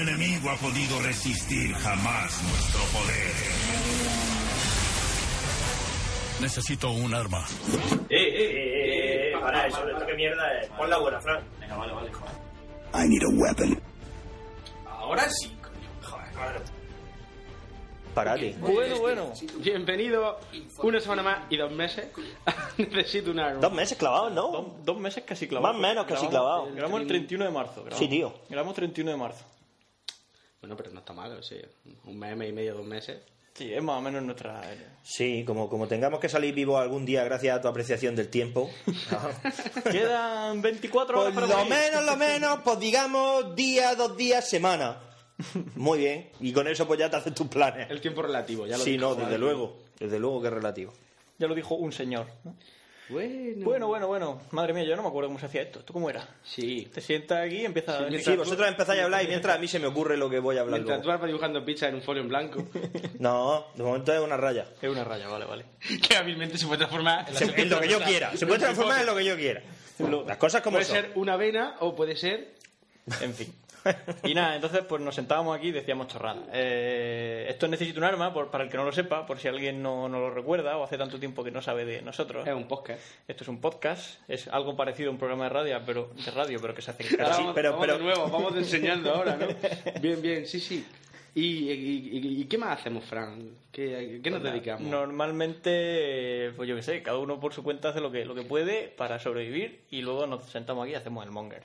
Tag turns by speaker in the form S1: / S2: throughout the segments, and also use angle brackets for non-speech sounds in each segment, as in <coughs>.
S1: enemigo ha podido resistir jamás nuestro poder.
S2: Necesito un arma.
S3: Eh, eh, eh, eh, para eso, esto qué mierda es. Pon la buena, Fran.
S4: Venga, vale, vale, joder.
S5: I need a weapon.
S4: Ahora sí, coño. Joder,
S3: Claro.
S6: Parate.
S7: Bueno, bueno. Bienvenido una semana más y dos meses. <laughs> Necesito un arma.
S6: Dos meses clavados, ¿no?
S8: Dos, dos meses casi clavados.
S6: Más o menos casi
S8: Grabamos-
S6: clavados.
S8: Grabamos el 31 de marzo. grabamos.
S6: Sí, tío.
S8: Grabamos 31 de marzo.
S7: Bueno, pero no está mal, o sea, un mes, mes y medio, dos meses.
S8: Sí, es más o menos nuestra... eh,
S6: <laughs> Sí, como, como tengamos que salir vivos algún día gracias a tu apreciación del
S7: <laughs>
S6: tiempo.
S8: Quedan 24 horas
S6: Pues
S8: para
S6: lo
S8: morir.
S6: menos, lo menos, pues digamos día, dos días, semana. Muy bien. Y con eso pues ya te haces tus planes.
S7: El tiempo relativo, <laughs> ya lo
S6: Sí,
S7: dijo
S6: no, desde
S7: alguien.
S6: luego. Desde luego que es relativo.
S8: Ya lo dijo un señor. ¿no?
S7: Bueno.
S8: Bueno, bueno, bueno. Madre mía, yo no me acuerdo cómo se hacía esto. ¿Tú cómo era?
S7: Sí.
S8: Te sientas aquí y empiezas a...
S6: Sí, vosotros empezáis a hablar y mientras a mí se me ocurre lo que voy a hablar
S7: Mientras tú
S6: luego.
S7: vas dibujando pizza en un folio
S6: <laughs>
S7: en blanco,
S6: No, de momento es una raya.
S8: Es una raya, vale, vale.
S7: que hábilmente se puede transformar en, la
S6: Se- en lo que yo quiera. Se puede transformar en lo que yo quiera. Las cosas como
S7: Puede
S6: son.
S7: ser una avena o puede ser.
S8: En fin. Y nada, entonces pues nos sentábamos aquí y decíamos chorradas. Eh, esto necesita un arma, por- para el que no lo sepa, por si alguien no, no lo recuerda o hace tanto tiempo que no sabe de
S6: Ah.
S8: nosotros.
S7: Es eh, un podcast.
S8: Esto es un podcast, es algo parecido a un programa de radio, pero, de radio, pero que se hace en
S7: Ahora
S8: casa.
S6: sí,
S7: vamos,
S6: pero-
S7: vamos
S6: pero-
S7: de nuevo, vamos enseñando
S6: <laughs>
S7: ahora, ¿no? Bien, bien, sí, sí. ¿Y, y- y- y qué más hacemos, Fran? ¿Qué,
S6: Pues
S7: qué nos dedicamos?
S8: Normalmente, pues yo qué sé, cada uno por su cuenta hace lo que, lo que puede para sobrevivir y luego nos sentamos aquí y hacemos el monger.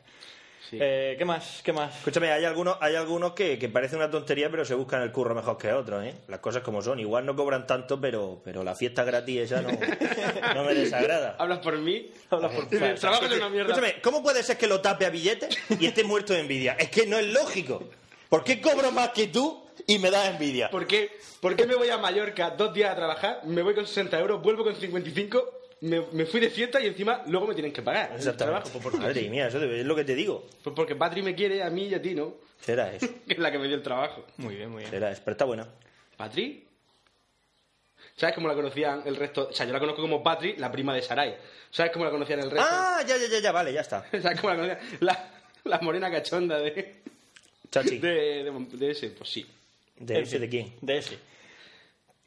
S7: Sí.
S8: Eh, ¿Qué más? ¿Qué más?
S6: Escúchame, hay algunos, hay algunos que, que parece una tontería, pero se buscan el curro mejor que otros, ¿eh? Las cosas como son. Igual no cobran tanto, pero, pero la fiesta gratis esa no, no me desagrada.
S7: ¿Hablas Ah, por mí?
S8: Hablas por-
S7: El trabajo es una mierda.
S6: Escúchame, ¿cómo puede ser que lo tape a billetes y esté muerto de envidia? Es que no es lógico. ¿Por qué cobro más que tú y me das envidia?
S7: ¿Por qué, ¿Por qué me voy a Mallorca dos días a trabajar? Me voy con 60 euros, vuelvo con 55, me, me fui de fiesta y encima luego me tienen que pagar. el
S6: Exactamente.
S7: trabajo. Pues, ¿por qué?
S6: Madre mía, eso es lo que te digo.
S7: Pues porque Patri me quiere, a mí y a ti, ¿no? <laughs>
S6: Será eso.
S7: Que es la que me dio el trabajo.
S8: Muy bien, muy bien.
S6: Será eso. Pero está buena.
S7: ¿Patri? ¿Sabes cómo la conocían el resto? O sea, yo la conozco como Patri, la prima de Sarai. ¿Sabes cómo la conocían el resto?
S6: Ah, ya, ya, ya, ya, vale, ya está.
S7: <laughs> ¿Sabes cómo la conocían? La, la morena cachonda de,
S6: Chachi. ¿De,
S7: de, de, de ese. Pues sí.
S8: En
S6: ese
S8: fin,
S6: de quién?
S8: De ese.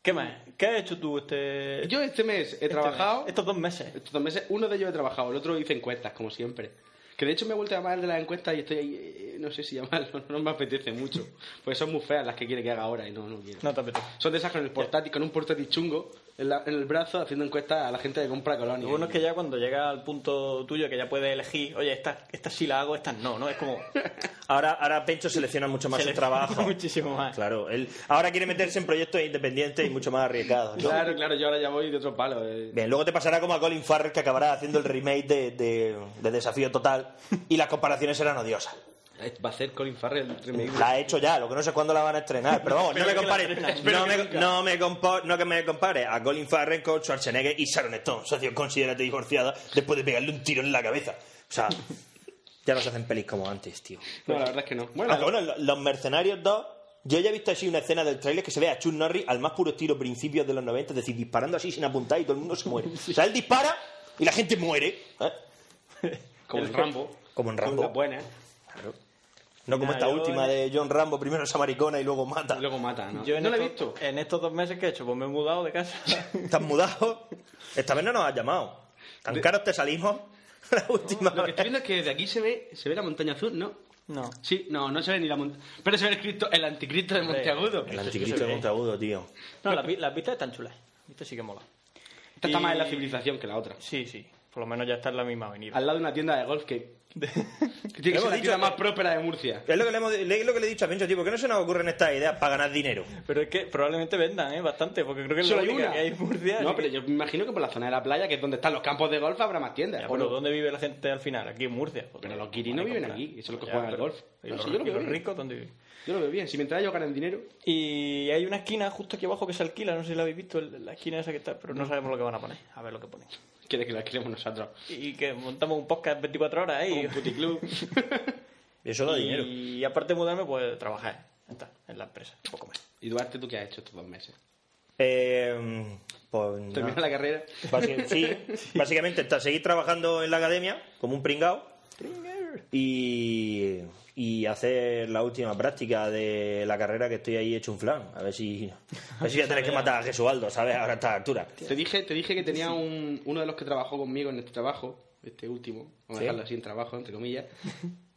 S8: ¿Qué más? ¿Qué has hecho tú este...?
S7: Yo este mes he
S8: este
S7: trabajado...
S8: mes? Estos dos meses.
S7: Estos dos meses, uno de ellos he trabajado, el otro hice encuestas, como siempre. Que de hecho me he vuelto a llamar el de las encuestas y estoy ahí, eh, no sé si llamarlo, <laughs> no me apetece mucho. Porque son muy feas las que quiere que haga ahora y no, no quiero.
S8: No te apetece.
S7: Son de esas con el portátil, con un portátil chungo en, la- en el brazo haciendo encuestas a la gente que compra colonia.
S8: Lo bueno es que ya cuando llega al punto tuyo que ya puedes elegir, oye, estas esta sí la hago, estas no, ¿no?
S6: <laughs>
S8: Es como...
S6: Ahora, ahora Pencho selecciona mucho más
S8: se
S6: el
S8: le-
S6: trabajo.
S8: <laughs> Muchísimo más.
S6: Claro, él ahora quiere meterse en proyectos independientes y mucho más arriesgados. ¿no?
S7: <laughs> Claro, claro, yo ahora ya voy de otro palo. eh.
S6: Bien, luego te pasará como a Colin Farrell que acabará haciendo el remake de, de- de Desafío Total y las comparaciones serán odiosas.
S7: Va a ser Colin Farrell el remake.
S6: La he hecho ya, lo que no sé cuándo la van a estrenar, pero vamos, no me
S8: Espero que la
S6: compares,
S8: estrenen.
S6: no
S8: Espero
S6: me, no me compa- no que me compares a Colin Farrell con Schwarzenegger y Sharon Stone, socio, considérate divorciada después de pegarle un tiro en la cabeza. O sea, ya no se hacen pelis como antes, tío.
S7: No, la verdad es que no.
S6: Aunque
S7: Bueno,
S6: Ah, bueno, lo- los Mercenarios 2, yo ya he visto así una escena del tráiler que se ve a Chuck Norris al más puro estilo principios de los 90, es decir, disparando así sin apuntar y todo el mundo se <laughs> muere. O sea, él dispara y la gente muere, ¿eh?
S7: como el Rambo.
S6: como en
S7: Como
S6: Rambo.
S7: las buenas.
S6: No como
S8: Nah,
S6: esta
S8: yo-
S6: última de John Rambo, primero esa maricona y luego mata.
S7: Y luego mata, ¿no?
S8: Yo en eh,
S7: no la he
S8: estos-
S7: visto.
S8: <laughs> En estos dos meses que he hecho, pues me he mudado de casa.
S6: Estás mudado. Esta vez no nos has llamado. Tan caros te salimos <laughs> la última
S7: Lo que
S6: vez.
S7: estoy viendo es que de aquí se ve, se ve la montaña azul, <laughs> ¿no?
S8: No.
S7: Sí, no, no se ve ni la montaña. Pero se ve el, Cristo, el anticristo de Monteagudo.
S6: El anticristo de Monteagudo, tío.
S8: No, las, vi- las vistas están chulas. Viste sí que mola.
S7: Esta está
S8: Y-
S7: más en la civilización que la otra.
S8: Sí, sí. Por lo menos ya está en la misma avenida.
S7: Al lado de una tienda de golf
S8: <laughs>
S7: que, que tiene que
S6: Hemos
S7: ser la
S6: dicho
S7: tienda
S6: que-
S7: más próspera de Murcia.
S6: Es lo que le, hemos- le- lo que le he dicho a Pincho, tío, ¿por qué no se nos ocurren estas ideas para ganar dinero?
S8: Pero es que probablemente vendan, ¿eh? Bastante, porque creo que es la
S7: Solo hay
S8: única
S7: una.
S8: que hay en Murcia.
S7: no,
S8: así
S7: pero
S8: que-
S7: yo me imagino que por la zona de la playa, que es donde están los campos de golf, habrá más tiendas.
S8: Ya,
S7: ¿o no?
S8: bueno, pues- ¿dónde vive la gente al final? Aquí en Murcia. Pues,
S7: Pero
S8: no,
S7: los guirinos
S8: vale,
S7: viven
S8: comprar.
S7: aquí, que son los que
S8: Ya,
S7: juegan al
S8: pero-
S7: golf.
S8: y
S7: No
S8: los
S7: sé, yo lo
S8: y
S7: veo
S8: los
S7: bien.
S8: ricos dónde viven?
S7: Yo lo veo bien. Si mientras ellos ganan dinero,
S8: Y hay una esquina justo aquí abajo que se alquila, no sé si la habéis visto, el- la esquina esa que está, pero no sabemos lo que van a poner. A ver lo que ponen.
S7: quiere que la alquilemos nosotros.
S8: Y que montamos un podcast 24 horas ahí.
S7: Un
S8: <laughs>
S7: puticlub. <laughs>
S6: Eso da dinero.
S8: Y aparte de mudarme, pues trabajar. Ya está, en la empresa. Un poco más. <laughs>
S7: y Duarte, ¿tú qué has hecho estos dos meses?
S6: Eh, pues nada.
S7: Termina la carrera.
S6: <laughs> Basi- sí, básicamente está seguir trabajando en la academia como un pringao y y hacer la última práctica de la carrera que estoy ahí hecho un flan. A ver si, a ver si voy a tener que matar a Gesualdo, ¿sabes? Ahora a esta altura.
S7: Te dije, te dije que tenía un, uno de los que trabajó conmigo en este trabajo, este último, vamos a
S6: ¿Sí?
S7: dejarlo así en trabajo, entre comillas,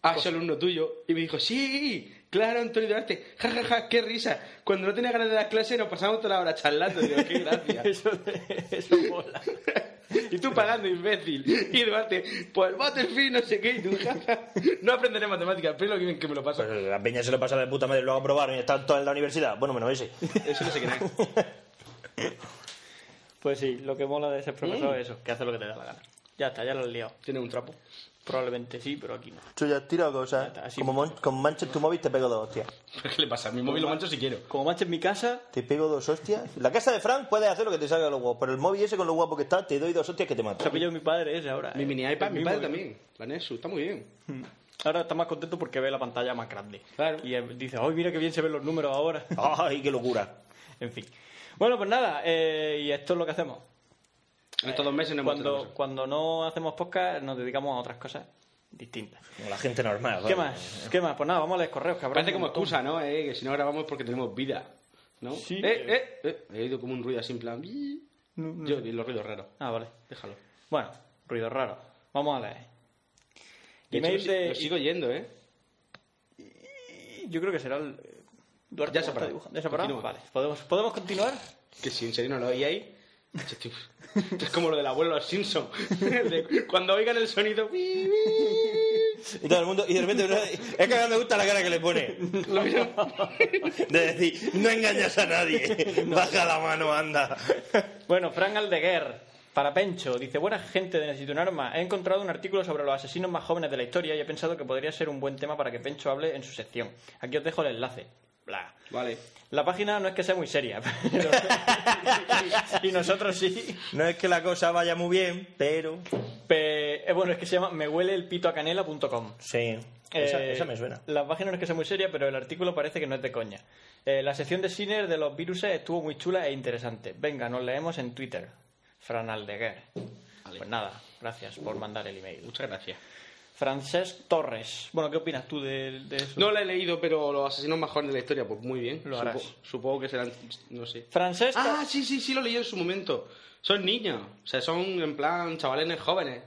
S7: ah, es alumno tuyo, y me dijo, sí, claro, Antonio Durante, ja, ja, ja, qué risa, cuando no tenía ganas de dar clase nos pasamos toda la hora charlando, digo, qué gracia. <laughs>
S8: Eso, eso mola.
S7: Y tú pagando, imbécil. Y Duarte, pues Battlefield, no sé qué. Y tú, ja, ja, no aprenderé matemáticas, pero lo que bien que me lo paso.
S6: Pues la peña se lo pasa de puta madre, lo aprobaron y están todos en la universidad. Bueno, menos ese.
S7: Eso no sé qué nada.
S8: Pues sí, lo que mola de ser profesor es eso, que hace lo que te da la gana. Ya está, ya lo has liado.
S7: Tiene un trapo. <laughs>
S8: Probablemente sí, pero aquí no.
S6: <laughs> Tú ya has tirado cosas.
S8: está, así
S6: Como mon- con manches tu móvil te pego dos hostias.
S7: ¿Qué le pasa? Mi móvil lo mancho si quiero.
S8: Como manches mi casa,
S6: Te pego dos hostias. La casa de Frank puedes hacer lo que te salga de los huevos, pero el móvil ese con lo guapo que está, te doy dos hostias que te
S8: se
S6: mato.
S8: ha pillado mi padre ese ahora.
S7: Mi
S8: eh.
S7: mini iPad,
S8: El
S7: mi
S8: mismo
S7: padre
S8: que-
S7: también. La Nesu, está muy bien.
S8: Ahora está más contento porque ve la pantalla más grande.
S7: Claro.
S8: Y eh, dice, ¡ay, mira qué bien se ven los números ahora! <laughs>
S6: ¡Ay, qué locura!
S8: en fin. Bueno, pues nada, eh, y esto es lo que hacemos.
S7: En estos dos meses no hemos tenido
S8: Cuando,
S7: cosas.
S8: cuando no hacemos podcast, nos dedicamos a otras cosas distintas.
S6: Como la gente normal.
S8: ¿Qué
S6: vale.
S8: más? ¿Qué más? Pues nada, vamos a leer correos, cabrón.
S7: Parece como excusa, ¿no? Eh, que si no grabamos porque tenemos vida. ¿No?
S8: Sí.
S7: Eh, eh, eh. He oído como un ruido así en plan. "Bii".
S8: Mm.
S7: Yo, y los ruidos raros.
S8: Ah, vale.
S7: Déjalo.
S8: Bueno, ruido raro. Vamos a leer.
S7: De hecho,
S8: Email
S7: lo si-
S8: de-
S7: lo sigo yendo, ¿eh?
S8: Yo creo que será el... eh, Duarte
S7: Ya se ha
S8: ¿cómo está
S7: parado.
S8: dibujando? ¿Ya se ha parado?
S7: Continúa.
S8: Vale. ¿Podemos, ¿Podemos continuar?
S7: Que si en serio no lo oíais.
S8: <laughs>
S7: esto Es como lo del abuelo de los Simpsons. <laughs> De Cuando oigan el sonido. "Bii, bii",
S6: Y todo el mundo, y de repente, es que a mí me gusta la cara que le pone.
S7: lo oigan.
S6: De decir, no engañas a nadie. Baja la mano, anda.
S8: Bueno, Fran Aldeguer, para Pencho, dice: Buena gente de Necesito un arma. He encontrado un artículo sobre los asesinos más jóvenes de la historia y he pensado que podría ser un buen tema para que Pencho hable en su sección. Aquí os dejo el enlace. Bla.
S7: Vale.
S8: La página no es que sea muy seria, <laughs>
S7: <laughs>
S8: pero... y nosotros sí.
S6: No es que la cosa vaya muy bien, pero.
S8: Pe- eh, Bueno, es que se llama me huele el pito a canela.com.
S6: Sí. Esa,
S8: Eh,
S6: esa me suena.
S8: La página no es que sea muy seria, pero el artículo parece que no es de coña. Eh, la sección de Sinner de los virus estuvo muy chula e interesante. Venga, nos leemos en Twitter. Fran Aldeguer. Pues nada, gracias por mandar el email.
S7: Muchas gracias.
S8: Francesc Torres. Bueno, ¿qué opinas tú de, de eso?
S7: No la he leído, pero los asesinos más jóvenes de la historia, pues muy bien.
S8: Lo harás.
S7: supongo que serán. No sé.
S8: Francesc.
S7: Ah, sí, sí, sí, lo leí en su momento. Son niños. O sea, son en plan chavales jóvenes.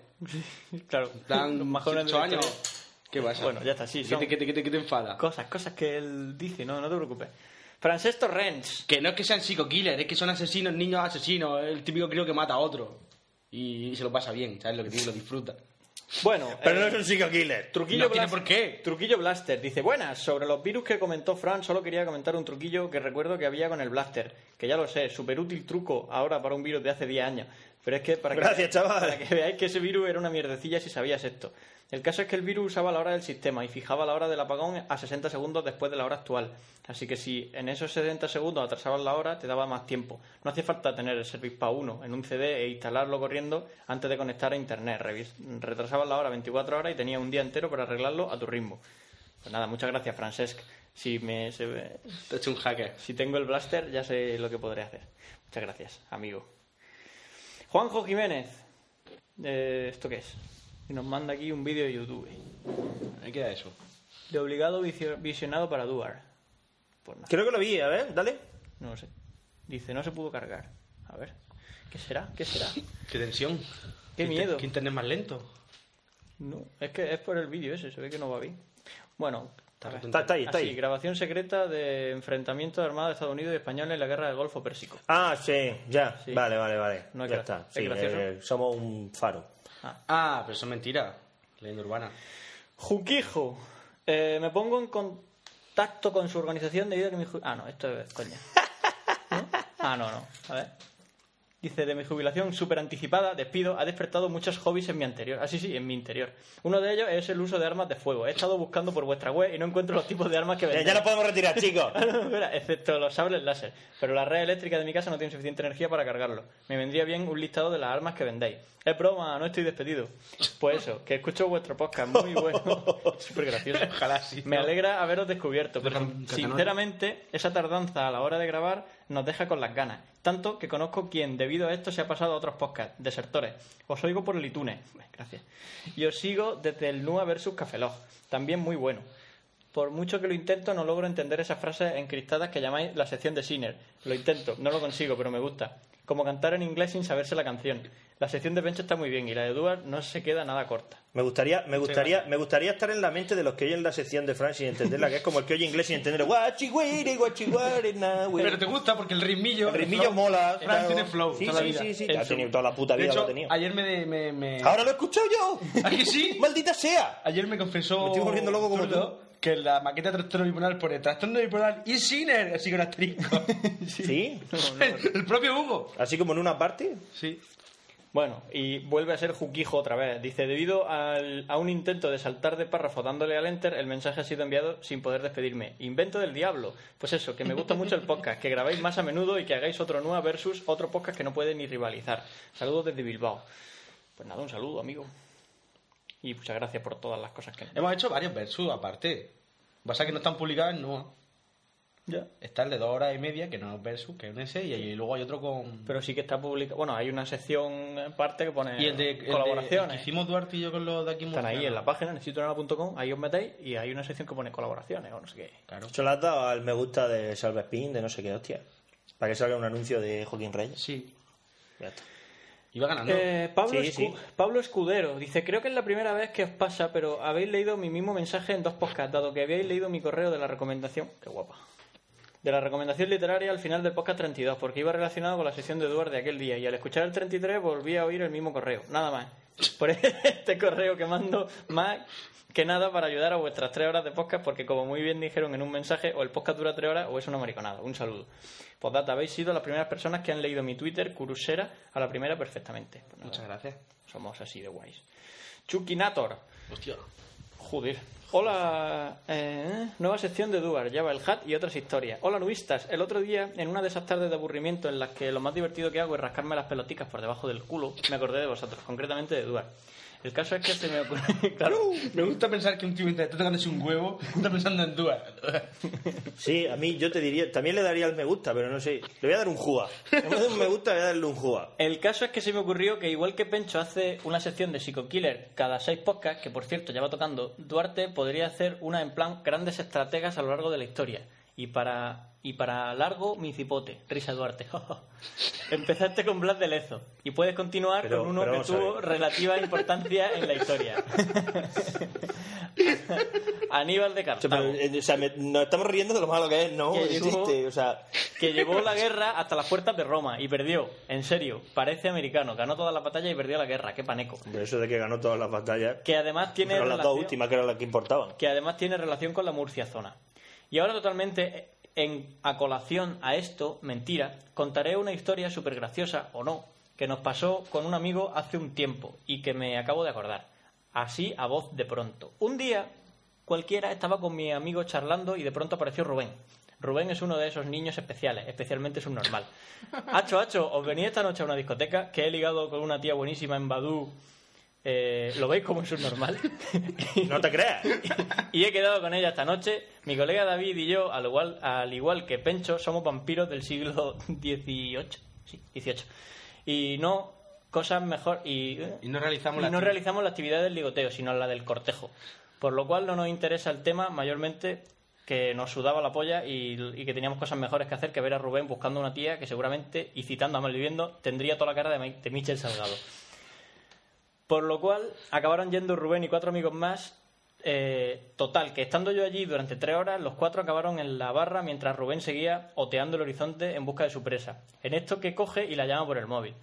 S8: claro,
S7: En plan,
S8: más jóvenes de
S7: 18
S8: la
S7: años.
S8: historia.
S7: ¿Qué pasa?
S8: Bueno, ya está, sí,
S7: ¿Qué
S8: son-
S7: te, qué te- qué te- qué te enfada?
S8: Cosas, cosas que él dice, no, no te preocupes. Francesc Torrens.
S7: Que no es que sean psico-killers, es que son asesinos, niños asesinos. El típico creo que mata a otro. Y se lo pasa bien, ¿sabes? Lo que digo, lo disfruta.
S8: Bueno,
S6: Pero
S8: eh,
S6: no es un psico killer.
S8: Truquillo
S7: No tiene
S8: Blas-
S7: por qué.
S8: Truquillo Blaster dice, buenas, sobre los virus que comentó Fran, solo quería comentar un truquillo que recuerdo que había con el Blaster, que ya lo sé, súper útil truco ahora para un virus de hace 10 años. Pero es que para,
S6: Gracias,
S8: que,
S6: chaval.
S8: para que <laughs> veáis que ese virus era una mierdecilla si sabías esto. El caso es que el virus usaba la hora del sistema y fijaba la hora del apagón a 60 segundos después de la hora actual. Así que si en esos 60 segundos atrasabas la hora, te daba más tiempo. No hace falta tener el Service PA 1 en un CD e instalarlo corriendo antes de conectar a Internet. Revis- Retrasabas la hora 24 horas y tenías un día entero para arreglarlo a tu ritmo. Pues nada, muchas gracias, Francesc. Si, me, se-
S7: Te he hecho un hacker.
S8: si tengo el blaster, ya sé lo que podré hacer. Muchas gracias, amigo. Juanjo Jiménez. Eh, ¿Esto qué es? Y nos manda aquí un vídeo de YouTube.
S7: Ahí queda eso.
S8: De obligado vicio- visionado para Duar. Pues nada,
S6: Creo que lo vi, a ver, dale.
S8: no lo sé. Dice, no se pudo cargar. A ver, ¿qué será? ¿Qué será?
S7: Qué tensión.
S8: Qué
S7: inter-
S8: miedo.
S7: ¿Qué internet más lento?
S8: No, es que es por el vídeo ese, se ve que no va bien. Bueno, a ver.
S6: Está, está ahí, está
S8: Así,
S6: ahí.
S8: grabación secreta de enfrentamiento de Armada de Estados Unidos y Española en la guerra del Golfo Pérsico.
S6: Ah, sí, ya.
S8: Sí.
S6: Vale, vale, vale.
S8: No es
S6: ya
S8: gra-
S6: está.
S8: ¿es
S6: Sí,
S8: gracioso?
S6: eh, somos un faro.
S7: Ah, pero eso es mentira. Leyenda urbana.
S8: Juquijo. Eh, me pongo en contacto con su organización debido a que mi ju- Ah, no, esto es coña. ¿No? Ah, no, no. A ver. Dice, de mi jubilación súper anticipada, despido, ha despertado muchos hobbies en mi anterior. Ah, sí, sí, en mi interior. Uno de ellos es el uso de armas de fuego. He estado buscando por vuestra web y no encuentro los tipos de armas que
S6: Eh,
S8: vendéis.
S6: ya nos podemos retirar,
S8: <laughs>
S6: chicos.
S8: Ah, Espera, excepto los sables láser. Pero la red eléctrica de mi casa no tiene suficiente energía para cargarlo. Me vendría bien un listado de las armas que vendéis. Es broma, no estoy despedido. Pues eso, que escucho vuestro podcast, muy bueno. <laughs> Súper gracioso.
S7: Ojalá sí,
S8: Me
S7: ¿no?
S8: alegra haberos descubierto, pero
S7: Pero con-
S8: sinceramente esa tardanza a la hora de grabar nos deja con las ganas. Tanto que conozco quien debido a esto se ha pasado a otros podcasts, desertores. Os oigo Pues, por el iTunes. Gracias. Y os sigo desde el NUA versus Cafelog. También muy bueno. Por mucho que lo intento, no logro entender esas frases encristadas que llamáis la sección de Sinner. Lo intento, no lo consigo, pero me gusta. Como cantar en inglés sin saberse la canción. La sección de Pencho está muy bien y la de Eduard no se queda nada corta.
S6: Me gustaría, me gustaría, me gustaría estar en la mente de los que oyen la sección de Fran sin entenderla, que es como el que oye inglés sin entender. Guachi guiri, guachi guiri, na, güey.
S4: Pero te gusta porque el ritmillo.
S6: El ritmillo
S4: flow-
S6: mola,
S4: Fran
S6: claro.
S4: tiene flow.
S6: Sí,
S4: toda
S6: sí,
S4: la vida.
S6: sí, sí.
S4: En
S6: Ha
S4: su-
S6: tenido toda la puta
S4: de
S6: vida, lo
S4: hecho,
S6: ha tenido.
S4: Ayer me. me, me-
S6: Ahora lo he escuchado yo.
S4: ¿Ah, que sí?
S6: Maldita sea.
S4: Ayer me confesó.
S6: Me estoy volviendo loco como
S4: Zurdo Que la maqueta de trastorno bipolar pone trastorno bipolar y Sinner, así con <laughs> asterisco.
S6: Sí.
S4: el, el propio Hugo.
S6: Así como en una parte.
S4: Sí.
S8: Bueno, y vuelve a ser Juquijo otra vez. Dice, debido al- a un intento de saltar de párrafo dándole al enter, el mensaje ha sido enviado sin poder despedirme. Invento del diablo. Pues eso, que me gusta mucho el podcast, que grabéis más a menudo y que hagáis otro NUA versus otro podcast que no puede ni rivalizar. Saludos desde Bilbao. Pues nada, un saludo, amigo. Y muchas gracias por todas las cosas que...
S4: Hemos hecho varios versus aparte. Pasa que no están publicados en Noah.
S8: Ya.
S4: Está el de dos horas y media, que no es versus, que es un ese, y ahí luego hay otro con.
S8: Pero sí que está publicado... Bueno, hay una sección aparte que pone
S4: y el de el de- el que
S8: colaboraciones.
S4: hicimos Duarte y yo con los de aquí
S8: Están ahí
S4: Murcia.
S8: en la página, necesitonana.com, ahí os metéis y hay una sección que pone colaboraciones o no sé qué.
S4: Claro.
S6: Yo le has dado al me gusta de Salva Spin, de no sé qué hostia. Para que salga un anuncio de Joaquín Reyes.
S4: Sí.
S6: Ya está.
S4: Iba ganando.
S8: Eh, Pablo,
S6: Sí,
S8: Escu-
S6: sí.
S8: Pablo Escudero dice, creo que es la primera vez que os pasa, pero habéis leído mi mismo mensaje en dos podcasts, dado que habíais leído mi correo de la recomendación. Qué guapa. De la recomendación literaria al final del podcast 32, porque iba relacionado con la sesión de Eduard de aquel día, y al escuchar el 33 volví a oír el mismo correo. Nada más. Por <laughs> este correo que mando más que nada para ayudar a vuestras tres horas de podcast, porque como muy bien dijeron en un mensaje, o el podcast dura tres horas o es una mariconada. Un saludo. Postdata, habéis sido las primeras personas que han leído mi Twitter, Curusera, a la primera perfectamente. Pues nada.
S4: Muchas gracias.
S8: Somos así de guays. Chukinator.
S4: Hostia.
S8: Joder. Hola. eh, nueva sección de Duar, Java el Hat y otras historias. Hola, nubistas. El otro día, en una de esas tardes de aburrimiento en las que lo más divertido que hago es rascarme las peloticas por debajo del culo, me acordé de vosotros, concretamente de Duar. El caso es que se me ocurrió. <laughs> claro.
S4: Me gusta pensar que un tío mientras está tocándose un huevo, está pensando en Duarte.
S6: Sí, a mí yo te diría, también le daría el me gusta, pero no sé. Le voy a dar un jua. En vez de un me gusta, le voy a darle un jua.
S8: El caso es que se me ocurrió que igual que Pencho hace una sección de psico-killer cada seis podcasts, que por cierto ya va tocando, Duarte podría hacer una en plan grandes estrategas a lo largo de la historia. Y para, y para largo, mi cipote. Risa Duarte. <laughs> Empezaste con Blas de Lezo. Y puedes continuar
S6: Pero-
S8: con uno
S6: pero
S8: que
S6: vamos a
S8: tuvo
S6: ver.
S8: relativa importancia en
S6: <laughs>
S8: la historia. Aníbal de
S6: O sea, pero,
S8: Cartago.
S6: eh, o sea, me- nos estamos riendo de lo malo que es, no
S8: Que llegó-
S6: existe. O sea,
S8: que llevó la guerra hasta las puertas de Roma y perdió. En serio, parece americano. Ganó todas las batallas y perdió la guerra. Qué paneco.
S6: hombre, eso de que ganó todas las batallas.
S8: Que además tiene
S6: Pero las dos
S8: relación,
S6: últimas que eran las que importaban.
S8: que además tiene relación con la Murcia zona. Y ahora totalmente en a colación a esto, mentira, contaré una historia súper graciosa o no, que nos pasó con un amigo hace un tiempo y que me acabo de acordar. Así a voz de pronto. Un día cualquiera estaba con mi amigo charlando y de pronto apareció Rubén. Rubén es uno de esos niños especiales, especialmente es un normal. Hacho, hacho, os venía esta noche a una discoteca que he ligado con una tía buenísima en Badú. Eh, ¿Lo veis como es un normal?
S6: No te creas.
S8: <laughs> y he quedado con ella esta noche. Mi colega David y yo, al igual, al igual que Pencho, somos vampiros del siglo <laughs> XVIII. Sí, 18. Y no cosas mejor. Y,
S4: Y no realizamos
S8: y
S4: la
S8: no
S4: actividad.
S8: realizamos la actividad del ligoteo, sino la del cortejo. Por lo cual no nos interesa el tema mayormente que nos sudaba la polla y, y que teníamos cosas mejores que hacer que ver a Rubén buscando una tía que seguramente, y citando a Malviviendo, tendría toda la cara de, Mi- de Michel Salgado. Por lo cual acabaron yendo Rubén y cuatro amigos más. Eh, total, que estando yo allí durante tres horas, los cuatro acabaron en la barra mientras Rubén seguía oteando el horizonte en busca de su presa. En esto que coge y la llama por el móvil.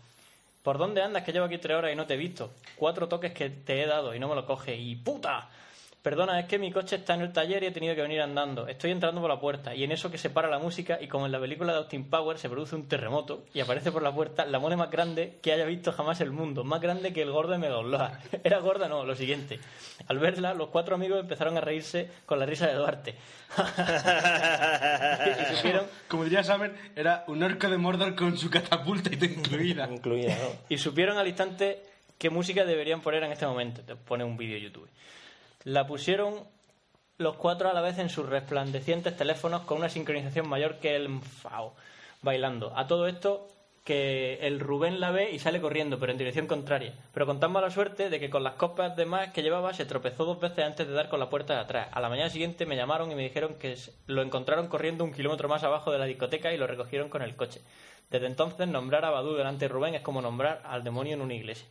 S8: ¿Por dónde andas que llevo aquí tres horas y no te he visto? Cuatro toques que te he dado y no me lo coges. ¡Y puta! Perdona, es que mi coche está en el taller y he tenido que venir andando. Estoy entrando por la puerta y en eso que se para la música y como en la película de Austin Power se produce un terremoto y aparece por la puerta la mole más grande que haya visto jamás el mundo. Más grande que el gordo de Megaoloa. <laughs> Era gorda, no, lo siguiente. Al verla, los cuatro amigos empezaron a reírse con la risa de Duarte. <laughs> y supieron
S4: <laughs> Como diría Summer, era un orco de Mordor con su catapulta y todo incluida.
S6: <laughs> Incluida, ¿no?
S8: Y supieron al instante qué música deberían poner en este momento. Te pone un vídeo YouTube. La pusieron los cuatro a la vez en sus resplandecientes teléfonos con una sincronización mayor que el MFAO, bailando. A todo esto, que el Rubén la ve y sale corriendo, pero en dirección contraria. Pero con tan mala suerte de que con las copas de más que llevaba se tropezó dos veces antes de dar con la puerta de atrás. A la mañana siguiente me llamaron y me dijeron que s- lo encontraron corriendo un kilómetro más abajo de la discoteca y lo recogieron con el coche. Desde entonces nombrar a Badú delante de Rubén es como nombrar al demonio en una iglesia.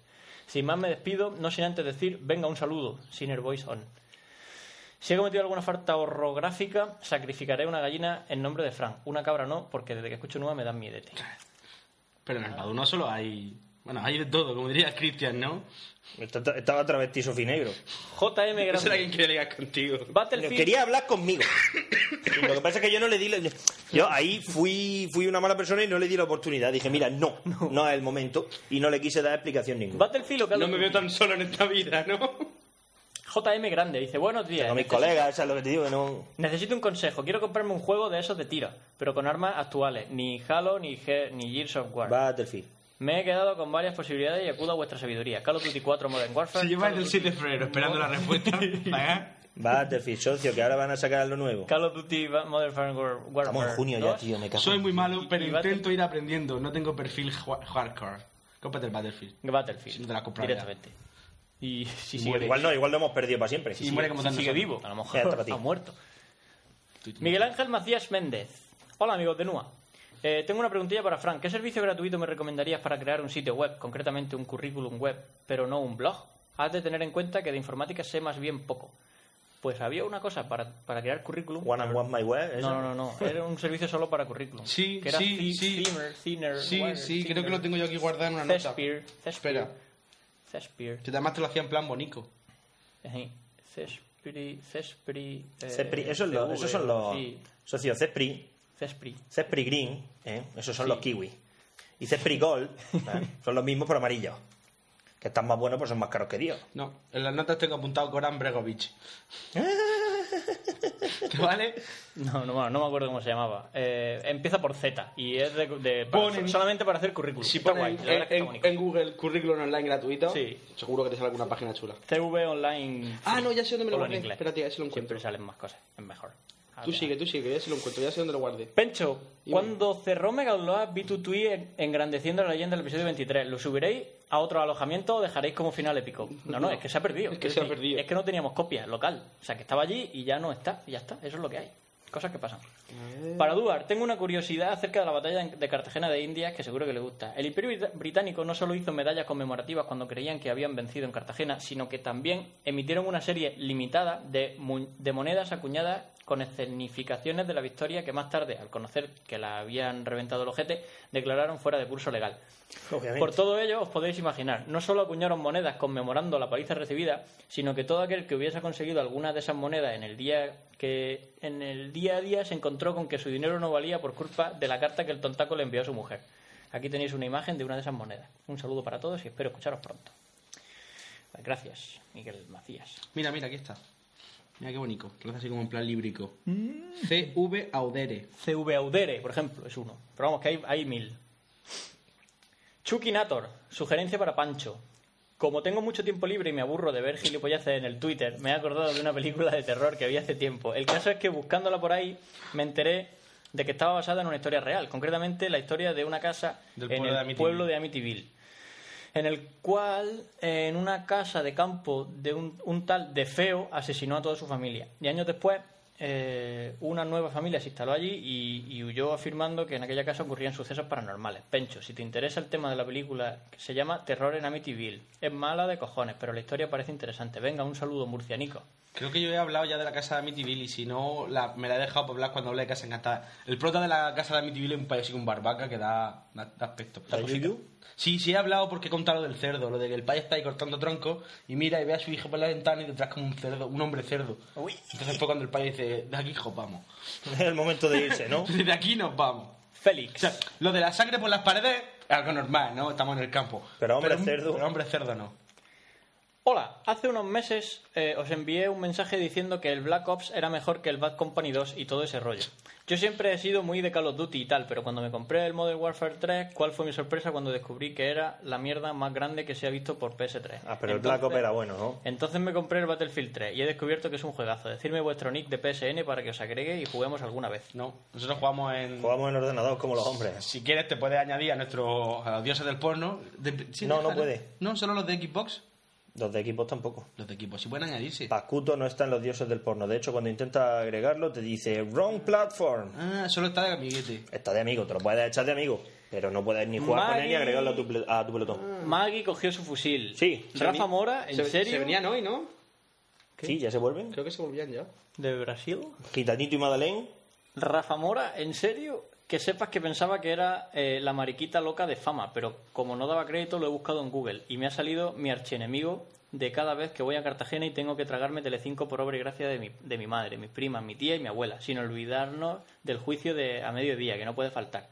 S8: Sin más me despido, no sin antes decir, venga un saludo, Sinner Boys on. Si he cometido alguna falta orográfica, sacrificaré una gallina en nombre de Frank. Una cabra no, porque desde que escucho Nua me dan miedete.
S7: Pero en el Badú no solo hay. Bueno, hay de todo, como diría Christian, ¿no?
S6: Estaba- Estaba travesti sofinegro.
S8: JM
S7: No será
S8: Grande.
S7: quien quiere ligar contigo.
S8: Battlefield.
S6: Quería hablar conmigo. Y Lo que pasa es que yo no le di. la- Yo ahí fui, fui una mala persona y no le di la oportunidad. Dije, mira, no, no es el momento. Y no le quise dar explicación ninguna.
S8: Battlefield local.
S7: No me veo tan solo en esta vida, ¿no?
S8: JM Grande dice, buenos días.
S6: A mis
S8: necesi-
S6: colegas, ¿sabes lo que te digo? Que no.
S8: Necesito un consejo. Quiero comprarme un juego de esos de tiro, pero con armas actuales. Ni Halo, ni, Ge- ni Gears of War.
S6: Battlefield.
S8: Me he quedado con varias posibilidades y acudo a vuestra sabiduría. Call of Duty 4 Modern Warfare.
S7: Se lleva
S8: Call
S7: en
S8: of
S7: el
S8: Duty-
S7: 7 de febrero esperando la <laughs> respuesta. Pagar.
S6: Battlefield, socio, que ahora van a sacar lo nuevo.
S8: Call of Duty Va- Modern War- Warfare.
S6: Estamos en junio ya,
S8: 2.
S6: tío, me cago.
S7: Soy muy malo, pero
S8: Y- y bate-
S7: intento ir aprendiendo. No tengo perfil ju- hardcore. Cómprate el Battlefield.
S8: Battlefield.
S7: Si no te la compras ya.
S8: directamente. Y si sigue,
S6: Bueno, igual no, igual lo hemos perdido para siempre.
S7: y muere como
S8: si
S7: tantos
S8: sigue
S7: otros.
S8: vivo, a lo
S6: Ya, está para
S8: mejor
S6: ti.
S8: ha muerto. Miguel Ángel Macías Méndez. Hola amigos de NUA. Eh, tengo una preguntilla para Frank. ¿Qué servicio gratuito me recomendarías para crear un sitio web, concretamente un currículum web, pero no un blog? Has de tener en cuenta que de informática sé más bien poco. Pues había una cosa para, para crear currículum.
S6: One and
S8: pero-
S6: One My Web. ¿esa?
S8: No, no, no, no. Era un servicio solo para currículum.
S7: Sí,
S8: que era
S7: sí,
S8: thi-
S7: sí.
S8: Thinner, thinner,
S7: Sí,
S8: wire,
S7: sí, creo
S8: thinner.
S7: que lo tengo yo aquí guardado en una nota.
S8: Zespir, Zespir,
S7: Espera.
S8: Zespir.
S7: Que además te lo hacía en plan bonito.
S8: Ajá. Cespri, Cespri. eh,
S6: Cespri, esos, los-
S8: CV,
S6: esos son los.
S8: Sí,
S6: Socio, Cespri,
S8: Cespri. <laughs>
S6: Cespri Green, ¿eh? esos son los kiwi. Y Cespri Gold,
S8: <laughs>
S6: ¿eh? son los mismos pero amarillos. Que están más buenos, pero son más caros que Dios.
S7: No, en las notas tengo apuntado Goran Bregovic. ¿Te vale?
S8: No, no, bueno, no me acuerdo cómo se llamaba. Eh, empieza por Z y es de, de- para-
S7: Ponen-
S8: solamente para hacer currículum.
S7: Si
S8: está
S7: pones
S8: guay,
S7: en,
S8: la verdad es que está
S7: en-
S8: bonito.
S7: en Google currículum online gratuito,
S8: Sí.
S7: seguro que te sale alguna página chula.
S8: CV online.
S7: Ah, no, ya sé dónde me lo
S8: Todo en
S7: guardé.
S8: inglés.
S7: Espérate, a ver si lo encuentro.
S8: Siempre salen más cosas, es mejor. Ah,
S7: Tú
S8: ya.
S7: sigue, tú sigue, ya se lo encuentro, ya sé dónde lo guardé.
S8: Pencho,
S7: Dime.
S8: cuando cerró Megaloa, vi tu tweet en- engrandeciendo la leyenda del episodio 23. ¿Lo subiréis a otro alojamiento o dejaréis como final épico? No, no, es que se ha perdido.
S7: Es que se ha perdido.
S8: Es que no teníamos copia local. O sea, que estaba allí y ya no está. Y ya está, eso es lo que hay. Cosas que pasan.
S7: Eh.
S8: Para Duar, tengo una curiosidad acerca de la batalla de Cartagena de Indias que seguro que le gusta. El Imperio Brit- Británico no solo hizo medallas conmemorativas cuando creían que habían vencido en Cartagena, sino que también emitieron una serie limitada de, mu- de monedas acuñadas con escenificaciones de la victoria que más tarde, al conocer que la habían reventado el ojete, declararon fuera de curso legal.
S6: Obviamente.
S8: Por todo ello, os podéis imaginar, no solo acuñaron monedas conmemorando la paliza recibida, sino que todo aquel que hubiese conseguido alguna de esas monedas en el día que en el día a día se encontró con que su dinero no valía por culpa de la carta que el tontaco le envió a su mujer. Aquí tenéis una imagen de una de esas monedas. Un saludo para todos y espero escucharos pronto. Gracias, Miguel Macías.
S7: Mira, mira, aquí está. Mira qué bonito, que lo hace así como en plan líbrico. Mm. CV Audere.
S8: CV Audere, por ejemplo, es uno. Pero vamos, que hay, hay mil. Chucky Nator, sugerencia para Pancho. Como tengo mucho tiempo libre y me aburro de ver gilipolleces en el Twitter, me he acordado de una película de terror que vi hace tiempo. El caso es que buscándola por ahí me enteré de que estaba basada en una historia real, concretamente la historia de una casa
S7: Del
S8: en
S7: pueblo de
S8: el
S7: Amityville.
S8: pueblo de Amityville, en el cual eh, en una casa de campo de un, un tal de feo asesinó a toda su familia. Y años después eh, una nueva familia se instaló allí y, y huyó afirmando que en aquella casa ocurrían sucesos paranormales. Pencho, si te interesa el tema de la película, que se llama Terror en Amityville. Es mala de cojones, pero la historia parece interesante. Venga, un saludo murcianico.
S7: Creo que yo he hablado ya de la casa de Amityville y si no, la- me la he dejado para hablar cuando hablé de Casa Encantada. El prota de la casa de Amityville es un país con barbaca que da, da- da aspecto. Da cosita. Sí, sí he hablado porque he contado lo del cerdo, lo de que el país está ahí cortando troncos y mira y ve a su hijo por la ventana y detrás como un cerdo, un hombre cerdo.
S8: Uy.
S7: Entonces fue cuando el país dice, de aquí hijo, vamos. <laughs>
S6: Es el momento de irse,
S8: <laughs>
S6: ¿no?
S7: De aquí nos vamos. O
S8: Félix.
S7: sea, lo de la sangre por las paredes es algo normal, ¿no? Estamos en el campo.
S6: Pero hombre
S7: un-
S6: cerdo.
S7: Pero hombre cerdo no.
S8: Hola, hace unos meses eh, os envié un mensaje diciendo que el Black Ops era mejor que el Bad Company 2 y todo ese rollo. Yo siempre he sido muy de Call of Duty y tal, pero cuando me compré el Modern Warfare 3, ¿cuál fue mi sorpresa cuando descubrí que era la mierda más grande que se ha visto por PS3?
S6: Ah, pero el Black Ops
S8: Entonces-
S6: era bueno, ¿no?
S8: Entonces me compré el Battlefield 3 y he descubierto que es un juegazo. Decidme vuestro nick de PSN para que os agregue y juguemos alguna vez.
S9: No, nosotros jugamos en...
S6: Jugamos en ordenador como los hombres.
S9: Si quieres te puedes añadir a nuestros a los dioses del porno. De- sí,
S6: No, no
S9: déjalo.
S6: puede.
S9: No, solo los de Xbox.
S6: Los de equipos tampoco.
S9: Los de equipo, si pueden añadirse.
S6: Pacuto no está en los dioses del porno. De hecho, cuando intenta agregarlo, te dice Wrong Platform.
S9: Ah, solo está de amiguete.
S6: Está de amigo, te lo puedes echar de amigo. Pero no puedes ni jugar con él ni
S8: Mari.
S6: agregarlo a tu, ple- a tu pelotón.
S8: Maggie cogió su fusil.
S6: Sí.
S8: Rafa Mora, ¿en
S7: se,
S8: serio?
S7: Se venían hoy, ¿no?
S6: Sí, ya se vuelven.
S7: Creo que se volvían ya. <laughs>
S8: ¿De Brasil?
S6: Gitanito y Madeleine.
S8: Rafa Mora, ¿en serio? Que sepas que pensaba que era eh, la mariquita loca de fama, pero como no daba crédito lo he buscado en Google y me ha salido mi archienemigo de cada vez que voy a Cartagena y tengo que tragarme Telecinco por obra y gracia de mi, de mi madre, mis primas, mi tía y mi abuela, sin olvidarnos del juicio de a mediodía, que no puede faltar.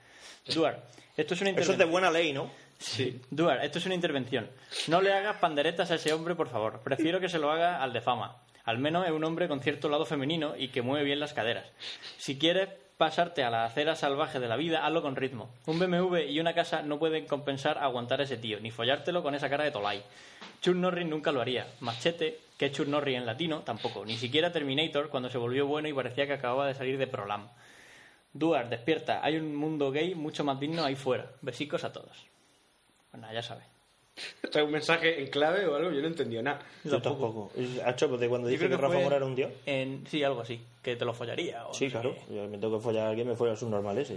S8: Duar, esto es una
S6: Eso es
S8: intervención.
S6: de buena ley, ¿no?
S8: Sí. Duar, esto es una intervención. No le hagas panderetas a ese hombre, por favor. Prefiero que se lo haga al de fama. Al menos es un hombre con cierto lado femenino y que mueve bien las caderas. Si quieres pasarte a la acera salvaje de la vida, hazlo con ritmo. Un BMW y una casa no pueden compensar aguantar a ese tío, ni follártelo con esa cara de tolai. Chuck Norris nunca lo haría. Machete, que es Chuck Norris en latino, tampoco. Ni siquiera Terminator cuando se volvió bueno y parecía que acababa de salir de Prolam. Duar, despierta. Hay un mundo gay mucho más digno ahí fuera. Besicos a todos.
S6: Pues
S8: Bueno, ya sabes.
S7: Trae un mensaje en clave o algo, yo no entendía nada. <laughs>
S6: Yo tampoco. Ha hecho de cuando dice
S8: creo
S6: que,
S8: que
S6: Rafa
S8: fue-
S6: Mora era un dios.
S8: En, sí, algo así. Que te lo follaría. o
S6: Sí,
S8: no sé
S6: claro. Yo me tengo que follar a alguien, me follo al subnormal ese.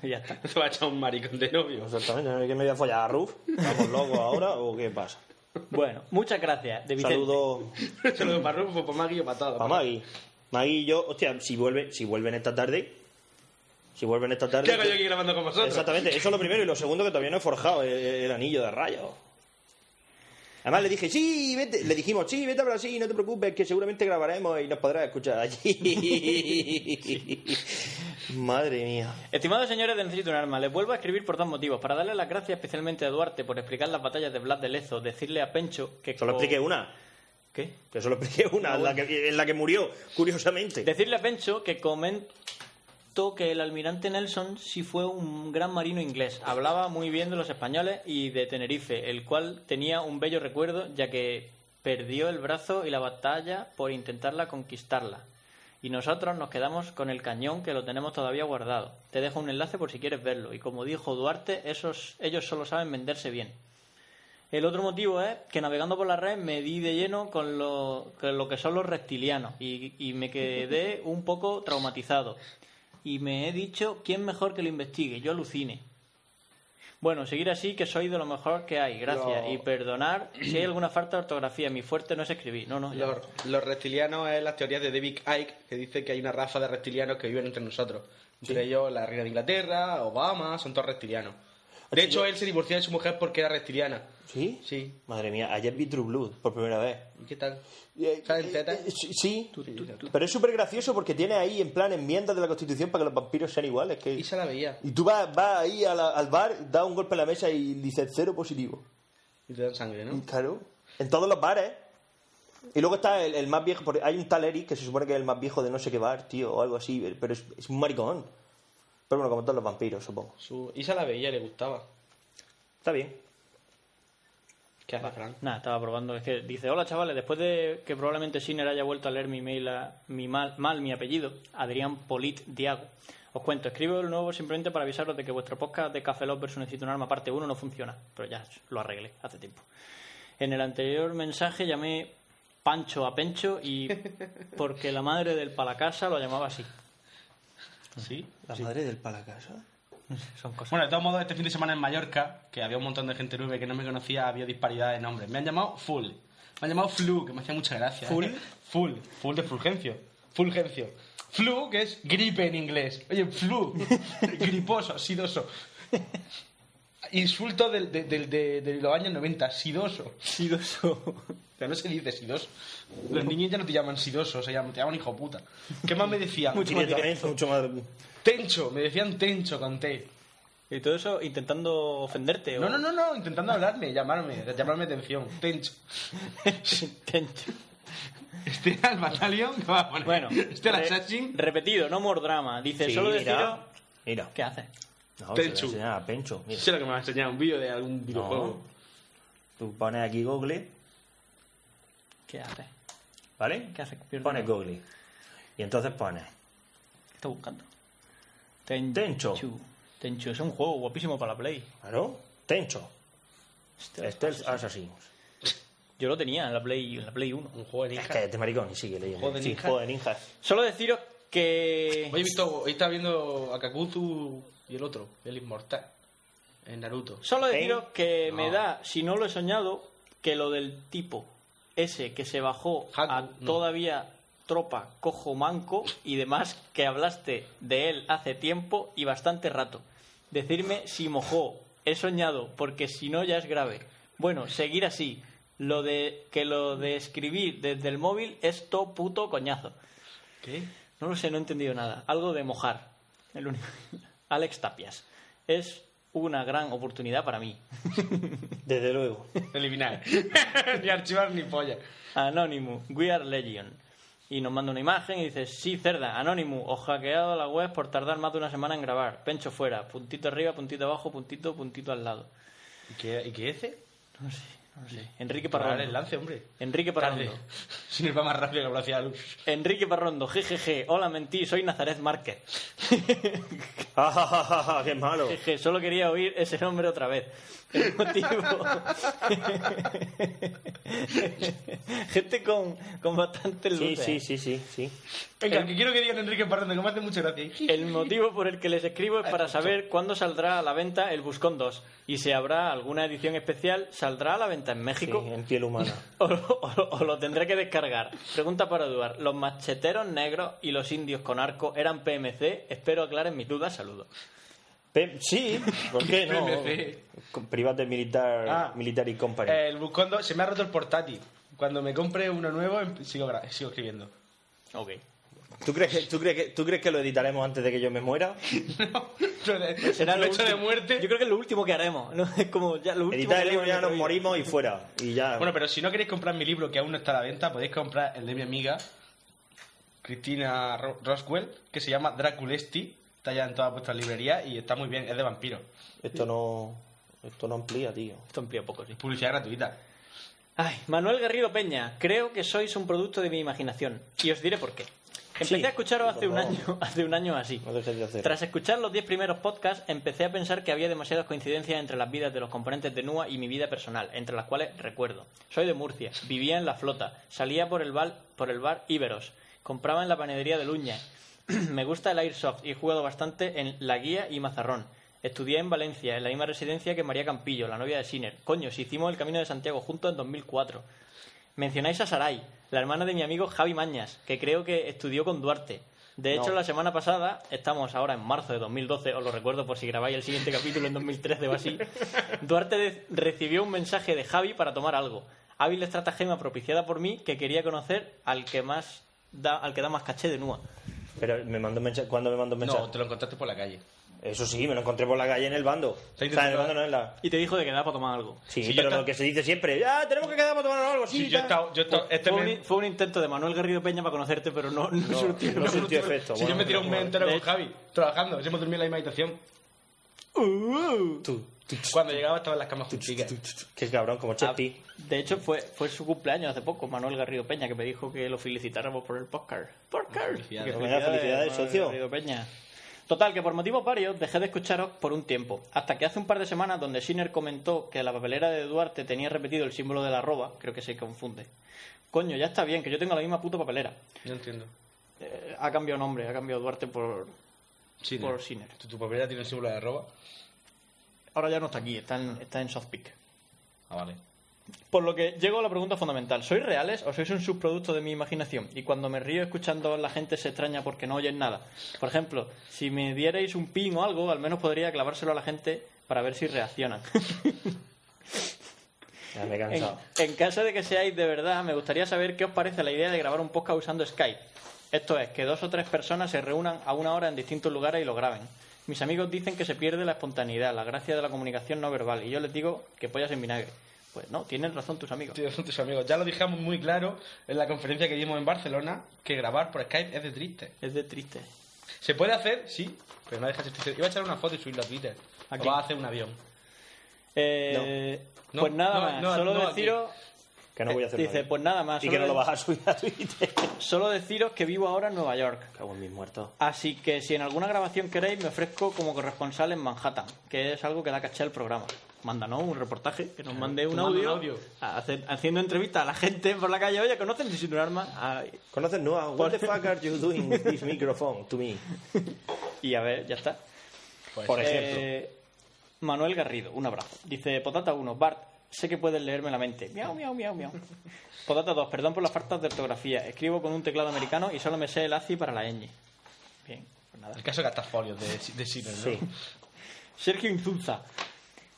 S8: qué. <laughs> Ya está.
S7: Te va a echar un maricón de novio. <laughs>
S6: Exactamente. ¿Qué me voy a follar a Ruf? ¿Estamos locos ahora o qué pasa?
S8: Bueno, muchas gracias. De Vicente.
S6: Saludo
S7: Se lo parró fue por Magui matado.
S6: a Maggie. Maggie y yo, hostia, si, vuelve, si vuelven esta tarde. Si vuelven esta tarde.
S7: ¿Qué hago yo aquí grabando con vosotros?
S6: Exactamente, eso es lo primero. Y lo segundo, que todavía no he forjado el, el anillo de rayo. Además, le dije, sí, vete. Le dijimos, sí, vete a Brasil, no te preocupes, que seguramente grabaremos y nos podrás escuchar allí. <laughs> Madre mía.
S8: Estimados señores de Necesito un Arma, les vuelvo a escribir por dos motivos. Para darle las gracias especialmente a Duarte por explicar las batallas de Vlad de Lezo. Decirle a Pencho que...
S7: Oh.
S6: Solo
S8: co-
S6: expliqué una.
S8: ¿Qué?
S6: Que solo expliqué una,
S7: Ah,
S6: en, la que, en la que murió, curiosamente.
S8: Decirle a Pencho que comento que el almirante Nelson sí fue un gran marino inglés. Hablaba muy bien de los españoles y de Tenerife, el cual tenía un bello recuerdo ya que perdió el brazo y la batalla por intentarla conquistarla. Y nosotros nos quedamos con el cañón que lo tenemos todavía guardado. Te dejo un enlace por si quieres verlo. Y como dijo Duarte, esos, ellos solo saben venderse bien. El otro motivo es que navegando por la red me di de lleno con lo, con lo que son los reptilianos y, y me quedé un poco traumatizado. Y me he dicho, ¿quién mejor que lo investigue? Yo alucine. Bueno, seguir así, que soy de lo mejor que hay, gracias.
S9: Lo-
S8: Y perdonar si hay alguna falta de ortografía, mi fuerte no es escribir. No, no, ya.
S7: Los, los reptilianos es las teorías de David Icke, que dice que hay una raza de reptilianos que viven entre nosotros. Entre ellos la reina de Inglaterra, Obama, son todos reptilianos. De hecho, él se divorció de su mujer porque era reptiliana.
S6: ¿Sí?
S7: Sí.
S6: Madre mía, ayer vi True Blood por primera vez.
S7: ¿Y qué tal?
S6: Eh,
S7: ¿Salen
S6: eh,
S7: tetas?
S6: eh, Sí, sí. pero es súper gracioso porque tiene ahí en plan enmiendas de la Constitución para que los vampiros sean iguales. Que...
S7: Y se la veía.
S6: Y tú vas, vas ahí a la- al bar, da un golpe en la mesa y dices cero positivo.
S7: Y te dan sangre, ¿no?
S6: Claro. En todos los bares. Y luego está el, el más viejo. porque Hay un tal Eric que se supone que es el más viejo de no sé qué bar, tío, o algo así. Pero es, es un maricón. Pero bueno, como todos los vampiros, supongo.
S7: Su... Y se la veía, le gustaba.
S6: Está bien.
S7: ¿Qué hace, Fran?
S8: Nada, estaba probando. Es que dice, hola chavales, después de que probablemente Sinner haya vuelto a leer mi mail, a- mi mal, mal mi apellido, Adrián Polit Diago. Os cuento, escribo el nuevo simplemente para avisaros de que vuestro podcast de Café Love vs. Necesito un arma parte 1 no funciona. Pero ya lo arreglé hace tiempo. En el anterior mensaje llamé Pancho a Pencho
S4: <laughs>
S8: y porque la madre del palacasa lo llamaba así.
S9: Sí.
S6: La madre del ¿eh? palacasa.
S8: Son cosas.
S9: Bueno, de todos modos, este fin de semana en Mallorca, que había un montón de gente nube que no me conocía, había disparidad de nombres. Me han llamado Full. Me han llamado Flu, que me hacía mucha gracia. ¿eh?
S7: ¿Full?
S9: Full. Full de Fulgencio. Fulgencio. Flu, que es gripe en inglés. Oye, flu. Griposo, sidoso. Insulto del- de, del- de- de los años 90, sidoso.
S8: Sidoso.
S9: Ya no se dice sidoso. Los niños ya no te llaman sidoso, se llaman, te llaman hijo puta. ¿Qué más me decían?
S6: Directamente, mucho más.
S9: Tencho, me decían Tencho con T.
S8: Y todo eso intentando ofenderte.
S4: No,
S8: o-
S4: no,
S8: <laughs>
S4: no, no, intentando hablarme, llamarme, llamarme atención.
S7: Tencho.
S8: Tencho.
S7: Este al battalion que va a poner. <laughs>
S8: Bueno,
S7: este al
S8: re-
S7: assassin.
S8: repetido, no more drama. Dice,
S6: Sí,
S8: solo deciros...
S6: mira. Mira.
S8: ¿Qué haces?
S6: No, se lo
S7: Tenchu.
S6: enseñan a Pencho. Mira.
S7: Sé lo que me va a enseñar un vídeo de algún videojuego.
S6: Tú pones aquí Google,
S8: ¿Qué haces?
S6: ¿vale?
S8: ¿Qué haces? Pierdo
S6: Pones
S8: el-
S6: Google. Y entonces pones.
S8: ¿Qué estás buscando? Ten-
S6: Tencho.
S8: Tencho. Es un juego guapísimo para la Play.
S6: Claro. Tencho.
S8: Stealth
S6: Stealth ah,
S8: Assassin.
S6: Assassins.
S8: Yo lo tenía en la Play, en la Play 1.
S7: Un juego de
S6: Es
S7: ninja.
S6: que este maricón sigue leyendo.
S7: Joder,
S6: Sí,
S7: ninja.
S6: joder, ninjas.
S8: Solo deciros que...
S7: Hoy he visto, hoy estaba viendo a Kakuzu y el otro, el inmortal, en Naruto.
S8: Solo
S6: ¿Eh?
S8: deciros que
S7: No.
S8: me da, si no lo he soñado, que lo del tipo ese que se bajó
S7: Haku,
S8: a
S7: no.
S8: todavía tropa cojo manco y demás, que hablaste de él hace tiempo y bastante rato. Decirme si mojó, he soñado, porque si no ya es grave. Bueno, seguir así. Lo de que lo de escribir desde el móvil es to puto coñazo.
S7: ¿Qué?
S8: No lo sé, no he entendido nada. Algo de mojar. El único- <laughs> Alex Tapias. Es una gran oportunidad para mí.
S6: Desde luego.
S7: <laughs> Eliminar. ni archivar ni polla.
S8: Anonymous, We Are Legion. Y nos manda una imagen y dice, sí, cerda, Anonymous, os hackeado la web por tardar más de una semana en grabar. Pencho fuera, puntito arriba, puntito abajo, puntito, puntito al lado.
S7: ¿Y qué, y qué ese?
S8: No sé, no sé. Enrique
S7: Para dar
S8: Parrondo.
S7: el lance, hombre.
S8: Enrique
S7: Tarde.
S8: Parrondo.
S7: Si nos va más rápido que la velocidad de la luz.
S8: Enrique Parrondo, jejeje, hola mentí, soy
S7: <laughs>
S8: Nazaret Márquez.
S6: <laughs> Ah, ah, ah, ah, ¡Qué malo!
S8: Jeje, solo quería oír ese nombre otra vez. El motivo. <laughs> Gente con, con bastantes
S6: Sí,
S8: luces. ¿eh?
S7: ¿eh?
S6: sí, sí, sí, sí.
S7: Venga, que quiero que digan Enrique Parrando, que me hace mucha gracia.
S8: El motivo por el que les escribo es para saber cuándo saldrá a la venta el Buscón 2 y si habrá alguna edición especial, ¿saldrá a la venta en
S6: Sí,
S8: México?
S6: en piel humana.
S8: O, o- o lo tendré que descargar. Pregunta para Eduard. ¿Los macheteros negros y los indios con arco eran PMC? Espero aclaren mis dudas. Saludos.
S6: Pe- sí, ¿por qué no?
S7: PMC.
S6: Con- Private Militar,
S7: Ah.
S6: Military Company.
S7: El buscando, se me ha roto el portátil. Cuando me compre uno nuevo, em- sigo, gra- sigo escribiendo. <laughs>
S8: Ok.
S6: ¿Tú, crees que, tú, crees que, ¿Tú crees que lo editaremos antes de que yo me muera?
S7: No, no,
S8: Será
S7: el
S8: lo
S7: hecho de
S8: último-
S7: muerte.
S8: Yo creo que es lo último que haremos. ¿no? <laughs> Es como ya lo último
S6: Editar el
S8: que
S6: libro
S8: haremos en
S6: ya nos
S8: nuestra vida.
S6: morimos y fuera. Y ya.
S7: Bueno, pero si no queréis comprar mi libro que aún no está a la venta, podéis comprar el de mi amiga Cristina Ro- Roswell, que se llama Draculesti. Está ya en todas vuestras librerías y está muy bien, es de vampiros.
S6: Esto no. Esto no amplía, tío.
S8: Esto amplía poco, sí.
S7: Es publicidad gratuita.
S8: Ay, Manuel Garrido Peña, creo que sois un producto de mi imaginación. Y os diré por qué. Empecé
S6: Sí,
S8: a escucharos
S6: por
S8: hace un,
S6: favor.
S8: año, <laughs> hace un año así.
S6: No dejes de hacer.
S8: Tras escuchar los 10 primeros podcasts, empecé a pensar que había demasiadas coincidencias entre las vidas de los componentes de NUA y mi vida personal, entre las cuales recuerdo. Soy de Murcia, vivía en la flota, salía por el bar, por el bar Iberos, compraba en la panadería de Luña. <clears throat> Me gusta el Airsoft y he jugado bastante en La Guía y Mazarrón. Estudié en Valencia, en la misma residencia que María Campillo, la novia de Siner. Coño, si hicimos el Camino de Santiago juntos en 2004. Mencionáis a Sarai, la hermana de mi amigo Javi Mañas, que creo que estudió con Duarte. De hecho, la semana pasada, estamos ahora en marzo de 2012, os lo recuerdo por si grabáis el siguiente capítulo en 2013 o <laughs> así, Duarte de- recibió un mensaje de Javi para tomar algo. Hábil estratagema propiciada por mí que quería conocer al que más da, al que da más caché de Nua.
S6: Pero me mandó un mensaje. ¿Cuándo me mandó un mensaje?
S7: No, te lo encontraste por la calle.
S6: Eso sí, me lo encontré por la calle en el bando. O sea, en el
S7: intentando-
S6: bando no en la.
S8: Y te dijo de que da para tomar algo.
S6: Sí,
S7: Sí, yo
S6: pero
S7: está-
S6: lo que se dice siempre, ah, tenemos que quedar para tomar algo, sí.
S7: Sí, yo he
S6: tal".
S7: estado- yo he estado- este
S8: fue, un,
S7: mes-
S8: i- fue un intento de Manuel Garrido Peña para conocerte, pero no, no surtió.
S6: no surtió efecto.
S7: Si
S6: bueno,
S7: yo me tiré un mes entero
S8: De
S7: con
S8: hecho-
S7: Javi, trabajando, si hemos dormido en la misma habitación. Cuando llegaba estaba en las camas junticas.
S6: Qué cabrón, como Chepi.
S8: Ah, De hecho, fue, fue su cumpleaños hace poco, Manuel Garrido Peña, que me dijo que lo felicitáramos por el podcast. ¡Podcast!
S7: Felicidades.
S8: Que
S6: Venga, felicidades,
S8: Manuel
S6: socio.
S8: Garrido Peña. Total, que por motivos varios dejé de escucharos por un tiempo. Hasta que hace un par de semanas, donde Sinner comentó que la papelera de Duarte tenía repetido el símbolo de la arroba, creo que se confunde. Coño, ya está bien, que yo tengo la misma puta papelera.
S7: No entiendo.
S8: Eh, ha cambiado nombre, ha cambiado Duarte por.
S7: Sí,
S8: Por
S7: no.
S8: Sinner.
S7: ¿Tu, tu papelera tiene el símbolo de arroba?
S8: Ahora ya no está aquí, está en, está en Softpick.
S7: Ah, vale.
S8: Por lo que llego a la pregunta fundamental. ¿Sois reales o sois un subproducto de mi imaginación? Y cuando me río escuchando la gente se extraña porque no oyen nada. Por ejemplo, si me dierais un pin o algo, al menos podría clavárselo a la gente para ver si reaccionan.
S6: Ya me he
S8: en,
S6: cansado.
S8: en caso de que seáis de verdad, me gustaría saber qué os parece la idea de grabar un podcast usando Skype. Esto es, que dos o tres personas se reúnan a una hora en distintos lugares y lo graben. Mis amigos dicen que se pierde la espontaneidad, la gracia de la comunicación no verbal, y yo les digo que pollas en vinagre. Pues no, tienen razón tus amigos.
S7: Tío, son tus amigos. Ya lo dijimos muy claro en la conferencia que dimos en Barcelona, que grabar por Skype es de triste.
S8: Es de triste.
S7: Se puede hacer, sí, pero no deja de ser triste. Iba a echar una foto y subirla a Twitter.
S8: ¿A
S7: Lo
S8: quién?
S7: va a hacer un avión.
S8: Eh,
S7: No.
S8: pues nada
S7: No,
S8: más,
S7: no,
S8: solo
S7: no aquí.
S8: deciros...
S6: Que no voy a hacer
S8: Dice,
S6: nada.
S8: pues nada más.
S6: Y
S8: solo
S6: que no
S8: de-
S6: lo vas a subir a Twitter.
S8: Solo deciros que vivo ahora en Nueva York.
S6: Cago en mis muertos.
S8: Así que si en alguna grabación queréis, me ofrezco como corresponsal en Manhattan, que es algo que da caché al programa. Mándanos un reportaje, que nos mande Eh, un
S7: manda un
S8: audio,
S7: audio.
S8: a- hacer- haciendo entrevistas a la gente por la calle. Oye, ¿conocen si un arma? Ah,
S6: ¿Conoces Noah? What the fuck are you doing with this microphone to me?
S8: y a ver, ya está.
S6: Por ejemplo.
S8: Eh, Manuel Garrido, un abrazo. Dice, Potata 1, Bart, sé que puedes leerme la mente. Miau, miau, miau, miau. Potata 2, perdón por las faltas de ortografía. Escribo con un teclado americano y solo me sé el ACI para la ñ. Bien, pues nada.
S7: El caso que hasta folios de, de Sinner, ¿no?
S6: Sí.
S8: Sergio Inzunza.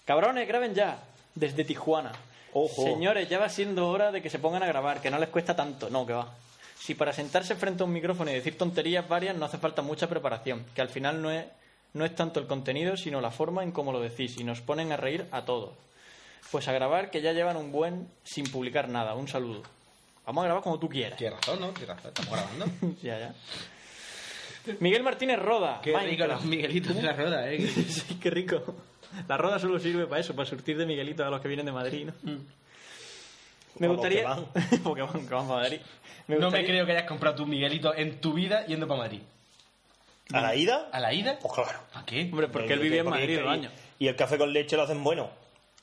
S8: Cabrones, graben ya. Desde Tijuana.
S6: Ojo.
S8: Señores, ya va siendo hora de que se pongan a grabar, que no les cuesta tanto. No, que va. Si para sentarse frente a un micrófono y decir tonterías varias no hace falta mucha preparación, que al final no es, no es tanto el contenido, sino la forma en cómo lo decís, y nos ponen a reír a todos. Pues a grabar que ya llevan un buen sin publicar nada. Un saludo. Vamos a grabar como tú quieras.
S7: Tienes razón, ¿no? Tienes razón. Estamos grabando.
S8: <laughs> Ya, ya. Miguel Martínez Roda.
S7: Qué rico
S8: Minecraft.
S7: los Miguelitos de la Roda, ¿eh?
S8: <laughs> Sí, qué rico. La roda solo sirve para eso, para surtir de Miguelito a los que vienen de Madrid, ¿no?
S7: Mm.
S8: Me
S6: O los que
S8: gustaría...
S6: van.
S8: <laughs> Porque van, que van para Madrid.
S7: No me
S8: gustaría-
S7: creo que hayas comprado tu Miguelito en tu vida yendo para Madrid.
S6: ¿A la ida?
S7: ¿A la ida?
S6: Pues claro.
S7: ¿Para qué?
S8: Hombre, porque él vivía en Madrid dos años.
S6: Y el café con leche lo hacen bueno.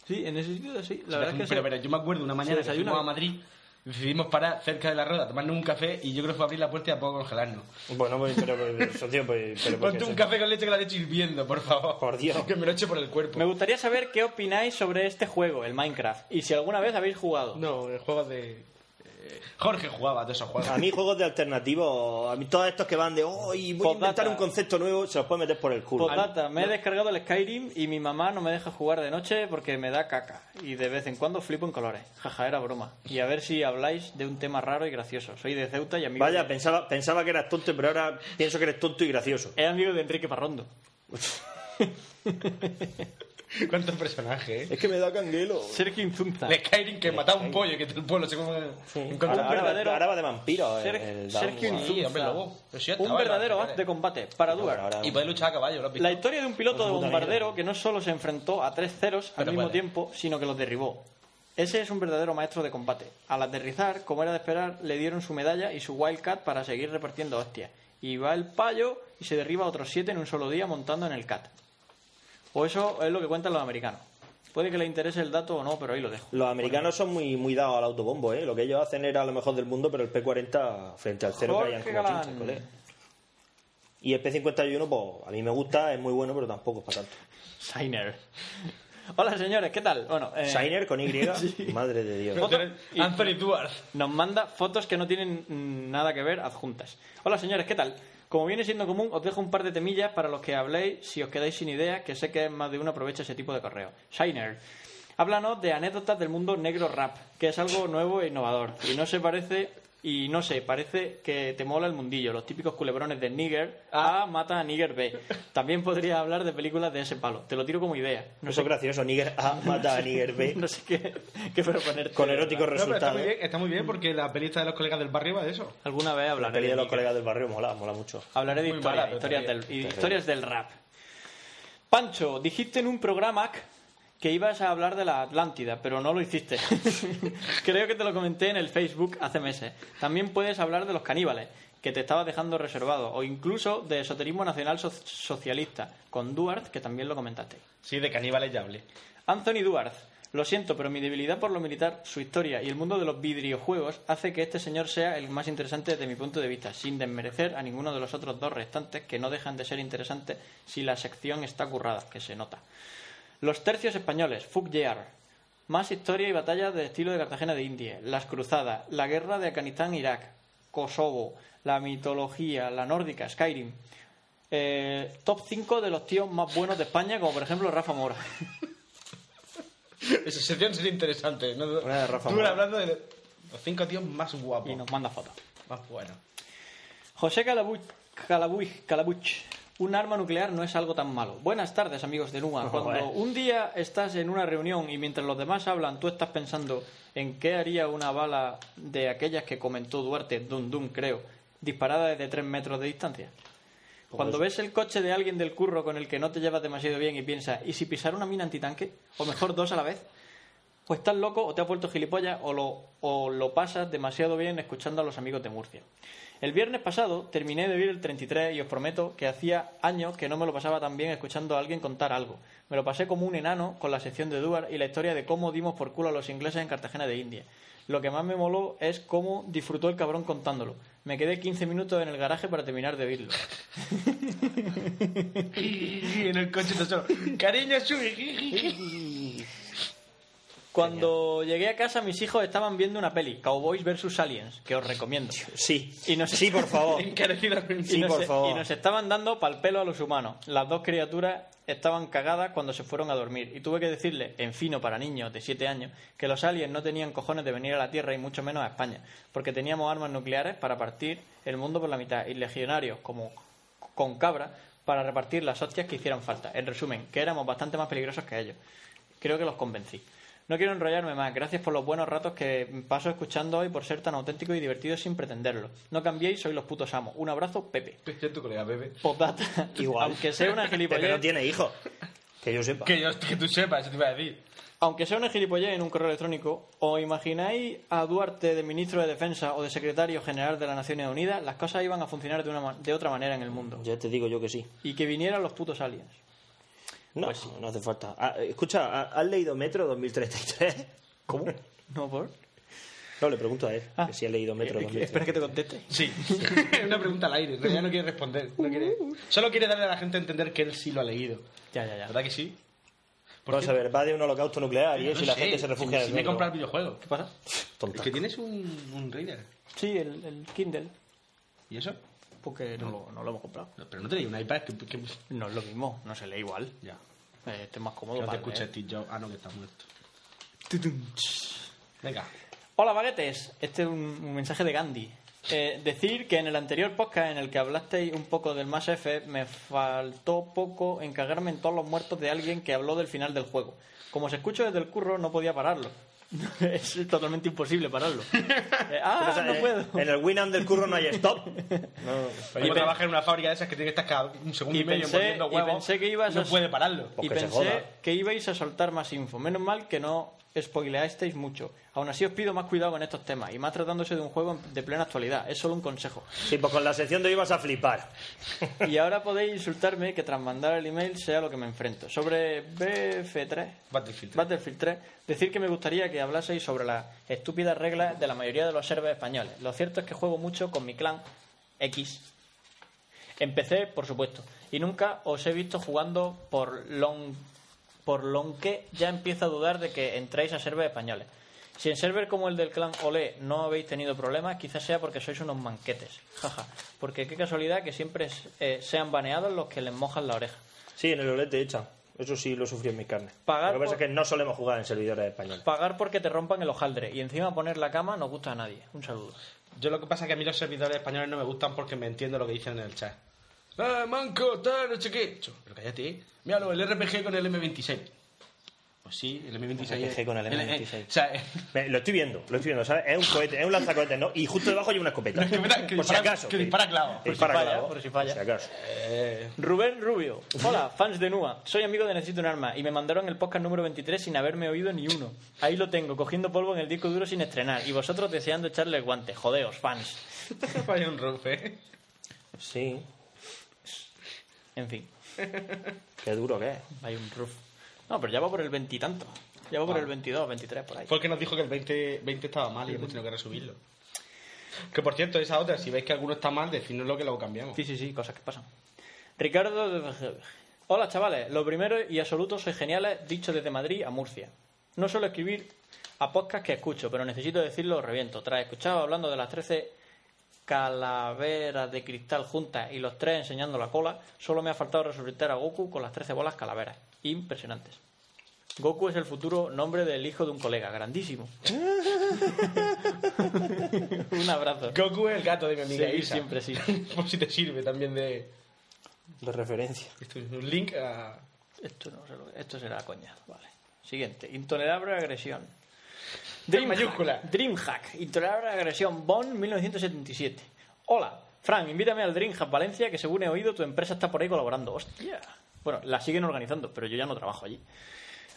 S8: Sí, en ese sitio sí. La
S7: Pero,
S8: verdad es que
S7: pero,
S8: sí.
S7: pero yo me acuerdo una mañana que
S8: desayuna.
S7: fuimos a Madrid, decidimos parar cerca de la Roda, tomarnos un café y yo creo que fue abrir la puerta y a poco congelarnos.
S6: Bueno, pues, pero, pero, socio, pues, pero porque
S7: Ponte un
S6: se-
S7: café con leche que la leche hirviendo, por favor.
S6: Por Dios.
S7: <laughs> Que me lo eche por el cuerpo.
S8: Me gustaría saber qué opináis sobre este juego, el Minecraft, y si alguna vez habéis jugado.
S7: No, el juego de... eh, Jorge jugaba a todos esos juegos.
S6: A mí juegos de alternativos, a mí todos estos que van de hoy voy a
S8: Postdata.
S6: inventar un concepto nuevo, se los puede meter por el culo.
S8: Postdata, Pues me he descargado el Skyrim y mi mamá no me deja jugar de noche porque me da caca. Y de vez en cuando flipo en colores. Jaja, era broma. Y a ver si habláis de un tema raro y gracioso. Soy de Ceuta y amigo...
S6: Vaya,
S8: de-
S6: pensaba, pensaba que eras tonto, pero ahora pienso que eres tonto y gracioso.
S8: Es amigo de Enrique Parrondo.
S7: <laughs> ¿Cuántos personajes, eh?
S6: Es que me da canguelo.
S8: <laughs> Sergio Inzunza.
S7: El Skyrim que mataba un pollo y que todo el pueblo se come... encontró
S6: Ahora,
S7: un
S6: ahora,
S7: verdadero-
S6: va de- ahora va de vampiro. eh,
S8: Ser-
S6: el Dawn
S8: Sergio
S6: War.
S7: Sí,
S8: Insunza.
S7: hombre, lobo. Pero sí,
S8: un
S7: estaba en
S8: verdadero
S7: las
S8: haz de combate para Duar.
S6: Ahora,
S7: Y puede luchar a caballo, ¿lo has visto?
S8: La historia de un piloto de
S6: puta
S8: bombardero
S6: mierda.
S8: que no solo se enfrentó a tres ceros al
S7: Pero
S8: mismo
S7: vale.
S8: tiempo, sino que los derribó. Ese es un verdadero maestro de combate. Al aterrizar, como era de esperar, le dieron su medalla y su Wildcat para seguir repartiendo hostias. Y va el payo y se derriba a otros siete en un solo día montando en el CAT. O eso es lo que cuentan los americanos. Puede que les interese el dato o no, pero ahí lo dejo.
S6: Los americanos son muy, muy dados al autobombo, ¿eh? Lo que ellos hacen era lo mejor del mundo, pero el P40 frente al cero
S8: Jorge
S6: caían como
S8: Galán.
S6: chinches, colega. Y el P51, pues a mí me gusta, es muy bueno, pero tampoco es para tanto.
S8: Sainer. Hola señores, ¿qué tal? Bueno, eh,
S6: Shiner
S8: <laughs>
S6: con Y, madre de Dios.
S7: Pero tú eres
S8: Y-
S7: Anthony Duarte.
S8: Nos manda fotos que no tienen mm, nada que ver adjuntas. Hola señores, ¿qué tal? Como viene siendo común, os dejo un par de temillas para los que habléis si os quedáis sin ideas, que sé que más de uno aprovecha ese tipo de correo. Shiner, háblanos de anécdotas del mundo negro rap, que es algo nuevo e innovador. Y no se parece, y no sé, parece que te mola el mundillo, los típicos culebrones de Nigger A mata a Nigger B. También podría hablar de películas de ese palo, te lo tiro como idea. No
S6: Eso
S8: sé,
S6: es gracioso, Niger A mata a Niger B
S8: <laughs> no sé qué, qué proponer.
S6: con eróticos
S7: No, pero está
S6: resultados.
S7: muy bien, está muy bien porque la pelista de los colegas del barrio va de eso.
S8: Alguna vez
S6: La
S8: hablaré
S6: peli de los
S8: Nigger.
S6: colegas del barrio mola, mola mucho.
S8: Hablaré de
S7: Muy
S8: historia,
S7: mala,
S8: historias,
S7: pero
S8: del, y de historias del rap. Pancho, dijiste en un programa que ibas a hablar de la Atlántida, pero no
S6: <laughs>
S8: lo hiciste. Creo que te lo comenté en el Facebook hace meses. También puedes hablar de los caníbales, que te estabas dejando reservado, o incluso de esoterismo nacional so- socialista, con Duarte, que también lo comentaste.
S7: Sí, de caníbales ya hablé.
S8: Anthony Duarte. Lo siento, pero mi debilidad por lo militar, su historia y el mundo de los videojuegos hace que este señor sea el más interesante desde mi punto de vista, sin desmerecer a ninguno de los otros dos restantes que no dejan de ser interesantes si la sección está currada, que se nota. Los tercios españoles, Fuck Year. Más historia y batallas de estilo de Cartagena de India, las cruzadas, la guerra de Afganistán-Irak, Kosovo, la mitología, la nórdica, Skyrim. Eh, top 5 de los tíos más buenos de España, como por ejemplo Rafa Mora. <laughs>
S7: Esa sección sería interesante. ¿no?
S6: Una de Rafa
S7: Tú
S6: Mora.
S7: hablando de los cinco tíos más guapos.
S8: y nos manda fotos.
S7: Más buenos. <laughs>
S8: José Calabuch, Calabuch, Calabuch. Un arma nuclear no es algo tan malo. Buenas tardes, amigos de Numa. Cuando un día estás en una reunión y mientras los demás hablan, tú estás pensando en qué haría una bala de aquellas que comentó Duarte, Dum Dum, creo, disparada desde tres metros de distancia. Cuando ves el coche de alguien del curro con el que no te llevas demasiado bien y piensas, ¿y si pisara una mina antitanque? O mejor, dos a la vez. O Pues estás loco, o te has vuelto gilipollas, o lo, o lo pasas demasiado bien escuchando a los amigos de Murcia. El viernes pasado terminé de ver el 33 y os prometo que hacía años que no me lo pasaba tan bien escuchando a alguien contar algo. Me lo pasé como un enano con la sección de Duar y la historia de cómo dimos por culo a los ingleses en Cartagena de India. Lo que más me moló es cómo disfrutó el cabrón contándolo. Me quedé 15 minutos en el garaje para terminar de oírlo.
S9: Y en el coche todo solo. Cariño, sube.
S8: Cuando llegué a casa, mis hijos estaban viendo una peli, Cowboys vs. Aliens, que os recomiendo.
S6: Sí.
S8: Y nos-
S6: Sí, por favor.
S8: <laughs>
S9: Encarecidamente.
S6: Oh. Sí,
S8: y nos,
S6: por favor.
S8: y nos estaban dando pal pelo a los humanos. Las dos criaturas estaban cagadas cuando se fueron a dormir. Y tuve que decirle, en fino para niños de 7 años, que los aliens no tenían cojones de venir a la Tierra y mucho menos a España, porque teníamos armas nucleares para partir el mundo por la mitad y legionarios como con cabra para repartir las hostias que hicieran falta. En resumen, que éramos bastante más peligrosos que ellos. Creo que los convencí. No quiero enrollarme más. Gracias por los buenos ratos que paso escuchando hoy por ser tan auténtico y divertido sin pretenderlo. No cambiéis, sois los putos amos. Un abrazo, Pepe.
S7: Este es tu colega, bebé.
S8: Postdata.
S6: Igual.
S8: Aunque sea una
S6: <laughs> Pero no
S8: gilipollez,
S6: tiene hijos. Que yo sepa.
S7: Que, yo, que tú sepas, eso te iba a decir.
S8: aunque sea una gilipollez en un correo electrónico, ¿os imagináis a Duarte de ministro de Defensa o de secretario general de las Naciones Unidas? Las cosas iban a funcionar de, una ma- de otra manera en el mundo.
S6: Ya te digo yo que sí.
S8: Y que vinieran los putos aliens.
S6: No,
S8: Pues
S6: no hace falta. Ah, eh, escucha, ¿ha- ¿has leído Metro 2033? ¿Cómo?
S8: ¿No, por?
S6: No, le pregunto a él
S8: Ah.
S6: que si ha leído Metro
S8: Eh, Espera
S6: 2033.
S8: que te conteste.
S7: Sí. <laughs> Es una pregunta al aire. En realidad no quiere responder. No quiere... Solo quiere darle a la gente a entender que él sí lo ha leído.
S8: Ya, ya, ya.
S7: ¿Verdad que sí?
S6: Vamos a ver, va de un holocausto nuclear y eso, y la
S7: Sí,
S6: gente se refugia en
S7: si,
S6: el
S7: si me he
S6: metro.
S7: comprado el videojuego.
S8: ¿Qué pasa?
S6: Tonta.
S7: Es que tienes un, un reader.
S8: Sí, el, el Kindle.
S7: ¿Y eso?
S8: Porque
S6: Ah.
S8: no lo, no lo hemos comprado.
S7: No, pero no tenéis un iPad que... que-
S8: No es lo mismo, no se lee igual.
S7: Ya.
S8: Eh, este es más cómodo
S7: Que no te
S8: para
S7: escucha
S8: leer.
S7: Steve Jobs. Ah, no, que está muerto. Venga.
S8: Hola, baguetes. Este es un, un mensaje de Gandhi. Eh, decir que en el anterior podcast en el que hablasteis un poco del Mass Effect me faltó poco en cagarme en todos los muertos de alguien que habló del final del juego. Como se escucho desde el curro, no podía pararlo. <laughs> es totalmente imposible
S6: <laughs>
S8: pararlo. Eh, ah,
S6: O sea,
S8: no
S6: eh,
S8: puedo.
S6: En el Winamp del curro no hay
S8: <laughs>
S6: stop. No.
S7: Pero yo trabajo en una fábrica de esas que tiene que estar cada un segundo
S8: y
S7: y, medio
S8: pensé-
S7: envolviendo
S8: y
S7: huevos.
S8: pensé que ibas
S7: No
S8: a-
S7: puede pararlo.
S6: Pues
S8: y
S6: que se
S8: pensé
S6: joda.
S8: que ibais a soltar más info. Menos mal que no spoileasteis mucho. Aún así os pido más cuidado con estos temas. Y más tratándose de un juego de plena actualidad. Es solo un consejo.
S6: Sí, pues con la sección de hoy vas a flipar.
S8: Y ahora podéis insultarme que tras mandar el email sea lo que me enfrento. Sobre BF3,
S7: Battlefield.
S8: Battlefield 3, decir que me gustaría que hablaseis sobre las estúpidas reglas de la mayoría de los servers españoles. Lo cierto es que juego mucho con mi clan X. Empecé, por supuesto, y nunca os he visto jugando por long por lo que ya empiezo a dudar de que entréis a servers españoles. Si en server como el del clan Olé no habéis tenido problemas, quizás sea porque sois unos manquetes. Jaja. Porque qué casualidad que siempre eh, sean baneados los que les mojan la oreja.
S6: Sí, en el olete hecha. Eso sí lo sufrí en mi carne.
S8: Pagar
S6: lo que pasa
S8: por-
S6: es que no solemos jugar en servidores españoles.
S8: Pagar porque te rompan el hojaldre y encima poner la cama no gusta a nadie. Un saludo.
S7: Yo lo que pasa es que a mí los servidores españoles no me gustan porque me entiendo lo que dicen en el chat. Ah, manco, tal, no sé qué. Yo, Pero cállate. ¿eh? Míralo, el RPG con el M26. Pues sí, el M26.
S6: RPG
S7: es-
S6: con el
S7: eh,
S6: M26.
S7: o sea, <laughs>
S6: Me- Lo estoy viendo, lo estoy viendo, ¿sabes? Es un cohete, es un lanzacohetes, ¿no? Y justo debajo hay una escopeta.
S7: No, es <laughs> que mira, que
S6: por si
S7: dispara-
S6: acaso.
S7: que dispara clavos, por si
S6: dispara
S8: falla,
S6: clavos,
S8: por si falla.
S6: acaso.
S8: Eh. Rubén Rubio. Hola, fans de Nua. Soy amigo de Necesito un arma y me mandaron el podcast número 23 sin haberme oído ni uno. Ahí lo tengo, cogiendo polvo en el disco duro sin estrenar y vosotros deseando echarle el guante. Jodeos, fans.
S7: falla un rofe.
S6: Sí,
S8: En fin,
S6: qué duro que es.
S8: hay un roof. No, pero ya va por el veintitanto. Ya va por el 22, 23, por ahí.
S7: Fue el que nos dijo que el 20, 20 estaba mal y hemos tenido que resubirlo. Que por cierto, esa otra, si veis que alguno está mal, decidnoslo que luego cambiamos.
S8: Sí, sí, sí, cosas que pasan. Ricardo de- Hola chavales, lo primero y absoluto sois geniales, dicho desde Madrid a Murcia. No suelo escribir a podcast que escucho, pero necesito decirlo, os reviento. Tras escuchar hablando de las 13 calaveras de cristal juntas y los tres enseñando la cola, solo me ha faltado resucitar a Goku con las 13 bolas calaveras. Impresionantes. Goku es el futuro nombre del hijo de un colega, grandísimo. <laughs> un abrazo.
S7: Goku es el gato de mi amiga
S8: Sí,
S7: Isa.
S8: siempre sí.
S7: <laughs> por si te sirve también de...
S6: de referencia.
S7: Esto es un link a...
S8: Esto, no se lo- esto será coña. Vale. Siguiente. Intolerable agresión. Dream
S7: mayúscula.
S8: Dreamhack. Intolerable agresión. Bonn, 1977. Hola. Fran, invítame al Dreamhack Valencia, que según he oído, tu empresa está por ahí colaborando. Hostia. Bueno, la siguen organizando, pero yo ya no trabajo allí.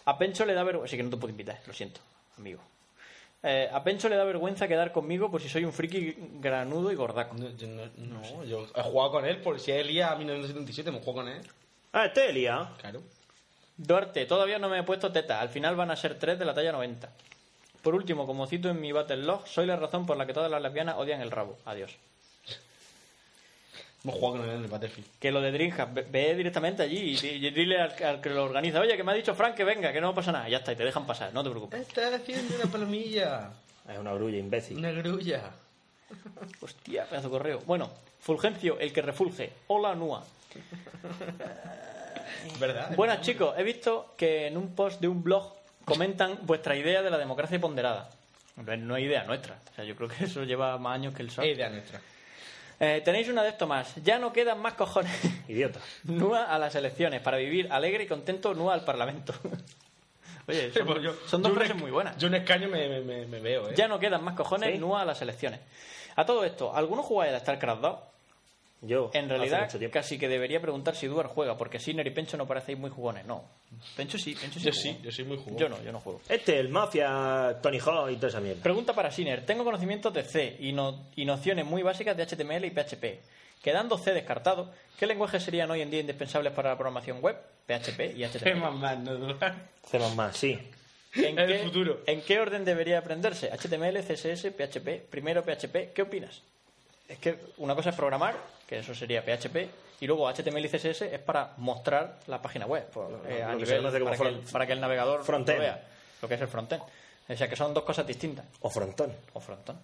S8: A Pencho le da vergüenza... Así que no te puedo invitar, lo siento, amigo. Eh, a Pencho le da vergüenza quedar conmigo por si soy un friki granudo y gordaco.
S7: No, yo, no, no, yo he jugado con él, por si es Elías a 1977, me juego con él.
S6: Ah, este es Elías.
S7: Claro.
S8: Duarte, todavía no me he puesto teta. Al final van a ser tres de la talla 90. Por último, como cito en mi Battle Log, soy la razón por la que todas las lesbianas odian el rabo. Adiós.
S7: Hemos jugado con él en el Battlefield.
S8: Que lo de Dreamhack, ve- ve directamente allí y, y dile al, al que lo organiza, oye, que me ha dicho Frank que venga, que no pasa nada. Ya está, y te dejan pasar, no te preocupes.
S7: Está haciendo una palomilla.
S6: Es una grulla, imbécil.
S7: Una grulla.
S8: Hostia, pedazo de correo. Bueno, Fulgencio, el que refulge. Hola, Nua.
S7: ¿Verdad?
S8: Buenas chicos, he visto que en un post de un blog comentan vuestra idea de la democracia ponderada. No es- no es idea nuestra. O sea, yo creo que eso lleva más años que el sol.
S7: Es idea nuestra.
S8: Eh, tenéis una de estos más. Ya no quedan más cojones. <laughs>
S6: Idiota.
S8: Nua a las elecciones para vivir alegre y contento. Nua al Parlamento. <laughs> Oye,
S7: Sí,
S8: son,
S7: pues yo-
S8: son dos
S7: yo un
S8: frases
S7: esca-
S8: muy buenas.
S7: Yo un escaño me, me- me- me veo, ¿eh?
S8: Ya no quedan más cojones.
S6: Sí.
S8: Nua a las elecciones. A todo esto, ¿algunos jugáis al StarCraft 2?
S6: Yo.
S8: En
S6: hace
S8: realidad,
S6: mucho tiempo.
S8: casi que debería preguntar si Duar juega, porque Sinner y Pencho no parecéis muy jugones. No. Pencho sí, Pencho sí.
S7: Yo
S8: jugó.
S7: sí, yo soy muy jugón.
S8: Yo no, yo no juego.
S6: Este, el Mafia, Tony Hawk y toda esa mierda.
S8: Pregunta para Sinner. Tengo conocimientos de C y, no- y nociones muy básicas de HTML y PHP. Quedando C descartado, ¿qué lenguajes serían hoy en día indispensables para la programación web? PHP y
S7: Es
S8: HTML.
S7: más mal, ¿no?
S6: Hacemos más, sí.
S8: ¿En
S7: el futuro.
S8: ¿En qué orden debería aprenderse? HTML, CSS, PHP, primero PHP. ¿Qué opinas? Es que una cosa es programar, que eso sería PHP, y luego HTML y CSS es para mostrar la página web, por- eh, a
S6: lo que se
S8: nivel-
S6: conoce como
S8: para, que el,
S6: front-
S8: para que el navegador
S6: frontend.
S8: lo vea, lo que es el frontend. O sea que son dos cosas distintas.
S6: O frontón.
S8: o frontón.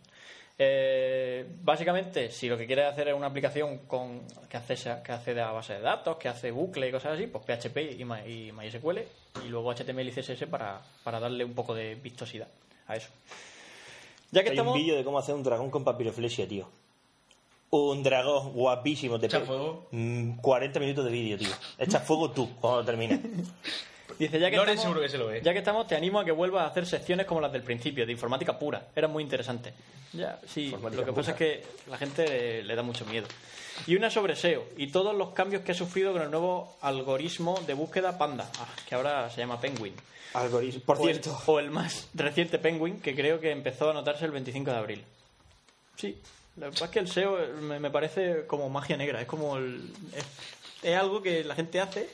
S8: Eh, básicamente, si lo que quieres hacer es una aplicación con, que, accesa, que accede a base de datos, que hace bucle y cosas así, pues PHP y, Ma- y MySQL y luego HTML y CSS para, para darle un poco de vistosidad a eso. Ya que
S6: Hay un
S8: estamos...
S6: vídeo de cómo hacer un dragón con papiroflexia, tío. Un dragón guapísimo. Te
S7: Echa
S6: pe-
S7: fuego.
S6: Mm, 40 minutos de vídeo, tío. Echa fuego tú cuando termines.
S8: Dice, ya que,
S7: Loren
S8: estamos,
S7: seguro que se lo ve.
S8: ya que estamos, te animo a que vuelvas a hacer secciones como las del principio, de informática pura. Eran muy interesantes. Ya, sí, lo que pasa es que la gente eh, le da mucho miedo. Y una sobre SEO y todos los cambios que ha sufrido con el nuevo algoritmo de búsqueda Panda, ah, que ahora se llama Penguin.
S6: <laughs> Algoritmo. Por
S8: O el-
S6: cierto.
S8: <laughs> O el más reciente Penguin, que creo que empezó a notarse el 25 de abril. Sí, la verdad es que el SEO me, me parece como magia negra. Es como el- es, es algo que la gente hace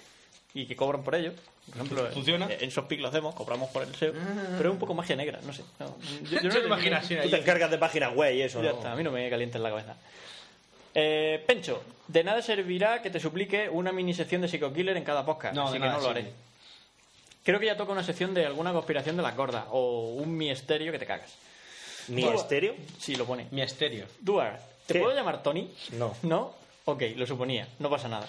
S8: y que cobran por ello. Por ejemplo, en-
S7: ¿Funciona?
S8: En, Sospic lo hacemos, cobramos por el SEO.
S6: Mm.
S8: Pero es un poco magia negra, no sé. no, yo, yo no
S7: Yo
S8: sé-
S7: imaginación
S6: Tú
S7: ahí.
S6: te encargas de páginas web y eso,
S8: ya
S6: ¿no?
S8: está, a mí no me calientes la cabeza. Eh, Pencho, de nada servirá que te suplique una mini sección de Psycho Killer en cada podcast,
S7: No,
S8: así
S7: de
S8: que
S7: nada,
S8: no lo
S7: sí.
S8: haré. Creo que ya toca una sección de alguna conspiración de las gordas o un misterio que te cagas.
S6: ¿Mi
S8: Bueno.
S6: estéreo?
S8: Sí, lo pone.
S7: Mi estéreo.
S8: Duarte, ¿te
S6: ¿Qué?
S8: puedo llamar Tony?
S6: No.
S8: <laughs> ¿No? Ok, lo suponía, no pasa nada.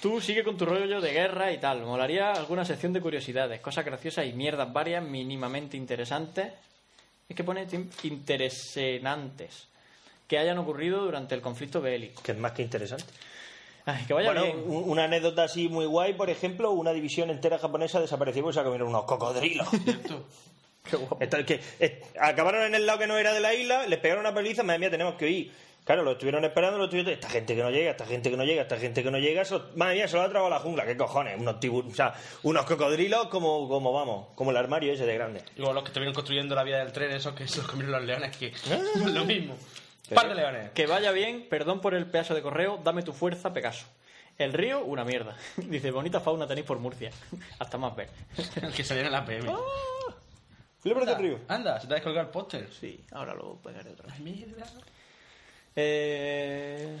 S8: Tú sigue con tu rollo de guerra y tal. Molaría alguna sección de curiosidades, cosas graciosas y mierdas varias mínimamente interesantes. Es que pone tim- interesantes que hayan ocurrido durante el conflicto bélico.
S6: Que es más que interesante.
S8: Ay, que vaya
S6: bueno,
S8: bien.
S6: un- una anécdota así muy guay, por ejemplo, una división entera japonesa desapareció porque se comieron unos
S8: <laughs>
S6: cocodrilos.
S8: Qué guapo.
S6: Entonces, que, eh, acabaron en el lado que no era de la isla, les pegaron una paliza, madre mía, tenemos que huir. Claro, lo estuvieron esperando, lo estuvieron... Esta gente que no llega, esta gente que no llega, esta gente que no llega, eso, madre mía, se lo ha tragado la jungla, qué cojones, unos tiburones, o sea, unos cocodrilos como, como vamos, como el armario ese de grande.
S7: Digo, los que estuvieron construyendo la vía del tren, esos que se los comieron los leones, que no es <laughs> lo mismo. Par de leones.
S8: Ah. Que vaya bien, perdón por el pedazo de correo, dame tu fuerza, Pegaso. El río, una mierda. <laughs> Dice, bonita fauna tenéis por Murcia. <laughs> Hasta más ver.
S7: El <laughs> que salieron en la PM.
S8: Ah,
S6: Flipa del río.
S7: Anda, se te ha descolgado el póster.
S8: Sí, ahora lo pegaré otra vez.
S7: Mierda.
S8: Eh,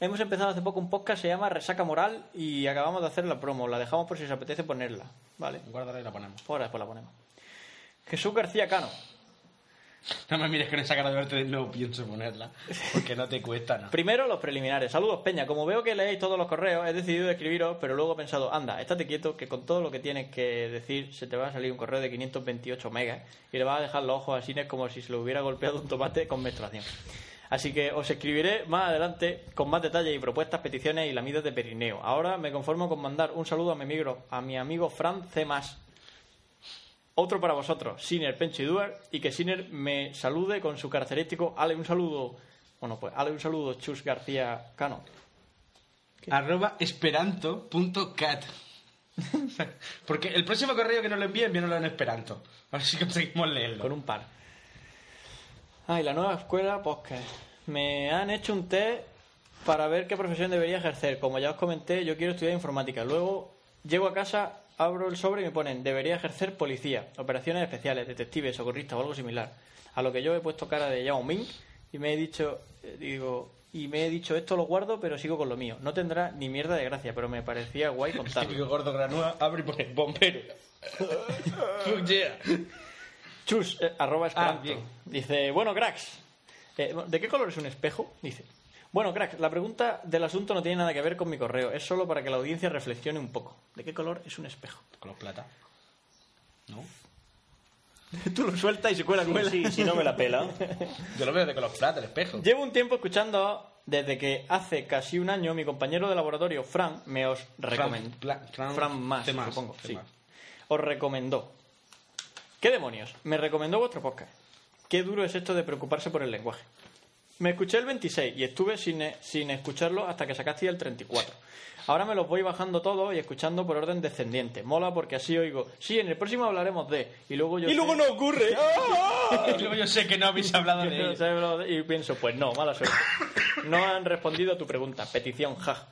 S8: hemos empezado hace poco un podcast, se llama Resaca Moral y acabamos de hacer la promo. La dejamos por si os apetece ponerla. Vale,
S7: Guárdala y la ponemos.
S8: ahora después la ponemos. Jesús García Cano.
S7: No me mires con esa cara de verte, no pienso ponerla. Porque no te cuesta,
S8: <laughs>
S7: ¿no?
S8: Primero los preliminares. Saludos, Peña. Como veo que leéis todos los correos, he decidido escribiros, pero luego he pensado, anda, estate quieto, que con todo lo que tienes que decir se te va a salir un correo de 528 megas y le vas a dejar los ojos a Sines como si se lo hubiera golpeado un tomate con menstruación. Así que os escribiré más adelante con más detalles y propuestas, peticiones y lamidos de perineo. Ahora me conformo con mandar un saludo a mi amigo, a mi amigo Fran C. Mas. Otro para vosotros, Siner Pencho y Duer, y que Siner me salude con su característico Ale un saludo. Bueno, pues Ale un saludo, Chus García Cano.
S9: Arroba
S7: <laughs>
S9: esperanto.cat. Porque el próximo correo que nos lo envíen, envíenlo en esperanto. A ver si conseguimos leerlo.
S8: Con un par. Ay, la nueva escuela podcast. Me han hecho un test para ver qué profesión debería ejercer. Como ya os comenté, yo quiero estudiar informática. Luego llego a casa, abro el sobre y me ponen, debería ejercer policía, operaciones especiales, detectives, socorrista o algo similar. A lo que yo he puesto cara de Yao Ming y me he dicho, eh, digo, y me he dicho, esto lo guardo, pero sigo con lo mío. No tendrá ni mierda de gracia, pero me parecía guay contarlo.
S7: Típico gordo granúa, abre y pone bombero.
S8: <laughs>
S7: <laughs> Fuck yeah.
S8: Chus, eh, arroba esperanto.
S7: Ah, bien.
S8: Dice, bueno, cracks. eh, ¿De qué color es un espejo? Dice. Bueno, cracks, la pregunta del asunto no tiene nada que ver con mi correo. Es solo para que la audiencia reflexione un poco. ¿De qué color es un espejo? <laughs>
S7: Color plata. ¿No?
S8: Tú lo sueltas y se cuela, cuela.
S6: Sí, si no me la pela.
S7: Yo lo veo de color plata, el espejo.
S8: Llevo un tiempo escuchando desde que hace casi un año mi compañero de laboratorio, Fran, me os recomendó.
S7: Fran- Fran-
S8: más,
S7: Temas,
S8: supongo. sí.
S7: temas.
S8: Os recomendó. ¿Qué demonios? Me recomendó vuestro podcast. Qué duro es esto de preocuparse por el lenguaje. Me escuché el 26 y estuve sin, e, sin escucharlo hasta que sacaste el 34. Ahora me los voy bajando todos y escuchando por orden descendiente. Mola porque así oigo. Sí, en el próximo hablaremos de. <laughs> Y luego yo.
S6: Y luego
S8: sé-
S6: no <laughs> ocurre. ¡Ah!
S7: Y luego yo sé que no
S8: <laughs>
S7: habéis hablado de
S8: Yo no
S7: ello.
S8: sé, bro, Y pienso, pues no, mala suerte. No han respondido a tu pregunta. Petición, ja.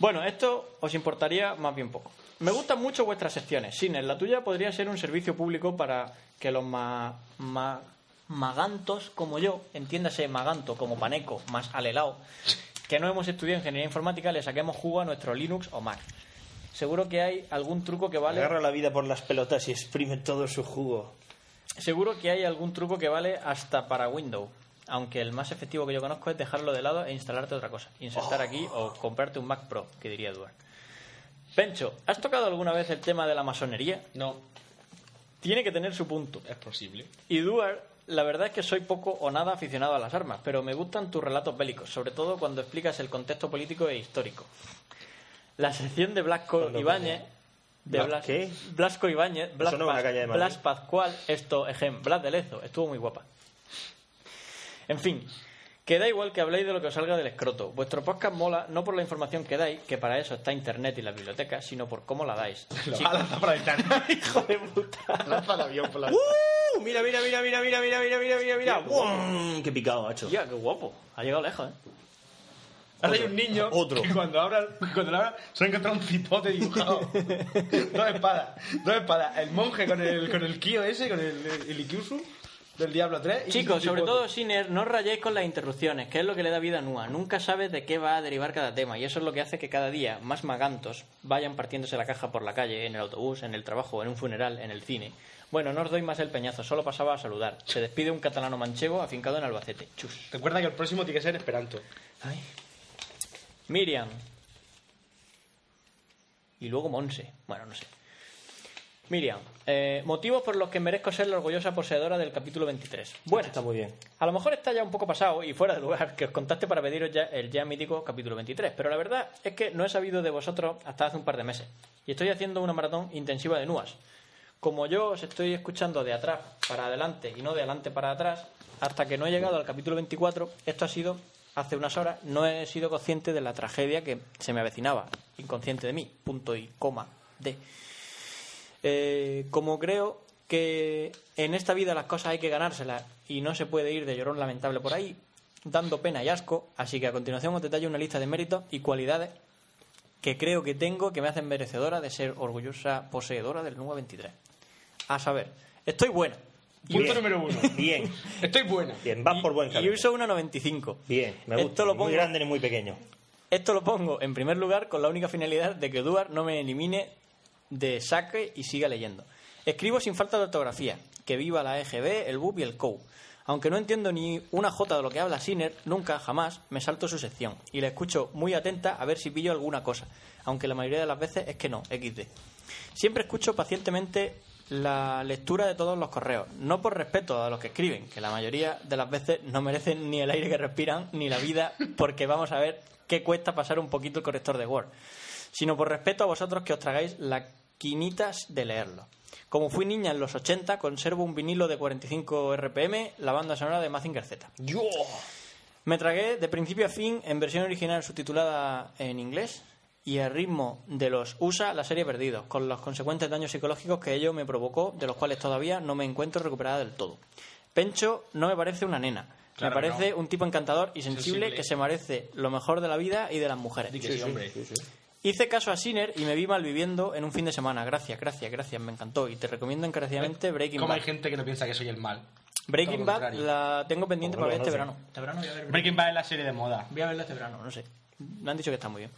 S8: Bueno, esto os importaría más bien poco. Me gustan mucho vuestras secciones. Sines, la tuya podría ser un servicio público para que los ma- ma- magantos como yo, entiéndase maganto como paneco más alelao, que no hemos estudiado ingeniería informática, le saquemos jugo a nuestro Linux o Mac. Seguro que hay algún truco que vale
S6: Agarra la vida por las pelotas y exprime todo su jugo.
S8: Seguro que hay algún truco que vale hasta para Windows. Aunque el más efectivo que yo conozco es dejarlo de lado e instalarte otra cosa. Insertar aquí o comprarte un Mac Pro, que diría Eduard. Pencho, ¿has tocado alguna vez el tema de la masonería?
S7: No,
S8: Tiene que tener su punto.
S7: es posible.
S8: Y Duar, la verdad es que soy poco o nada aficionado a las armas, pero me gustan tus relatos bélicos, sobre todo cuando explicas el contexto político e histórico. La sección de Blasco
S6: Cuando
S8: Ibáñez. De
S6: ¿Blas
S8: Blas,
S6: qué?
S8: Blasco Ibáñez, Blas,
S6: sonaba una
S8: Pas-
S6: calle de Madrid.
S8: Blas Pascual, esto, ejem, Blas de Lezo, estuvo muy guapa. En fin, que da igual que habléis de lo que os salga del escroto. Vuestro podcast mola no por la información que dais, que para eso está internet y las bibliotecas, sino por cómo la dais. Chicos, hijo de puta.
S6: <laughs> ¡Uh! Mira, mira, mira, mira, mira, mira, mira, mira, mira, mira. ¡Guau! ¡Qué picado, macho!
S8: Hostia, qué guapo. Ha llegado lejos, ¿eh?
S7: Ahora hay un
S8: Ah,
S7: niño
S6: Otro.
S7: que cuando abra, cuando lo abra se ha encontrado un cipote
S8: <laughs>
S7: dibujado. dos espadas, dos espadas. El monje con el, con el kio ese, con el, el Ikyusu del Diablo 3. y un
S8: Chicos, sobre
S7: cipote.
S8: todo Siner, no os rayéis con las interrupciones, que es lo que le da vida a Nua. Nunca sabes de qué va a derivar cada tema, y eso es lo que hace que cada día más magantos vayan partiéndose la caja por la calle, en el autobús, en el trabajo, en un funeral, en el cine. Bueno, no os doy más el peñazo, solo pasaba a saludar. Se despide un catalano manchego afincado en Albacete. Chus.
S7: Recuerda que el próximo tiene que ser Esperanto.
S8: Ay. Miriam. Y luego Monse. Bueno, no sé. Miriam, eh, motivos por los que merezco ser la orgullosa poseedora del capítulo 23. Bueno,
S6: Está muy bien.
S8: a lo mejor está ya un poco pasado y fuera de lugar que os contaste para pediros ya el ya mítico capítulo 23, pero la verdad es que no he sabido de vosotros hasta hace un par de meses y estoy haciendo una maratón intensiva de NUAS. Como yo os estoy escuchando de atrás para adelante y no de adelante para atrás, hasta que no he llegado al capítulo 24, esto ha sido hace unas horas, no he sido consciente de la tragedia que se me avecinaba, inconsciente de mí, punto y coma de. Eh, como creo que en esta vida las cosas hay que ganárselas y no se puede ir de llorón lamentable por ahí, dando pena y asco, así que a continuación os detallo una lista de méritos y cualidades que creo que tengo que me hacen merecedora de ser orgullosa poseedora del nuevo 23. A saber, estoy buena. Y
S7: Punto
S8: uso-
S7: número uno.
S6: <laughs> Bien,
S7: Estoy buena.
S6: bien, vas por buen
S8: y
S6: camino.
S8: uso una 95.
S6: Bien, me gusta.
S8: Esto lo
S6: Ni
S8: pongo-
S6: muy grande ni muy pequeño.
S8: Esto lo pongo en primer lugar con la única finalidad de que Duar no me elimine de saque y siga leyendo. Escribo sin falta de ortografía. Que viva la EGB, el BUP y el COU. Aunque no entiendo ni una jota de lo que habla Sinner, nunca, jamás, me salto su sección. Y la escucho muy atenta a ver si pillo alguna cosa. Aunque la mayoría de las veces es que no, XD. Siempre escucho pacientemente la lectura de todos los correos, no por respeto a los que escriben, que la mayoría de las veces no merecen ni el aire que respiran ni la vida, porque vamos a ver qué cuesta pasar un poquito el corrector de Word, sino por respeto a vosotros que os tragáis las quinitas de leerlo. Como fui niña en los 80, conservo un vinilo de 45 RPM, la banda sonora de Mazinger Z. Me tragué de principio a fin en versión original subtitulada en inglés y al ritmo de los USA la serie Perdidos, con los consecuentes daños psicológicos que ello me provocó, de los cuales todavía no me encuentro recuperada del todo. Pencho no me parece una nena,
S7: Claro
S8: me
S7: que
S8: parece un tipo encantador y sensible,
S7: Sensible.
S8: que se merece lo mejor de la vida y de las mujeres.
S7: Di que sí, hombre.
S8: Hice caso a Sinner y me vi malviviendo en un fin de semana. Gracias, gracias, gracias, me encantó y te recomiendo encarecidamente Breaking
S7: Eh, ¿Cómo
S8: Bad.
S7: hay gente que no piensa que soy el mal?
S8: Breaking
S7: Todo lo
S8: Bad
S7: contrario.
S8: la tengo pendiente para ver este verano.
S7: Breaking Bad es la serie de moda.
S8: Voy a verla este verano, no sé. Me han dicho que está muy bien.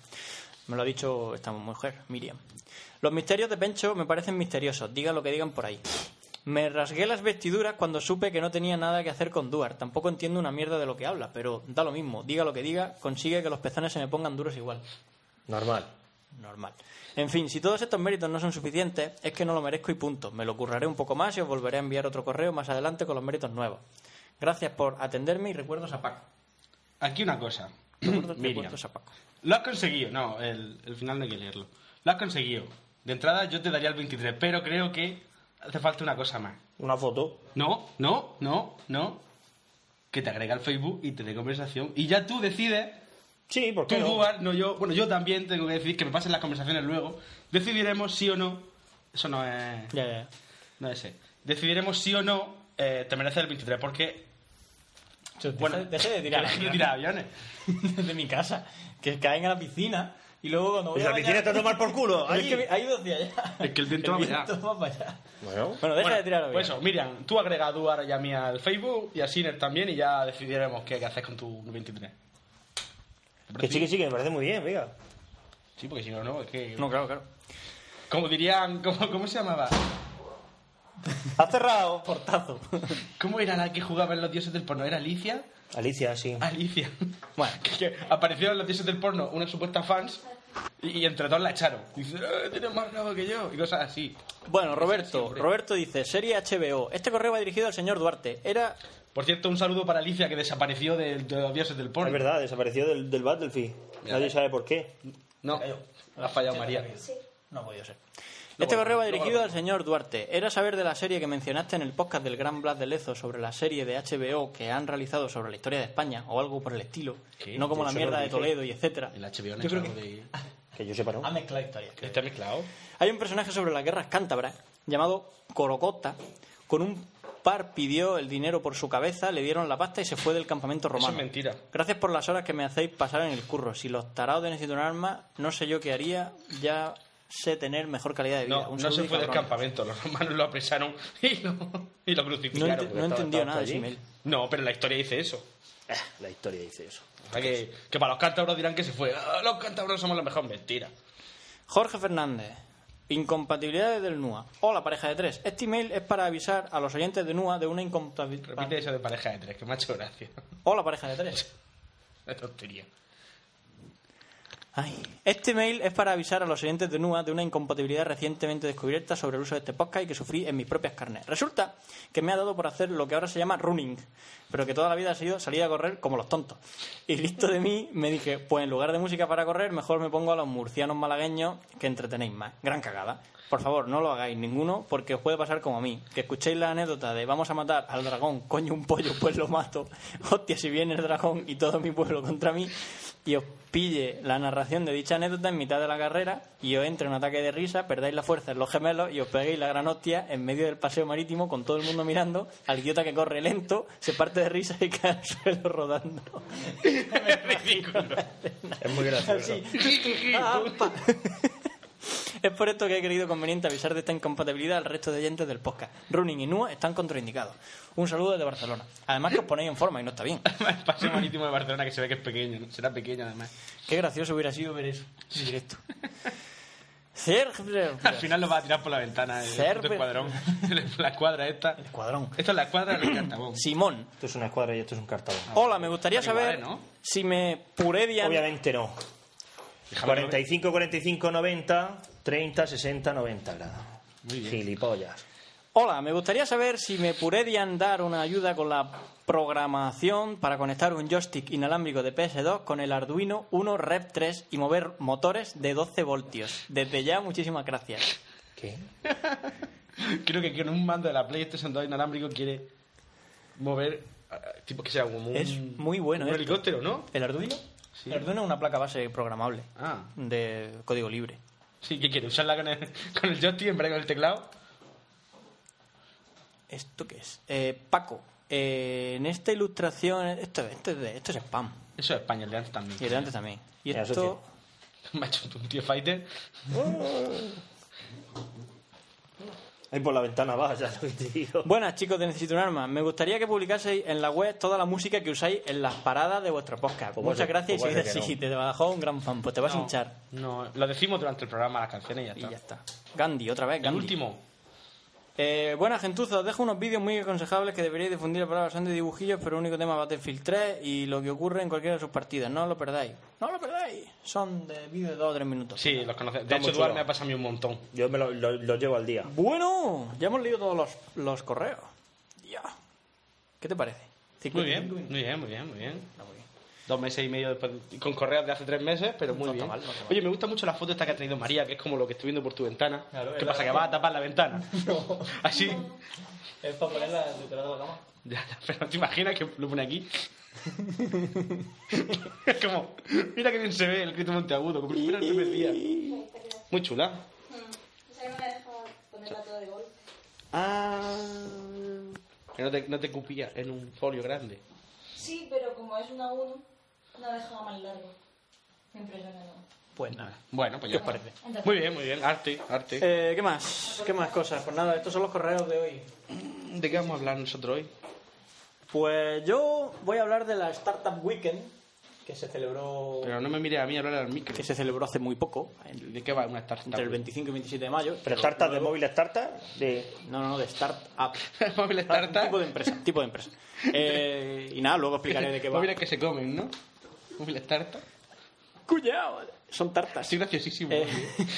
S8: Me lo ha dicho esta mujer, Miriam. Los misterios de Pencho me parecen misteriosos, digan lo que digan por ahí. Me rasgué las vestiduras cuando supe que no tenía nada que hacer con Duar. Tampoco entiendo una mierda de lo que habla, pero da lo mismo. Diga lo que diga, consigue que los pezones se me pongan duros igual.
S6: Normal.
S8: Normal. En fin, si todos estos méritos no son suficientes, es que no lo merezco y punto. Me lo curraré un poco más y os volveré a enviar otro correo más adelante con los méritos nuevos. Gracias por atenderme y recuerdos a
S7: <clears throat>
S8: Paco.
S7: Aquí una cosa.
S8: Recuerdos,
S7: Miriam,
S8: recuerdos a Paco.
S7: lo has conseguido. No, el, el final no hay que leerlo. Lo has conseguido. De entrada yo te daría el 23, pero creo que hace falta una cosa más.
S6: Una foto.
S7: No, no, no, no. Que te agrega al Facebook y te dé conversación. Y ya tú decides
S6: Sí, ¿por
S7: Tú,
S6: qué no?
S7: Duar, no yo. Bueno, yo también tengo que decir que me pasen las conversaciones luego. Decidiremos sí o no. Eso no es.
S8: Ya, ya.
S7: No es ese. Decidiremos sí o no. eh, te merece el 23 porque.
S8: Bueno,
S7: <laughs>
S8: deje de tirar
S7: Deje de
S8: aviones.
S7: tirar aviones.
S8: <laughs> desde mi casa. Que caen a la piscina y luego cuando voy
S6: Pues
S8: a
S6: la
S8: bañar-
S6: piscina está a tomar por culo.
S8: Pero <laughs> es
S6: Ahí.
S8: que ha ido hacia allá.
S7: Es que el
S8: <laughs>
S7: viento va para allá.
S8: viento va para allá.
S6: Bueno.
S8: Bueno, deja
S7: Bueno,
S8: de tirar
S7: Pues
S8: aviones.
S7: eso, Miriam, tú agrega a Duar y a mí al Facebook y a Siner también y ya decidiremos qué, qué haces con tu 23. ¿Te
S6: Que
S7: parece?
S6: sí, que sí, que me parece muy bien, venga.
S7: Sí, porque si no, no, es que.
S8: No, claro, claro.
S7: Como dirían, <laughs> ¿cómo, ¿cómo se llamaba?
S6: Ha cerrado.
S8: Portazo.
S7: ¿Cómo era la que jugaba en los dioses del porno? ¿Era Alicia?
S6: <laughs> Alicia, sí.
S8: Ah,
S7: Alicia.
S8: Bueno.
S7: Que- <laughs> que aparecieron los dioses del porno, una supuesta fans, y, y entre dos la echaron. Dice, "Eh, tiene más rabo que yo, y cosas así.
S8: Bueno, Roberto. Roberto dice, serie HBO. Este correo va dirigido al señor Duarte. Era...
S7: Por cierto, un saludo para Alicia que desapareció de, de los dioses del porno.
S6: Es verdad, desapareció del, del Battlefield. Nadie sabe por qué.
S7: No, ha fallado María.
S8: No ha podido ser. Este correo va dirigido al señor Duarte. Era saber de la serie que mencionaste en el podcast del Gran Blas de Lezo sobre la serie de HBO que han realizado sobre la historia de España o algo por el estilo.
S7: ¿Qué?
S8: No como
S6: Yo
S8: la
S6: solo
S8: mierda de
S6: dije-
S8: Toledo y etcétera.
S7: El HBO no ha hecho algo de...
S6: Que yo sepa, ¿no?
S8: Ha mezclado historias.
S7: ¿Está mezclado?
S8: Este- Hay un personaje sobre las guerras cántabras llamado Corocota. Con un par pidió el dinero por su cabeza, le dieron la pasta y se fue del campamento romano.
S7: Eso es mentira.
S8: Gracias por las horas que me hacéis pasar en el curro. Si los tarados de necesitan un arma, no sé yo qué haría. Ya sé tener mejor calidad de vida.
S7: No,
S8: Un
S7: no
S8: saludo
S7: se
S8: y
S7: fue del
S8: cabrones.
S7: campamento. Los romanos lo apresaron <laughs> y lo, y lo
S8: No,
S7: crucificaron.
S8: ent- no entendió nada de ese
S6: allí.
S8: email.
S7: No, pero la historia dice eso.
S6: La historia dice eso.
S7: O sea, que, que para los cántabros dirán que se fue. "Ah, los cántabros somos la mejor mentira.
S8: Jorge Fernández. Incompatibilidades del NUA. Hola, pareja de tres. Este email es para avisar a los oyentes de NUA de una
S7: Repite
S8: incompatibilidad.
S7: eso de pareja de tres, que me ha hecho gracia. <laughs>
S8: Hola, pareja de tres.
S7: La tontería.
S8: Ay. Este mail es para avisar a los oyentes de NUA de una incompatibilidad recientemente descubierta sobre el uso de este podcast y que sufrí en mis propias carnes. Resulta que me ha dado por hacer lo que ahora se llama running, pero que toda la vida ha sido salir a correr como los tontos. Y listo de mí, me dije, pues en lugar de música para correr, mejor me pongo a los murcianos malagueños que entretenéis más. Gran cagada. Por favor, no lo hagáis ninguno porque os puede pasar como a mí, que escuchéis la anécdota de vamos a matar al dragón, coño un pollo, pues lo mato. <laughs> Hostia, si viene el dragón y todo mi pueblo contra mí y os pille la narración de dicha anécdota en mitad de la carrera y os entre un ataque de risa, perdáis la fuerza en los gemelos y os peguéis la gran hostia en medio del paseo marítimo con todo el mundo mirando al idiota que corre lento, se parte de risa y <laughs> cae al suelo rodando.
S7: Es ridículo.
S6: Es muy gracioso.
S8: <laughs> Así. Ah, pa. <laughs> Es por esto que he creído conveniente avisar de esta incompatibilidad al resto de oyentes del podcast. Running y Nua están contraindicados. Un saludo desde Barcelona. Además que os ponéis en forma y no está bien.
S7: El paseo marítimo de Barcelona que se ve que es pequeño, ¿no? será pequeño además.
S8: Qué gracioso hubiera sido ver eso
S7: <laughs>
S8: en directo.
S7: Al
S8: Sergio.
S7: final lo va a tirar por la ventana el
S8: Cerve-
S7: puto escuadrón. <laughs> La escuadra esta.
S8: El cuadrón.
S7: Esta es la escuadra del Cartabón.
S8: Simón.
S6: Esto es una escuadra y esto es un cartabón.
S8: Hola, me gustaría
S7: Igual, ¿eh,
S8: saber
S7: ¿no?
S8: si me puredian
S6: Obviamente no. 45, 45, 90, 30, 60, 90 grados.
S7: Muy bien.
S6: Gilipollas.
S8: Hola, me gustaría saber si me podrían dar una ayuda con la programación para conectar un joystick inalámbrico de PS2 con el Arduino 1 Rev 3 y mover motores de 12 voltios. Desde ya, muchísimas gracias.
S7: Creo que con un mando de la PlayStation 2 inalámbrico quiere mover. ah, Tipo que sea como un.
S8: Es muy bueno
S7: Un
S8: esto.
S7: helicóptero, ¿no?
S8: ¿El Arduino? El Arduino es una placa base programable
S7: Ah.
S8: de código libre.
S7: Sí, que quiere usarla con el, <laughs> con el joystick en vez de con el teclado.
S8: ¿Esto qué es? Eh, Paco, eh, en esta ilustración... Esto, esto, es de- esto es spam.
S7: Eso es España, el de antes también.
S8: Y el de antes también. Y
S6: Mira,
S8: esto...
S6: socio.
S7: <laughs> Me ha hecho un tío fighter.
S6: Ahí por la ventana baja, ya lo que te digo.
S8: Buenas chicos de Necesito un Arma. Me gustaría que publicaseis en la web toda la música que usáis en las paradas de vuestro podcast.
S6: Pues
S8: Muchas
S6: bueno,
S8: gracias
S6: pues
S8: y
S6: bueno
S8: seguid
S6: que
S8: así.
S6: no.
S8: Desde Badajoz, un gran fan. Pues te vas a hinchar.
S7: No, lo decimos durante el programa, las canciones y ya
S8: Y
S7: está.
S8: ya está. Gandhi, otra vez,
S7: El
S8: Gandhi.
S7: último.
S8: Eh, buena gentuza, os dejo unos vídeos muy aconsejables que deberíais difundir para son de dibujillos, pero único tema Battlefield 3 y lo que ocurre en cualquiera de sus partidas. No lo perdáis. No lo perdáis. Son de vídeos de 2 o 3 minutos.
S7: Sí, los conocemos. De
S6: Está
S7: hecho,
S6: muy
S7: Duarte
S6: chulo.
S7: me ha pasado a mí un montón.
S6: Yo me lo, lo- lo llevo al día.
S8: Bueno, ya hemos leído todos los, los correos. Ya. ¿Qué te parece?
S7: Muy
S8: 55
S7: bien,
S8: minutos.
S7: muy bien, muy bien, muy bien.
S8: Está muy bien.
S7: Dos meses y medio después, y con correos de hace tres meses, pero muy
S8: No está
S7: bien.
S8: mal, no está mal.
S7: Oye, me gusta mucho la foto esta que ha traído María, que es como lo que estoy viendo por tu ventana.
S8: Claro, es
S7: ¿Qué
S8: la-
S7: pasa? ¿Que vas a tapar la ventana? <laughs> Así.
S8: Es para ponerla detrás de la cama.
S7: Ya, ya, pero te imaginas que lo pone <laughs> aquí. es como, mira que bien se ve el Cristo Monteagudo, como mira el primer día. Muy chula.
S10: Esa Mm. no me deja ponerla toda de golpe.
S7: Ah. Que no te, no te cupía en un folio grande.
S10: Sí, pero como es una 1, no ha dejado más largo. Me impresiona, ¿no?
S8: Pues nada.
S7: Bueno, pues ya os parece. Muy bien, muy bien. Arte, arte.
S8: Eh, ¿Qué más? ¿Qué más cosas? Pues nada, estos son los correos de hoy.
S7: ¿De qué vamos a hablar nosotros hoy?
S8: Pues yo voy a hablar de la Startup Weekend que se celebró
S7: Pero no me mires a mí hablar al micro.
S8: que se celebró hace muy poco, el-
S7: ¿De qué va una startup?
S8: entre el
S7: <laughs>
S8: 25 y 27 de mayo.
S6: Pero tartas de móviles tartas, de...
S8: No, no, de Startup.
S7: Móvil startup.
S8: Ah, Tipo de empresa, tipo
S7: <laughs>
S8: de empresa. Eh, y nada, luego explicaré de qué va.
S7: Móviles Pues que se comen, ¿no? Móvil startup.
S8: ¡Cuidado! Son tartas.
S7: Estoy graciosísimo.
S8: Eh,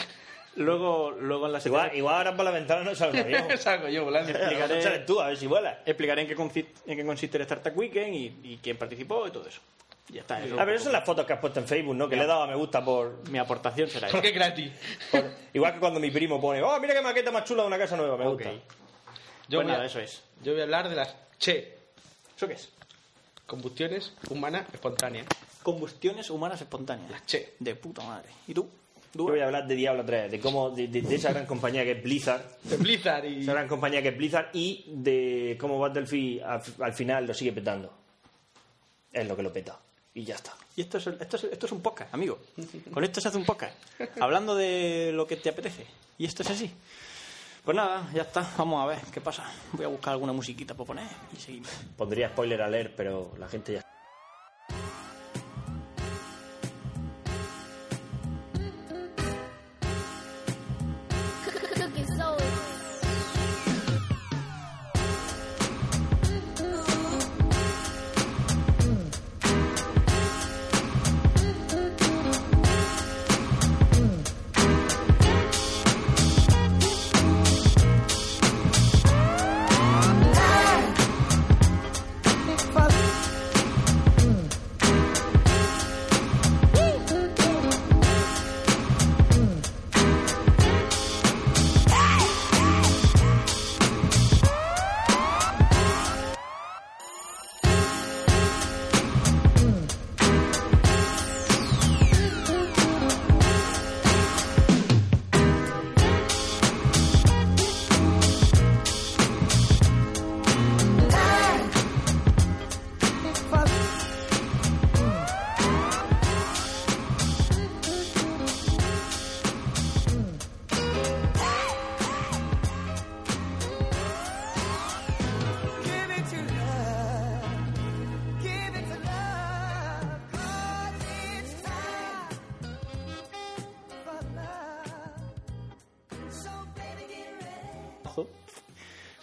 S8: <laughs> luego, luego en la sección
S6: Igual, igual ahora por la ventana no <laughs> salgo yo.
S7: <laughs> Salgo yo volando.
S6: Llegaré... Sales tú, a ver si vuelas.
S8: explicaré en qué, conci- en qué consiste el Startup Weekend y, y quién participó y todo eso. Ya está. eso es
S6: A ver,
S8: un poco
S6: Ah, esas son las fotos que has puesto en Facebook, ¿no? Que le he dado a me gusta por...
S8: Mi aportación será esa.
S7: Porque es gratis.
S6: <laughs> por- Igual que cuando mi primo pone, oh, mira qué maqueta más chula de una casa nueva, me
S8: Ok.
S6: gusta.
S7: Yo,
S8: Pues
S7: voy
S8: nada,
S7: a,
S8: eso es.
S7: yo voy a hablar de las che,
S8: ¿Eso qué es?
S7: combustiones humanas espontáneas.
S8: Combustiones humanas espontáneas.
S7: Las che.
S8: De puta madre. ¿Y tú?
S6: Yo
S8: ¿Tú?
S6: voy a hablar de Diablo 3, de cómo, de, de- de esa gran compañía que es Blizzard,
S7: De Blizzard y.
S6: esa gran compañía que es Blizzard y de cómo Battlefield al, al final lo sigue petando. Es lo que lo peta. Y ya está.
S8: Y esto es, esto, es, esto es un podcast,
S6: <laughs>
S8: amigo. Con esto se hace un podcast. Hablando de lo que te apetece. Y esto es así. Pues nada, ya está. Vamos a ver qué pasa. Voy a buscar alguna musiquita para poner y seguimos.
S6: Pondría spoiler a leer, pero la gente ya...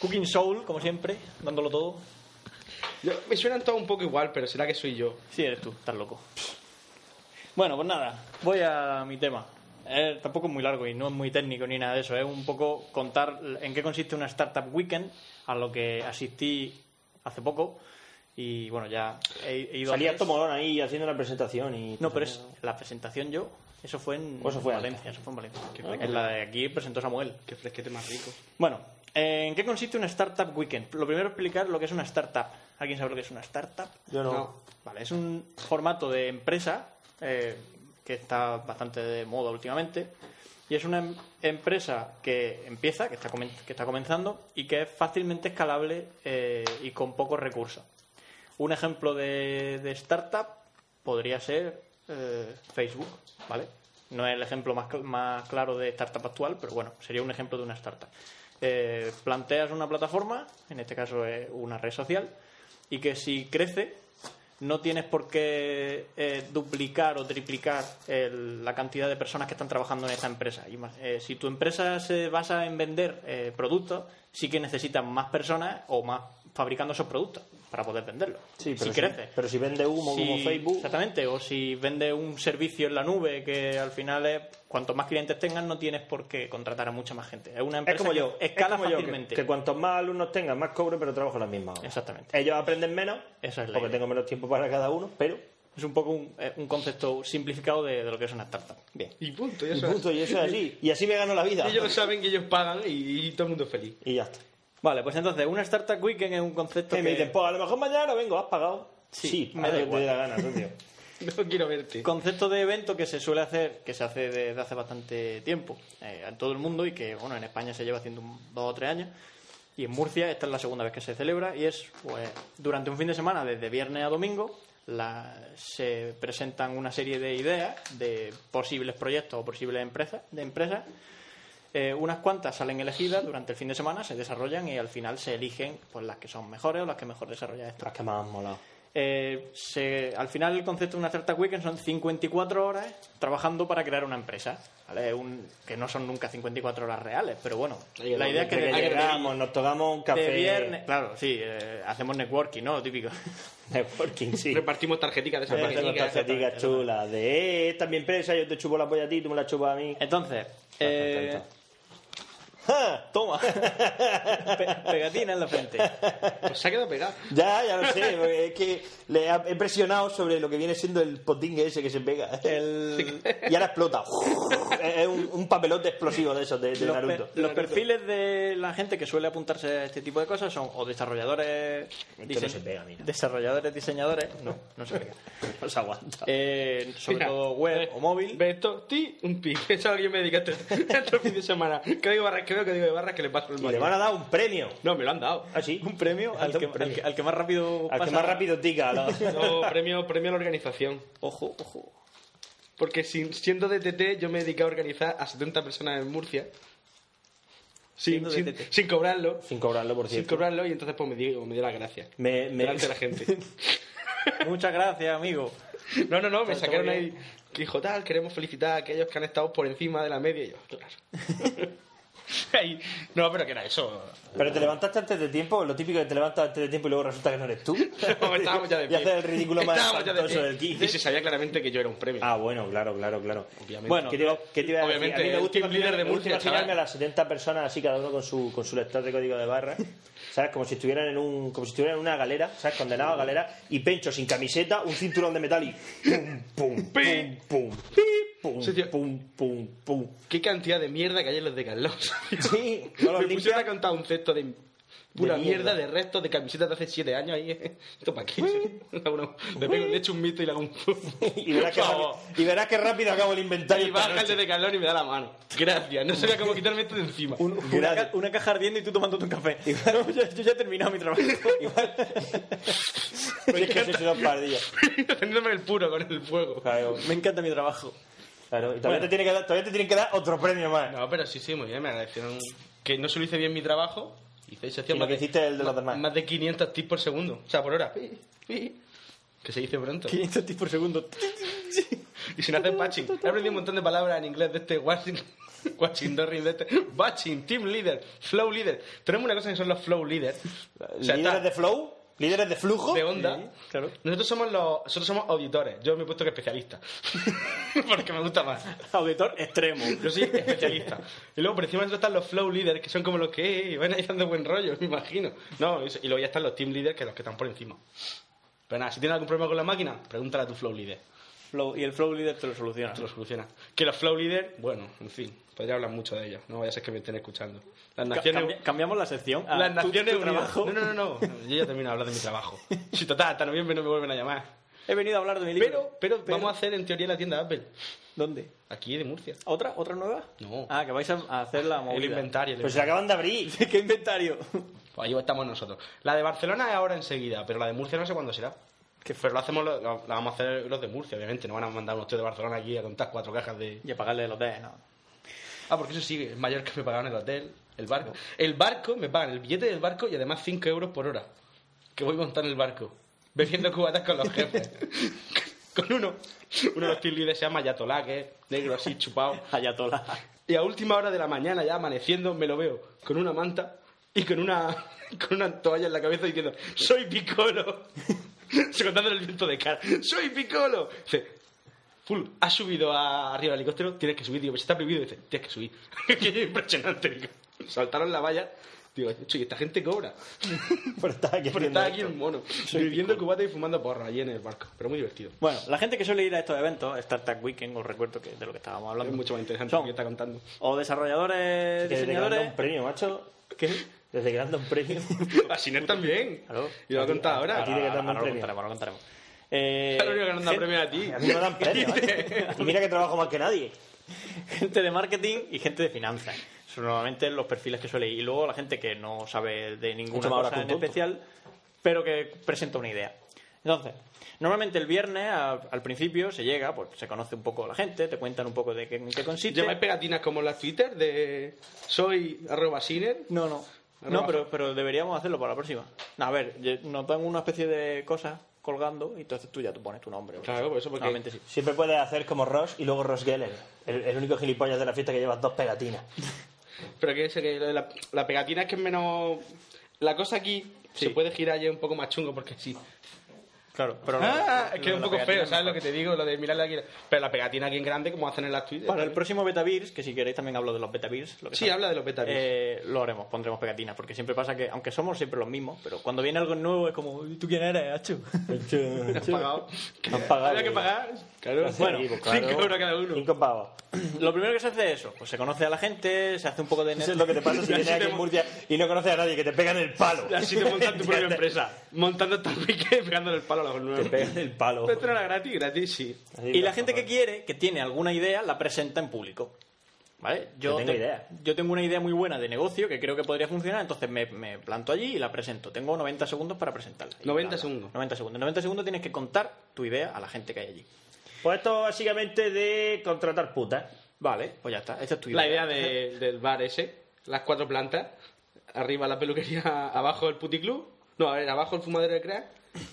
S8: Cooking Soul, como siempre, dándolo todo.
S7: Yo- me suenan todos un poco igual, pero será que soy yo.
S8: Sí, eres tú, estás loco. Bueno, pues nada, voy a mi tema. eh, tampoco es muy largo y no es muy técnico ni nada de eso. Es un poco contar en qué consiste una Startup Weekend, a lo que asistí hace poco. Y bueno, ya he, he ido a
S6: Salía
S8: tres.
S6: Tomorón ahí haciendo la presentación y...
S8: No, pero es la presentación yo. Eso fue en,
S6: O Pues eso fue
S8: Valencia.
S6: antes.
S8: Eso fue en Valencia. En la de aquí presentó Samuel.
S7: Qué fresquete más rico.
S8: Bueno, eh, ¿en qué consiste una startup weekend? Lo primero explicar lo que es una startup. ¿Alguien sabe lo que es una startup?
S6: Yo no.
S8: Vale, es un formato de empresa eh, que está bastante de moda últimamente. Y es una em- empresa que empieza, que está, comen- que está comenzando y que es fácilmente escalable eh, y con pocos recursos. Un ejemplo de, de startup podría ser eh, Facebook, ¿vale? No es el ejemplo más, cl- más claro de startup actual, pero bueno, sería un ejemplo de una startup. Eh, planteas una plataforma, en este caso es una red social, y que si crece, no tienes por qué eh, duplicar o triplicar el- la cantidad de personas que están trabajando en esta empresa. Y más, eh, si tu empresa se basa en vender eh, productos, sí que necesitas más personas o más fabricando esos productos para poder venderlos.
S6: Sí, pero
S8: si crece.
S6: Pero si vende humo
S8: Si-
S6: como Facebook...
S8: Exactamente, o si vende un servicio en la nube que al final es cuanto más clientes tengas no tienes por qué contratar a mucha más gente. Es una
S6: Es
S8: empresa
S6: como yo.
S8: que escala
S6: es como yo, que-
S8: fácilmente.
S6: que, cuantos más alumnos tengan, más cobro, pero trabajo las mismas horas.
S8: Exactamente.
S6: Ellos aprenden menos,
S8: Esa es la
S6: porque
S8: idea.
S6: tengo menos tiempo para cada uno, pero...
S8: Es un poco un, eh, un concepto simplificado de, de lo que es una startup.
S6: Bien.
S7: Y punto, y
S6: Y
S7: eso
S6: punto,
S7: es.
S6: y eso es así. Y así me gano la vida.
S7: Ellos saben que ellos pagan y, y todo el mundo es feliz.
S6: Y ya está.
S8: Vale, pues entonces una startup weekend es un concepto
S6: Y me dicen,
S8: que,
S6: pues a lo mejor mañana vengo, ¿has pagado?
S8: Sí, me
S6: me
S8: da
S6: da
S8: igual.
S6: te dé la gana,
S8: <laughs>
S6: socio.
S7: No quiero verte.
S8: concepto de evento que se suele hacer, que se hace desde hace bastante tiempo eh, en todo el mundo y que bueno en España se lleva haciendo un- dos o tres años y en Murcia esta es la segunda vez que se celebra y es pues durante un fin de semana desde viernes a domingo la- se presentan una serie de ideas de posibles proyectos o posibles empresas de empresas Eh, unas cuantas salen elegidas durante el fin de semana se desarrollan y al final se eligen pues las que son mejores o las que mejor desarrollan están
S6: Las que más han molado.
S8: eh, se- al final el concepto de una startup weekend son 54 horas trabajando para crear una empresa, ¿vale? Un- que no son nunca 54 horas reales, pero bueno, la idea es que,
S6: Desde
S8: de-
S6: llegamos, nos tomamos un
S8: de
S6: café... <laughs>
S8: viernes, claro, sí, eh, hacemos networking, ¿no? Lo típico. <laughs>
S6: Networking, sí. Eh,
S7: Repartimos tarjeticas de esas
S6: Aparte con
S7: tarjeticas.
S6: tarjeticas chulas de eh, esta es mi empresa, yo te chupo la polla a ti, tú me la chupas a mí.
S8: Entonces, eh,
S6: Tan, tan, <laughs> ¡Ja!
S8: toma, <laughs> Pe- pegatina en la frente.
S7: Pues se ha quedado pegado.
S6: Ya, ya lo sé, porque es que le ha- he presionado sobre lo que viene siendo el potingue ese que se pega.
S8: El-
S6: Y ahora explota. <laughs> es un, un papelote explosivo de esos de, de
S8: los, per-
S6: Naruto.
S8: los perfiles de la gente que suele apuntarse a este tipo de cosas son o desarrolladores,
S6: Esto no se pega, mira.
S8: desarrolladores, diseñadores, no, no se pega.
S6: <laughs> No se aguanta.
S8: Eh, sobre
S7: Mira,
S8: todo web o móvil.
S7: Ve esto, ti, un pi. <laughs> Eso es a lo que yo me dedico este, <laughs> este fin de semana. Código barras, creo que digo de barras que le paso el
S6: Y Pues le
S7: baño.
S6: van a dar un premio.
S7: No, me lo han dado.
S6: ¿Ah, sí?
S8: un premio al que, al que- al que más rápido
S6: Al que
S8: pasa.
S6: más rápido tica. la-
S7: No, premio, premio a la organización.
S8: Ojo, ojo.
S7: Porque sin, siendo DTT, yo me he dedicado a organizar a 70 personas en Murcia. Sin,
S8: Siendo
S7: sin,
S8: DTT.
S7: <laughs> sin cobrarlo.
S6: Sin cobrarlo, por
S7: Sin
S6: cierto.
S7: cobrarlo, y entonces pues me dio, me dio las gracias.
S6: Me, me...
S7: Delante de la gente.
S8: Muchas gracias, amigo.
S7: <laughs> No, no, no, me
S8: Está
S7: sacaron
S8: muy
S7: ahí.
S8: bien.
S7: Que dijo, tal, queremos felicitar a aquellos que han estado por encima de la media. Y yo, claro.
S6: <laughs>
S7: Ahí, no, pero que era eso.
S6: Pero te levantaste antes de tiempo, lo típico que te levantas antes de tiempo y luego resulta que no
S7: <laughs>
S6: eres tú.
S7: No,
S6: <laughs>
S7: estábamos ya de
S6: Y
S7: pie.
S6: haces el ridículo más
S7: Estábamos ya de
S6: espantoso
S7: pie.
S6: del 15.
S7: Y se sabía claramente que yo era un premio.
S6: Ah, bueno, claro, claro, claro.
S7: Obviamente.
S6: Bueno, ¿qué te iba, qué te iba a decir?
S7: Obviamente,
S6: A mí me
S7: el
S6: gusta
S7: team
S6: imaginarme-
S7: leader de
S6: me gusta
S7: Murcia,
S6: imaginarme
S7: chaval.
S6: a las 70 personas así, cada uno con su, con su lector de código de barra. ¿Sabes? Como si estuvieran en un como si estuvieran en una galera, ¿sabes? Condenado a galera y Pencho sin camiseta, un cinturón de metal y pum pum pum pum pi, pum
S7: Sí, tío.
S6: pum pum pum.
S7: Qué cantidad de mierda que hay en los
S6: <laughs>
S7: de Carlos.
S6: Sí, no los
S7: me pusieron
S6: limpias.
S7: a contar un cesto de pura
S6: De
S7: mierda.
S6: mierda.
S7: de restos de camisetas de hace 7 años ahí. <laughs> ¿eh? ¿Esto para qué? Bueno, le, pego, le echo un mito y le hago un zoom.
S6: <laughs> Y
S7: <laughs>
S6: verás, que
S7: Por
S6: rápido,
S7: favor.
S6: y verás que rápido acabo el inventario.
S7: Y
S6: esta
S7: baja el de
S6: noche.
S7: Decathlon y me da la mano. Gracias. No sabía cómo quitarme esto de encima.
S8: Una, ca- una caja ardiendo y tú tomando un
S6: <laughs>
S8: café. No, yo, yo ya he terminado mi trabajo.
S6: Sí, es que sois unos pardillos.
S7: Prendiéndome el puro con el fuego.
S6: Claro,
S8: Me encanta mi trabajo.
S6: claro. Y todavía, te tiene que dar, todavía te tienen que dar otro premio <laughs> más.
S7: No, pero sí, sí, muy bien. Me agradecieron que no solo hice bien mi trabajo. Hice, se hacía
S6: Sino
S7: más
S6: que
S7: de-
S6: hiciste el de los demás.
S7: más de 500 tips por segundo. O sea, por hora. Que se dice pronto.
S8: 500 tips por segundo.
S7: Y sin hacer batching. He aprendido un montón de palabras en inglés de este Washington. <laughs> Washington Reed, de este. Batching, team leader, flow leader. Tenemos una cosa que son los flow leaders. O sea,
S6: ¿Líderes
S7: está-
S6: de Flow? Líderes de flujo.
S7: de onda.
S6: claro.
S7: Nosotros somos los nosotros somos auditores. Yo me he puesto que especialista. <laughs> Porque me gusta más.
S6: Auditor extremo.
S7: Yo soy especialista. Y luego por encima de eso están los flow leaders, que son como los que eh, van ahí dando buen rollo, me imagino. No, y eso- y luego ya están los team leaders, que los que están por encima. Pero nada, si tienes algún problema con la máquina, pregúntale a tu flow leader.
S6: Flow- y el flow leader te lo soluciona.
S7: Te lo soluciona. Que los flow leaders, bueno, en fin, podría hablar mucho de ellos. No vaya a ser que me estén escuchando. Las
S6: Ca-
S7: naciones,
S6: cambi- cambiamos la sección. a
S7: las
S6: tu-
S7: naciones
S6: tu
S7: Unidas.
S6: trabajo.
S7: No, no, no, no. Yo ya termino de hablar de mi trabajo. Si total, hasta noviembre no me vuelven a llamar.
S6: He venido a hablar de mi libro.
S7: Pero, pero, vamos a hacer en teoría la tienda de Apple.
S6: ¿Dónde?
S7: Aquí de Murcia.
S6: ¿Otra? ¿Otra nueva?
S7: No.
S8: Ah, que vais a a hacer la movida.
S7: el inventario. el
S6: Pero se acaban de abrir.
S7: <laughs>
S6: ¿Qué inventario?
S7: Pues ahí estamos nosotros. La de Barcelona es ahora enseguida, pero la de Murcia no sé cuándo será. Que pero lo hacemos, lo- lo- la vamos a hacer los de Murcia, obviamente. No van a mandar unos tíos de Barcelona aquí a contar cuatro cajas de.
S8: Y apagarle el hotel, no.
S7: Ah, porque eso sí, es mayor que me pagaban el hotel, el barco. El barco, me pagan el billete del barco y además 5 euros por hora. Que voy a montar en el barco, bebiendo cubatas con los jefes. con uno. Uno de los team leaders se llama Yatolá, que es negro así chupado.
S6: Ayatola.
S7: Y a última hora de la mañana, ya amaneciendo, me lo veo con una manta y con una, <laughs> con una toalla en la cabeza diciendo, soy Piccolo. <laughs> Se contándole el viento de cara, soy Piccolo. Dice, full, has subido a- arriba del helicóptero, tienes que subir. Digo, pues está prohibido. Dice, tienes que subir. <laughs> Qué impresionante. Digo, saltaron la valla. Digo, "Chu, y esta gente cobra.
S6: Por estar aquí
S7: Pero
S6: haciendo
S7: está aquí
S6: esto.
S7: el mono, bebiendo cubata y fumando porra allí en el barco. Pero muy divertido.
S6: Bueno, la gente que suele ir a estos eventos, StarTag Weekend, os recuerdo que de lo que estábamos hablando.
S7: Es mucho más interesante
S6: Son
S7: lo que está contando. <laughs>
S6: O desarrolladores,
S8: que desde que
S6: diseñadores.
S8: anda un
S6: premio, macho. ¿Qué? Desde que dan un premio.
S7: A Siner también.
S6: Claro.
S7: Y lo ha
S6: A ti-
S7: contado
S6: a-
S7: ahora.
S6: a ti de que te dan
S8: Ahora
S6: un
S8: lo
S6: premio.
S8: contaremos, lo contaremos.
S6: Eh,
S7: Es lo único que no da
S6: gente-
S7: premio a ti.
S6: A mí no me
S8: <laughs>
S6: dan premio, ¿eh? Y mira que trabajo más que nadie.
S8: Gente de marketing y gente de finanzas. Son normalmente los perfiles que suele ir. Y luego la gente que no sabe de ninguna
S6: Mucho más ahora
S8: cosa
S6: que
S8: en
S6: un tonto.
S8: especial, pero que presenta una idea. Entonces, normalmente el viernes a- al principio se llega, pues se conoce un poco la gente, te cuentan un poco de qué, en qué consiste.
S7: ¿Lleváis pegatinas como las Twitter de soy arroba siner?
S8: No, no. No, pero, pero deberíamos hacerlo para la próxima. No, a ver, yo- nos dan una especie de cosas colgando y entonces tú ya te pones tu nombre. o
S7: Claro, por eso, porque-
S8: Normalmente sí.
S6: Siempre puedes hacer como Ross y luego Ross Geller. El, el único gilipollas de la fiesta que llevas dos pegatinas.
S7: Pero que, ese, que lo de la, la pegatina es que es menos... La cosa aquí se puede girar ya un poco más chungo porque sí.
S8: Claro, pero...
S7: Ah,
S8: lo-
S7: es que es
S8: lo
S7: un
S8: de la
S7: poco
S8: pegatina
S7: feo, ¿sabes lo que te digo? Lo de mirarle aquí. Pero la pegatina aquí en grande como hacen en las Twitter.
S8: Para el próximo Betavirs, que si queréis también hablo de los Betavirs. Lo que
S7: Sí,
S8: sea,
S7: habla de los Betavirs.
S8: eh, lo haremos, pondremos pegatinas, porque siempre pasa que, aunque somos siempre los mismos, pero cuando viene algo nuevo es como, "¿Y ¿tú quién eres,
S6: <laughs>
S8: Achu?
S7: ¿Has pagado?
S6: Han pagado,
S7: Había que
S6: eh.
S7: pagar. Claro.
S6: Gracias,
S7: Bueno,
S6: Ivo, pues
S7: <laughs>
S6: claro.
S7: 5 euros cada uno.
S6: Cinco pavos.
S8: lo primero que se hace es eso, pues se conoce a la gente, se hace un poco de... net-
S6: Eso es lo que te pasa si vienes aquí en Murcia y no conoces a nadie, que te pegan el palo.
S7: Así
S6: <laughs>
S7: te montas tu propia empresa. Montando esta pique y pegándole el palo a los
S6: Te
S7: nuevos.
S6: pegan el palo.
S7: Pero esto no era gratis, gratis sí.
S8: Y la gente que quiere, que tiene alguna idea, la presenta en público. ¿Vale? Yo
S6: Yo tengo
S8: te-
S6: idea.
S8: Yo tengo una idea muy buena de negocio que creo que podría funcionar, entonces me, me planto allí y la presento. Tengo 90 segundos para presentarla. Y
S7: 90
S8: bla, bla.
S7: segundos.
S8: 90 segundos. 90 segundos tienes que contar tu idea a la gente que hay allí.
S6: Pues esto básicamente de contratar putas.
S8: Vale, pues ya está. Esta es tu idea.
S7: La idea de- del bar ese, las cuatro plantas, arriba la peluquería, <laughs> abajo el puticlub, no, a ver, abajo el fumadero de crack,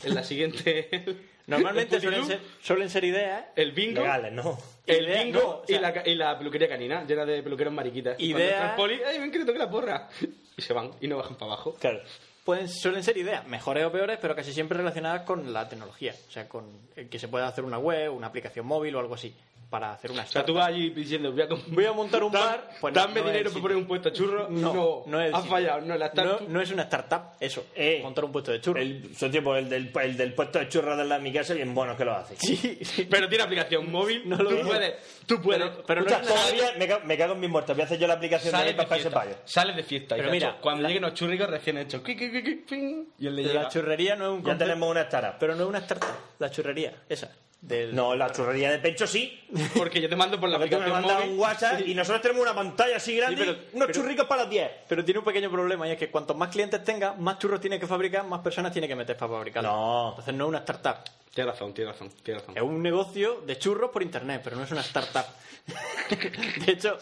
S7: en la siguiente <laughs> el-
S8: <laughs> Normalmente
S7: el
S8: suelen
S7: puticlub,
S8: ser, suelen ser ideas,
S7: el bingo,
S6: Legales, ¿no?
S7: el
S8: Idea-
S7: bingo
S8: no, o sea-
S7: y, la, y la peluquería canina, llena de peluqueros mariquitas. Y cuando
S8: Idea-
S7: entra el poli, ¡ay, ven que le toque la porra! <laughs> Y se van, y no bajan para abajo.
S6: Claro.
S8: pueden, suelen ser ideas, mejores o peores, pero casi siempre relacionadas con la tecnología. O sea, con el que se pueda hacer una web, una aplicación móvil o algo así, para hacer una
S7: O sea, tú vas allí diciendo, voy a, com-
S8: Voy a montar un
S7: Dan-
S8: bar, pues no-
S7: dame
S8: no es el
S7: dinero para
S8: sitio.
S7: poner un puesto churro. No,
S8: No, no es el
S7: has
S8: sitio.
S7: fallado, no, la
S8: no,
S7: startup.
S8: no es una startup, eso.
S6: Eh.
S8: montar un puesto de churro.
S6: El, socio, pues, el, del, el del puesto de churras de la mi casa, bien bueno que lo hace.
S8: Sí, sí.
S7: Pero tiene aplicación móvil,
S8: No lo
S7: tú
S8: digo.
S7: puedes, tú puedes.
S8: pero no
S6: Escucha,
S8: es la-
S6: todavía me, ca- me cago en mis muertos. Voy a hacer yo la aplicación de ahí
S7: sales de
S6: para ese
S7: fiesta,
S6: payo.
S7: sales de fiesta. y
S8: Pero
S7: dices,
S8: mira,
S7: cuando lleguen los churricos recién hechos. cuic, cuic, cuic, ping, y el de
S8: La
S7: llega.
S8: <laughs> churrería no es un
S6: Ya
S8: concepto-
S6: tenemos una startup.
S8: Pero no es una startup, la churrería, esa. Del...
S6: No, la churrería de Pencho sí.
S7: Porque yo te mando por la
S6: Porque tú me
S7: aplicación
S6: mandas
S7: móvil.
S6: un WhatsApp y nosotros tenemos una pantalla así grande.
S8: pero-
S6: y unos
S8: pero-
S6: churricos para las 10.
S8: Pero tiene un pequeño problema y es que cuantos más clientes tenga, más churros tiene que fabricar, más personas tiene que meter para fabricarlo.
S6: No.
S8: Entonces no es una startup.
S7: Tienes razón, tienes razón, tienes razón.
S8: Es un negocio de churros por internet, pero no es una startup. <laughs> De hecho,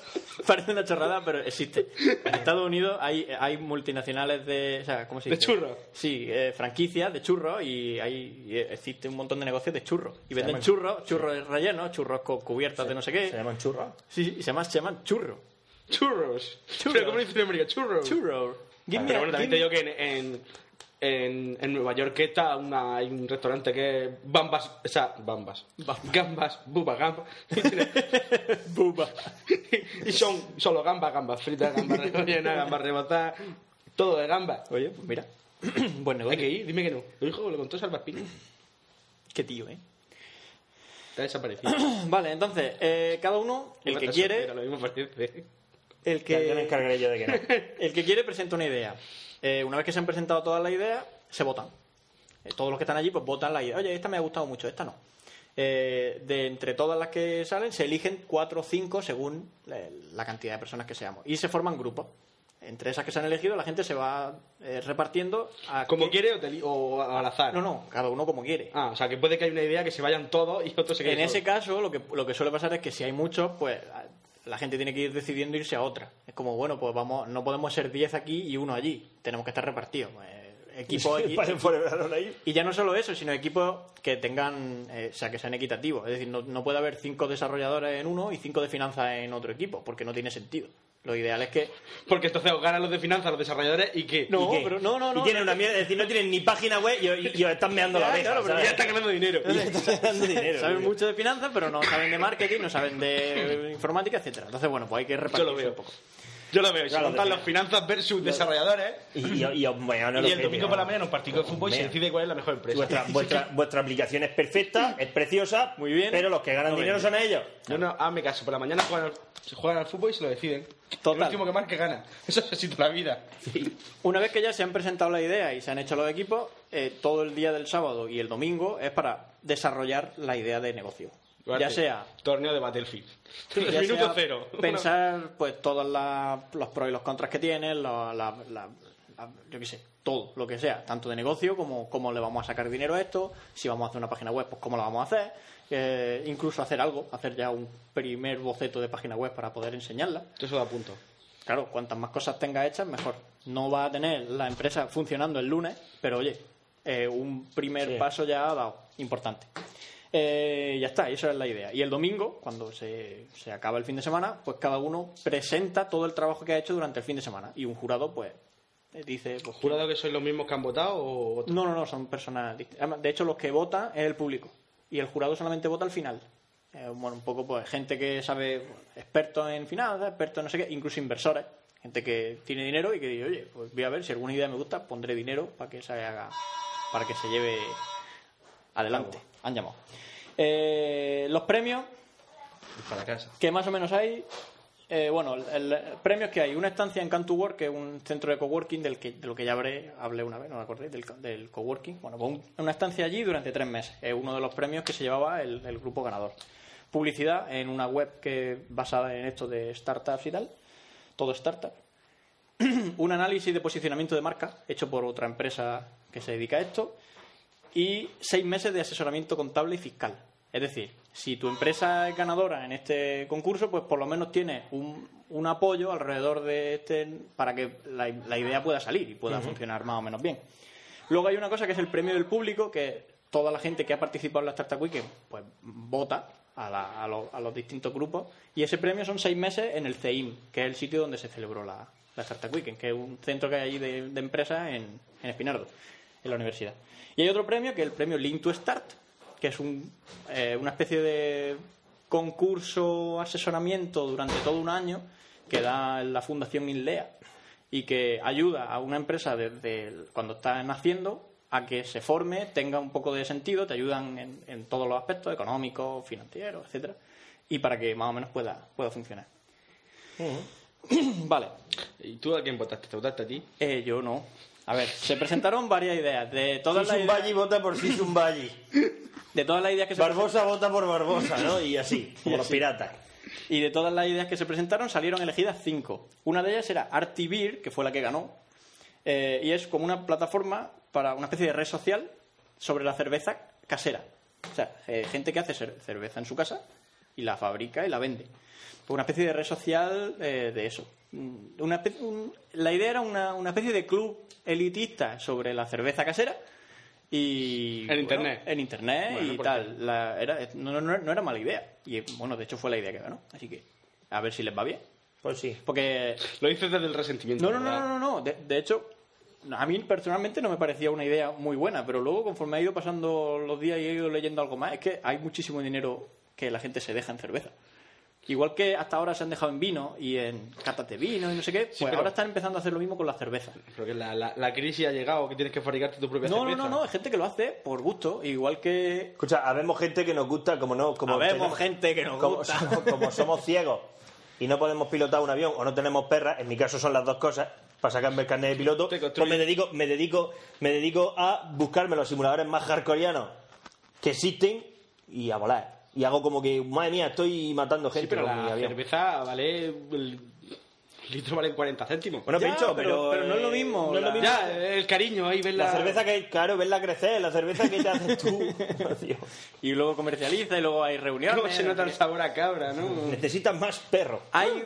S8: parece una chorrada, pero existe. En Estados Unidos hay, hay multinacionales de. O sea, ¿cómo se
S7: ¿De
S8: dice?
S7: churros?
S8: Sí, eh, franquicias de churros y, hay, y existe un montón de negocios de churros. Y venden churros, churros rellenos, churros con cubiertas de no sé qué.
S6: Se llaman churros.
S8: Sí, sí, y se llaman, se llaman churro.
S7: Churros. Pero ¿cómo le dicen en América? Churros.
S8: Churro. Give me
S7: Pero
S8: a-
S7: bueno,
S8: give
S7: también te
S8: me-
S7: digo que en, en, en, en Nueva York que está una, hay un restaurante que es Bambas, o sea, Bambas, Gambas, Buba, <laughs> Gambas, Buba, y son solo gambas, gambas fritas, gambas
S8: <laughs>
S7: rellenas, gambas rebotadas, todo de gambas. Oye, pues mira,
S8: Buen
S7: hay
S8: negocio.
S7: que ir, dime que no. Lo dijo, lo contó Salvaspina,
S8: Qué tío, ¿eh?
S7: está desaparecido.
S8: Vale, entonces, eh, cada uno, <coughs> el que quiere,
S7: Lo mismo ¿eh? parece.
S8: el
S6: Ya, ya me
S8: que,
S6: encargaré yo de que no.
S8: <laughs> el que quiere presenta una idea. Eh, una vez que se han presentado todas las ideas, se votan. Eh, todos los que están allí, pues votan la idea. Oye, esta me ha gustado mucho, esta no. Eh, de entre todas las que salen, se eligen cuatro o cinco según la, la cantidad de personas que seamos. Y se forman grupos. Entre esas que se han elegido, la gente se va eh, repartiendo a
S7: Como
S8: qué-
S7: quiere o, te li- o al azar.
S8: No, no, cada uno como quiere.
S7: Ah, o sea, que puede que haya una idea que se vayan todos y otros se queden
S8: En ese
S7: solos.
S8: caso, lo que, lo que suele pasar es que si hay muchos, pues a- la gente tiene que ir decidiendo irse a otra. Es como, bueno, pues vamos, no podemos ser 10 aquí y uno allí. Tenemos que estar repartidos. Eh, equipo equi-
S6: Para enforebraron ahí.
S8: y ya no solo eso, sino equipos que tengan, eh, o sea, que sean equitativos. Es decir, no, no puede haber cinco desarrolladores en uno y cinco de finanzas en otro equipo, porque no tiene sentido. Lo ideal es que
S7: Porque entonces os ganan los de finanzas, los desarrolladores y que.
S8: No,
S7: ¿Y qué?
S8: pero no, no,
S6: Y
S8: no.
S6: tienen una mierda, es decir, no tienen ni página web y, y- y os están meando la
S8: Ya,
S6: oreja.
S8: claro, pero
S6: ¿sabes?
S7: Ya están ganando
S8: <laughs>
S7: dinero.
S6: Están <laughs> dando <laughs> dinero.
S8: saben
S6: tío.
S8: mucho de finanzas, pero no saben de marketing, no saben de informática, etcétera. Entonces, bueno, pues hay que repartirse
S7: veo.
S8: un poco.
S7: <laughs> Yo lo veo. Si
S6: Claro,
S7: montan
S6: de-
S7: los finanzas versus desarrolladores. ¿eh?
S6: Y, y, y os mean
S7: Y
S6: los
S7: el domingo
S6: ojete,
S7: por la
S6: vamos.
S7: mañana un partido de fútbol y se
S6: Mea.
S7: decide cuál es la mejor
S8: Pues
S7: empresa. <laughs>
S6: Vuestra, vuestra, vuestra aplicación es perfecta, es preciosa,
S8: Muy bien.
S6: pero los que ganan
S8: No
S6: dinero
S8: vende.
S6: son ellos.
S7: Yo no, hazme caso. Por la mañana juegan al, se juegan al fútbol y se lo deciden.
S8: Total.
S7: El último que marque gana. <laughs> Eso es así toda la vida.
S8: Una vez que ya se han presentado la idea y se han hecho los equipos, eh, todo el día del sábado y el domingo es para desarrollar la idea de negocio.
S7: <laughs>
S8: Ya sea,
S7: Torneo de Battlefield.
S8: ya
S7: <laughs> Minuto
S8: sea
S7: cero.
S8: pensar pues todos las- los pros y los contras que tiene, la- la- la- la- yo qué sé, todo lo que sea, tanto de negocio como cómo le vamos a sacar dinero a esto, si vamos a hacer una página web, pues cómo la vamos a hacer, eh, incluso hacer algo, hacer ya un primer boceto de página web para poder enseñarla.
S7: <laughs> Eso da punto.
S8: Claro, cuantas más cosas tenga hechas, mejor. No va a tener la empresa funcionando el lunes, pero oye, eh, un primer
S6: Sí.
S8: paso ya ha dado, importante. Eh, ya está, y esa es la idea. Y el domingo, cuando se, se acaba el fin de semana, pues cada uno presenta todo el trabajo que ha hecho durante el fin de semana. Y un jurado, pues, eh, dice... Pues,
S7: ¿Jurado que sois los mismos que han votado o
S8: quién- No, no, no, son personas... dist- además, De hecho, los que votan es el público. Y el jurado solamente vota al final. Eh, bueno, un poco, pues, gente que sabe, bueno, expertos en finanzas, expertos en no sé qué, incluso inversores. Gente que tiene dinero y que dice, oye, pues voy a ver si alguna idea me gusta, pondré dinero para que se haga, para que se lleve adelante. Han llamado. Eh, los premios
S7: para casa?
S8: que más o menos hay. eh, bueno, el, el- premios que hay. Una estancia en Cantu Work, que es un centro de coworking del que, de lo que ya habré, hablé una vez, no me acordé, del, co- del coworking. Bueno, pues un- una estancia allí durante tres meses. Es uno de los premios que se llevaba el, el grupo ganador. Publicidad en una web que basada en esto de startups y tal. Todo startup. <clears throat> un análisis de posicionamiento de marca hecho por otra empresa que se dedica a esto y seis meses de asesoramiento contable y fiscal. Es decir, si tu empresa es ganadora en este concurso, pues por lo menos tienes un, un apoyo alrededor de este para que la, la idea pueda salir y pueda funcionar más o menos bien. Luego hay una cosa que es el premio del público, que toda la gente que ha participado en la Startup Weekend, pues vota a, la- a los- a los distintos grupos. Y ese premio son seis meses en el CEIM, que es el sitio donde se celebró la, la Startup Weekend, que es un centro que hay allí de, de empresas en, en Espinardo, en la universidad. Y hay otro premio que es el premio Link to Start, que es un, eh, una especie de concurso asesoramiento durante todo un año que da la Fundación INLEA y que ayuda a una empresa desde el- cuando está naciendo a que se forme, tenga un poco de sentido, te ayudan en, en todos los aspectos, económicos, financieros, etcétera, y para que más o menos pueda, pueda funcionar. vale,
S7: ¿Y tú a quién votaste? ¿Te votaste a ti?
S8: eh, yo no. A ver, se presentaron varias ideas. De todas, las ideas,
S6: Sisunbayi vota por
S8: <laughs>
S6: Sisunbayi.
S8: de todas las ideas que se
S6: Barbosa vota por Barbosa, ¿no? Y así,
S8: <laughs>
S6: como los piratas.
S8: Y de todas las ideas que se presentaron salieron elegidas cinco. Una de ellas era Artibeer, que fue la que ganó, eh, y es como una plataforma para una especie de red social sobre la cerveza casera. O sea, eh, gente que hace cer- cerveza en su casa y la fabrica y la vende. Pues una especie de red social eh, de eso. Mm, Una espe- un- la idea era una, una especie de club elitista sobre la cerveza casera. Y,
S7: En internet.
S8: En internet
S7: Bueno,
S8: y
S7: ¿por
S8: tal. La- era, no, no- no era mala idea. Y bueno, de hecho fue la idea que ganó. Así que a ver si les va bien.
S6: Pues sí.
S8: Porque.
S7: Lo dices desde el resentimiento.
S8: No, no, no,
S7: ¿verdad?
S8: no, no. no. De, de hecho, no, a mí personalmente no me parecía una idea muy buena, pero luego conforme ha ido pasando los días y he ido leyendo algo más, es que hay muchísimo dinero que la gente se deja en cerveza. Igual que hasta ahora se han dejado en vino y en catas de vino y no sé qué, pues
S7: pero-
S8: ahora están empezando a hacer lo mismo con la cerveza.
S7: Porque la, la, la crisis ha llegado, que tienes que fabricarte tu propia
S8: No, no,
S7: cerveza.
S8: no, no, hay gente que lo hace por gusto, igual que...
S6: Escucha, habemos gente que nos gusta, como no. Como
S8: Habemos
S6: tenemos-
S8: gente que nos
S6: como
S8: gusta.
S6: Somos, como somos ciegos y no podemos pilotar un avión o no tenemos perras, en mi caso son las dos cosas, para sacarme el carnet de piloto,
S7: Te construye-
S6: pues me dedico, me dedico, me dedico a buscarme los simuladores más hardcoreanos que existen y a volar. Y hago como que, madre mía, estoy matando gente
S7: Sí, pero
S6: con mi
S7: la
S6: avión.
S7: cerveza vale... El el litro vale 40 céntimos.
S6: Bueno,
S8: Ya,
S6: pincho, pero,
S8: pero- pero no es lo
S6: eh,
S8: mismo,
S6: no es lo
S8: la-
S6: mismo.
S7: ya, el cariño, ahí ves
S6: La
S7: la...
S6: cerveza que, claro, verla crecer, la cerveza que te haces tú. Por Dios.
S8: Y luego comercializa y luego hay reuniones.
S7: ¿Cómo se nota el sabor a cabra,
S8: <laughs>
S7: no?
S6: Necesitas más perro.
S8: hay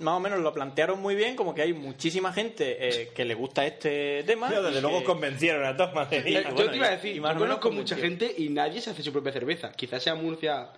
S8: más o menos lo plantearon muy bien como que hay muchísima gente eh, que le gusta este tema
S6: Pero desde
S8: y
S6: luego
S8: que-
S6: convencieron a todos, madre mía.
S7: Eh, yo
S8: bueno,
S7: te iba a
S8: y-
S7: decir,
S8: y
S7: yo
S8: más o menos
S7: conozco mucha
S8: convencido.
S7: gente y nadie se hace su propia cerveza. Quizás sea Murcia,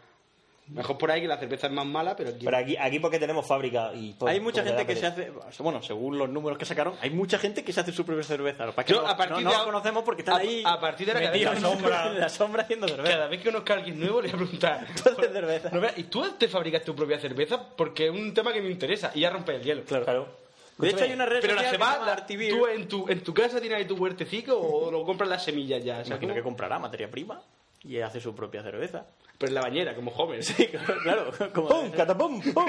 S7: mejor por ahí que la cerveza es más mala, pero aquí...
S6: Pero aquí, aquí porque tenemos fábrica y por-
S8: hay mucha
S6: porque
S8: gente
S6: da
S8: que se
S6: pereza.
S8: hace bueno según los números que sacaron hay mucha gente que se hace su propia cerveza Lo que pasa es que
S7: Yo,
S8: no,
S7: a partir
S8: no- no
S7: de
S8: la
S7: ahora-
S8: conocemos porque está
S7: a-
S8: ahí
S7: a partir de la
S8: metido
S7: cadena,
S8: en-
S7: sombra.
S8: en <laughs> la sombra haciendo cerveza
S7: Cada vez que conozca a alguien nuevo le voy a
S8: <laughs>
S7: preguntar.
S8: Tú haces cerveza.
S7: Pues, No, mira, ¿Y tú te fabricas tu propia cerveza? Porque es un tema que me interesa y ya rompe el hielo.
S6: Claro.
S8: de hecho hay una red
S7: Pero la
S8: social que se
S7: semana,
S8: llama Artivir.
S7: ¿tú en tu, en tu casa tienes ahí tu huertecico o lo compras las semillas ya? O sea,
S8: imagino
S7: como-
S8: que comprará materia prima y hace su
S7: <laughs>
S8: propia cerveza
S7: Pero en la bañera, como joven.
S8: claro como
S6: ¡Pum! ¡Catapum! ¡Pum!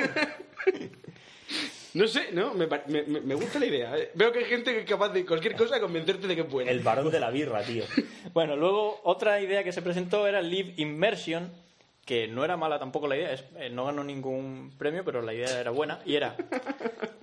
S7: No sé, no, me, pa- me- me- me gusta la idea. eh. Veo que hay gente que es capaz de cualquier cosa de convencerte de que es buena.
S6: El varón de la birra, tío.
S8: Bueno, luego otra idea que se presentó era Live Immersion, que no era mala tampoco la idea, es- eh, no ganó ningún premio, pero la idea era buena y era...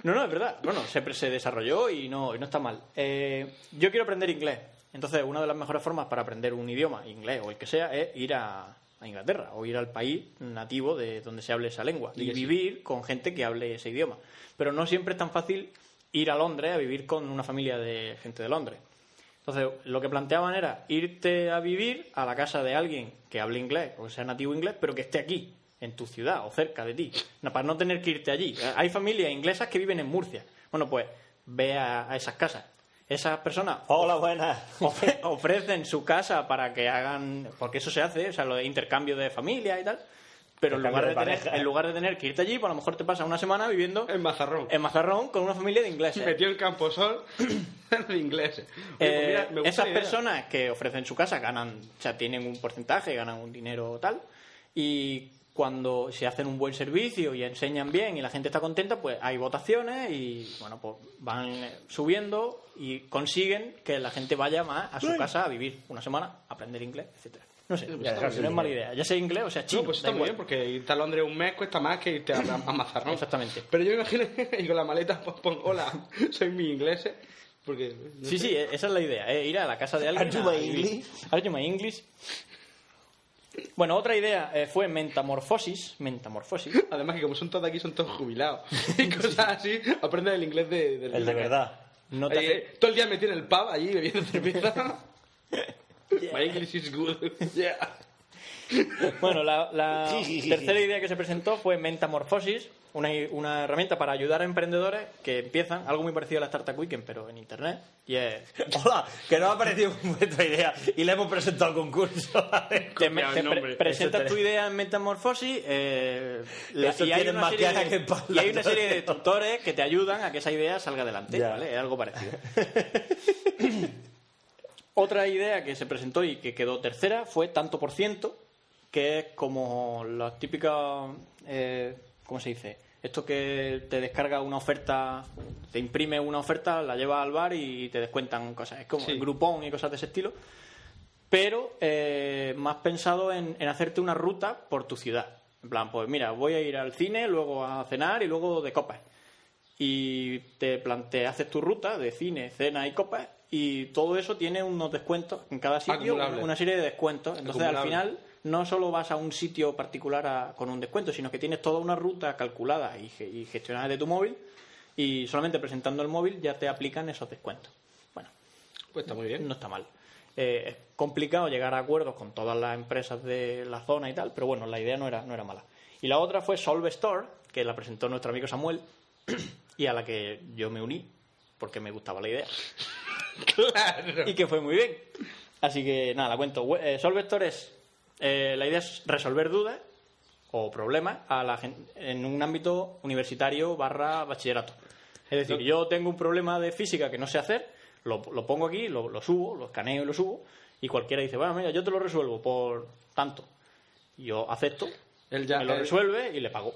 S8: No, no, es verdad, bueno, se, pre- se desarrolló y no, y no está mal. Eh, yo quiero aprender inglés, entonces una de las mejores formas para aprender un idioma, inglés o el que sea, es ir a, a Inglaterra o ir al país nativo de donde se hable esa lengua y vivir con gente que hable ese idioma. Pero no siempre es tan fácil ir a Londres a vivir con una familia de gente de Londres. Entonces, lo que planteaban era irte a vivir a la casa de alguien que hable inglés o que sea nativo inglés, pero que esté aquí, en tu ciudad o cerca de ti, no, para no tener que irte allí. Hay familias inglesas que viven en Murcia. Bueno, pues ve a, a esas casas. Esas personas
S6: <laughs> Hola, buenas.
S8: ofre- ofrecen su casa para que hagan, porque eso se hace, o sea, lo de intercambio de familia y tal. Pero en
S6: Intercambio
S8: lugar de,
S6: de
S8: tener,
S6: pareja.
S8: en lugar de tener que irte allí, pues a lo mejor te pasa una semana viviendo
S7: En Mazarrón.
S8: en Mazarrón con una familia de ingleses.
S7: Metió el Camposol de inglés. Oye, pues
S8: Eh,
S7: mira, me gusta
S8: esas
S7: la idea.
S8: personas que ofrecen su casa ganan, o sea, tienen un porcentaje, ganan un dinero tal, y cuando se hacen un buen servicio y enseñan bien y la gente está contenta, pues hay votaciones y bueno, pues van eh, subiendo y consiguen que la gente vaya más a su casa a vivir una semana, a aprender inglés, etcétera. No sé, no es mala idea. Ya sea inglés o sea chino.
S7: pues No, pues
S8: da
S7: está muy
S8: igual.
S7: bien, porque irte a Londres un mes cuesta más que irte a, a Mazarrón.
S8: Exactamente.
S7: Pero yo me imagino, <laughs> y con la maleta, pues pon, hola, soy mi inglés, ¿eh? porque... no
S8: Sí,
S7: sé.
S8: sí, e- esa es la idea, eh, ir a la casa de alguien.
S6: Are you
S8: a
S6: my
S8: vivir.
S6: English?
S8: Are you my English? Bueno, otra idea eh, fue metamorfosis, metamorfosis.
S7: Además que como son todos de aquí, son todos
S8: <laughs>
S7: jubilados. Y cosas así, aprenden el inglés de...
S6: El de verdad.
S8: No te
S7: Oye, eh, todo el día metido en el pub allí bebiendo <laughs> cerveza. My English is good. Yeah.
S8: hace- Bueno, la, la
S6: <laughs> Sí, sí, sí,
S8: tercera idea que se presentó fue metamorfosis, una, una herramienta para ayudar a emprendedores que empiezan, algo muy parecido a la Startup Weekend, pero en Internet. Y es,
S6: Hola, que nos ha parecido <laughs> vuestra idea y le hemos presentado al concurso. <laughs>
S8: te, me-
S7: Copiado
S8: te
S7: el
S8: pre-
S7: nombre.
S8: presentas
S6: Eso te-
S8: tu idea en Metamorfosis eh, la-
S6: Eso
S8: y, hay
S6: tiene
S8: una
S6: más
S8: serie
S6: cara
S8: de,
S6: que pala,
S8: <laughs> y hay una serie de
S6: tío.
S8: tutores que te ayudan a que esa idea salga adelante,
S6: Ya.
S8: ¿vale? Es algo
S6: <laughs>
S8: parecido. <coughs> Otra idea que se presentó y que quedó tercera fue tanto por ciento, que es como los típicos, eh, ¿cómo se dice? Esto que te descarga una oferta, te imprime una oferta, la llevas al bar y te descuentan cosas. Es como
S7: Sí.
S8: el grupón y cosas de ese estilo pero eh, más pensado en, en hacerte una ruta por tu ciudad. En plan, pues mira, voy a ir al cine, luego a cenar y luego de copas. Y te planteas, haces tu ruta de cine, cena y copas y todo eso tiene unos descuentos en cada sitio,
S7: Acumulable.
S8: una serie de descuentos. Entonces al
S7: Acumulable.
S8: final no solo vas a un sitio particular a- con un descuento, sino que tienes toda una ruta calculada y, ge- y gestionada de tu móvil y solamente presentando el móvil ya te aplican esos descuentos. Bueno,
S7: Pues está muy bien.
S8: no está mal. Eh, es complicado llegar a acuerdos con todas las empresas de la zona y tal, pero bueno, la idea no era, no era mala. Y la otra fue Solve Store, que la presentó <clears throat> nuestro amigo Samuel y a la que yo me uní porque me gustaba la idea.
S7: <laughs> Claro.
S8: y que fue muy bien. Así que nada, la cuento. We- eh, Solvector es. eh, la idea es resolver dudas o problemas a la gen- en un ámbito universitario barra bachillerato. Es decir, yo tengo un problema de física que no sé hacer, lo, lo pongo aquí, lo, lo subo, lo escaneo y lo subo, y cualquiera dice, bueno, mira, yo te lo resuelvo por tanto. Yo acepto,
S7: El ya-
S8: me lo
S7: el-
S8: resuelve y le pago.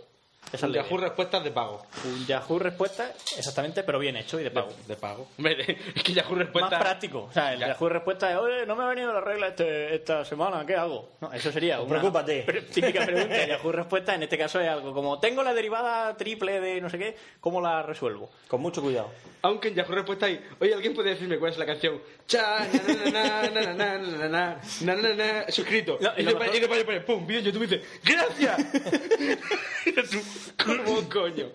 S8: Esa es la
S7: Yahoo
S8: idea.
S7: respuestas de pago.
S8: Un Yahoo respuesta, exactamente, pero bien hecho y de pago.
S7: De pago. Hombre, de- es que Yahoo respuesta.
S8: Más práctico. O sea, el
S7: Ya.
S8: Yahoo respuesta es, oye, no me ha venido la regla este- esta semana, ¿qué hago? No, eso sería una
S6: Preocúpate.
S8: <laughs> pre- típica pregunta. El Yahoo respuesta en este caso es algo como, tengo la derivada triple de no sé qué, ¿cómo la resuelvo?
S6: Con mucho cuidado.
S7: Aunque en Yahoo respuesta hay. Oye, ¿alguien puede decirme cuál es la canción? Cha, na, na, na, na, na, na, na, na, na, na, na, na, suscrito.
S8: No, y
S7: y
S8: lo
S7: te pone,
S8: mejor-
S7: y te pone- pone, pum, vídeo en YouTube y dice, ¡Gracias!
S8: <laughs>
S7: <laughs> Y tú, ¿Cómo coño?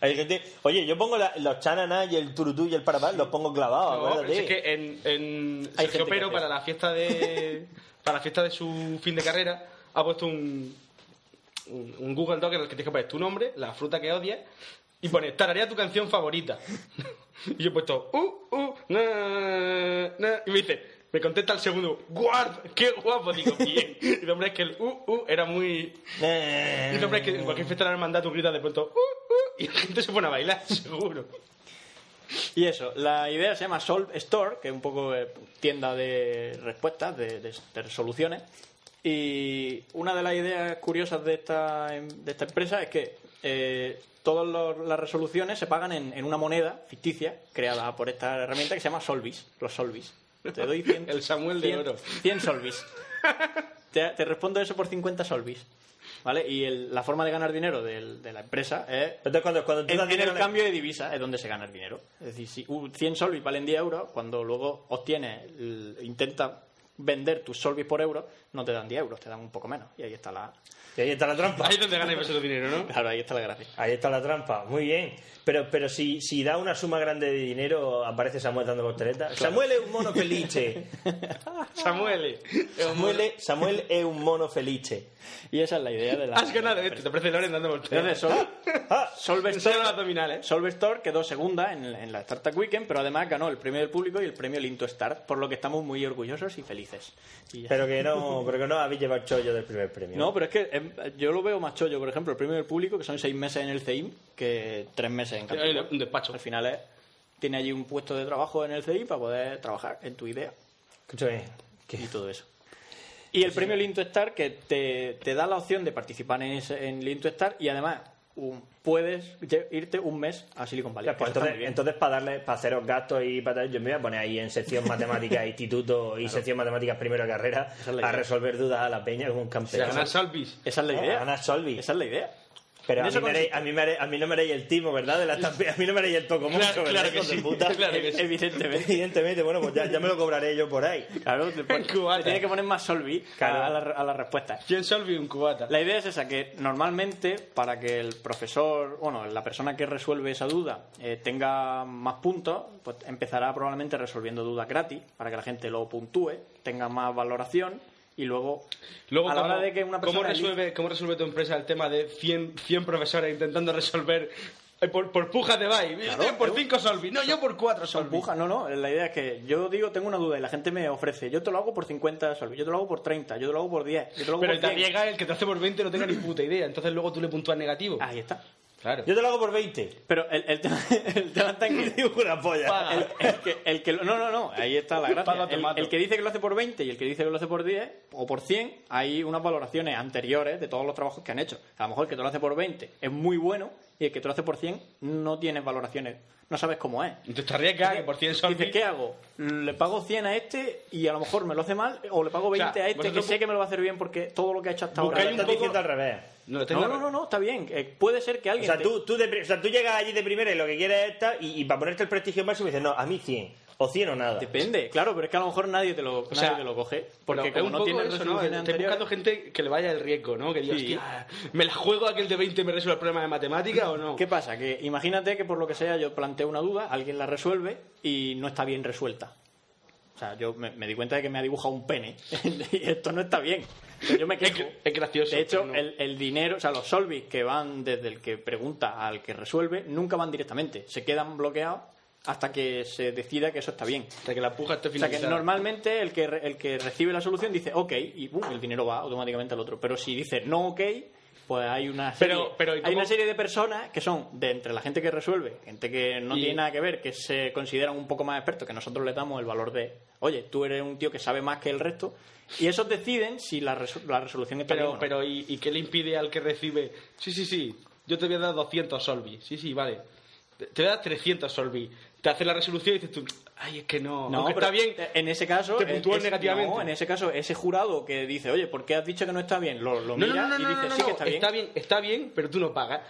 S6: Hay gente, oye, yo pongo la- los chananá y el turutú y el parapá, los pongo clavados,
S7: No, pero
S6: acuérdate.
S7: si es que en, en
S6: Hay gente
S7: Sergio
S6: que
S7: Pero
S6: hace
S7: para
S6: eso.
S7: la fiesta de para la fiesta de su fin de carrera ha puesto un un, un Google Doc en el que tienes que poner tu nombre, la fruta que odias y pones tararea tu canción favorita. <laughs> y yo he puesto uh uh na, na", y me dice me contesta el segundo, guard, qué guapo, digo, bien. Y el hombre es que el uh, uh era muy...
S6: Eh.
S7: Y el hombre es que en cualquier fiesta de la hermandad tú gritas de pronto, uh, uh, y la gente se pone a bailar, <laughs> seguro.
S8: Y eso, la idea se llama Solve Store, que es un poco eh, tienda de respuestas, de, de- de soluciones. Y una de las ideas curiosas de esta, em- de esta empresa es que eh, todas los- las resoluciones se pagan en, en una moneda ficticia creada por esta herramienta que se llama Solvis, los Solvis. Te doy
S7: <laughs>
S8: 100,
S7: El Samuel de oro.
S8: 100 Solvis. Te, te respondo eso por 50 Solvis. ¿Vale? Y el- la forma de ganar dinero del- de la empresa es
S6: Entonces, cuando, cuando tú
S8: en,
S6: das
S8: en
S6: dinero
S8: el
S6: a una-
S8: cambio de divisa es donde se gana el dinero. Es decir, si un 100 solvis valen 10 euros, cuando luego obtienes, el- intenta vender tus solvis por euros, no te dan 10 euros, te dan un poco menos. Y ahí está la,
S6: Y ahí está la trampa.
S7: Ahí es donde ganáis vosotros dinero, ¿no?
S8: claro, ahí está la gracia.
S6: Ahí está la trampa, muy bien. Pero, pero si, si da una suma grande de dinero, aparece Samuel dando costeletas. Samuel es un mono
S7: <laughs>
S6: felice.
S7: Samuel.
S6: Samuel, es- Samuel es un mono felice.
S8: Y esa es la idea de
S7: <laughs>
S8: la.
S7: Has ganado eh, esto. Te parece este Loren dando
S8: Entonces,
S7: volteretas.
S8: Sol-
S6: Ah,
S8: Solvestor,
S7: Enseña los abdominales.
S8: Solvestor quedó segunda en, en la Startup Weekend, pero además ganó el premio del público y el premio Linto Start, por lo que estamos muy orgullosos y felices. Y ya.
S6: pero que no, pero que no habéis llevado chollo del primer premio.
S8: No, pero es que eh, yo lo veo más chollo. Por ejemplo, el premio del público, que son seis meses en el CEIM, que tres meses en
S7: Eh,
S8: Cantabria.
S7: Un despacho.
S8: Al final es, tiene allí un puesto de trabajo en el CEIM para poder trabajar en tu idea
S6: Escúchame, que-
S8: y todo eso. Y el premio Linto Star, que te, te da la opción de participar en, ese, en Linto Star y además un- puedes lle- irte un mes a Silicon Valley.
S6: Pues
S8: Eso está
S6: entonces,
S8: muy bien.
S6: entonces para darle, para haceros gastos y para tal, yo me voy a poner ahí en
S8: <laughs>
S6: sección matemáticas e instituto y sección matemáticas primera carrera
S8: es la
S6: a
S8: idea.
S6: resolver dudas a la peña como un
S7: Si
S6: campeón.
S7: ganas Salvis.
S8: Esa es la
S6: Ah,
S8: idea.
S6: ganas Solvi.
S8: Esa es la idea.
S6: Pero
S8: En
S6: a mí,
S8: eso
S6: me haréis- a, mí me haréis- a mí no me haréis el timo, ¿verdad? De la estampe- a mí no me haréis el toco mucho,
S7: Claro,
S6: ¿verdad,
S7: claro que
S6: hijos de
S7: sí.
S6: puta?
S7: Claro que sí.
S8: Evidentemente.
S6: Evidentemente, bueno, pues ya, ya me lo cobraré yo por ahí.
S8: Claro, te, pon-
S7: Cubata.
S8: te tiene que poner más solvi
S6: Claro.
S8: a, la, a la respuesta.
S7: ¿Quién Salvis? Un cubata.
S8: La idea es esa, que normalmente para que el profesor, bueno, la persona que resuelve esa duda eh, tenga más puntos, pues empezará probablemente resolviendo dudas gratis para que la gente lo puntúe, tenga más valoración y luego,
S7: Luego,
S8: a la
S7: ¿cómo-
S8: hora de que una persona...
S7: ¿cómo
S8: elija-
S7: resuelve, ¿Cómo resuelve tu empresa el tema de 100, 100 profesores intentando resolver eh, por, por pujas de bye? Yo por 5 Solvis. No, yo por 4
S8: Son
S7: Solvis.
S8: pujas, no, no, la idea es que yo digo, tengo una duda y la gente me ofrece, yo te lo hago por 50 solvi, yo te lo hago por 30, yo te lo hago por 10, yo te lo hago
S7: Pero
S8: por
S7: te
S8: 100.
S7: llega el que te hace por 20 no tenga ni puta idea. Entonces luego tú le puntúas negativo.
S8: Ahí está.
S7: Claro.
S6: Yo te lo hago por 20. <laughs>
S8: Pero el, el tema, <laughs> el tema está en que
S6: Digo una polla.
S8: El, el que, el que lo- no, no, no, ahí está la gracia.
S7: Palo te
S8: El,
S7: mato.
S8: el que dice que lo hace por 20 y el que dice que lo hace por 10 o por 100, hay unas valoraciones anteriores de todos los trabajos que han hecho. A lo mejor el que te lo hace por 20 es muy bueno y el que te lo hace por 100 no tienes valoraciones, no sabes cómo es.
S7: Entonces te arriesgas que por 100 Solvis.
S8: Dices, ¿qué hago? ¿Le pago 100 a este y a lo mejor me lo hace mal? ¿O le pago
S7: sea,
S8: 20 a este que
S7: vosotros bu-
S8: sé que me lo va a hacer bien porque todo lo que ha hecho hasta ahora...
S6: Pero
S7: Buscáis
S6: lo
S7: un
S6: estás diciendo
S7: poco-
S6: al revés.
S7: No, lo tengo
S8: No,
S7: al
S8: no, no,
S7: revés.
S8: no, está bien. Eh, puede ser que
S6: O
S8: alguien...
S6: sea,
S8: te-
S6: tú, tú de pri- o sea, tú llegas allí de primera y lo que quieres es esta y, y para ponerte el prestigio máximo dices, no, a mí 100. O 100 o nada.
S8: Depende, claro, pero es que a lo mejor nadie te lo, nadie
S7: sea,
S8: te lo coge.
S7: Pero
S8: Porque
S7: es
S8: como
S7: un
S8: no
S7: poco
S8: tiene
S7: eso, ¿no?
S8: resoluciones
S7: Estoy
S8: anteriores-
S7: buscando gente que le vaya el riesgo, ¿no? Que diga,
S8: Sí.
S7: hostia, ¿me la juego a que el de 20 me resuelva el problema de matemática o no?
S8: ¿Qué pasa? Que imagínate que por lo que sea yo planteo una duda, alguien la resuelve y no está bien resuelta. O sea, yo me, me di cuenta de que me ha dibujado un pene. <laughs> y esto no está bien. Pero yo me quejo.
S7: <laughs> es gracioso,
S8: De hecho,
S7: pero no.
S8: el, el dinero, o sea, los solvis que van desde el que pregunta al que resuelve, nunca van directamente. Se quedan bloqueados hasta que se decida que eso está bien.
S7: Hasta que la puja esté
S8: O sea que
S7: finalizada.
S8: normalmente el que, re- el que recibe la solución dice ok y boom, el dinero va automáticamente al otro. Pero si dice no ok, pues hay una serie,
S7: Pero- pero, ¿y
S8: hay
S7: cómo?
S8: una serie de personas que son de entre la gente que resuelve, gente que no
S7: Y-
S8: tiene nada que ver, que se consideran un poco más expertos, que nosotros le damos el valor de oye, tú eres un tío que sabe más que el resto, y esos deciden si la, resu- la resolución está bien o
S7: Pero, pero
S8: no.
S7: ¿y, y qué le impide al que recibe? Sí, sí, sí, yo te voy a dar 200 solvi. Sí, sí, vale. Te te voy a dar 300 solvi. Te hace la resolución y dices tú, ay, es que no.
S8: No,
S7: Aunque
S8: pero eh,
S7: está bien.
S8: En ese caso,
S7: te puntúan
S8: es-
S7: negativamente.
S8: no, en ese caso, ese jurado que dice, oye, ¿por qué has dicho que no está bien? Lo, lo
S7: No, no,
S8: mira
S7: no, no,
S8: y
S7: no,
S8: dice,
S7: no,
S8: sí
S7: no,
S8: que está bien.
S7: está bien, está bien, pero tú no pagas.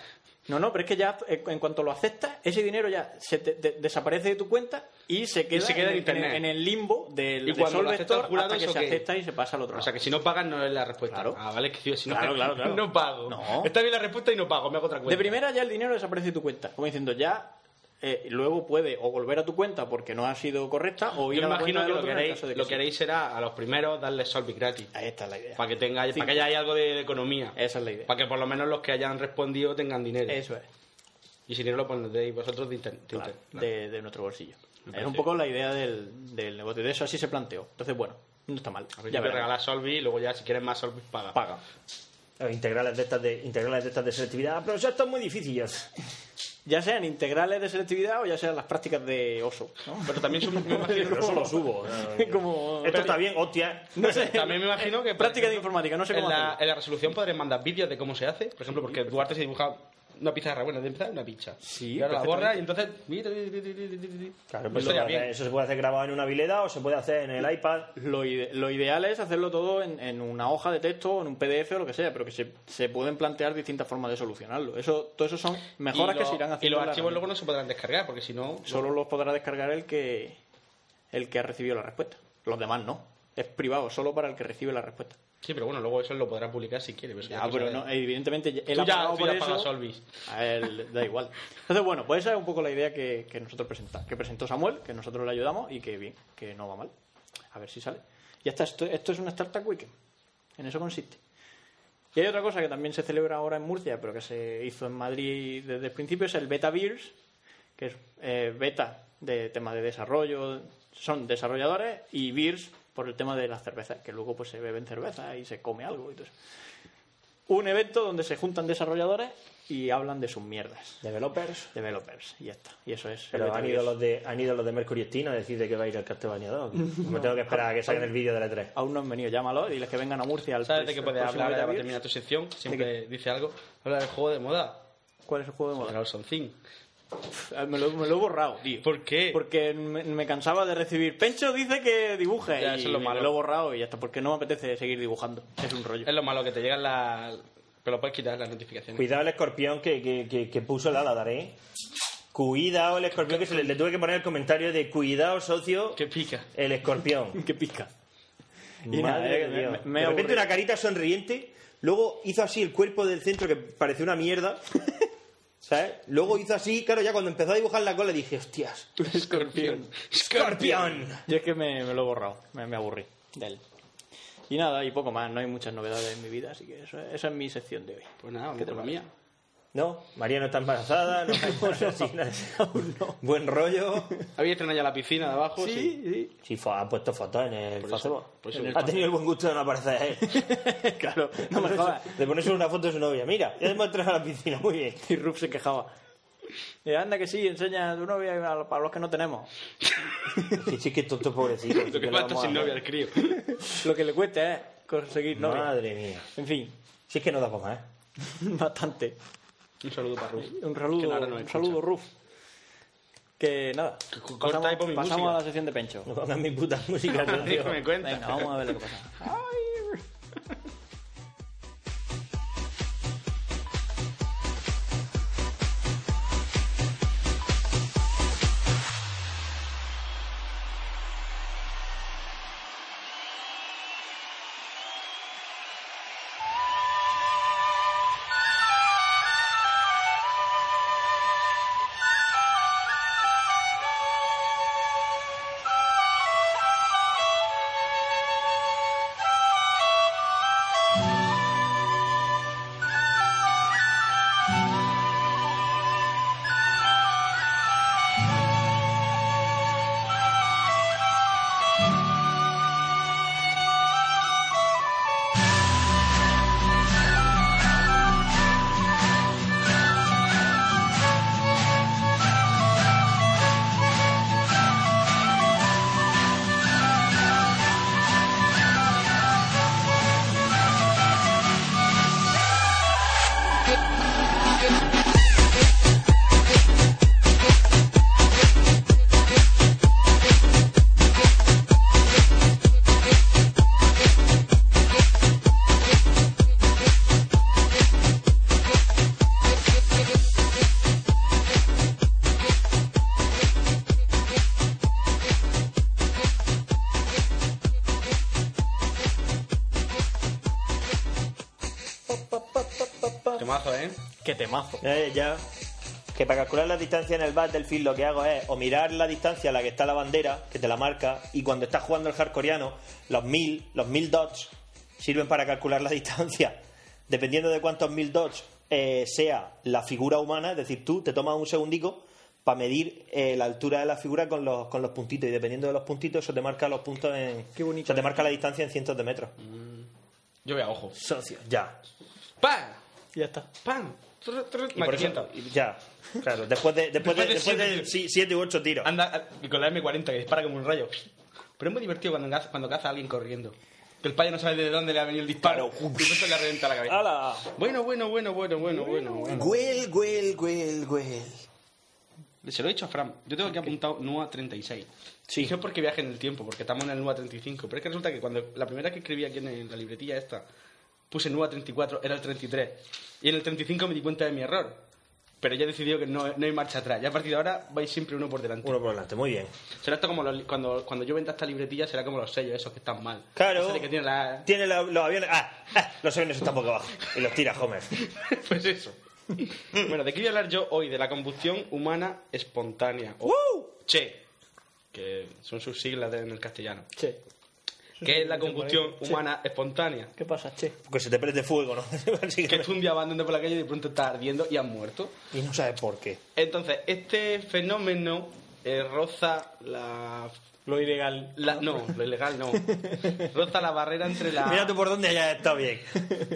S8: No, no, pero es que ya eh, en cuanto lo aceptas, ese dinero ya se te- de- desaparece de tu cuenta y se queda,
S7: se queda en
S8: el- el,
S7: internet.
S8: en el limbo del
S7: Y
S8: de
S7: cuando lo
S8: Solvestor
S7: acepta el jurado,
S8: hasta que
S7: ¿eso
S8: se
S7: qué?
S8: acepta y se pasa al otro
S7: O
S8: lado.
S7: sea, que si no pagas no es la respuesta.
S8: Claro.
S7: Ah, vale, que sí, si no
S8: Claro, claro, claro.
S7: no pago.
S8: No.
S7: Está bien la respuesta y no pago, me hago otra cuenta.
S8: de primera ya el dinero desaparece de tu cuenta, como diciendo ya eh, luego puede o volver a tu cuenta porque no ha sido correcta o ir
S7: Yo
S8: a la cuenta
S7: imagino que
S8: del
S7: lo
S8: otro
S7: que,
S8: en el
S7: haréis,
S8: caso de
S7: lo
S8: sí.
S7: que haréis será a los primeros darles solvi gratis.
S8: Ahí está la idea.
S7: Para que, tenga,
S8: Cinco.
S7: para que haya algo de, de economía.
S8: Esa es la idea.
S7: Para que por lo menos los que hayan respondido tengan dinero.
S8: Eso es.
S7: Y si no lo pondréis vosotros de internet.
S8: Claro, de, de nuestro bolsillo. Es
S7: parece.
S8: un poco la idea del, del negocio. De eso así se planteó. Entonces, bueno, no está mal.
S7: Ya
S8: Ya
S7: me
S8: verás.
S7: regalas Solvi y luego ya si quieres más Solvi paga.
S8: Paga.
S6: Eh, Integrales de estas de, integrales de estas de selectividad. Ah, pero eso está muy difícil.
S8: Ya sean integrales de selectividad o ya sean las prácticas de oso.
S7: <laughs>
S8: ¿no?
S7: Pero también
S8: <laughs>
S7: son- me imagino,
S6: Pero eso lo subo. <laughs>
S8: Como-
S6: Esto está bien, hostia.
S8: No sé.
S7: <laughs> también me imagino que por
S8: Práctica de
S7: ejemplo,
S8: informática, no sé cómo
S7: en la,
S8: hacerlo.
S7: en la resolución podré mandar vídeos de cómo se hace, por ejemplo, porque Duarte se dibuja una pizarra, bueno, de empezar una picha.
S8: Sí,
S7: y ahora la borra y
S8: perfectamente.
S7: entonces
S6: Claro, pues eso,
S7: Eso estaría bien.
S6: se puede hacer grabado en una vileda o se puede hacer en el iPad.
S8: Lo, ide- lo ideal es hacerlo todo en, en una hoja de texto, o en un PDF o lo que sea, pero que se, se pueden plantear distintas formas de solucionarlo. Eso, todo eso son mejoras
S7: Y
S8: que
S7: lo-
S8: se irán haciendo.
S7: Y
S8: en
S7: los
S8: la
S7: archivos luego
S8: herramienta.
S7: no se podrán descargar porque si no
S8: Solo los podrá descargar el que, el que ha recibido la respuesta. Los demás no. Es privado, solo para el que recibe la respuesta.
S7: Sí, pero bueno, luego eso lo podrá publicar si quiere, pero eso ya
S8: Ah,
S7: cosa
S8: pero
S7: de-
S8: no, evidentemente ya- él
S7: Tú
S8: ha
S7: ya-
S8: pagado
S7: tú
S8: por
S7: ya pagas
S8: eso.
S7: Solvis.
S8: A él da igual. Entonces, bueno, pues esa es un poco la idea que, que nosotros presentamos, que presentó Samuel, que nosotros le ayudamos y que bien, que no va mal. A ver si sale. Ya está, esto, esto es una startup weekend. En eso consiste. Y hay otra cosa que también se celebra ahora en Murcia, pero que se hizo en Madrid desde el principio, es el Beta Beers, que es eh, beta de temas de desarrollo, son desarrolladores, y beers por el tema de las cervezas, que luego pues se beben cerveza y se come algo y todo eso. Un evento donde se juntan desarrolladores y hablan de sus mierdas.
S6: Developers.
S8: Developers, y ya está. Y eso es. el
S6: Pero
S8: Beta
S6: han ido,
S8: Beers.
S6: los de, han ido los de Mercury Steam a decir de que va a ir al Castlevania 2. Me tengo que esperar a que saquen el vídeo E de la 3.
S8: Aún no han venido, llámalos y diles que vengan a Murcia al
S7: ¿Sabes
S8: pres-
S7: de qué
S8: al
S7: puedes
S8: pues, próximo
S7: hablar? Ahora
S8: Beta
S7: va a
S8: Beers.
S7: terminar tu sección. Siempre dice algo. Habla del juego de moda.
S8: ¿Cuál es el juego de moda?
S7: Sobre el Something.
S8: Eh, Me lo, me lo he borrado, tío.
S7: ¿Por qué?
S8: Porque me, me cansaba de recibir. Pencho dice que dibuje.
S7: Ya,
S8: y
S7: eso es lo
S8: me
S7: malo.
S8: lo he borrado y ya está. Porque no me apetece seguir dibujando. Es un rollo.
S7: Es lo malo que te llegan las. Pero puedes quitar las notificaciones.
S6: Cuidado el escorpión que, que, que, que puso el ala, ¿eh? Cuidado el escorpión que se le, le tuve que poner el comentario de cuidado, socio,
S7: Que
S8: <laughs>
S7: pica.
S6: el escorpión.
S8: Que pica.
S6: Madre
S8: Y nada, eh,
S6: de Dios.
S8: me- me
S6: de repente
S8: aburrí.
S6: una carita sonriente, luego hizo así el cuerpo del centro que pareció una
S8: <laughs>
S6: mierda. ¿Sabes? Luego hizo así, claro, ya cuando empezó a dibujar la cola dije, hostias,
S7: Escorpión.
S6: escorpión.
S8: Yo es que me, me lo he borrado. Me, me aburrí de él. Y nada, y poco más. No hay muchas novedades en mi vida. Así que eso, esa es mi sección de hoy.
S7: Pues nada, vamos con la mía.
S6: No, María no está embarazada, no
S8: <laughs>
S6: hay asesinas. Buen rollo.
S7: Había estrenado ya la piscina de abajo. pues Sí.
S6: Sí, fo- ha puesto fotos en el
S7: Por eso,
S6: Facebook.
S7: por eso.
S6: ha tenido el buen gusto de no aparecer él.
S8: <laughs> claro, no me jodas.
S6: De ponerse una foto de su novia. Mira, ya hemos entrado a la piscina, muy bien.
S8: Y Ruf se quejaba. Eh, anda que sí, enseña a tu novia y a- para los que no tenemos.
S6: Sí, sí, que tonto pobrecito.
S7: Lo que falta sin novia al crío.
S8: Lo que le cuesta es conseguir novia.
S6: Madre mía.
S8: En fin, <laughs>
S6: Si es que no da para más. ¿eh?
S8: bastante.
S7: <laughs> Un saludo para Ruf.
S8: Un saludo,
S7: Que ahora no
S8: un
S7: escucha.
S8: saludo, Ruf. Que nada,
S7: corta
S8: pasamos,
S7: ahí por mi
S8: pasamos
S7: música.
S8: a la sección de Pencho.
S6: No pongas mi
S8: <laughs>
S6: puta música, tío.
S7: Déjame cuenta.
S8: Venga, vamos a ver lo que pasa.
S6: Bueno,
S7: Temazo, ¿eh?
S8: Qué temazo.
S6: Eh, ya. Que para calcular la distancia en el Battlefield lo que hago es o mirar la distancia a la que está la bandera, que te la marca, y cuando estás jugando el hardcoreano, los mil, los mil dots sirven para calcular la <laughs> distancia. Dependiendo de cuántos mil dots eh, sea la figura humana, es decir, tú te tomas un segundico para medir eh, la altura de la figura con los, con los puntitos, y dependiendo de los puntitos, eso te marca los puntos en.
S8: Qué bonito.
S6: eso te marca la distancia en cientos de metros.
S7: Yo voy a ojo.
S6: Socio, ya.
S7: ¡Pam!
S8: Y ya está.
S7: ¡Pam! Tru, tru,
S6: Y por eso-
S7: maquinita.
S6: y- ya, claro. Después de, después de, después de sí, siete u ocho tiros.
S7: Anda a- y con la M40 que dispara como un rayo. Pero es muy divertido cuando caza, cuando caza a alguien corriendo. Que el payo no sabe de dónde le ha venido el disparo.
S6: Claro.
S7: Y eso le reventa la cabeza.
S6: ¡Hala!
S7: Bueno, bueno, bueno, bueno, bueno, bueno, bueno.
S6: Güel, güel, güel, güel.
S7: Se lo he dicho a Fran. Yo tengo aquí apuntado NUA 36.
S6: Sí.
S7: Dije porque viaje en el tiempo, porque estamos en el NUA 35. Pero es que resulta que cuando la primera que escribí aquí en el- la libretilla esta, puse NUA 34, era el 33. Y en el 35 me di cuenta de mi error. Pero ya he decidido que no, no hay marcha atrás. Ya a partir de ahora vais siempre uno por delante.
S6: Uno por delante, muy bien.
S7: Será esto como los li- cuando, cuando yo venda esta libretilla, será como los sellos esos que están mal.
S6: Claro.
S7: Ese de que tiene la...
S6: Tiene lo- los aviones. Ah, ah, los aviones están boca abajo. Y los tira Homer.
S7: <laughs> pues eso. bueno, de qué voy a hablar yo hoy, de la combustión humana espontánea. O
S6: Uh.
S7: Che. Que son sus siglas de- en el castellano.
S8: Che.
S7: Que es la combustión humana espontánea.
S8: ¿Qué pasa, che?
S6: Porque se te prende fuego, ¿no? <laughs> Así
S7: Que
S6: que-
S7: tú un día vas andando por la calle y de pronto está ardiendo y has muerto.
S6: y no sabes por qué.
S7: Entonces, este fenómeno eh, roza la...
S8: Lo ilegal.
S7: la- no, lo
S6: <laughs>
S7: ilegal no. Roza la barrera entre la...
S6: Mira tú por dónde ya está bien.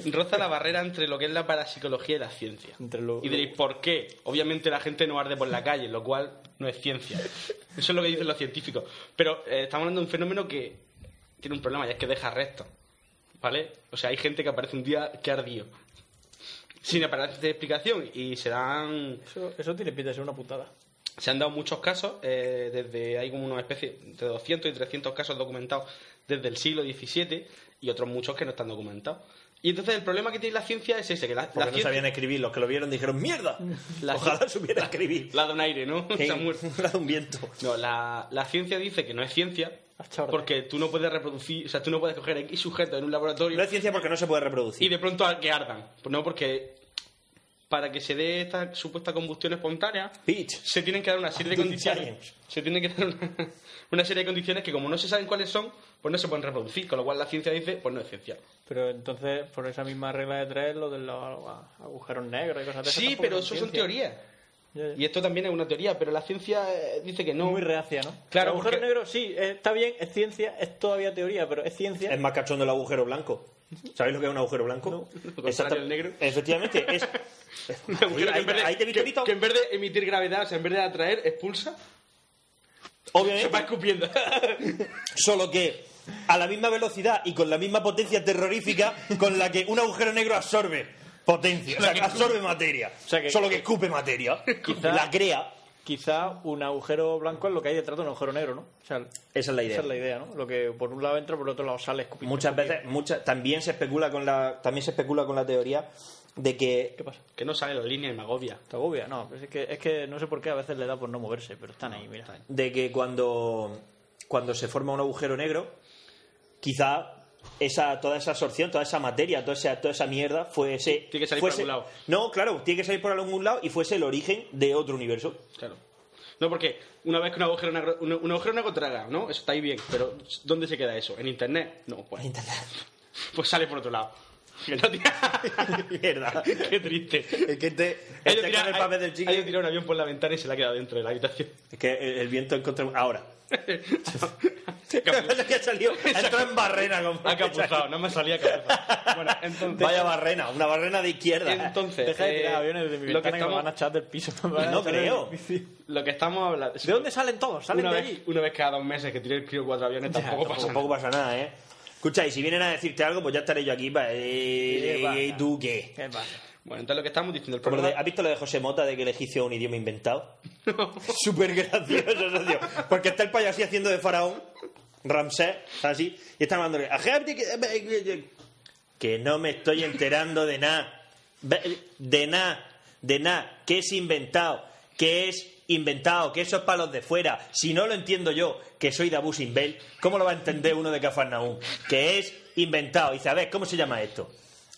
S7: <laughs> roza la barrera entre lo que es la parapsicología y la ciencia.
S8: Entre lo-
S7: y diréis, ¿por qué? Obviamente la gente no arde por la calle, lo cual no es ciencia. Eso es lo que dicen los científicos. Pero eh, estamos hablando de un fenómeno que tiene un problema, y es que deja restos. ¿Vale? O sea, hay gente que aparece un día que ha ardido. Sin aparente explicación. Y se dan
S8: Eso, eso tiene pinta de ser una putada.
S7: se han dado muchos casos, eh, desde hay como una especie de 200 y 300 casos documentados desde el siglo XVII y otros muchos que no están documentados. Y entonces el problema que tiene la ciencia es ese, que la, la
S6: Porque no
S7: ciencia...
S6: sabían escribir. Los que lo vieron dijeron: ¡Mierda! Ojalá supiera escribir.
S7: <laughs> <laughs> La de un aire, ¿no?
S6: Sí,
S7: Se ha muerto.
S6: la de <laughs> un viento.
S7: No, la, la ciencia dice que no es ciencia
S8: Las chorras.
S7: porque tú no puedes reproducir, o sea, tú no puedes coger X sujeto en un laboratorio
S6: No es ciencia porque no se puede
S7: y
S6: reproducir.
S7: de pronto a- que ardan. Pues No, porque para que se dé esta supuesta combustión espontánea,
S6: Bitch.
S7: se tienen que dar una serie de
S6: Doing
S7: condiciones.
S6: science.
S7: Se tienen que dar una, <laughs> una serie de condiciones que como no se saben cuáles son, pues no se pueden reproducir, con lo cual la ciencia dice, pues no es ciencia.
S8: Pero entonces, por esa misma regla de tres, lo de los agujeros negros y cosas de esas
S7: Sí,
S8: tampoco
S7: pero eso son
S8: ciencia.
S7: teorías.
S8: Ya, ya.
S7: Y esto también es una teoría, pero la ciencia eh, dice que no. <laughs>
S8: muy reacia, ¿no?
S7: Claro,
S8: El agujero
S7: porque-
S8: negro sí, eh, está bien, es ciencia, es todavía teoría, pero es ciencia.
S6: Es más cachondo el agujero blanco. ¿Sabéis lo que es un agujero blanco?
S7: contrario
S6: Exacta-
S7: al negro.
S6: Efectivamente, es.
S7: Que en
S6: ahí,
S7: vez de-
S6: ahí te he visto,
S7: que-
S6: Vito.
S7: que en vez de emitir gravedad, o sea, en vez de atraer, expulsa, se va
S6: Obviamente,
S7: escupiendo. <laughs>
S6: solo que a la misma velocidad y con la misma potencia terrorífica con la que un agujero negro absorbe potencia, o sea, que absorbe materia.
S8: sea, que-
S6: solo que escupe materia,
S8: Quizá-
S6: la crea.
S8: Quizá un agujero blanco es lo que hay detrás de un agujero negro, ¿no? O sea,
S6: Esa es la idea.
S8: esa es la idea, ¿no? Lo que por un lado entra, por el otro lado sale escupiendo.
S6: Muchas veces, muchas, también se especula con la, también se especula con la teoría de que
S8: ¿Qué pasa?
S7: que no sale la línea de Magovia.
S8: ¿Te agobia? No, pues es que, es que no sé por qué a veces le da por no moverse, pero están ahí, mira.
S6: de que cuando, cuando se forma un agujero negro, quizá esa, toda esa absorción, toda esa materia, toda esa, toda esa mierda fuese...
S7: Tiene que salir
S6: fuese-
S7: por algún lado.
S6: No, claro, tiene que salir por algún lado y fuese el origen de otro universo.
S7: Claro. No, porque una vez que un agujero negro, un, un agujero negro traga, ¿no? Eso está ahí bien, pero ¿dónde se queda eso? ¿En internet? No, pues, pues sale por otro lado. Que no tira-
S6: <laughs> mierda.
S7: <laughs> Qué triste.
S6: Es que te, te
S7: Hay
S6: coge Este el papel del chicle.
S7: tirado un avión por la ventana y se la ha quedado dentro de la habitación. <laughs>
S6: Es que el, el viento encontró... Ahora.
S7: Ha
S6: <laughs> Lo que
S7: capu-
S6: pasa es que ha
S7: <laughs>
S6: salido... Entró en barrena. como-
S7: Ha capuzado, no me salía capuzado. Bueno,
S6: <laughs>
S7: entonces...
S6: Vaya barrena, una barrena de izquierda.
S7: Entonces,
S8: Deja de tirar
S7: eh,
S8: aviones de mi
S7: lo que
S8: ventana que me
S7: estamos-
S8: van a echar del piso. <laughs> me van a
S6: No
S8: echar del
S6: creo.
S8: edificio.
S7: Lo que estamos hablando...
S8: ¿De dónde salen todos? Salen
S7: una
S8: de
S7: vez,
S8: allí.
S7: Una vez cada dos meses que tire el crío cuatro aviones tampoco pasa
S6: Tampoco pasa nada, ¿eh? Escucha, y si vienen a decirte algo, pues ya estaré yo aquí para... Eh,
S8: pasa?
S6: ¿Tú qué?
S8: ¿Qué pasa?
S7: nada. Bueno, entonces lo que estamos diciendo... El
S6: Como lo
S7: problema...
S6: de- ¿Has visto lo de José Mota de que el egipcio es un idioma inventado? Súper gracioso, socio. Porque está el payo así haciendo de faraón, Ramsés, así, y está hablando eh, que no me estoy enterando de nada. Ve- De nada, de nada. ¿Qué es inventado? ¿Qué es inventado? ¿Qué esos palos de fuera? Si no lo entiendo yo, que soy de Abu Simbel, ¿cómo lo va a entender uno de Cafarnaúm? Que es inventado. Y dice, a ver, ¿cómo se llama esto?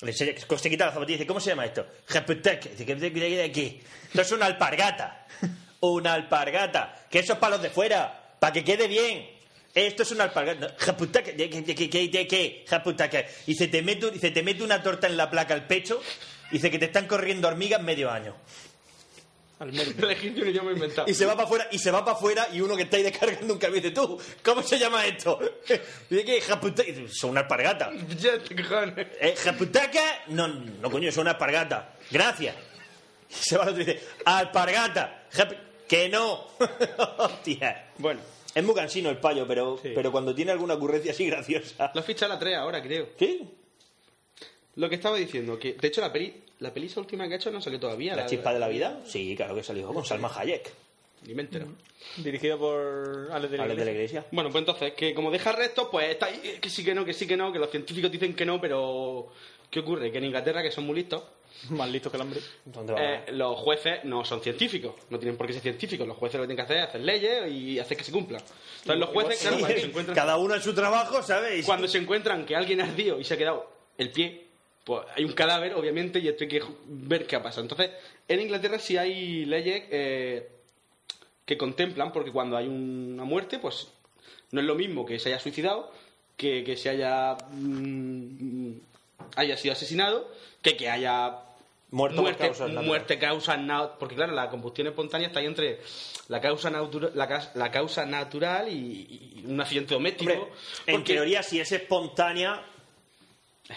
S6: Le enseña- se quita la zapatilla y dice, ¿cómo se llama esto? Japutec. Dice, ¿qué- qué- qué- qué? Esto es una alpargata. Una alpargata. Que esos palos de fuera, para que quede bien. Esto es una alpargata. Japutec. ¿Qué- qué- qué- qué- qué- qué? Japutec. Y se te mete, un- y se te mete una torta en la placa al pecho y dice que te están corriendo hormigas medio año.
S7: <laughs> Elegiste un idioma inventado. <laughs>
S6: Y se va para afuera, y se va para afuera, y uno que está ahí descargando un camión dice, tú, ¿cómo se llama esto? <laughs> Y dice, que japutec. Y dice, Son una alpargata.
S7: Ya, cojones.
S6: Eh, japutaca, no, no coño, es una alpargata. Gracias. Y se va el otro y dice, alpargata. jap- que no. <laughs> Hostia.
S8: Bueno,
S6: Es muy cansino el payo, pero,
S8: Sí.
S6: pero cuando tiene alguna ocurrencia así graciosa.
S7: Lo has fichado a la 3 ahora, creo.
S6: ¿Sí?
S7: Lo que estaba diciendo, que de hecho la peli, la peli esa última que ha hecho no salió todavía.
S6: La chispa de la vida. Sí, claro que salió con Salma Hayek.
S7: Ni me entero.
S8: dirigido por Alex de la
S6: Hables de la
S8: Iglesia.
S6: iglesia.
S7: Bueno, pues entonces, que como deja restos, pues está ahí, eh, que sí que no, que sí que no, que los científicos dicen que no, pero ¿qué ocurre? Que en Inglaterra, que son muy listos,
S8: Más listo que el hambre.
S6: ¿Dónde va?
S7: eh, los jueces no son científicos, no tienen por qué ser científicos, los jueces lo que tienen que hacer es hacer leyes y hacer que se cumplan. Entonces los jueces,
S6: <laughs>
S7: claro, cuando se encuentran...
S6: Cada uno en su trabajo, ¿sabéis?
S7: cuando se encuentran que alguien ha ardido y se ha quedado el pie, pues hay un cadáver, obviamente, y esto hay que ju- ver qué ha pasado. Entonces, en Inglaterra sí hay leyes eh, que contemplan, porque cuando hay un- una muerte, pues no es lo mismo que se haya suicidado, que, que se haya, mm, haya sido asesinado, que que haya
S6: Muerto por
S7: muerte,
S6: causas naturales.
S7: muerte causa nat- porque claro, la combustión espontánea está ahí entre la causa, natura- la, ca- la causa natural y, y un accidente doméstico.
S6: Hombre, en
S7: porque-
S6: teoría, si es espontánea,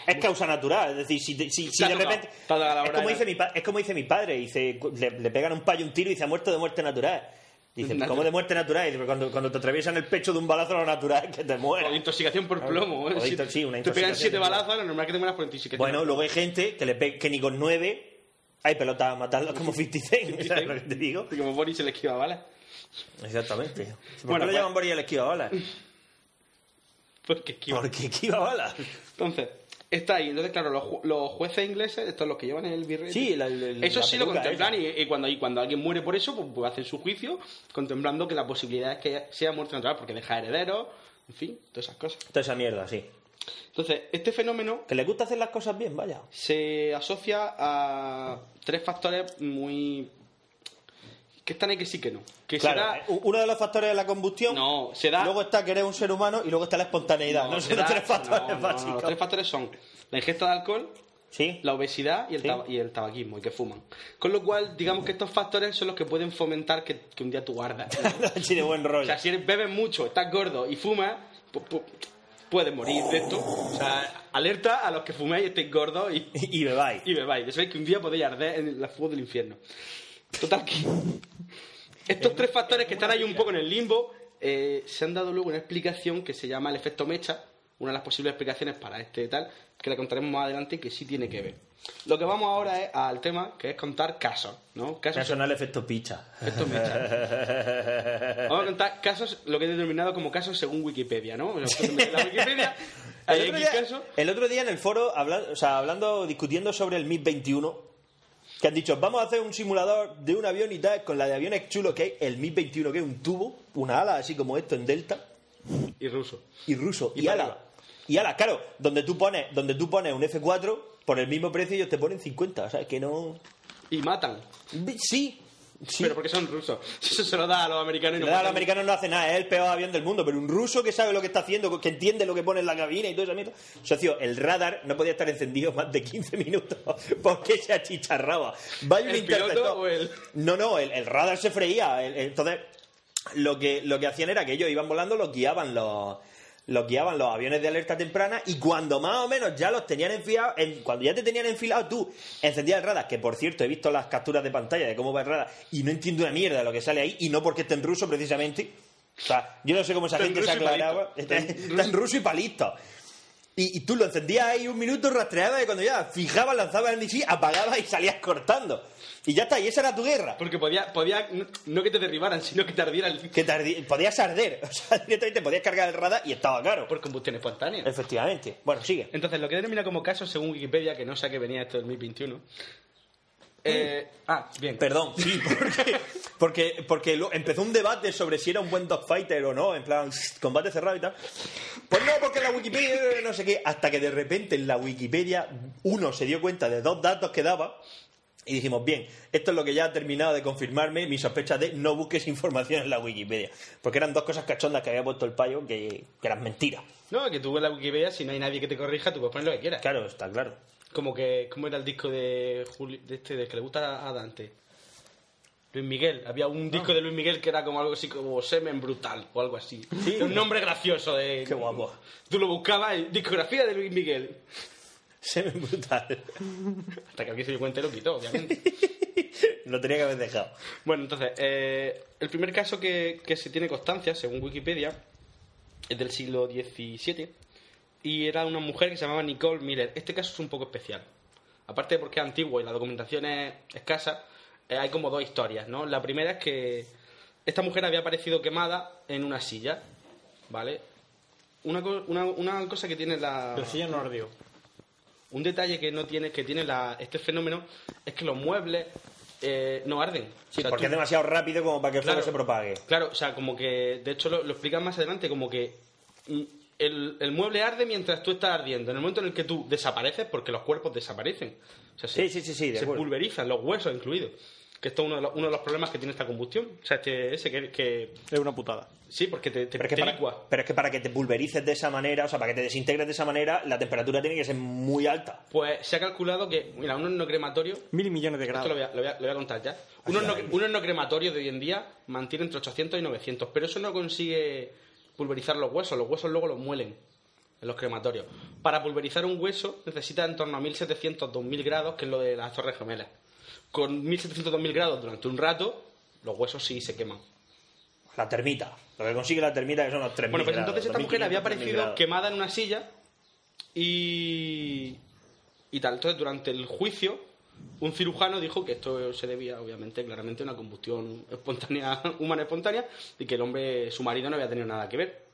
S6: es causa natural. Es decir, si, si- si
S7: ha
S6: de
S7: tocado.
S6: repente.
S7: Te ha tocado la
S6: Es
S7: hora
S6: como,
S7: de
S6: dice mi pa- es como dice mi padre: dice, cu- le, le pegan un payo un tiro y dice, ha muerto de muerte natural. Dice, "Pues,
S7: Natural. <laughs>
S6: ¿cómo de muerte natural? Y dice, cuando, cuando te atraviesan el pecho de un balazo, lo natural es que te
S7: O de
S6: mueres.
S7: intoxicación por
S6: Claro.
S7: plomo.
S6: O
S7: ¿eh?
S6: de
S7: Si
S6: into- sí, una
S7: Te pegan
S6: intoxicación
S7: siete
S6: de
S7: balazos, lo normal es que te mueras por intoxicación.
S6: Bueno, luego hay gente que, le pe- que ni con nueve hay pelotas a matarlas como 50 Cent, <laughs> ¿sabes lo que te digo?
S7: Y como Boris se le esquiva balas.
S6: Exactamente. ¿Por
S7: Bueno,
S6: qué
S7: pues-
S6: le llaman Boris el <laughs> esquivabalas?
S7: Porque esquiva.
S6: Porque esquivabalas.
S7: Entonces, está ahí. Entonces, claro, los, ju- los jueces ingleses, estos los que llevan el virrey.
S6: Sí, la- la- la
S7: eso sí lo
S6: peluca
S7: contemplan
S6: esa.
S7: y, y cuando, y cuando alguien muere por eso, pues, pues hacen su juicio contemplando que la posibilidad es que sea muerte natural porque deja herederos, en fin, todas esas cosas.
S6: Toda esa mierda, sí.
S7: Entonces, este fenómeno
S6: Que les gusta hacer las cosas bien, vaya.
S7: se asocia a tres factores muy... que están ahí que sí que no. Que
S6: Claro,
S7: será...
S6: eh, u- uno de los factores de la combustión.
S7: No, se da-
S6: Luego está que eres un ser humano y luego está la espontaneidad. No, son
S7: será-
S6: los tres factores
S7: no, no, no,
S6: básicos.
S7: los tres factores son la ingesta de alcohol,
S6: Sí. <laughs>
S7: la obesidad y el,
S6: Sí.
S7: taba- y el tabaquismo, y que fuman. Con lo cual, digamos que estos factores son los que pueden fomentar que, que un día tú guardas.
S6: Así de buen
S7: o
S6: rollo.
S7: sea, si eres- bebes mucho, estás gordo y fumas, pu- pu- puedes morir de esto. O sea, alerta a los que fumáis y estéis gordos y,
S6: Y bebáis.
S7: y bebáis. Que sabéis que un día podéis arder en la fuego del infierno. Total que... Estos tres factores que están ahí un poco en el limbo eh, se han dado luego una explicación que se llama el efecto mecha, una de las posibles explicaciones para este tal, que la contaremos más adelante y que sí tiene que ver. Lo que vamos ahora es al tema que es contar casos, ¿no?
S6: Me
S7: Casos
S6: suena el efecto picha.
S7: Efecto mecha. Vamos a contar casos, lo que he denominado como casos según Wikipedia, ¿no? O sea,
S6: <laughs>
S7: la Wikipedia, hay
S6: El otro,
S7: X
S6: día,
S7: casos.
S6: el otro día en el foro, habla- o sea, hablando, discutiendo sobre el MIG 21, que han dicho, vamos a hacer un simulador de un avión y tal, con la de aviones chulo que hay, el MIG 21, que es un tubo, una ala así como esto en Delta,
S7: Y ruso.
S6: y ruso,
S7: Y
S6: y,
S7: para
S6: ala.
S7: arriba.
S6: Y ala, claro, donde tú pones, donde tú pones un F4, por el mismo precio ellos te ponen 50, o sea, que no...
S7: Y matan.
S6: Sí, sí.
S7: Pero porque son rusos. <laughs> Eso se lo da a los americanos y
S6: La
S7: no
S6: verdad, los
S7: matan.
S6: americanos no hacen nada, es el peor avión del mundo, pero un ruso que sabe lo que está haciendo, que entiende lo que pone en la cabina y todo eso mierda. Socio, el radar no podía estar encendido más de 15 minutos <laughs> porque se achicharraba. Vaya un
S7: ¿El piloto
S6: interceptor.
S7: o el-
S6: No, no, el, el radar se freía. el- el- entonces, lo que, lo que hacían era que ellos iban volando, los guiaban los, los guiaban los aviones de alerta temprana y cuando más o menos ya los tenían enfilados, en- cuando ya te tenían enfilado, tú encendías el radar, que por cierto he visto las capturas de pantalla de cómo va el radar y no entiendo una mierda lo que sale ahí y no porque esté en ruso precisamente. O sea, yo no sé cómo esa
S7: Está en
S6: gente se
S7: ruso y
S6: aclaraba.
S7: palito.
S6: Está,
S7: Está en
S6: está en ruso y palito. Y, y tú lo encendías ahí un minuto, rastreabas y cuando ya fijabas, lanzabas el misil, apagabas y salías cortando. Y ya está, y esa era tu guerra.
S7: Porque podía, podía no, no que te derribaran, sino que te ardieran
S6: Que te ardi- podías arder, <laughs> o sea, directamente podías cargar el radar y estaba caro.
S7: <laughs> por combustión espontánea.
S6: Efectivamente. Eh, Bueno, sigue.
S7: Entonces, lo que denomina como casos según Wikipedia, que no
S6: Mm.
S7: sé a qué venía esto del 2021. Eh, ah, bien.
S6: Perdón, sí, <laughs> porque Porque, porque lo- empezó un debate sobre si era un buen dogfighter o no, en plan, combate cerrado y tal. Pues no, porque la Wikipedia, eh, no sé qué, hasta que de repente en la Wikipedia uno se dio cuenta de dos datos que daba. Y dijimos, bien, esto es lo que ya ha terminado de confirmarme mi sospecha de no busques información en la Wikipedia. Porque eran dos cosas cachondas que había puesto el payo que, que eran mentiras.
S7: No, que tú en la Wikipedia, si no hay nadie que te corrija, tú puedes poner lo que quieras.
S6: Claro, está claro.
S7: Como que, ¿cómo era el disco de Julio, de este, de que le gusta a, a Dante? Luis Miguel. Había un disco
S6: Ah.
S7: de Luis Miguel que era como algo así como Semen Brutal o algo así.
S6: Sí.
S7: Un nombre gracioso de...
S6: Qué guapo.
S7: Tú lo buscabas, y, discografía de Luis Miguel.
S6: Se me brutal.
S7: Hasta que alguien se dio cuenta y lo quitó, obviamente.
S6: lo tenía que haber dejado.
S7: Bueno, entonces, eh, el primer caso que, que se tiene constancia, según Wikipedia, es del siglo XVII y era una mujer que se llamaba Nicole Miller. Este caso es un poco especial. Aparte de porque es antiguo y la documentación es escasa, eh, hay como dos historias, ¿no? La primera es que esta mujer había aparecido quemada en una silla, ¿vale? Una, co- una- una cosa que tiene la...
S8: Decía Nordio.
S7: Un detalle que no tiene, que tiene la, este fenómeno es que los muebles eh, no arden. O sea,
S6: porque
S7: tú-
S6: es demasiado rápido como para que el fuego se propague.
S7: Claro, o sea, como que, de hecho lo, lo explican más adelante, como que mm, el, el mueble arde mientras tú estás ardiendo. En el momento en el que tú desapareces, porque los cuerpos desaparecen. O sea, se-
S6: Sí, sí, sí, sí, de
S7: se
S6: acuerdo.
S7: pulverizan, los huesos incluidos. Que esto es uno de los, uno de los problemas que tiene esta combustión. O sea, este, ese que, que-
S8: Es una putada.
S7: Sí, porque te, te,
S6: Pero es, que
S7: te
S6: para,
S7: licua.
S6: pero es que para que te pulverices de esa manera, o sea, para que te desintegres de esa manera, la temperatura tiene que ser muy alta.
S7: Pues se ha calculado que, mira, un horno crematorio
S8: Mil millones de
S7: Esto lo
S8: grados.
S7: voy a, lo voy a- lo voy a contar ya. Unos no, unos no crematorios de hoy en día mantienen entre 800 y 900, pero eso no consigue pulverizar los huesos. Los huesos luego los muelen en los crematorios. Para pulverizar un hueso necesita en torno a 1700, 2000 grados, que es lo de las torres gemelas. Con 1700, 2000 grados durante un rato, los huesos sí se queman.
S6: La termita. Lo que consigue la termita que son los 3.000
S7: Bueno, pues
S6: grados,
S7: entonces esta mujer
S6: 2.500,
S7: había
S6: 3.000
S7: aparecido
S6: grados.
S7: quemada en una silla y, y tal. Entonces, durante el juicio, un cirujano dijo que esto se debía, obviamente, claramente a una combustión espontánea, <laughs> humana espontánea, y que el hombre, su marido, no había tenido nada que ver.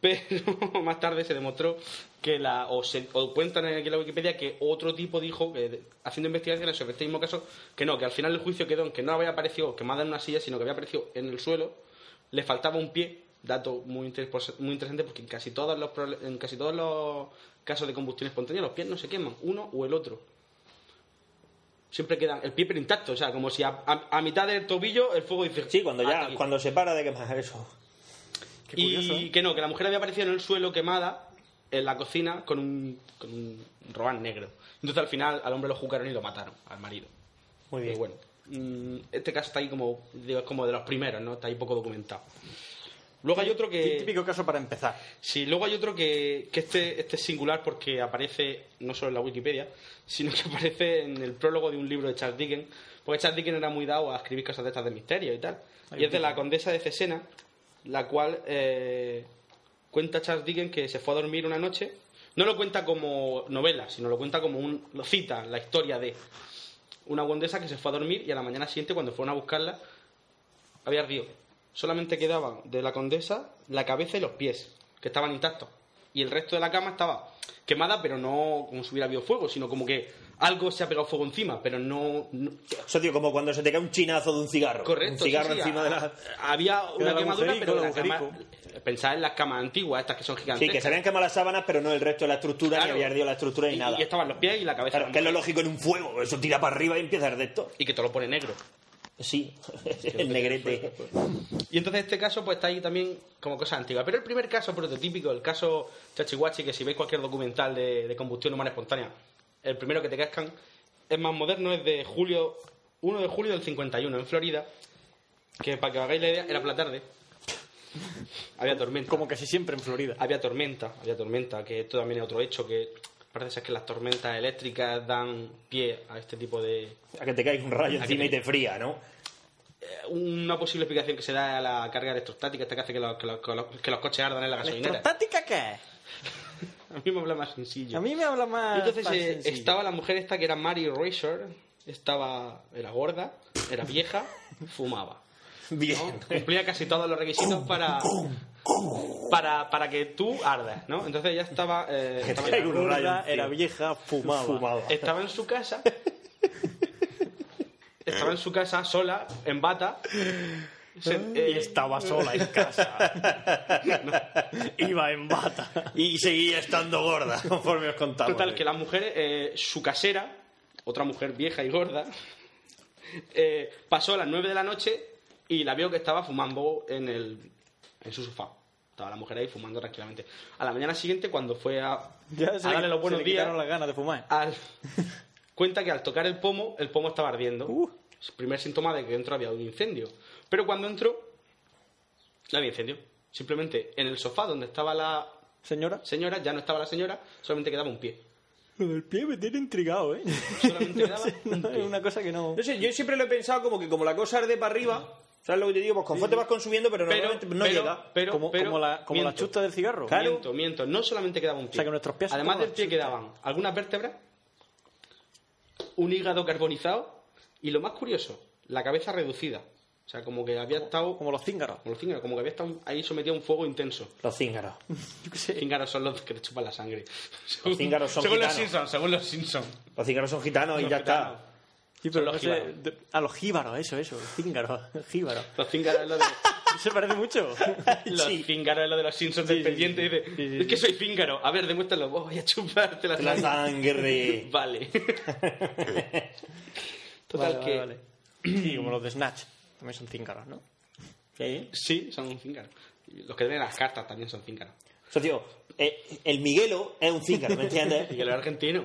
S7: Pero <laughs> más tarde se demostró que la. O, se- o cuentan aquí en la Wikipedia que otro tipo dijo, que, haciendo investigaciones sobre este mismo caso, que no, que al final el juicio quedó en que no había aparecido quemada en una silla, sino que había aparecido en el suelo, le faltaba un pie, dato muy, inter- muy interesante porque en casi, todos los, prole- en casi todos los casos de combustión espontánea los pies no se queman, uno o el otro. Siempre quedan el pie pero intacto, o sea, como si a, a- a mitad del tobillo el fuego dice.
S6: Sí, cuando
S7: "Hasta
S6: ya,
S7: aquí".
S6: cuando se para de quemar eso. ¿eh?
S7: Y que no, que la mujer había aparecido en el suelo quemada en la cocina con un, con un roán negro. Entonces al final al hombre lo juzgaron y lo mataron, al marido.
S6: Muy bien.
S7: Pero bueno, mm, este caso está ahí como de, como de los primeros, ¿no? Está ahí poco documentado. Luego hay otro que...
S8: Típico caso para empezar.
S7: Sí, luego hay otro que, que este, este es singular porque aparece no solo en la Wikipedia, sino que <laughs> aparece en el prólogo de un libro de Charles Dickens, porque Charles Dickens era muy dado a escribir cosas de estas de misterio y tal. Y es de la condesa de Cesena, la cual eh, cuenta Charles Dickens que se fue a dormir una noche. No lo cuenta como novela, sino lo cuenta como un... lo cita, la historia de una condesa que se fue a dormir y a la mañana siguiente cuando fueron a buscarla había ardido. Solamente quedaban de la condesa la cabeza y los pies, que estaban intactos. Y el resto de la cama estaba quemada, pero no como si hubiera habido fuego, sino como que algo se ha pegado fuego encima, pero no... no-
S6: Eso, tío, como cuando se te cae un chinazo de un cigarro.
S7: Correcto.
S6: Un
S7: sí,
S6: cigarro
S7: sí,
S6: encima
S7: a-
S6: de la.
S7: Había una
S8: el
S7: quemadura,
S8: agujerico,
S7: pero
S8: el
S7: la cama-
S8: agujerico.
S7: Pensad en las camas antiguas, estas que son
S6: Sí,
S7: gigantescas.
S6: que se habían quemado las sábanas, pero no el resto de la estructura,
S7: Claro.
S6: ni había ardido la estructura ni
S7: Y-
S6: nada.
S7: Y estaban los pies y la cabeza.
S6: Claro, que es lo lógico en un fuego. Eso tira para arriba y empieza a arder esto.
S7: Y que te lo pone negro.
S6: Sí, <laughs> el negrete.
S7: Y entonces este caso pues está ahí también como cosa antigua. Pero el primer caso prototípico, el caso Chachihuachi, que si veis cualquier documental de, de combustión humana espontánea, el primero que te cascan es más moderno, es de julio, 1 de julio del 51 en Florida, que para que os hagáis la idea, era por la tarde. Había tormenta.
S8: Como casi siempre en Florida.
S7: Había tormenta, había tormenta, que esto también es otro hecho que parece ser que las tormentas eléctricas dan pie a este tipo de,
S6: A que te caiga un rayo
S7: que
S6: encima
S7: te-
S6: y te fría, ¿no?
S7: una posible explicación que se da a la carga electrostática, esta que hace que los, que los- que los- que los coches ardan en la gasolinera.
S8: ¿Electrostática qué?
S7: A mí me habla más sencillo.
S8: A mí me habla
S7: Y
S8: más.
S7: entonces
S8: más
S7: eh,
S8: sencillo.
S7: estaba la mujer esta que era Mary Razor, estaba, era gorda, era vieja, <laughs> fumaba.
S6: Bien.
S7: ¿no? Cumplía casi todos los requisitos para, para, para que tú ardas, ¿no? Entonces ella estaba,
S6: <laughs>
S7: eh,
S6: Que te
S7: estaba,
S6: caiga un
S8: Gorda,
S6: rayo.
S8: era
S6: encima.
S7: Eh,
S8: vieja, fumaba.
S6: Fumaba.
S7: estaba en su casa. estaba en su casa sola, en bata. se-
S11: Y
S7: eh,
S11: estaba sola en
S7: <laughs>
S11: casa. Iba en bata.
S6: Y seguía estando gorda, <laughs> conforme os contaba.
S7: Total, que las mujeres, eh, su casera, otra mujer vieja y gorda, eh, pasó a las 9 de la noche y la vio que estaba fumando en, el, en su sofá. Estaba la mujer ahí fumando tranquilamente. A la mañana siguiente, cuando fue a,
S8: Ya se,
S7: a darle Ah, los
S8: se
S7: buenos
S8: le
S7: días,
S8: quitaron las ganas de fumar.
S7: al- <laughs> cuenta que al tocar el pomo, el pomo estaba ardiendo.
S8: Uh.
S7: Es el primer síntoma de que dentro había un incendio. Pero cuando entró, no había incendio. Simplemente en el sofá donde estaba la
S8: Señora,
S7: señora, ya no estaba la señora, solamente quedaba un pie.
S8: lo del pie me tiene intrigado, ¿eh? <laughs>
S7: Solamente quedaba un
S8: No,
S7: pie.
S8: es una cosa que no...
S6: No sé, yo siempre lo he pensado como que como la cosa arde para arriba, ¿sabes lo que te digo? Pues conforme te vas consumiendo, pero,
S7: pero,
S6: normalmente no
S7: pero-
S6: llega.
S7: pero-
S8: como,
S7: pero-
S8: como la, como la
S7: miento.
S8: chusta del cigarro.
S6: Claro.
S7: Miento, miento. No solamente quedaba un pie.
S8: O sea, que nuestros pies son
S7: Además
S8: como
S7: del pie quedaban algunas vértebras, un hígado carbonizado y lo más curioso, la cabeza reducida. O sea, como que había estado...
S8: Como los cíngaros.
S7: Como los cíngaros, como que había estado ahí sometido a un fuego intenso.
S6: Los cíngaros.
S8: Yo qué sé.
S7: Cíngaros son los que te chupan la sangre.
S6: Los cíngaros son
S7: Según los
S6: gitanos.
S7: Simpsons, según los Simpsons.
S6: Los cíngaros son gitanos y ya
S7: gitanos.
S6: está.
S8: Sí, pero
S7: los
S8: no sé,
S7: jíbaros.
S8: de- a los jíbaros, eso, eso. Cíngaros,
S7: <laughs>
S8: jíbaros.
S7: Los cíngaros es lo de...
S8: Se parece mucho.
S7: Los cíngaros es lo de los Simpsons del pendiente. y dice,
S8: Sí, sí,
S7: es que soy cíngaro. A ver, demuéstralo. Vos voy a chuparte la
S6: La
S7: sangre.
S6: sangre.
S7: <laughs>
S8: <laughs>
S7: Vale. Total
S8: Vale, vale,
S7: que...
S8: vale. Sí, como los de Snatch. También son cíngaros, ¿no?
S6: Sí.
S7: Sí, son un cíngaro. Y Los que tienen las cartas también son
S8: <laughs>
S7: cíngaros.
S6: Socio, eh, el Miguelo es un cíngaro, ¿me
S7: Y
S6: entiendes?
S7: que lo argentino.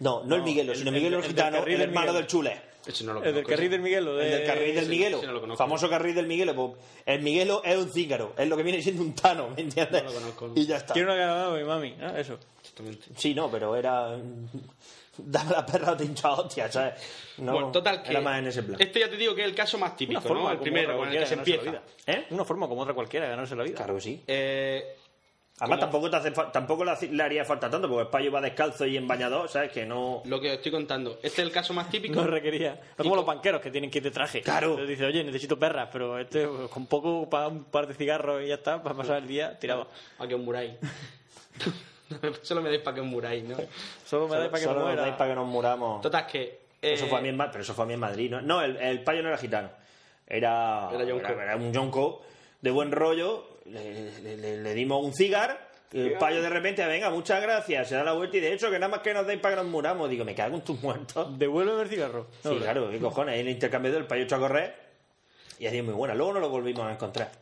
S6: No, no el Miguelo, sino Miguelo el,
S8: el del
S6: gitano,
S8: carril
S6: el
S8: del
S6: hermano
S8: Miguelo.
S6: del Chule.
S7: Eso no lo
S8: El del
S7: conozco,
S8: carril
S7: eso.
S8: del Miguelo. De...
S6: El del carril del
S7: Eh, ese-
S6: Miguelo.
S7: ese no lo conozco.
S6: famoso carril del Miguelo. pues, el Miguelo es un cíngaro. Es lo que viene siendo un tano, ¿me entiendes?
S7: No lo conozco, no.
S6: Y ya está.
S8: Quiero una cara de mi mami, ¿no? Eso.
S7: Exactamente.
S6: Sí, no, pero era... Dame la perra o te hincha hostia, ¿sabes? No,
S7: bueno, total que...
S6: Era más en ese plan.
S7: Este ya te digo que es el caso más típico, ¿no? El
S8: como
S7: primero,
S8: otra
S7: con el que se
S8: cualquiera de
S7: empieza.
S8: ganarse la vida.
S6: ¿Eh?
S8: Una forma como otra cualquiera de ganarse la vida.
S6: Claro que sí.
S7: Eh,
S6: Además,
S7: ¿Cómo?
S6: tampoco, te hace fa- tampoco le hace- le haría falta tanto, porque el payo va descalzo y en bañador, ¿sabes? Que no...
S7: lo que os estoy contando. Este es el caso más típico.
S8: <laughs> No requería. No como los banqueros que tienen que ir de traje.
S6: Claro.
S8: Entonces dice, oye, necesito perras, pero este pues, con poco para un par de cigarros y ya está, para pasar el día tirado.
S7: Pa' que os muráis. <laughs> Solo me dais para que os muráis,
S8: <laughs>
S7: ¿no?
S8: Solo me da para que
S6: Solo
S8: me
S6: nos
S8: muera.
S6: dais para que nos muramos.
S7: Total que... eh,
S6: Eso fue a mí en, Ma- pero eso fue a mí en Madrid. No, No, el, el payo no era gitano. Era,
S7: Era yonko.
S6: era un yonko de buen rollo. Le, le- le- le dimos un cigar. El payo de repente, "Ah, venga, muchas gracias. Se da la vuelta y de hecho, que nada más que nos deis para que nos muramos. Digo, me cago en tus muertos.
S8: Devuélveme el cigarro.
S6: Sí, claro, qué cojones. El intercambio del payo echó a correr. Y así muy buena. Luego no lo volvimos a encontrar.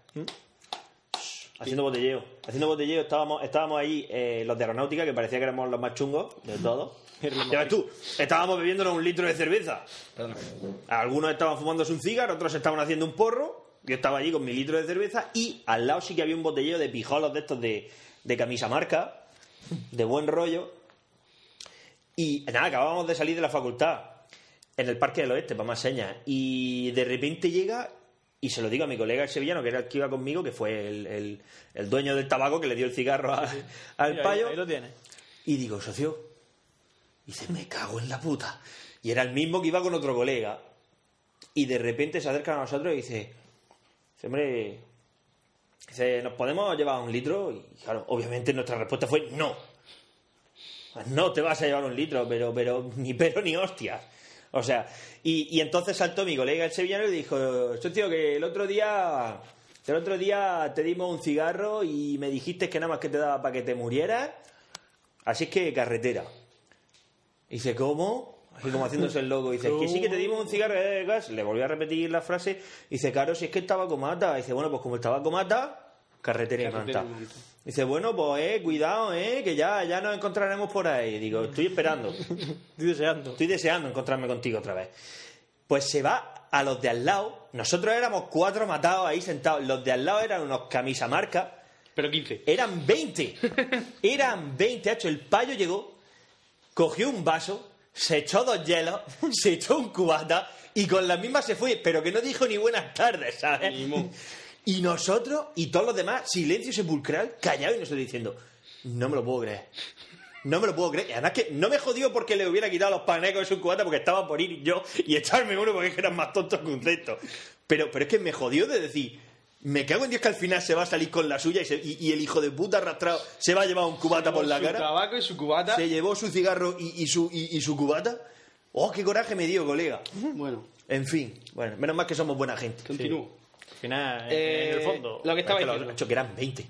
S6: Haciendo botelleo. Haciendo botelleo estábamos, estábamos ahí eh, los de aeronáutica, que parecía que éramos los más chungos de todos. <laughs> Ya ves tú, estábamos bebiéndonos un litro de cerveza.
S7: Perdona.
S6: Algunos estaban fumándose un cigarro, otros estaban haciendo un porro. Yo estaba allí con mi litro de cerveza y al lado sí que había un botellero de pijolos de estos de, de camisa marca, de buen rollo. Y nada, acabábamos de salir de la facultad en el Parque del Oeste, para más señas. Y de repente llega y se lo digo a mi colega el sevillano, que era el que iba conmigo, que fue el, el- el dueño del tabaco que le dio el cigarro a- al
S8: Mira, ahí-
S6: payo.
S8: Ahí, lo tienes.
S6: Y digo, socio, y dice, me cago en la puta. Y era el mismo que iba con otro colega. Y de repente se acerca a nosotros y dice, dice, hombre, dice, ¿nos podemos llevar un litro? Y claro, obviamente nuestra respuesta fue no. Pues No te vas a llevar un litro, pero, pero, ni pero ni hostias. O sea, y, y entonces saltó mi colega el sevillano y le dijo, socio, que el otro día, el otro día te dimos un cigarro y me dijiste que nada más que te daba para que te murieras. Así es que carretera. Y dice, ¿cómo? Así como haciéndose el loco. Dice, que sí que te dimos un cigarro de gas. Le volvió a repetir la frase. Dice, claro, si es que el tabaco mata. Dice, bueno, pues como el tabaco mata, carretera y
S7: Carretera
S6: manta.
S7: y manta.
S6: Dice, bueno, pues eh, cuidado, eh, que ya, ya nos encontraremos por ahí. Digo, estoy esperando.
S8: Estoy deseando.
S6: Estoy deseando encontrarme contigo otra vez. Pues se va a los de al lado. Nosotros éramos cuatro matados ahí sentados. Los de al lado eran unos camisa marca.
S7: Pero 15.
S6: Eran 20. Eran 20, hacho. El payo llegó, cogió un vaso, se echó dos hielos, <laughs> se echó un cubata y con la misma se fue, pero que no dijo ni buenas tardes, ¿sabes?
S7: Ni mu.
S6: Y nosotros y todos los demás, silencio sepulcral, callados y nosotros diciendo, no me lo puedo creer. No me lo puedo creer. Y Además que no me jodió porque le hubiera quitado los panecos de su cubata porque estaba por ir yo y echarme uno porque es que eran más tontos que un cesto. Pero, pero es que me jodió de decir, me cago en Dios que al final se va a salir con la suya y, se- y- y el hijo de puta arrastrado se va a llevar un cubata por la
S7: Su
S6: cara.
S7: tabaco y su cubata.
S6: Se llevó su cigarro y, y su, y- y su cubata. ¡Oh, qué coraje me dio, colega!
S11: Bueno,
S6: En fin, bueno, menos mal que somos buena gente.
S7: Mm, Continúo.
S8: Al final,
S7: Eh,
S8: en el fondo.
S7: Lo que estaba
S6: Esto lo
S7: diciendo.
S6: ha hecho que eran 20.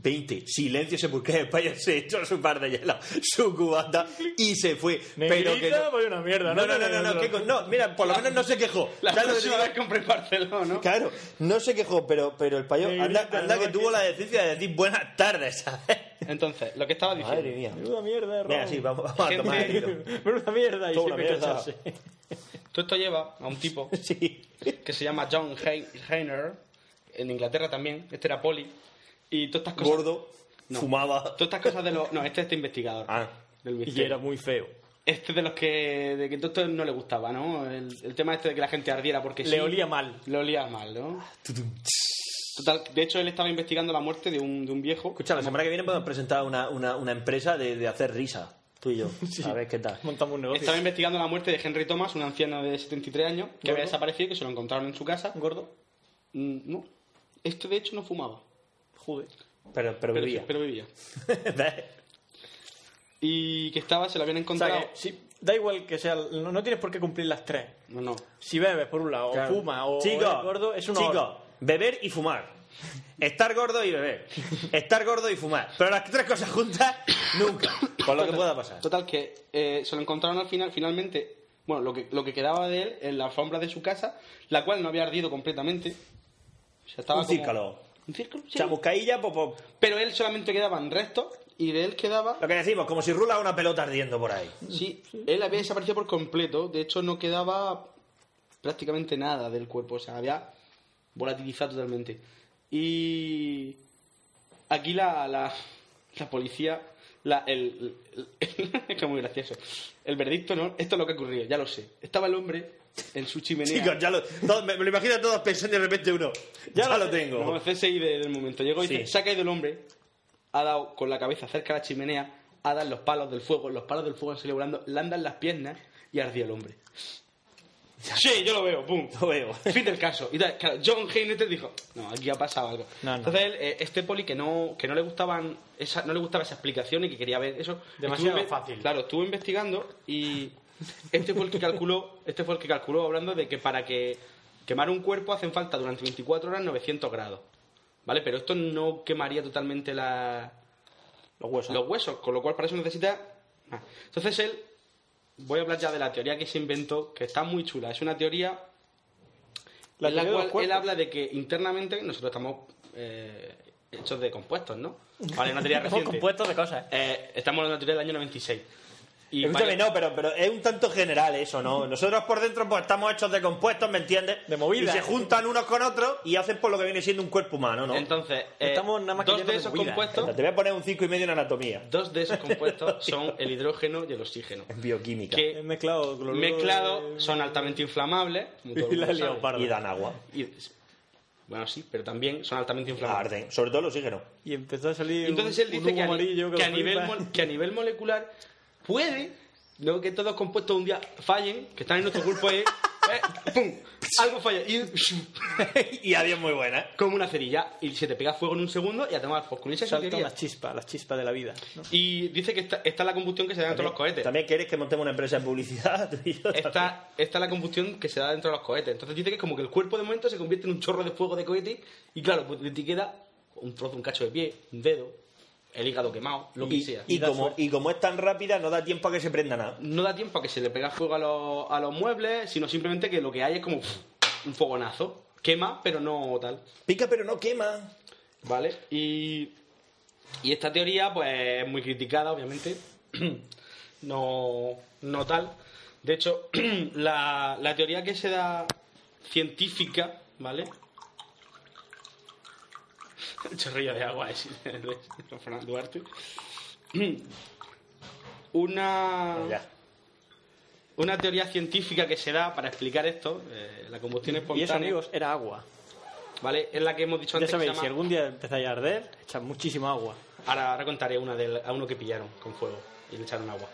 S6: 20. Silencio sepulcral <laughs> de España se echó su par de hielo, su cubata y se fue. Pero que no.
S11: voy una mierda.
S6: No, no, no, no, no, que con- no, mira, por lo menos no se quejó.
S7: La
S6: ¿Sabes lo que
S7: próxima
S6: digo?
S7: vez compré en Barcelona, ¿no?
S6: Claro, no se quejó, pero, pero el payo,
S11: Negrita,
S6: anda, anda
S11: no,
S6: que
S11: que-
S6: tuvo la decencia de decir buenas tardes, ¿sabes?
S7: Entonces, lo que estaba diciendo.
S6: Madre mía.
S11: Menuda mierda,
S6: Venga, sí, vamos, vamos a
S7: Gente-
S6: tomar el
S8: <laughs>
S6: hilo.
S8: Menuda mierda y
S6: Toda una
S8: siempre
S6: mierda.
S8: cacharse.
S7: Todo esto lleva a un tipo
S6: <laughs> <laughs> Sí.
S7: que se llama John Hay- Hayner, en Inglaterra también, este era poli, y todas estas cosas...
S6: Gordo,
S7: No.
S6: fumaba.
S7: Todas estas cosas de los... No, este es este investigador.
S6: Ah.
S7: del
S8: Y
S7: misterio.
S8: era muy feo.
S7: Este de los que... de que todo esto no le gustaba, ¿no? El, el tema este de que la gente ardiera porque sí.
S8: Le olía mal.
S7: Le olía mal, ¿no?
S6: Ah,
S7: Total, de hecho él estaba investigando la muerte de un, de un viejo.
S6: Escucha, la semana que viene podemos presentar una, una, una empresa de, de hacer risa. Tú
S7: <laughs>
S6: y yo. A ver qué tal.
S8: Montamos un negocio.
S7: Estaba investigando la muerte de Henry Thomas, un anciano de 73 años, que había desaparecido y que se lo encontraron en su casa.
S8: gordo.
S7: Mm, No. Este de hecho no fumaba.
S8: Joder.
S6: Pero, pero
S7: Pero,
S6: vivía.
S7: pero vivía.
S6: <laughs> ¿Ves?
S7: Y que estaba, se lo habían
S8: O sea,
S7: encontrado.
S8: que si- da igual que sea. No, no tienes por qué cumplir las tres.
S7: No, no.
S8: Si bebes, por un lado,
S6: Claro.
S8: o fumas, o,
S6: Chicos,
S8: o eres gordo, es una
S6: chicos,
S8: hora.
S6: beber y fumar. Estar gordo y beber. Estar gordo y fumar. Pero las tres cosas juntas, nunca. Por lo que pueda pasar.
S7: Total, que eh, se lo encontraron al final, finalmente. Bueno, lo que, lo que quedaba de él en la alfombra de su casa, la cual no había ardido completamente. O sea, estaba
S6: Un
S7: como-
S6: círculo.
S7: Un círculo, sí.
S6: Chamuscailla, po, po.
S7: Pero él solamente quedaban restos y de él quedaba
S6: lo que decimos, como si rula una pelota ardiendo por ahí.
S7: Sí, él había desaparecido por completo. De hecho, no quedaba prácticamente nada del cuerpo. O sea, había volatilizado totalmente. Y aquí la, la, la policía... La, el, el- <laughs> es que es muy gracioso. El verdicto, ¿no? Esto es lo que ha ocurrido, ya lo sé. Estaba el hombre en su chimenea.
S6: Chicos, ya lo, todos- me, me lo imagino a todos pensando y de repente uno. Ya, lo tengo.
S7: No, el CSI de- del momento. Llegó y
S6: Sí.
S7: dice, se ha caído el hombre, ha dado con la cabeza cerca de la chimenea, ha dado en los palos del fuego, los palos del fuego han salido volando, le andan las piernas y ardía el hombre. Sí, yo lo veo, pum.
S6: Lo veo.
S7: <laughs> Fin del caso. Y tal, claro, John Haynes dijo, no, aquí ha pasado algo.
S8: No, no.
S7: Entonces él, eh, este poli que no, que no le gustaban esa, no le gustaba esa explicación y que quería ver eso.
S11: Demasiado
S7: estuvo inve-
S11: fácil.
S7: Claro, estuvo investigando y este fue el que calculó, este fue el que calculó hablando de que para que quemar un cuerpo hacen falta durante 24 horas 900 grados. ¿Vale? Pero esto no quemaría totalmente la,
S8: Los huesos.
S7: los huesos, con lo cual para eso necesita. Ah. Entonces él, voy a hablar ya de la teoría que se inventó, que está muy chula. Es una teoría
S8: La
S7: en la
S8: teoría de los
S7: cual él
S8: cuerpos.
S7: habla de que internamente nosotros estamos eh, hechos de compuestos, ¿no? Vale, una <laughs> teoría
S8: Estamos
S7: reciente.
S8: compuestos de cosas.
S7: Eh, estamos en una teoría del año 96. Y
S6: Escúchame,
S7: vale-
S6: no, pero, pero es un tanto general eso, ¿no? Nosotros por dentro pues estamos hechos de compuestos, ¿me entiendes?
S8: De movidas.
S6: Y se juntan unos con otros y hacen por lo que viene siendo un cuerpo humano, ¿no?
S7: Entonces, eh,
S8: Estamos nada más que
S7: dos
S8: llenos
S7: de
S8: de
S7: esos
S8: movidas.
S7: compuestos,
S6: Te voy a poner un 5 y medio en anatomía.
S7: dos
S8: <laughs>
S7: de esos compuestos son el hidrógeno y el oxígeno.
S6: En bioquímica.
S7: Que
S8: He mezclado cloruro
S7: mezclados
S8: de-
S7: son altamente inflamables. como todo el
S8: eh, Y la
S7: mundo sabe.
S8: leopardo.
S6: Y dan agua.
S7: Y- bueno, sí, pero también son altamente inflamables.
S6: Arden. Sobre todo el oxígeno. <laughs>
S8: Y empezó a salir.
S7: Y Entonces él dice
S8: un- un humo
S7: que a, ni-
S8: amarillo
S7: que
S8: lo
S7: a nivel,
S8: flipas.
S7: mol- que a nivel molecular puede ¿no? que todos los compuestos un día fallen, que están en nuestro cuerpo y eh, ¡pum! algo falla y
S6: y adiós muy buena.
S7: como una cerilla y se te pega fuego en un segundo y a tomar por con esa es la
S8: Saltan
S7: teoría.
S8: las chispas, las chispas de la vida. ¿no?
S7: Y dice que esta, esta es la combustión que se da dentro de los cohetes.
S6: También quieres que montemos una empresa de publicidad. <laughs> Tú y yo también.
S7: Esta, esta es la combustión que se da dentro de los cohetes. Entonces dice que es como que el cuerpo de momento se convierte en un chorro de fuego de cohete y claro, pues te queda un trozo, un cacho de pie, un dedo, el hígado quemado, lo que
S6: Y,
S7: sea.
S6: y
S8: da
S6: como,
S8: suerte.
S6: y como es tan rápida, no da tiempo a que se prenda nada.
S7: no da tiempo a que se le pega fuego a los, a los muebles, sino simplemente que lo que hay es como pf, un fogonazo. Quema, pero no tal.
S6: Pica pero no quema.
S7: ¿Vale? Y, y esta teoría, pues, es muy criticada, obviamente. <clears throat> No, no tal. De hecho, <clears throat> la, la teoría que se da científica, ¿vale? <laughs> El chorrillo de agua <laughs> es de Fran Duarte. <clears throat> Una...
S8: Pues
S6: Ya.
S7: Una teoría científica que se da para explicar esto, eh, la combustión
S8: Y eso,
S7: espontánea,
S8: amigos, era agua.
S7: ¿vale? Es la que hemos dicho
S8: Ya
S7: antes. que se
S8: sabéis,
S7: llama-
S8: si algún día empezáis a arder, echad muchísima agua. <laughs>
S7: Ahora, ahora contaré una del, a uno que pillaron con fuego y le echaron agua.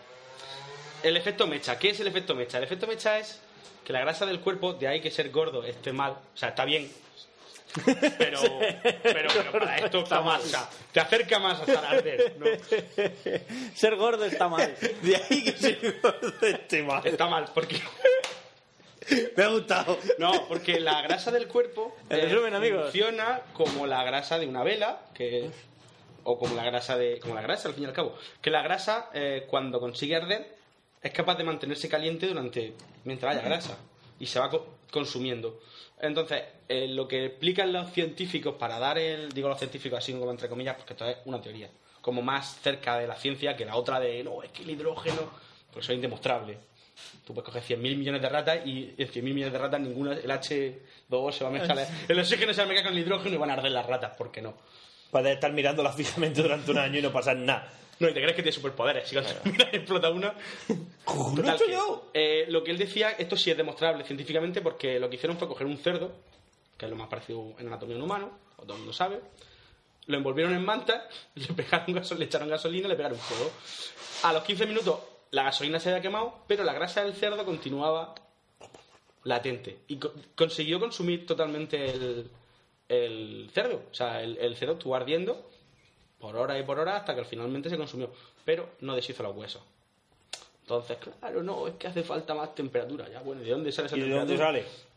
S7: El efecto mecha. ¿Qué es el efecto mecha? El efecto mecha es que la grasa del cuerpo, de ahí que ser gordo esté mal, o sea, está bien, <laughs> Pero, pero, pero para esto está mal. O sea, te acerca más a estar Arder. ¿no?
S8: Ser gordo
S7: <laughs>
S8: está mal.
S6: De ahí que se <laughs> gordo este mal.
S7: Está mal, porque.
S6: Me ha gustado.
S7: No, porque la grasa del cuerpo eh,
S8: En resumen, amigos.
S7: funciona como la grasa de una vela, que o como la grasa de. como la grasa, al fin y al cabo. Que la grasa, eh, cuando consigue arder, es capaz de mantenerse caliente durante. mientras haya grasa. Y se va co- consumiendo. Entonces, eh, lo que explican los científicos para dar el. digo los científicos así como entre comillas, porque esto es una teoría. Como más cerca de la ciencia que la otra de. no, es que el hidrógeno. Pues eso es indemostrable. Tú puedes coger 100.000 millones de ratas y en 100.000 millones de ratas ninguna, el H2O se va a mezclar. El oxígeno se va a mezclar con el hidrógeno y van a arder las ratas, ¿por qué no?
S6: Para estar mirándola fijamente durante un año y no pasar nada.
S7: No, y te crees que tiene superpoderes. Si cuando terminas, <laughs> explota una. Total,
S6: estoy
S7: que,
S6: yo.
S7: eh, lo que él decía, esto sí es demostrable científicamente porque lo que hicieron fue coger un cerdo, que es lo más parecido en anatomía a un humano, o todo el mundo sabe, lo envolvieron en manta, <laughs> le, pegaron gaso- le echaron gasolina y le pegaron fuego. A los 15 minutos la gasolina se había quemado, pero la grasa del cerdo continuaba latente y co- consiguió consumir totalmente el, el cerdo. O sea, el, el cerdo estuvo ardiendo por horas y por horas hasta que finalmente se consumió, pero no deshizo los huesos. Entonces, claro, no, es que hace falta más temperatura. Ya, bueno, ¿y ¿de dónde sale esa
S6: ¿Y de
S7: temperatura?
S6: dónde sale?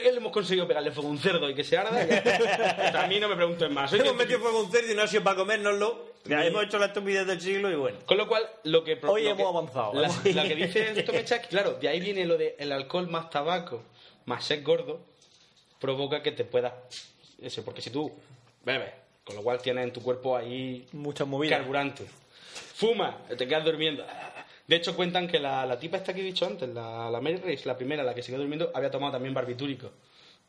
S7: Pero hemos conseguido pegarle fuego a un cerdo y que se arda.
S6: <laughs>
S7: ya. a mí no me pregunten más. Soy
S6: Hemos metido
S7: científico.
S6: fuego a un cerdo y no ha sido para comérnoslo. Ya, hemos hecho la estupidez del siglo y bueno.
S7: Con lo cual, lo que...
S6: Hoy
S7: lo
S6: hemos
S7: que-
S6: avanzado.
S7: La, <laughs> la que dice esto Mecha es que, claro, de ahí viene lo de el alcohol más tabaco más ser gordo provoca que te puedas... Eso, porque si tú bebes, con lo cual tienes en tu cuerpo ahí
S8: Muchas movidas.
S7: carburante. Fuma, te quedas durmiendo. De hecho, cuentan que la, la tipa esta que he dicho antes, la, la Mary Grace, la primera, la que se quedó durmiendo, había tomado también barbitúrico.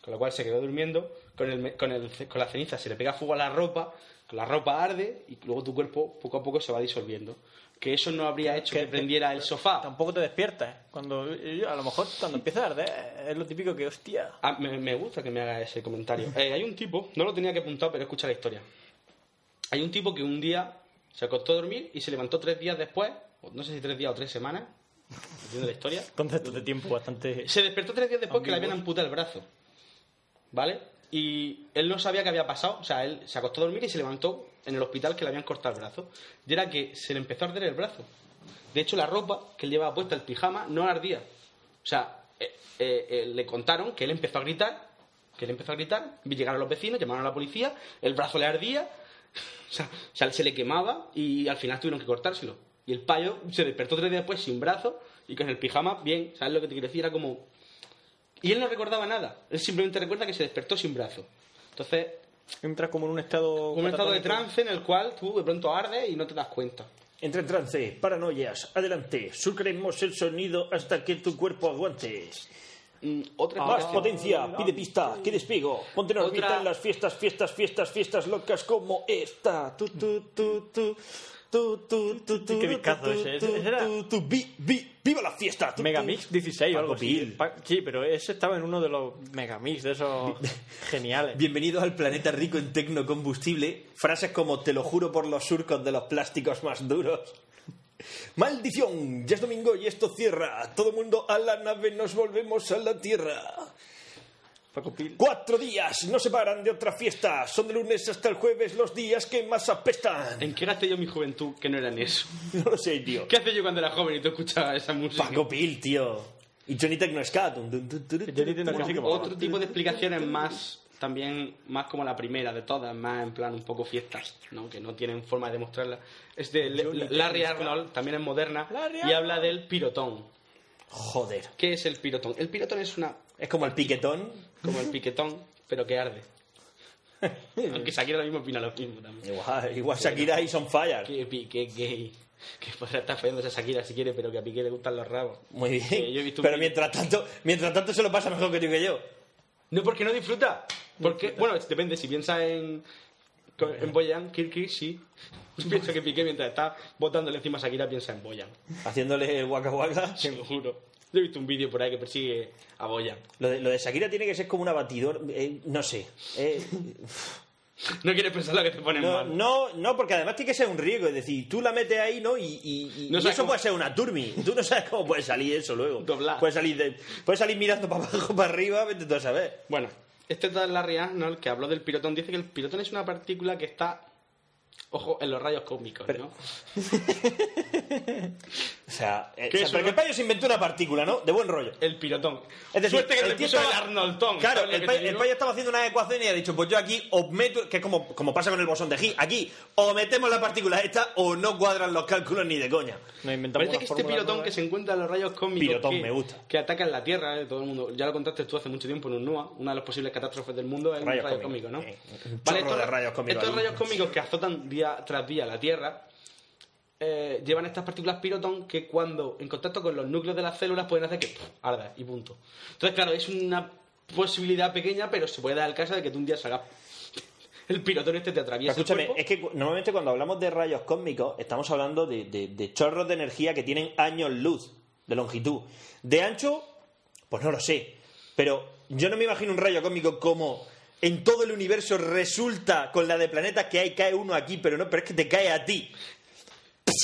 S7: Con lo cual se quedó durmiendo, con, el, me- con, el, ce- con la ceniza se le pega fuego a la ropa, la ropa arde y luego tu cuerpo poco a poco se va disolviendo. Que eso no habría hecho que,
S8: que-
S7: prendiera el sofá.
S8: Tampoco te despiertas. ¿eh? Cuando, yo- a lo mejor cuando empieza a arder es lo típico que, hostia.
S7: Ah, me, me gusta que me haga ese comentario. Eh, hay un tipo, no lo tenía que apuntar, pero escucha la historia. Hay un tipo que un día se acostó a dormir y se levantó tres días después, o no sé si tres días o tres semanas, entiendo la historia,
S8: Conceptos de tiempo bastante...
S7: Eh, Se despertó tres días después que le habían amputado el brazo. ¿Vale? Y él no sabía qué había pasado. O sea, él se acostó a dormir y se levantó en el hospital que le habían cortado el brazo. Y era que se le empezó a arder el brazo. De hecho, la ropa que él llevaba puesta, el pijama, no ardía. O sea, eh, eh, eh, le contaron que él empezó a gritar, que él empezó a gritar, llegaron los vecinos, llamaron a la policía, el brazo le ardía, o sea, o sea, se le quemaba y al final tuvieron que cortárselo. Y el payo se despertó tres días después sin brazo y con el pijama bien, ¿sabes lo que te quiero decir? Era como... Y él no recordaba nada, él simplemente recuerda que se despertó sin brazo. Entonces,
S8: Entras como en un estado...
S7: un estado de
S8: catatónico.
S7: trance en el cual tú de pronto ardes y no te das cuenta.
S5: Entra en trance, paranoias, adelante, sucremos el sonido hasta que tu cuerpo aguante.
S7: Mm,
S6: Ah,
S7: Otra
S5: Más
S7: explicación-
S5: potencia, pide pista, que despego. Ponte en órbita
S7: Otra-
S5: en las fiestas, fiestas, fiestas, fiestas locas como esta. Tu, tu, tu, tu. Tu, tu, tu, tu,
S8: Qué
S5: tu,
S8: discazo ese,
S5: tu,
S8: ese era-
S5: tu, tu, vi- vi- ¡Viva la fiesta! Tu,
S8: Megamix
S5: tu.
S8: 16 o
S5: Paco
S8: algo así. eh.
S5: Bill.
S8: Pa- Sí, pero ese estaba en uno de los Megamix, de esos <laughs> geniales.
S6: Bienvenidos al planeta rico en tecnocombustible. Frases como te lo juro por los surcos de los plásticos más duros. Maldición, ya es domingo y esto cierra. Todo mundo a la nave, nos volvemos a la tierra.
S8: Paco Pil.
S6: Cuatro días, no se paran de otra fiesta. Son de lunes hasta el jueves los días que más apestan.
S7: ¿En qué gasté yo mi juventud que no eran eso?
S6: <laughs> No lo sé, tío.
S7: ¿Qué hacía yo cuando era joven y tú escuchabas esa música?
S6: Paco Pil, tío. Y Johnny Techno Scat.
S8: Johnny Techno Scat.
S7: Otro otro tipo de explicaciones más, también más como la primera de todas, más en plan un poco fiestas, ¿no? que no tienen forma de demostrarla. Es de Le- Larry Arnold, también es moderna, y habla del pirotón.
S6: Joder.
S7: ¿Qué es el pirotón? El pirotón es una,
S6: Es como el piquetón.
S7: como el piquetón, pero que arde. Aunque Shakira lo mismo opina lo mismo también.
S6: Igual, igual Shakira y Son Fire.
S7: Qué pique gay. Que podrá estar follándose a Shakira si quiere, pero que a Piqué le gustan los rabos.
S6: Muy
S7: Eh, yo he
S6: bien.
S7: visto un
S6: Pero
S7: vídeo-
S6: mientras tanto, mientras tanto se lo pasa mejor que tú y que yo.
S7: No, porque no disfruta. Porque, bueno, es- depende, si piensa en. con- En Boyan, Kirky, sí. <laughs> Yo Pienso que Piqué mientras está botándole encima a Shakira piensa en Boyan. <laughs>
S6: Haciéndole el waka waka.
S7: Te lo juro. Yo he visto un vídeo por ahí que persigue a Boyan. <laughs>
S6: Lo de, lo de Shakira tiene que ser como una batidora. eh, no sé.
S7: <laughs>
S6: Eh,
S7: No quieres pensar lo que te ponen
S6: no,
S7: mal.
S6: no, no, porque además tiene que ser un riesgo. Es decir, tú la metes ahí, ¿no? Y, y- y-
S7: No
S6: y
S7: sabes
S6: eso
S7: cómo-
S6: puede ser una turmi. Tú no sabes cómo puede salir eso luego.
S7: Doblar.
S6: Puede salir, de- puede salir mirando para abajo, para arriba, vete tú a saber.
S7: Bueno, Este tal Larry Arnold, que habló del pirotón, dice que el pirotón es una partícula que está, ojo, en los rayos cósmicos, ¿no?
S6: O sea, eh, o
S7: ¿Qué
S6: sea, pero
S7: es una-
S6: que el payo se inventó una partícula, ¿no? De buen rollo.
S7: El pirotón.
S6: Es decir,
S7: Suerte que te
S6: tío
S7: puso el
S6: estaba-
S7: Arnoldón.
S6: Claro,
S7: ¿sabes lo
S6: el
S7: que
S6: payo,
S7: te digo?
S6: el payo estaba haciendo una ecuación y ha dicho, pues yo aquí os meto, que es como, como pasa con el bosón de Higgs, aquí o metemos la partícula esta o no cuadran los cálculos ni de coña.
S8: Nos inventamos
S7: Parece
S8: una
S7: que este
S8: fórmula
S7: pirotón
S8: nueva.
S7: que se encuentra en los rayos cósmicos
S6: Pirotón,
S7: que,
S6: me gusta.
S7: que atacan la Tierra, eh, todo el mundo. Ya lo contaste tú hace mucho tiempo en un NOAA, una de las posibles catástrofes del mundo es
S6: Rayos
S7: un rayo
S6: cósmicos,
S7: cósmico, ¿no?
S6: eh, un chorro de rayos cósmicos
S7: estos
S6: ahí.
S7: rayos cósmicos que azotan día tras día la Tierra eh, llevan estas partículas pirotón que cuando en contacto con los núcleos de las células pueden hacer que pff, arda y punto. Entonces, claro, es una posibilidad pequeña, pero se puede dar el caso de que tú un día salgas el pirotón este te
S6: Pero
S7: atraviesa. el
S6: escúchame,
S7: cuerpo.
S6: es que cu- normalmente cuando hablamos de rayos cósmicos estamos hablando de, de- de chorros de energía que tienen años luz de longitud. De ancho, pues no lo sé. Pero yo no me imagino un rayo cósmico como en todo el universo resulta con la de planetas que hay, cae uno aquí, pero no, pero es que te cae a ti.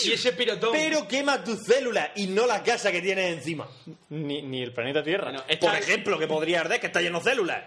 S7: Y ese pirotón.
S6: Pero quema tu célula y no la casa que tienes encima.
S8: Ni, ni el planeta Tierra.
S7: Bueno, esta-
S6: Por ejemplo, que podría arder, que está lleno de células.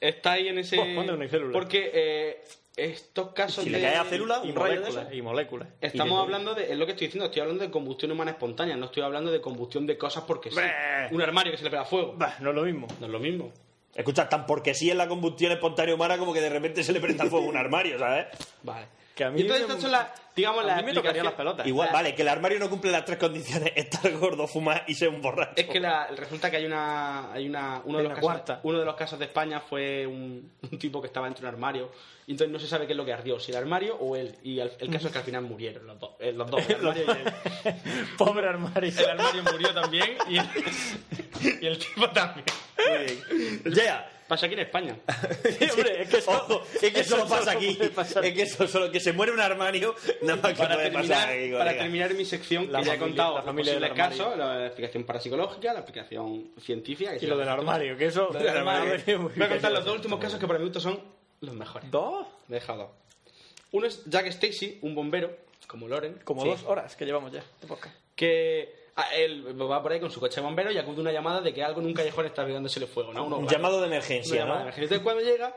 S7: Está ahí en
S8: <laughs>
S7: ese.
S8: Pues, ¿dónde no hay células?
S7: Porque eh, estos casos.
S6: Si le
S7: de-
S6: cae a célula,
S8: y,
S6: un rayo de
S8: moléculas,
S6: esos.
S8: y moléculas.
S7: Estamos
S6: y de-
S7: hablando de. Es lo que estoy diciendo, estoy hablando de combustión humana espontánea, no estoy hablando de combustión de cosas porque sí.
S6: Bah.
S7: Un armario que se le pega fuego.
S8: Bah, no es lo mismo.
S7: No es lo mismo.
S6: Escucha, tan porque sí es la combustión espontánea humana como que de repente se le prenda fuego a un armario, ¿sabes?
S7: Vale.
S8: Que a mí
S7: Y entonces,
S8: me-
S7: estas son las. Digamos,
S8: A
S7: las
S8: mí me tocarían
S7: explicaciones-
S8: las pelotas.
S6: Igual, vale, que el armario no cumple las tres condiciones: estar gordo, fumar y ser un borracho.
S7: Es que la- resulta que hay una. Hay una uno, de los
S8: Una
S7: casos,
S8: cuarta.
S7: uno de los casos de España fue un, un tipo que estaba dentro de un armario. Y entonces no se sabe qué es lo que ardió, si el armario o él. Y al- el, caso es que al final murieron los dos. eh, los
S8: <laughs>
S7: dos, el armario y él.
S8: <laughs> Pobre armario.
S7: El armario murió también y el, y el tipo también.
S6: Ya. <laughs>
S7: Pasa aquí en España.
S8: Hombre, es que eso-
S6: Ojo, es que eso, no pasa
S8: solo
S6: aquí.
S8: puede pasar.
S6: Es que eso solo que se muere un armario, nada más que
S7: Para
S6: puede
S7: terminar,
S6: pasar aquí,
S7: para
S6: colega.
S7: terminar mi sección,
S8: La
S7: que ya he
S8: familia-
S7: contado
S8: la
S7: los
S8: familia del
S7: posibles
S8: armario.
S7: casos, la explicación parapsicológica, la explicación científica.
S8: Y lo del armario, que eso...
S7: Del armario.
S8: Madre mía, muy
S7: Voy a contar
S8: bien.
S7: los dos últimos casos que para mi gusto son los mejores.
S8: ¿Dos?
S7: He dejado. Uno es Jack Stacy, un bombero, como Loren.
S8: Como
S7: Sí.
S8: dos horas que llevamos ya de podcast.
S7: Que ah, él va por ahí con su coche de bombero y acude una llamada de que algo en un callejón está brigándosele fuego. ¿no? Uno-
S6: Un llamado de
S7: una
S6: emergencia,
S7: llamada de
S6: ¿no?
S7: emergencia. Entonces, cuando llega,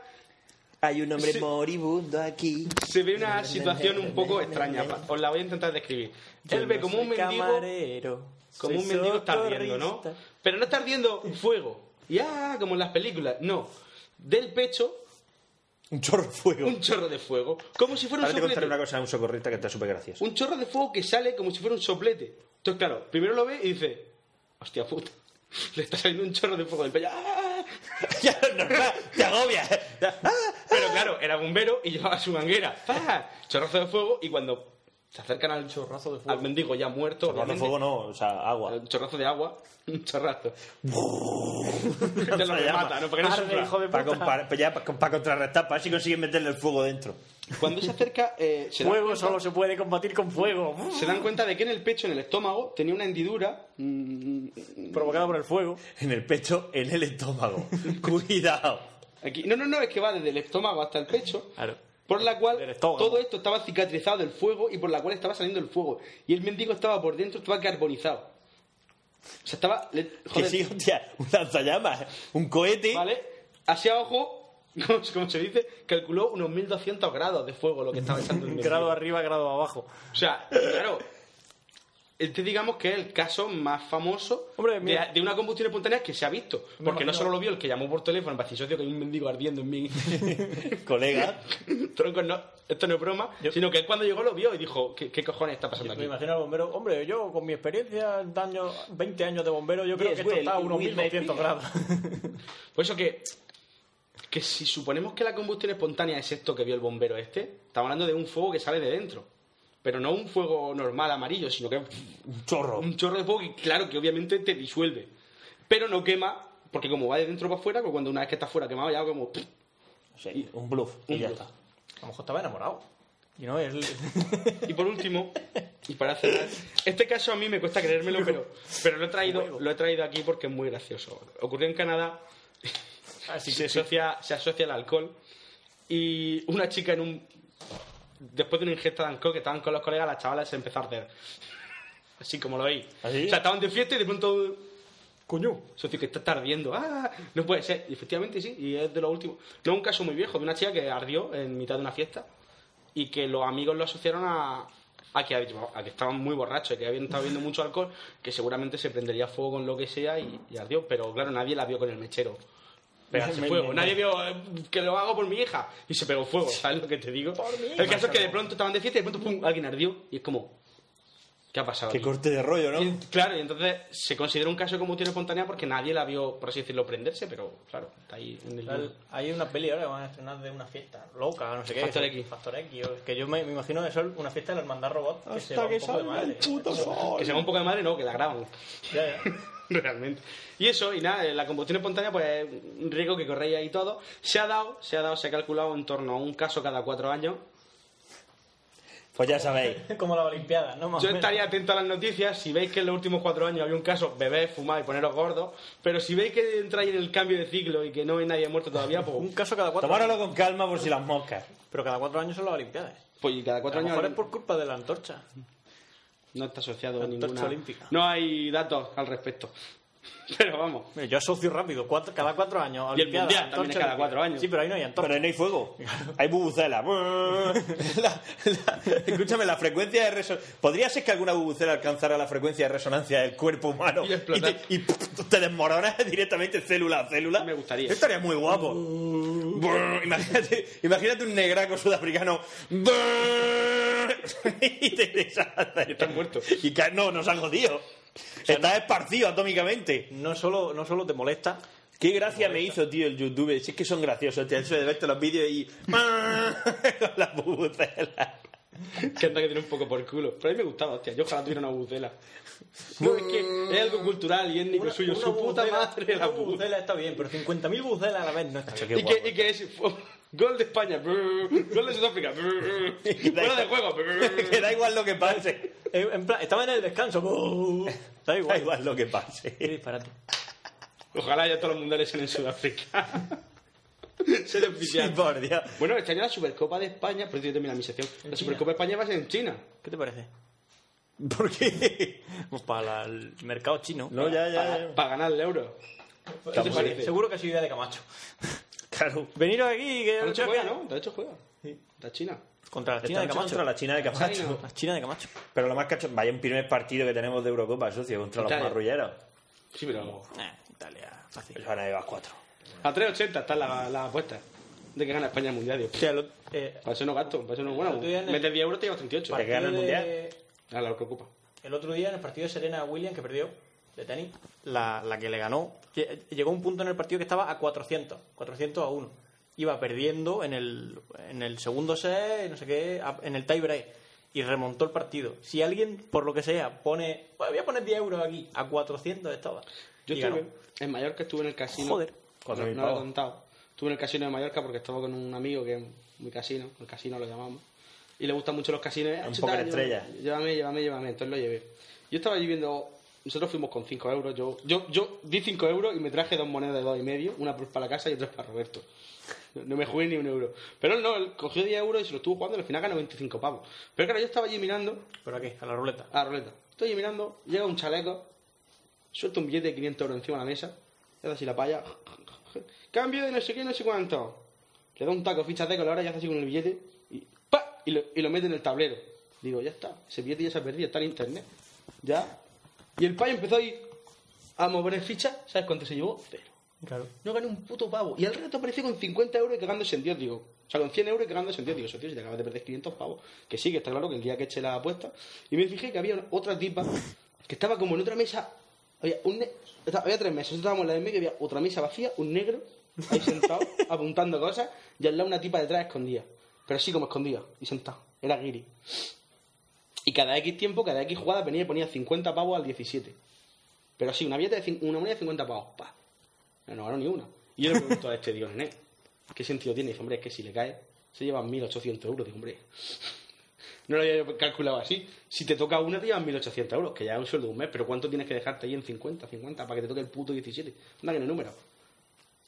S6: Hay un hombre
S7: Sí.
S6: moribundo aquí.
S7: se ve una situación un poco extraña. pa- Os la voy a intentar describir.
S8: Yo
S7: Él ve
S8: no
S7: como un
S8: soy
S7: mendigo
S8: camarero,
S7: como
S8: soy
S7: un mendigo está ardiendo, ¿no?
S8: socorrista.
S7: Pero no está ardiendo fuego. Ya, como en las películas. No. Del pecho,
S6: Un chorro de fuego.
S7: un chorro de fuego. Como si fuera un
S6: Ahora te contaré una
S7: soplete.
S6: cosa a un socorrista que está súper gracioso.
S7: Un chorro de fuego que sale como si fuera un soplete. Entonces, claro, primero lo ve y dice, hostia puta, <laughs> le está saliendo un chorro de fuego del pecho. ¡Ah! <laughs>
S6: Ya, normal, te agobias. ¿eh?
S7: Pero claro, era bombero y llevaba su manguera. ¡Ah! Chorrazo de fuego y cuando se acercan al chorrazo de fuego, al mendigo ya muerto,
S6: Chorro de
S7: obviamente,
S6: Pues fuego no, o sea, agua.
S7: un chorrazo de agua, <laughs> un chorrazo.
S6: Otra <laughs>
S7: ya
S6: llama.
S7: lo remata, ¿no? Para que no
S8: Arde,
S7: sufra.
S8: hijo de
S6: Para
S8: puta.
S6: contrarrestar, para ver si consiguen meterle el fuego dentro.
S7: Cuando se acerca, eh, se, dan
S8: Fuego
S7: cuenta,
S8: solo se puede combatir con fuego.
S7: se dan cuenta de que en el pecho, en el estómago, tenía una hendidura. mm,
S8: Provocado por el fuego.
S6: En el pecho, en el estómago. Cuidado.
S7: aquí. No, no, no, es que va desde el estómago hasta el pecho.
S8: Claro.
S7: Por la cual
S8: Del estómago.
S7: todo esto estaba cicatrizado del fuego y por la cual estaba saliendo el fuego. Y el mendigo estaba por dentro, estaba carbonizado. O sea, estaba. le-
S6: Que
S7: joder,
S6: sí, hostia, un lanzallamas, un cohete.
S7: ¿Vale? Hacia ojo, como, se- <laughs> como se dice, calculó unos 1200 grados de fuego lo que estaba echando el mendigo.
S8: Grado arriba, grado abajo.
S7: O sea, claro. Este digamos que es el caso más famoso
S8: Hombre,
S7: de,
S8: mira.
S7: de una combustión espontánea que se ha visto. Porque no solo lo vio el que llamó por teléfono para decir, socio, que hay un mendigo ardiendo en mí. <laughs>
S6: Colega,
S7: Tronco, no, esto no es broma. Sino que él cuando llegó lo vio y dijo, ¿qué, qué cojones está pasando
S8: Me
S7: aquí?
S8: imagino al bombero. Hombre, yo con mi experiencia, daño, 20 años de bombero, yo creo
S7: Yes,
S8: que esto
S7: well,
S8: está a unos
S7: we may
S8: 1200
S7: be.
S8: grados.
S7: Por eso que, que si suponemos que la combustión espontánea es esto que vio el bombero este, estamos hablando de un fuego que sale de dentro. Pero no un fuego normal amarillo, sino que
S6: un chorro.
S7: un chorro de fuego que claro que obviamente te disuelve pero no quema porque como va de dentro para afuera pues cuando una vez que está fuera quemado ya como pff,
S6: O sea, un bluff. y
S7: Un
S6: ya
S7: bluff.
S6: está.
S8: A lo mejor estaba enamorado. Y
S7: <laughs>
S8: no, él.
S7: y por último y para cerrar este caso a mí me cuesta creérmelo pero pero lo he traído lo he traído aquí porque es muy gracioso ocurrió en Canadá
S8: Así
S7: se
S8: que
S7: asocia se asocia el alcohol y una chica en un después de una ingesta de alcohol que estaban con los colegas las chavalas se empezó a arder <laughs> así como lo oí
S6: ¿Ah, sí?
S7: o sea estaban de fiesta y de pronto Coño, eso sí que está, está ardiendo. ¡Ah! No puede ser. Y efectivamente sí, y es de lo último. No es un caso muy viejo de una chica que ardió en mitad de una fiesta y que los amigos lo asociaron a, a, que, a que estaban muy borrachos, que habían estado bebiendo mucho alcohol, que seguramente se prendería fuego con lo que sea y, y ardió. Pero claro, nadie la vio con el mechero.
S6: <laughs>
S7: Pegarse
S11: Me-
S7: fuego.
S11: me-
S7: Nadie vio eh, que lo hago por mi hija y se pegó fuego, ¿sabes lo que te digo? El caso es que de pronto estaban de fiesta y de pronto pum, alguien ardió y es como, ¿qué ha pasado?
S6: Qué
S7: aquí?
S6: corte de rollo, ¿no?
S7: Y, claro, y entonces se considera un caso de combustión espontánea porque nadie la vio, por así decirlo, prenderse, pero claro, está ahí en el.
S8: Tal, Hay una peli ahora que van a estrenar de una fiesta loca, no sé qué.
S7: Factor X.
S8: Factor X. o- Que yo me, me imagino que es una fiesta de la hermandad robot. Que se va
S6: Hasta
S8: un
S6: que
S8: poco
S6: salga
S8: de
S6: el
S8: madre.
S6: puto sol.
S7: Que se va un poco de madre, no, que la graban.
S8: Ya, ya. <laughs>
S7: <laughs> Realmente. Y eso, y nada, eh, la combustión espontánea, pues es un riesgo que corréis ahí todo. Se ha dado, se ha dado, se ha calculado en torno a un caso cada cuatro años.
S6: Pues ya sabéis.
S8: Como la Olimpiada, ¿no? Más
S7: Yo
S8: o menos.
S7: estaría atento a las noticias. Si veis que en los últimos cuatro años había un caso, bebés, fumad y poneros gordos. Pero si veis que entráis en el cambio de ciclo y que no hay nadie muerto todavía,
S8: Un
S7: pues,
S8: caso cada cuatro
S6: Tomáralo con calma por si las moscas.
S8: Pero cada cuatro años son las Olimpiadas.
S7: pues, y cada
S8: A
S7: cuatro
S8: lo mejor
S7: años
S8: es por culpa de la antorcha.
S7: no está asociado a
S8: La
S7: ninguna.
S8: antorcha olímpica.
S7: No hay datos al respecto. <laughs> Pero vamos.
S8: Mira, yo asocio rápido. cuatro- cada cuatro años.
S7: Y el
S8: Olimpiada,
S7: Mundial también es
S8: antorcha,
S7: cada
S8: Olimpiada.
S7: cuatro años.
S8: Sí, pero ahí no hay antorcha.
S6: Pero ahí no hay fuego. Hay bubucela.
S8: <laughs>
S6: La- la- escúchame, la frecuencia de resonancia. Podría ser que alguna bubucela alcanzara la frecuencia de resonancia del cuerpo humano
S7: Y explotar.
S6: te, y te desmoronas directamente célula a célula.
S7: Me gustaría.
S6: Eso Estaría muy guapo.
S8: Uh,
S6: Brr, imagínate, imagínate un negraco sudafricano. Brr, <laughs> y te deshaces.
S7: Estás muerto.
S6: Y ca- no, nos han jodido. Estás esparcido atómicamente.
S8: No solo, no solo te molesta.
S6: Qué gracia me hizo, tío, el YouTube. Si es que son graciosos, tío. Eso de verte los vídeos y... <laughs> con la bubucela.
S7: Que anda que tiene un poco por culo. Pero a mí me gustaba, hostia. Yo ojalá tuviera una bucela. No, es que es algo cultural y étnico suyo.
S8: una
S7: Su puta
S8: bucela-
S7: madre
S8: una
S7: la bucela.
S8: bucela está bien, pero 50.000 bucelas a la vez no está bien.
S6: Qué
S7: y, que, y que es fu- gol de España, brr, gol de Sudáfrica, brr, fuera de juego.
S6: <laughs>
S7: brr.
S6: que da igual lo que pase.
S8: Eh, en plan, estaba en el descanso. ¡buh! Da igual.
S6: Da igual lo que pase.
S8: Qué disparate.
S7: Ojalá ya todos los mundiales sean en Sudáfrica. <laughs> Ser
S6: Sí,
S7: oficial.
S6: <laughs> por Dios.
S7: Bueno, este año la Supercopa de España, por cierto, termina mi sección. La Supercopa de España va a ser en China.
S8: ¿Qué te parece?
S6: ¿Por qué?
S8: Pues para el mercado chino.
S6: No, ya, ya,
S7: Para,
S6: ya.
S7: para ganar el euro. ¿Qué te parece?
S8: Seguro que ha sido idea de Camacho.
S6: Claro.
S8: Veniros aquí que
S7: De hecho juega, ¿no? De hecho juega. La China.
S8: contra la
S6: Están
S8: China de Camacho.
S6: contra la China de Camacho.
S8: La China de Camacho.
S6: Pero lo más cacho... Vaya un primer partido que tenemos de Eurocopa, socio, contra los
S7: Italia.
S6: marrulleros.
S7: Sí, pero...
S8: Eh, Italia, fácil.
S6: Eso van a llevar cuatro.
S7: A 3.80 están las las apuestas de que gana España el mundial. digo.
S8: O sea, lo- eh,
S7: Para eso no gasto, para eso no bueno.
S8: Tú tienes-
S7: Metes 10 euros te llevas 38.
S6: Para que gane el
S8: partido
S6: Mundial.
S8: de-
S7: A la Eurocopa.
S8: El otro día en el partido de Serena Williams, que perdió de tenis, la, la que le ganó, lle- llegó un punto en el partido que estaba a 400, 400 a 1. Iba perdiendo en el, en el segundo set, no sé qué, a- en el tie break, y remontó el partido. Si alguien, por lo que sea, pone, "Bueno, voy a poner 10 euros aquí, a 400 estaba.
S7: Yo
S8: y
S7: estuve
S8: ganó.
S7: en Mallorca, estuve en el casino.
S8: Joder.
S7: No,
S6: Cuatro mil
S7: no lo he
S6: pavos.
S7: contado. Estuve en el casino de Mallorca porque estaba con un amigo que es muy casino, el casino lo llamamos. Y le gustan mucho los casinos.
S6: Un
S7: "Ah,
S6: poker
S7: tal,
S6: estrella".
S7: llévame, Llévame, llévame, llévame. Entonces lo llevé. Yo estaba allí viendo. Nosotros fuimos con 5 euros. Yo, yo, yo di 5 euros y me traje dos monedas de dos y medio, una para la casa y otra para Roberto. No me jugué ni un euro. Pero él no, él cogió 10 euros y se lo estuvo jugando y al final ganó 25 pavos. Pero claro, yo estaba allí mirando
S8: ¿Pero a qué? A la ruleta.
S7: a la ruleta. Estoy mirando, llega un chaleco, suelta un billete de 500 euros encima de la mesa, le hace así la palla, cambio de no sé qué, no sé cuánto. Le da un taco, ficha de color y hace así con el billete y ¡pa! Y lo, y lo mete en el tablero. Digo, ya está, ese billete ya se ha perdido, está en internet. Ya. Y el payo empezó ahí a mover fichas, ¿sabes cuánto se llevó? Cero.
S8: Claro.
S7: No gané un puto pavo. Y al rato apareció con 50 euros y cagándose en Dios, digo. O sea, con 100 euros y cagándose en Dios. Digo, eso, tío, si te acabas de perder 500 pavos. Que sí, que está claro que el día que eché la apuesta. Y me fijé que había una- otra tipa que estaba como en otra mesa. Había, un ne- esta- había tres mesas. Nosotros estábamos en la del medio, había otra mesa vacía, un negro ahí sentado, <laughs> apuntando cosas. Y al lado una tipa detrás escondida. Pero así como escondida y sentada. Era guiri. Y cada X tiempo, cada X jugada venía y ponía 50 pavos al 17. Pero así, una, billete de cin- una moneda de 50 pavos. Pa. No, no ganó ni una. Y yo le pregunto a este, digo, Nené, ¿qué sentido tiene? Dice, hombre, es que si le cae, se llevan 1.800 euros. Digo, hombre, no lo había yo calculado así. Si te toca una, te llevan 1.800 euros, que ya es un sueldo de un mes. Pero ¿cuánto tienes que dejarte ahí en 50, 50, para que te toque el puto 17? Anda, que no hay número.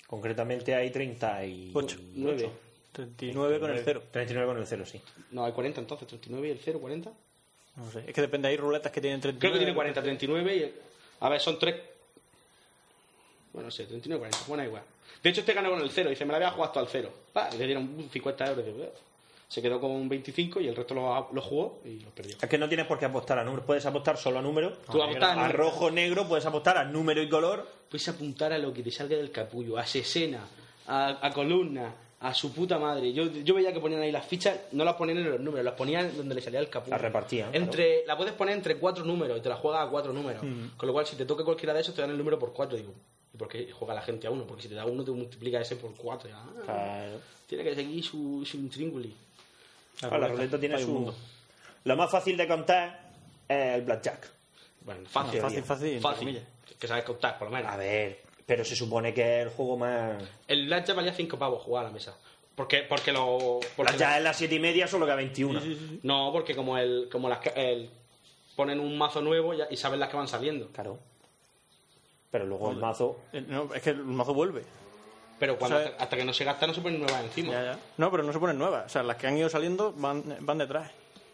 S6: Concretamente hay 38.
S8: Ocho.
S7: 9.
S8: 39 con el cero.
S6: 39 con el 0, sí.
S7: No, hay 40 entonces, 39 y el 0, 40.
S8: No sé. Es que depende, hay ruletas que tienen 39.
S7: Creo que tiene 40, 39 y... el- A ver, son tres... Bueno, no sé, 39 40. Bueno, igual. De hecho, este ganó con el cero. Dice, me la voy a jugar hasta el cero. Pa, y le dieron 50 euros de euros. Se quedó con 25 y el resto lo, lo jugó y lo perdió.
S6: Es que no tienes por qué apostar a números, puedes apostar solo a números.
S7: Tú apostas a
S6: a
S7: números.
S6: rojo, negro, puedes apostar a número y color.
S7: Puedes apuntar a lo que te salga del capullo, a sesena, a, a columna, a su puta madre. Yo, yo veía que ponían ahí las fichas, no las ponían en los números, las ponían donde le salía el capullo.
S6: Las repartían,
S7: Entre, La puedes poner entre cuatro números y te la juegas a cuatro números.
S6: Hmm.
S7: Con lo cual, si te toca cualquiera de esos, te dan el número por cuatro. Digo, ¿y por qué juega la gente a uno? Porque si te da uno, te multiplica ese por cuatro. Y, ah,
S6: Claro.
S7: Tiene que seguir su, su intríngulis.
S6: Ah, la ruleta tiene
S7: Hay un
S6: su.
S7: mundo.
S6: Lo más fácil de contar es el blackjack.
S7: Bueno,
S6: fácil,
S7: fácil,
S6: fácil,
S8: fácil, entre
S7: Fácil.
S8: comillas.
S7: Que sabes contar, por lo menos.
S6: A ver, pero se supone que es el juego más.
S7: El Blackjack valía 5 pavos jugar a la mesa. Porque, porque lo. Porque
S6: Blackjack es las 7 y media, solo que a 21.
S7: No, porque como el, como las, que- el- ponen un mazo nuevo ya- y saben las que van saliendo.
S6: Claro. Pero luego el mazo.
S8: Eh, No, es que el mazo vuelve.
S7: Pero cuando,
S8: ¿Sabes?
S7: hasta, hasta que no se gasta no se ponen nuevas encima.
S8: No, pero no se ponen nuevas. O sea, las que han ido saliendo van, van detrás.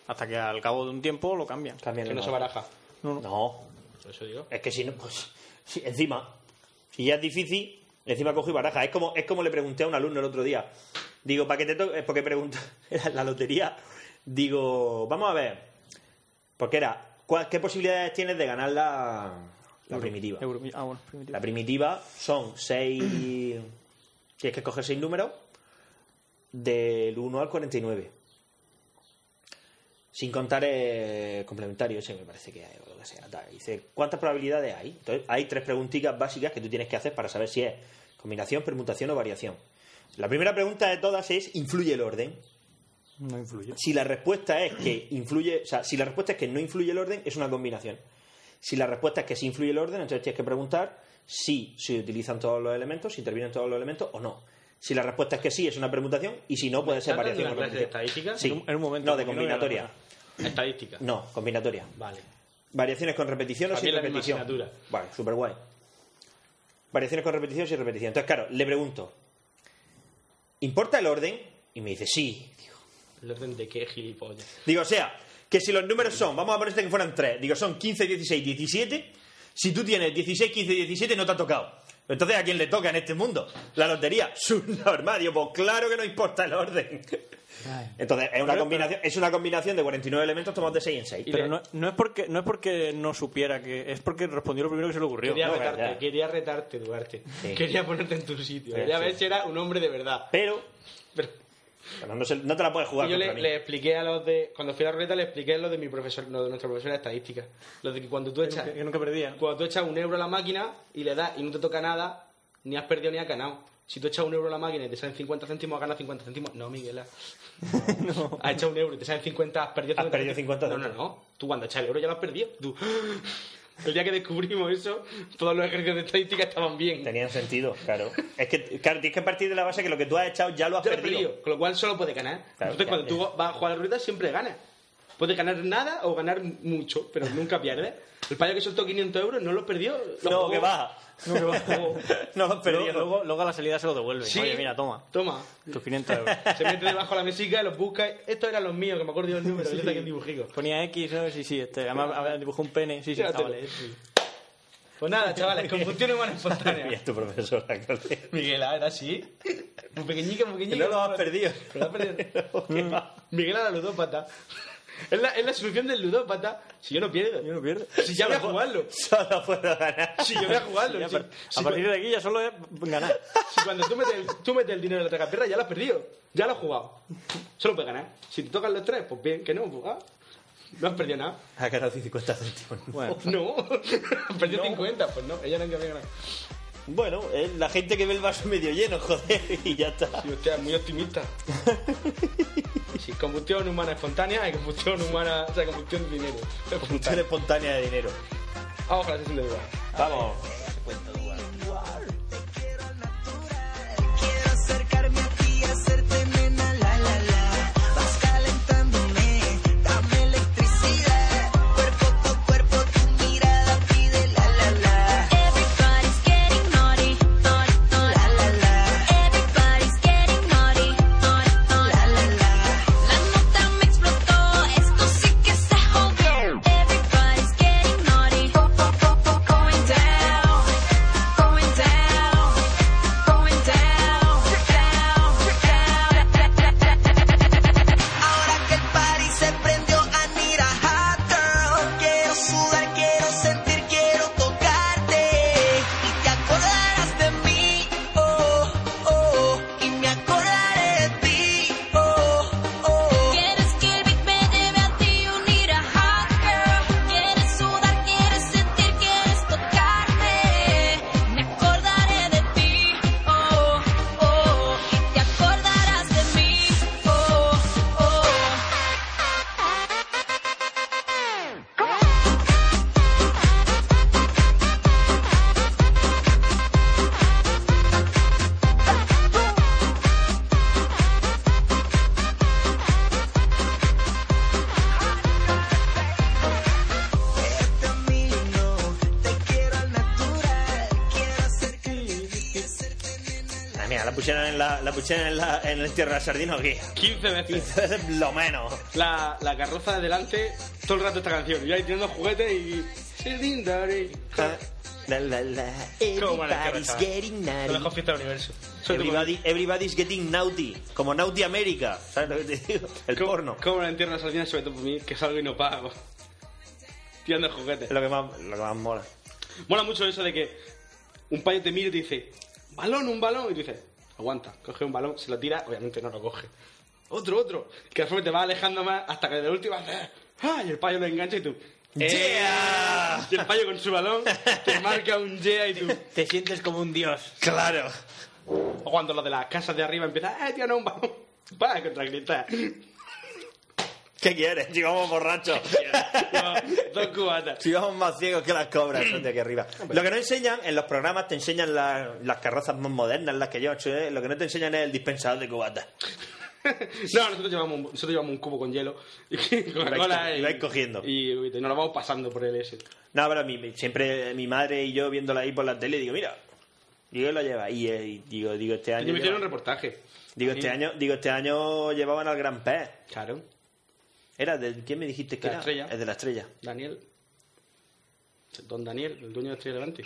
S8: Hasta que al cabo de un tiempo lo cambian.
S6: Cambian
S7: Que
S6: el
S7: no se
S6: mazo.
S7: baraja.
S8: No, no.
S6: No,
S7: Por eso digo.
S6: es que si no, pues. si- encima, si ya es difícil, encima cojo y baraja. Es como, es como le pregunté a un alumno el otro día. Digo, ¿para qué te toca? Porque pregunta <laughs> era la lotería. Digo, vamos a ver. Porque era, ¿cuál- ¿qué posibilidades tienes de ganar la, la primitiva?
S8: Euro- ah, bueno, primitiva.
S6: La primitiva son seis. <clears throat> Tienes que escoger seis números del 1 al 49. Sin contar el complementario, ese me parece que hay, o lo que sea. tal. Dice, ¿cuántas probabilidades hay? Entonces, hay tres preguntitas básicas que tú tienes que hacer para saber si es combinación, permutación o variación. La primera pregunta de todas es, ¿influye el orden?
S8: No influye.
S6: Si la respuesta es que influye, o sea, si la respuesta es que no influye el orden, es una combinación. Si la respuesta es que sí influye el orden, entonces tienes que preguntar si se utilizan todos los elementos, si intervienen todos los elementos o no. Si la respuesta es que sí, es una permutación, y si no, puede ser
S7: ¿Estás dando
S6: variación.
S7: una
S6: o
S7: clase de
S6: combinación.
S7: estadística?
S6: Sí.
S8: En un- en un momento,
S6: no, de
S8: porque no veo la
S6: combinatoria.
S7: Estadística.
S6: No, combinatoria.
S7: Vale.
S6: Variaciones con repetición o
S7: Para mí
S6: sin
S7: es la misma
S6: repetición.
S7: asignatura.
S6: Vale, súper guay. Variaciones con repetición o sin repetición. Entonces, claro, le pregunto, ¿importa el orden? Y me dice, sí,
S7: El orden de qué gilipollas.
S6: Digo, o sea, que si los números son, vamos a ponerte que fueran 3, digo, son 15, 16, 17, si tú tienes 16, 15, 17 no te ha tocado. Entonces, ¿a quién le toca en este mundo? La lotería, <laughs> subnormal. Digo, pues claro que no importa el orden. Entonces, es una combinación, es una combinación de 49 elementos tomados de 6 en 6.
S8: Pero no, no es porque, no es porque no supiera que. Es porque respondió lo primero que se le ocurrió.
S7: Quería
S6: no,
S7: retarte,
S6: ya.
S7: quería retarte, Duarte.
S6: Sí.
S7: Quería ponerte en tu sitio.
S6: Sí,
S7: quería
S6: sí.
S7: ver si era un hombre de verdad.
S6: Pero,
S7: Pero-
S6: pero no, se- no te la puedes jugar
S7: Y yo
S6: contra
S7: le,
S6: mí.
S7: le expliqué a los de. Cuando fui a la ruleta, le expliqué lo de mi profesor, lo de nuestro profesor de estadística. Lo de que cuando tú echas.
S8: Que nunca perdía.
S7: Cuando tú echas un euro a la máquina y le das y no te toca nada, ni has perdido ni has ganado. Si tú echas un euro a la máquina y te salen 50 céntimos, has ganado 50 céntimos.
S6: <laughs>
S7: No, Miguela. No. Has echado un euro y te salen 50, has perdido
S6: Has perdido 50
S7: No, no, no. Tú cuando echas el euro ya lo has perdido. Tú. <laughs> El día que descubrimos eso, todos los ejercicios de estadística estaban bien.
S6: Tenían sentido, claro. Es que, claro, tienes que partir de la base que lo que tú has echado ya lo has
S7: Ya lo he
S6: perdido.
S7: perdido, Con lo cual solo puede ganar.
S6: Claro,
S7: Entonces,
S6: ya,
S7: cuando tú
S6: ya.
S7: vas a jugar a la ruleta, siempre ganas. Puedes ganar nada o ganar mucho,
S8: <laughs>
S7: pero nunca pierdes. El payo que soltó 500 euros no los perdió. los
S6: No,
S7: jugó.
S6: que va.
S7: No, que va.
S6: <laughs> No lo has perdido.
S8: Luego, luego, luego a la salida se lo devuelven.
S7: Sí.
S8: Oye, mira, toma.
S7: Toma.
S8: Tus
S6: <laughs>
S8: 500 euros.
S7: Se mete debajo de la mesica, los busca. Estos eran los míos, que me acuerdo yo el número. Yo tenía el dibujico.
S8: Ponía X, ¿no? Sí, sí. Este, además, a ver, dibujó un pene. Sí, sí, está,
S7: Fíjate.
S8: vale. sí.
S7: Pues nada,
S8: <laughs>
S7: chavales, confusión humana
S6: Y
S7: espontánea.
S6: es tu profesora, <laughs> claro.
S7: Miguel, ah, ahora sí. Muy Pues pequeñica, muy
S6: Que
S7: pequeñica.
S6: no lo has perdido.
S7: Pero lo has perdido. Mm.
S6: Que va.
S7: Miguel era ludópata. Es la, es la solución del ludópata. Si yo no pierdo.
S8: Yo no pierdo.
S7: Si ya voy a jugarlo.
S6: Solo puedo ganar.
S7: Si yo voy a jugarlo.
S8: Ya,
S7: si-
S8: pero
S7: si
S8: a partir
S6: pues-
S8: de aquí ya solo es ganar.
S7: Si cuando tú metes, el, tú metes el dinero en la tragaperra ya lo has perdido. Ya lo has jugado. Solo puedes ganar. Si te tocan los tres, pues bien, que no. pues, ah, no has perdido nada.
S6: <laughs> Ha ganado 50 céntimos.
S8: Bueno.
S7: <laughs> No. Has perdido 50. Pues no, ella nunca había ganado.
S6: Bueno, es la gente que ve el vaso <laughs> medio lleno, joder, y ya está.
S7: Y usted es muy <laughs> optimista. Sí, combustión humana espontánea y combustión humana, o sea, combustión de dinero.
S6: Combustión espontánea de dinero.
S7: Vamos a la sesión de duda.
S6: Vamos.
S12: Quiero acercarme a ti, hacerte nena, la la la. Vas calentándome, dame electricidad. Cuerpo por cuerpo, tu mirada pide la la la. Everybody's getting naughty, naughty, naughty, la la la. Everybody's getting naughty, naughty, naughty, la la la. La nota me explotó, esto sí que se jodió. Everybody's getting naughty, oh, oh, oh, oh, going down. oh, oh, oh, oh,
S6: genial. La pusieron en, la, la pusieron en, la, en el Tierra de Sardinos guía.
S7: 15
S6: <laughs>
S7: veces.
S6: lo menos.
S7: La, la carroza de delante, todo el rato esta canción. Yo ahí tirando juguetes y. eh. Sardin, daddy.
S6: <laughs> Ah. La, la, la.
S7: Cómo van a estar,
S6: Everybody's
S7: chaval.
S6: getting
S7: Lo mejor
S6: naughty.
S7: fiesta del universo. Soy tu
S6: Everybody, everybody's getting naughty. Como Naughty America. ¿Sabes lo que te digo? El porno.
S7: ¿Cómo la entierro las sardinas sobre todo por mí? Que salgo y no pago. Tirando juguetes.
S6: Es lo que más, lo que más mola.
S7: Mola mucho eso de que un payo te mira y te dice, balón, un balón, y tú dices, aguanta, coge un balón, se lo tira, obviamente no lo coge. Otro, otro. Que de repente te va alejando más hasta que de última haces, ¡ah! Y el payo lo engancha y tú. ¡eh!
S6: ¡Yeah!
S7: Y el payo con su balón te marca un yeah y tú.
S8: Te sientes como un dios.
S6: Claro.
S7: O cuando lo de las casas de arriba empieza, ¡eh, tío, no, un balón! Para contra gritar.
S6: ¿Qué quieres? Llegamos
S7: <laughs>
S6: borrachos. <laughs>
S7: Dos cubatas.
S6: Si vamos más ciegos que las cobras, son de aquí arriba. Lo que no enseñan, en los programas te enseñan la- las carrozas más modernas, las que yo he hecho, ¿eh? lo que no te enseñan es el dispensador de cubatas.
S7: No, nosotros llevamos, un- nosotros llevamos un cubo con hielo y <laughs>
S6: Y
S7: Coca-Cola
S6: vais- y vais cogiendo.
S7: Y, y nos lo vamos pasando por el S.
S6: No, pero mi- mi- siempre mi madre y yo viéndola ahí por la tele, digo, mira, digo, lo lleva. Y, eh, y digo, digo, este
S7: Y
S6: año.
S7: me hicieron un
S6: lleva-
S7: reportaje.
S6: digo, este año, digo, este año llevaban al gran pez.
S7: Claro.
S6: Era de quién me dijiste que
S7: De la
S6: era?
S7: estrella.
S6: Es de la estrella.
S7: Daniel. Don Daniel, el dueño de Estrella Levante.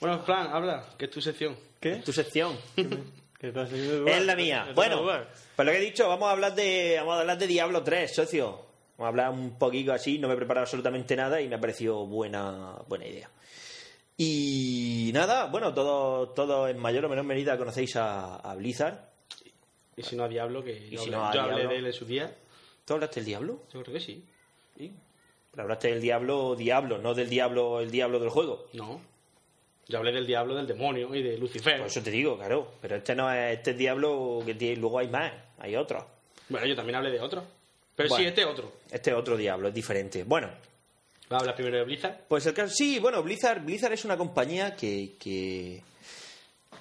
S7: Bueno, Fran, habla, que es tu sección.
S6: ¿Qué? tu sección.
S8: ¿Qué pasa? ¿Qué pasa?
S6: Es la mía.
S8: ¿Qué pasa?
S6: Bueno, pues lo que he dicho, vamos a hablar de vamos a hablar de Diablo 3, socio. Vamos a hablar un poquito así, no me he preparado absolutamente nada y me ha parecido buena buena idea. Y nada, bueno, todo, todo en mayor o menor medida conocéis a, a Blizzard.
S7: Y si no a Diablo, que yo,
S6: si
S7: hablé-
S6: no a
S7: yo hablé
S6: Diablo.
S7: de él en su día.
S6: ¿Tú hablaste del Diablo?
S7: Yo creo que sí.
S6: Pero hablaste del Diablo, Diablo, no del Diablo, el Diablo del juego.
S7: No. Yo hablé del Diablo, del demonio y de Lucifer.
S6: Por eso te digo, claro. Pero este no es este es Diablo que tiene- luego hay más, hay otros.
S7: Bueno, yo también hablé de otro. Pero sí,
S6: Bueno.
S7: este otro.
S6: Este es otro Diablo, es diferente. Bueno,
S7: Va a hablar primero de Blizzard.
S6: Pues el caso, sí, bueno, Blizzard, Blizzard es una compañía que, que,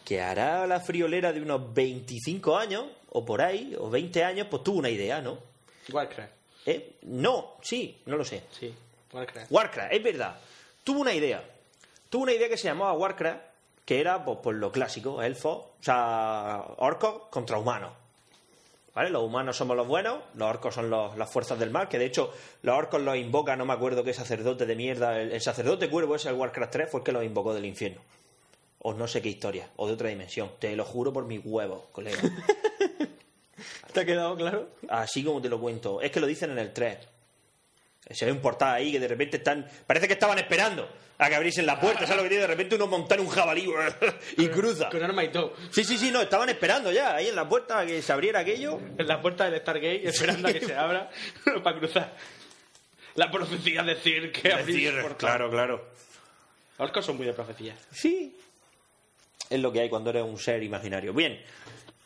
S6: que hará la friolera de unos 25 años, o por ahí, o 20 años, pues tuvo una idea, ¿no?
S7: Warcraft.
S6: ¿Eh? No, sí, no lo sé.
S7: Sí, Warcraft.
S6: Warcraft, es verdad. Tuvo una idea. Tuvo una idea que se llamaba Warcraft, que era pues, por lo clásico, elfos, o sea, orcos contra humanos. ¿Vale? Los humanos somos los buenos, los orcos son los- las fuerzas del mal, que de hecho los orcos los invoca, no me acuerdo qué sacerdote de mierda, el, el sacerdote cuervo ese el Warcraft 3 fue el que los invocó del infierno. O no sé qué historia, o de otra dimensión. Te lo juro por mis huevos, colega.
S8: <laughs> ¿Te ha quedado claro?
S6: Así como te lo cuento. Es que lo dicen en el 3. Se ve un portal ahí que de repente están. Parece que estaban esperando a que abriesen la puerta. ¿Sabes lo que tiene? De repente uno montar un jabalí <laughs> y cruza.
S7: Con arma y todo.
S6: Sí, sí, sí, no, estaban esperando ya ahí en la puerta a que se abriera aquello.
S7: En la puerta del Stargate, esperando a que se abra <laughs> para cruzar. La profecía decir que abrir el portal.
S6: claro.
S7: Los orcos son muy de profecía.
S6: Sí. Es lo que hay cuando eres un ser imaginario. Bien.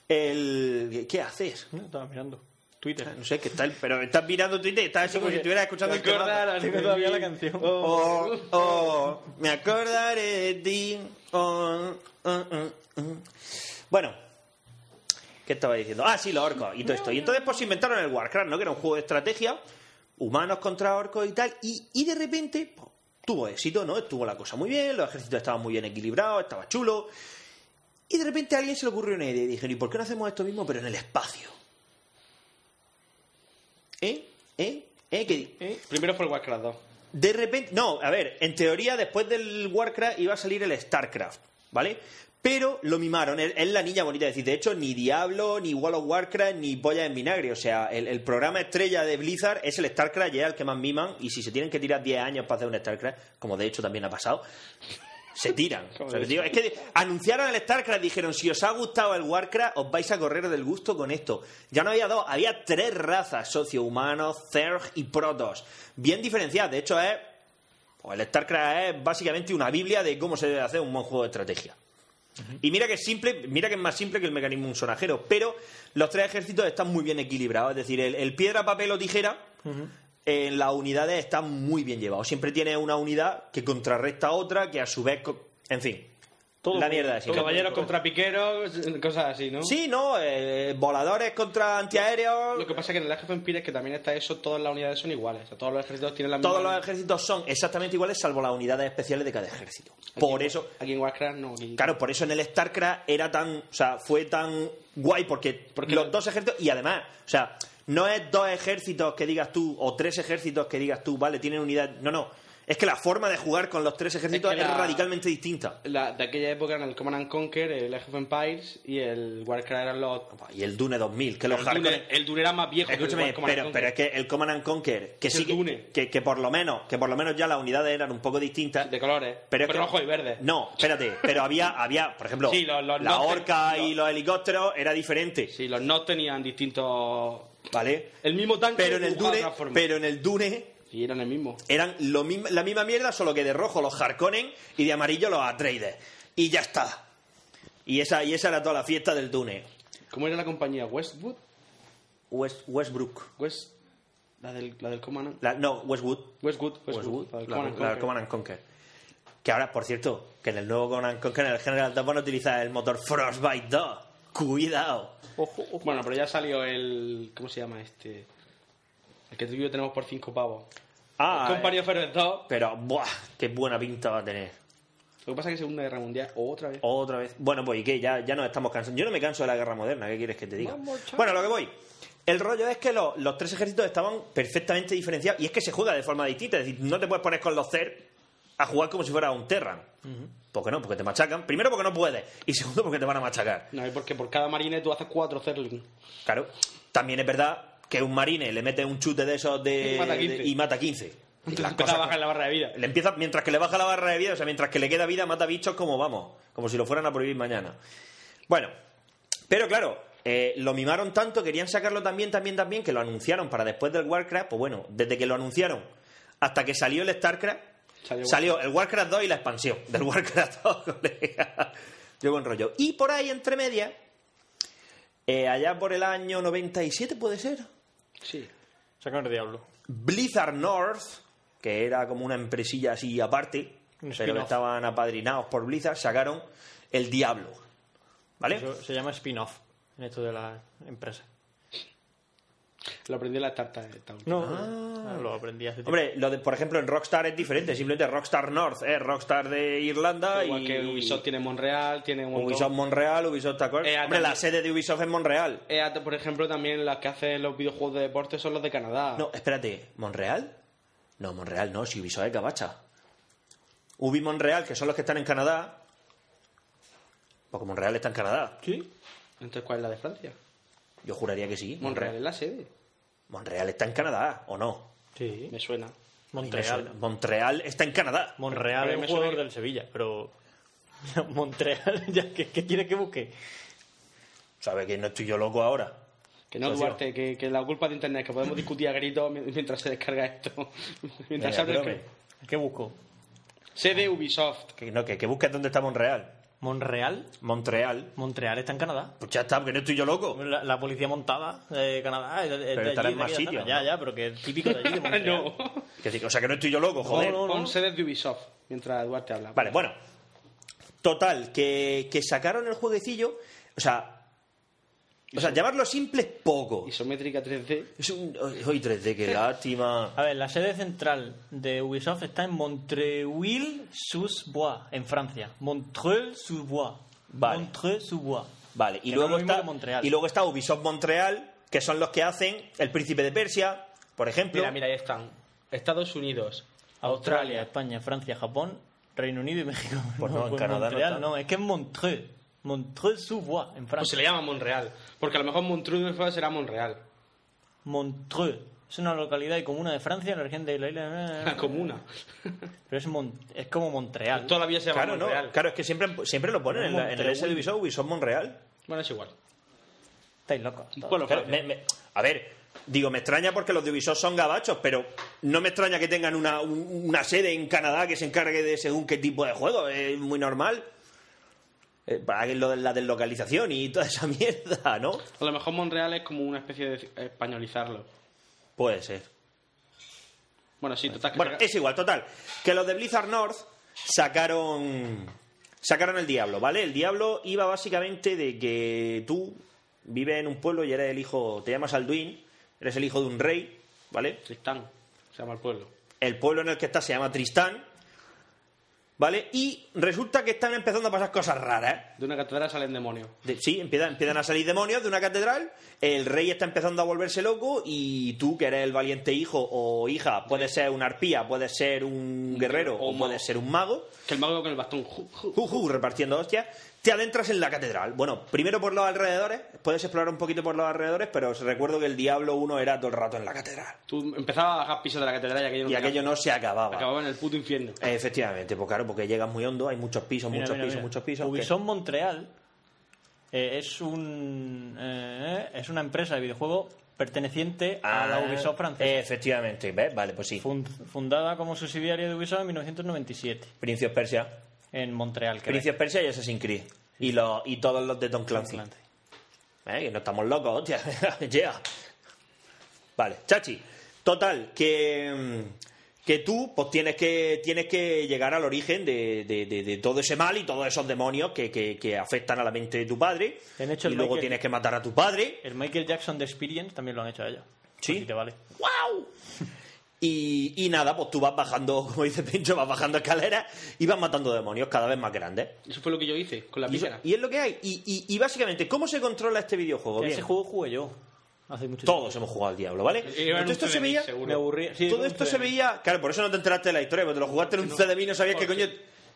S6: El... ¿Qué haces?
S8: No, estaba mirando. Twitter.
S6: No sé, que está el... pero estás mirando Twitter, estás así como si estuvieras escuchando el temazo.
S8: Tengo todavía la canción.
S6: Oh, oh, me acordaré de ti. Oh, oh, oh, oh. Bueno, ¿qué estaba diciendo? Ah, sí, los orcos y todo esto. Y entonces pues se inventaron el Warcraft, ¿no? Que era un juego de estrategia, humanos contra orcos y tal. Y, y de repente pues, tuvo éxito, ¿no? Estuvo la cosa muy bien, los ejércitos estaban muy bien equilibrados, estaba chulo. Y de repente a alguien se le ocurrió una idea y dijeron, ¿y por qué no hacemos esto mismo pero en el espacio? ¿Eh? ¿Eh? ¿Eh? ¿Qué, di-
S7: Primero fue el Warcraft 2.
S6: de repente, no, a ver, en teoría después del Warcraft iba a salir el StarCraft, ¿vale? Pero lo mimaron, es es la niña bonita, es decir, de hecho, ni Diablo, ni World of Warcraft, ni Polla en Vinagre, o sea, el, el programa estrella de Blizzard es el StarCraft y es el que más miman, y si se tienen que tirar 10 años para hacer un StarCraft, como de hecho también ha pasado, se tiran. O sea, que digo, es que anunciaron el StarCraft, dijeron, si os ha gustado el Warcraft, os vais a correr del gusto con esto. Ya no había dos, había tres razas, socio humanos, Zerg y Protos, bien diferenciadas. De hecho, es, pues, el StarCraft es básicamente una biblia de cómo se debe hacer un buen juego de estrategia. Y mira que es simple, mira que es más simple que el mecanismo de un sonajero, pero los tres ejércitos están muy bien equilibrados, es decir, el, el piedra, papel o tijera en las unidades están muy bien llevados. Siempre tiene una unidad que contrarresta a otra, que a su vez, co- en fin, Todo la mierda de siempre.
S7: Caballeros contra piqueros, cosas así, ¿no?
S6: Sí, no, eh, voladores contra antiaéreos.
S7: Lo que pasa es que en el Age of Empires, que también está eso, todas las unidades son iguales. O sea, todos los ejércitos tienen la misma.
S6: Todos los ejércitos son exactamente iguales, salvo las unidades especiales de cada ejército. Por eso,
S7: Aquí en Warcraft no. aquí-
S6: claro, por eso en el StarCraft era tan, o sea, fue tan guay porque, porque
S7: Mm.
S6: los dos ejércitos y además, o sea, no es dos ejércitos que digas tú o tres ejércitos que digas tú, vale, tienen unidad, no, no, es que la forma de jugar con los tres ejércitos es,
S7: que la-
S6: radicalmente distinta.
S7: La- de aquella época eran el Command and Conquer, el Age of Empires y el Warcraft eran los.
S6: Y el Dune 2000, que los
S7: el,
S6: hardcore-
S7: Dune, el Dune era más viejo. que el
S6: Escúchame,
S7: Command and
S6: pero,
S7: Conquer.
S6: pero es que el Command and Conquer, que
S7: Es
S6: sí
S7: el
S6: que-
S7: Dune.
S6: que, que por lo menos, que por lo menos ya las unidades eran un poco distintas.
S7: De colores.
S6: Pero es que-
S7: rojo y verde.
S6: No, espérate, pero había, había, por ejemplo,
S7: Sí, los- los
S6: la
S7: norte-
S6: orca y los helicópteros era diferente,
S7: Sí, los no tenían distintos.
S6: ¿vale?
S7: El mismo tanque.
S6: Pero en el
S7: dibujado de
S6: Dune,
S7: otra forma.
S6: pero en el Dune
S7: Sí, eran el mismo.
S6: eran lo mim- la misma mierda, solo que de rojo los Harkonnen y de amarillo los Atreides. Y ya está. Y esa, y esa era toda la fiesta del Dune.
S7: ¿Cómo era la compañía? ¿Westwood?
S6: West- Westbrook.
S7: West. La del, la del Command and-
S6: La- no, Westwood.
S7: Westwood, Westwood.
S6: Westwood,
S7: la del
S6: la,
S7: Command and
S6: la
S7: Conquer.
S6: Command and Conquer. Que ahora, por cierto, que en el nuevo Command and Conquer, en el General 2 van a utilizar el motor Frostbite 2. Cuidado.
S7: Bueno, pero ya salió el. ¿Cómo se llama este? El que tú y yo tenemos por 5 pavos.
S6: Ah,
S7: el Company
S6: eh,
S7: of Heroes 2.
S6: pero, buah, qué buena pinta va a tener.
S7: Lo que pasa es que Segunda Guerra Mundial, otra vez.
S6: Otra vez. Bueno, pues y qué, ya, ya nos estamos cansando. Yo no me canso de la guerra moderna, ¿qué quieres que te diga? Bueno, lo que voy. El rollo es que lo- los tres ejércitos estaban perfectamente diferenciados y es que se juega de forma distinta. Es decir, no te puedes poner con los CER a jugar como si fuera un Terran. ¿Por qué no? Porque te machacan. Primero porque no puedes y segundo porque te van a machacar.
S7: No, y porque por cada marine tú haces
S6: <laughs>
S7: 4 Zerling.
S6: Claro. También es verdad que un marine le mete un chute de esos de,
S7: Y mata 15.
S6: de- y mata 15.
S7: Entonces
S6: Las
S7: empieza
S6: cosas-
S7: a bajar la barra de vida.
S6: le empieza, mientras que le baja la barra de vida, o sea, mientras que le queda vida, mata bichos como vamos, como si lo fueran a prohibir mañana. Bueno, pero claro, eh, lo mimaron tanto, querían sacarlo también, también, también, que lo anunciaron para después del Warcraft, pues bueno, desde que lo anunciaron hasta que salió el StarCraft,
S7: Salió
S6: salió, el Warcraft 2 y la expansión <laughs> del Warcraft 2, colega. De buen rollo. Y por ahí, entre medias, eh, allá por el año 97, ¿puede ser?
S7: Sí.
S8: Sacan el diablo.
S6: Blizzard North, que era como una empresilla así aparte,
S8: Un
S6: pero que
S8: spin-off.
S6: estaban apadrinados por Blizzard, sacaron El Diablo. ¿Vale?
S8: Eso se llama spin-off en esto de la empresa.
S7: Lo aprendí en la startup de Town.
S8: No, no, Ah. lo aprendí hace tiempo.
S6: Hombre, lo de, por ejemplo, en Rockstar es diferente, simplemente Rockstar North es Rockstar de Irlanda
S7: Igual
S6: y
S7: que Ubisoft tiene Monreal, tiene un montón.
S6: Ubisoft Monreal, Ubisoft tal cual.
S7: Eh,
S6: Hombre,
S7: también-
S6: la sede de Ubisoft es Monreal.
S7: EA, Eh, por ejemplo, también las que hacen los videojuegos de deporte son los de Canadá.
S6: No, espérate, ¿Monreal? No, Monreal no, si Ubisoft es Gabacha. Ubi Monreal, que son los que están en Canadá. Porque Monreal está en Canadá.
S7: ¿Sí? Entonces, ¿cuál es la de Francia?
S6: Yo juraría que sí.
S7: Monreal es la sede.
S6: Montreal está en Canadá, ¿o no?
S8: Sí.
S7: Me suena.
S6: A mí me suena.
S8: Montreal.
S6: Montreal está en Canadá.
S8: Montreal
S7: Pero
S8: es
S7: me
S8: un
S7: suena
S8: jugador
S7: que-
S8: del Sevilla, pero... <laughs> Montreal, ya, ¿qué, ¿qué quieres que busque?
S6: ¿Sabe que no estoy yo loco ahora?
S7: Que no,
S8: Socio.
S7: Duarte, que, que la culpa es de Internet, que podemos discutir a gritos mi- mientras se descarga esto. <laughs> mientras se abre
S6: Venga,
S7: el
S6: brome.
S7: cre-
S8: ¿Qué busco?
S7: Sede Ubisoft.
S6: que, no, que, que busques dónde está Montreal.
S8: ¿Montreal?
S6: Montreal.
S8: Montreal está en Canadá.
S6: Pues ya está, que no estoy yo loco.
S8: La, la policía montada de Canadá es de, es
S6: Pero
S8: de
S6: estará
S8: allí,
S6: en
S8: de
S6: más
S8: aquella
S6: sitios,
S8: zona. Ya,
S6: ¿no?
S8: ya, pero que es típico de allí, <laughs> de Montreal.
S7: <laughs> no.
S6: Que sí, o sea, que no estoy yo loco, joder.
S8: No, no,
S7: Pon sedes de Ubisoft, mientras Duarte habla.
S6: Vale, bueno. Total, que, que sacaron el jueguecillo. O sea. O sea, llamarlo simple es poco.
S7: Isométrica 3D.
S6: Es un. Hoy 3D, qué lástima.
S8: A ver, la sede central de Ubisoft está en Montreuil-sous-Bois, en Francia. Montreuil-sous-Bois.
S6: Vale.
S8: Montreuil-sous-Bois.
S6: Vale, y
S8: Que
S6: luego,
S8: no es lo mismo
S6: está,
S8: que Montreal.
S6: y luego está Ubisoft Montreal, que son los que hacen El Príncipe de Persia, por ejemplo.
S7: Mira, mira, ahí están. Estados Unidos,
S8: Australia,
S7: Australia,
S8: España, Francia, Japón, Reino Unido y México.
S6: Pues
S8: <laughs>
S6: no, en Canadá no
S8: Montreal,
S6: está.
S8: no, es que es Montreux. Montreux-sous-Bois, en
S7: Pues se
S8: Francia.
S7: le llama Monreal. Porque a lo mejor Montreux será Monreal. <laughs>
S8: Montreux. Es una localidad y comuna de Francia, en la región de la
S7: La
S8: isla.
S7: comuna.
S8: Pero es, Mon- es como Montreal.
S7: Toda la vida se llama
S6: Claro, no,
S7: Monreal.
S6: claro, es que siempre, siempre lo ponen en, la- en el
S8: Montreal.
S6: S de Ubisoft, Ubisoft Monreal.
S7: Bueno, es igual.
S8: Estáis locos. todos.
S7: Bueno,
S6: Claro,
S7: Francia.
S6: me- me- a ver, digo, me extraña porque los de Ubisoft son gabachos, pero no me extraña que tengan una, un- una sede en Canadá que se encargue de según qué tipo de juego, es muy normal. Eh, Para que lo de la deslocalización y toda esa <laughs> mierda, ¿no?
S7: A lo mejor Monreal es como una especie de españolizarlo.
S6: Puede ser.
S7: Bueno, sí, total. que
S6: Bueno,
S7: saca-
S6: es igual, total. Que los de Blizzard North sacaron. Sacaron el diablo, ¿vale? El diablo iba básicamente de que tú vives en un pueblo y eres el hijo, te llamas Alduin, eres el hijo de un rey, ¿vale?
S9: Tristán, se llama el pueblo.
S6: El pueblo en el que estás se llama Tristán, ¿vale? Y resulta que están empezando a pasar cosas raras. ¿eh?
S9: De una catedral salen demonios.
S6: De- sí, empiezan, empiezan a salir demonios de una catedral, el rey está empezando a volverse loco y tú, que eres el valiente hijo o hija, puedes ser una arpía, puedes ser un guerrero o, puedes ser un mago.
S9: Que el mago con el bastón. ju, ju.
S6: ju, ju, repartiendo hostias, te adentras en la catedral. Bueno, primero por los alrededores, puedes explorar un poquito por los alrededores, pero os recuerdo que el Diablo 1 era todo el rato en la catedral.
S9: Tú empezabas a bajar piso de la catedral y aquello no
S6: Y
S9: te
S6: aquello
S9: acababa.
S6: no se acababa.
S9: Acababa en el puto infierno.
S6: Eh, Efectivamente, pues claro, porque llegas muy hondo, hay muchos pisos,
S8: Mira,
S6: muchos
S8: mira,
S6: pisos,
S8: mira.
S6: muchos pisos.
S8: Ubisoft Montreal eh, es un eh, es una empresa de videojuego perteneciente a la
S6: Ah,
S8: Ubisoft francesa.
S6: Efectivamente, ¿ves? Vale, pues sí.
S8: Fun- fundada como subsidiaria de Ubisoft en 1997
S6: Prince of Persia.
S8: en Montreal. Quebec.
S6: Prince of Persia y Assassin's Creed. Y, los, y todos los de Tom Clancy. Eh, que no estamos locos, hostia. <laughs> Yeah. Vale, chachi. Total, que, mm, que tú pues tienes que, tienes que llegar al origen de, de- de- de todo ese mal y todos esos demonios que, que- que afectan a la mente de tu padre.
S8: Han hecho
S6: y
S8: el
S6: luego
S8: Michael-
S6: tienes que matar a tu padre.
S8: El Michael Jackson de Experience también lo han hecho a ella.
S6: Sí.
S8: Así te vale.
S6: ¡Wow! Y, y nada, pues tú vas bajando, <laughs> como dice Pincho, vas bajando escaleras y vas matando demonios cada vez más grandes.
S9: Eso fue lo que yo hice con la
S6: Y,
S9: pícara.
S6: y es lo que hay. Y, y- y básicamente, ¿cómo se controla este videojuego?
S8: Ese
S6: Bien.
S8: juego jugué yo. Hace mucho
S6: Todos hemos jugado al diablo, ¿vale?
S9: Era un
S6: Todo esto se
S9: CDMI,
S6: veía.
S9: seguro.
S8: tiempo. Me aburrí. Sí,
S6: Todo esto se veía. Claro, por eso no te enteraste de la historia, porque te lo jugaste en un CDMI y no sabías qué coño.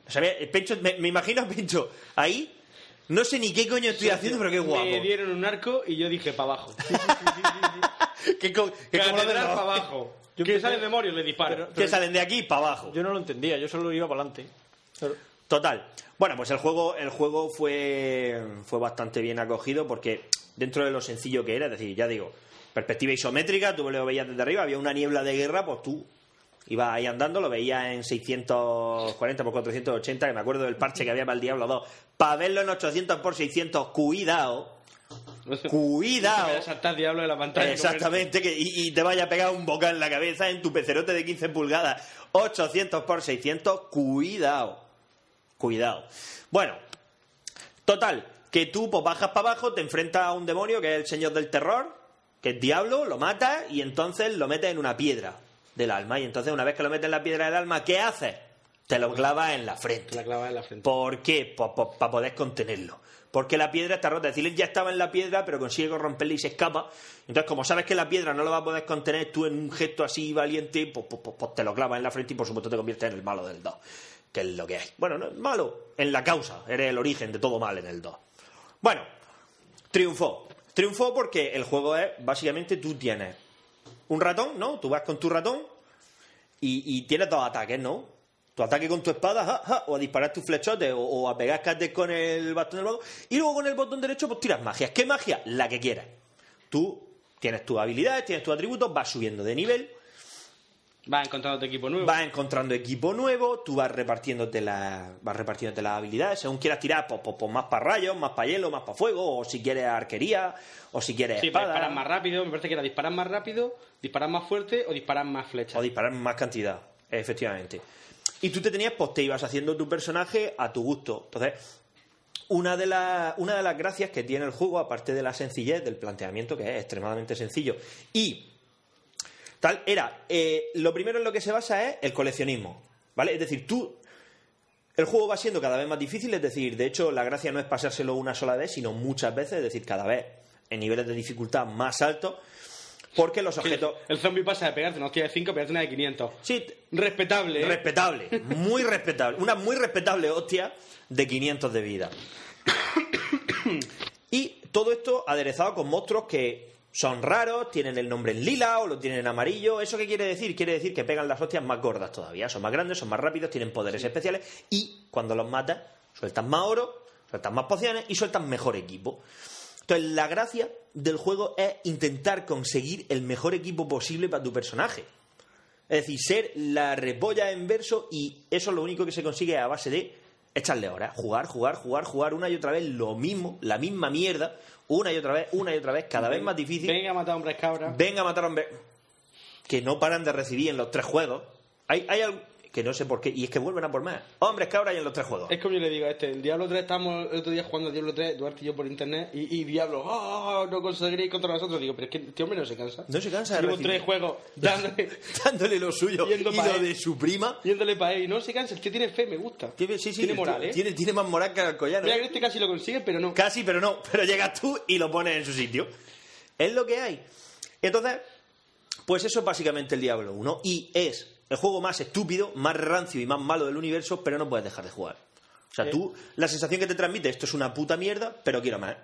S6: sabía- Pencho, me, me imagino, Pencho, ahí. No sé ni qué coño estoy haciendo, pero qué
S9: Me
S6: guapo.
S9: dieron un arco y yo dije, para abajo.
S6: <laughs> Qué co- qué como lo de
S9: catedral
S6: los-
S9: para abajo.
S8: Yo
S9: que
S8: empecé-
S9: sale demonio, le disparo.
S6: Que salen de aquí para abajo.
S8: Yo no lo entendía, yo solo iba para adelante.
S6: Total. Bueno, pues el juego, el juego fue, fue bastante bien acogido porque dentro de lo sencillo que era, es decir, ya digo, perspectiva isométrica, tú lo veías desde arriba, había una niebla de guerra, pues tú ibas ahí andando, lo veías en 640 por 480, que me acuerdo del parche que había para el Diablo 2, para verlo en 800 por 600, cuidado,
S9: Me voy
S6: cuidado.
S9: a saltar diablo de la pantalla.
S6: Exactamente, que, y, y te vaya a pegar un bocado en la cabeza en tu pecerote de 15 pulgadas. 800 por 600, cuidado. Cuidado. Bueno, total, que tú pues, bajas para abajo, te enfrentas a un demonio que es el señor del terror, que es diablo, lo matas y entonces lo metes en una piedra del alma. Y entonces, una vez que lo metes en la piedra del alma, ¿qué haces? Te lo clavas en la frente.
S9: La clava en la frente.
S6: ¿Por qué? Para poder contenerlo. Porque la piedra está rota. Es decir, él ya estaba en la piedra, pero consigue corromperla y se escapa. Entonces, como sabes que la piedra no la vas a poder contener, tú en un gesto así valiente, pues, pues- pues- pues te lo clavas en la frente y por supuesto te conviertes en el malo del 2. Que es lo que hay. Bueno, no es malo, en la causa. Eres el origen de todo mal en el 2. Bueno, triunfó. Triunfó porque el juego es, básicamente, tú tienes un ratón, ¿no? Tú vas con tu ratón y, y tienes dos ataques, ¿no? Tu ataque con tu espada, ja, ja, o a disparar tus flechotes, o, o a pegar cates con el bastón del vago. Y luego con el botón derecho, pues tiras magias. ¿Qué magia? La que quieras. Tú tienes tus habilidades, tienes tus atributos, vas subiendo de nivel,
S9: Vas encontrando tu equipo nuevo.
S6: vas encontrando equipo nuevo, tú vas repartiéndote, la, vas repartiéndote las habilidades. Según quieras tirar, pues, pues- pues más para rayos, más para hielo, más para fuego, o si quieres arquería, o si quieres
S9: Sí, pues para
S6: espada.
S9: disparar más rápido. Me parece que era disparar más rápido, disparar más fuerte o disparar más flechas.
S6: O disparar más cantidad, efectivamente. Y tú te tenías, pues te ibas haciendo tu personaje a tu gusto. Entonces, una de, la- una de las gracias que tiene el juego, aparte de la sencillez del planteamiento, que es extremadamente sencillo, y tal, era, eh, lo primero en lo que se basa es el coleccionismo, ¿vale? Es decir, tú, el juego va siendo cada vez más difícil, es decir, de hecho, la gracia no es pasárselo una sola vez, sino muchas veces, es decir, cada vez en niveles de dificultad más altos, porque los
S9: Que
S6: objetos...
S9: El zombie pasa de pegarte una hostia de 5 a pegarte una de 500.
S6: Sí,
S9: Respetable, ¿eh?
S6: Respetable, muy respetable. Una muy respetable hostia de 500 de vida. Y todo esto aderezado con monstruos que son raros, tienen el nombre en lila o lo tienen en amarillo. ¿Eso qué quiere decir? Quiere decir que pegan las hostias más gordas todavía. Son más grandes, son más rápidos, tienen poderes especiales y cuando los matas sueltas más oro, sueltas más pociones y sueltas mejor equipo. Entonces, la gracia del juego es intentar conseguir el mejor equipo posible para tu personaje. Es decir, ser la repolla en verso y eso lo único que se consigue a base de echarle horas, jugar, jugar, jugar, jugar una y otra vez lo mismo, la misma mierda, una y otra vez, una y otra vez, cada vez más difícil.
S9: Venga, matar hombres cabra.
S6: Venga a matar a hombres que no paran de recibir en los tres juegos. Hay, hay al- que no sé por qué. Y es que vuelven a por más. Hombres, cabras y en los tres juegos.
S7: Es como yo le digo a este, el Diablo 3 estábamos el otro día jugando a Diablo 3, Duarte y yo por internet, y, y Diablo, ¡ah! no conseguiréis contra nosotros. Digo, pero es que este hombre no se cansa.
S6: No se cansa de
S7: Llevo
S6: recibir.
S7: tres juegos
S6: <laughs>
S7: dándole,
S6: <laughs> dándole lo suyo
S7: Yendo
S6: y
S7: pa'
S6: lo
S7: él.
S6: de su prima.
S7: yéndole para él. Y no se cansa, el tío tiene fe, me gusta.
S6: Tiene, sí, sí,
S7: Tiene
S6: el
S7: moral,
S6: tío-
S7: ¿eh?
S6: Tiene, tiene más moral que Alcoyano. ¿eh?
S7: Mira que este casi lo consigue, pero no.
S6: Casi, pero no. Pero llegas tú y lo pones en su sitio. Es lo que hay. Entonces, pues eso es básicamente el Diablo 1. Y es el juego más estúpido, más rancio y más malo del universo, pero no puedes dejar de jugar. O sea, tú, la sensación que te transmite, esto es una puta mierda, pero quiero más.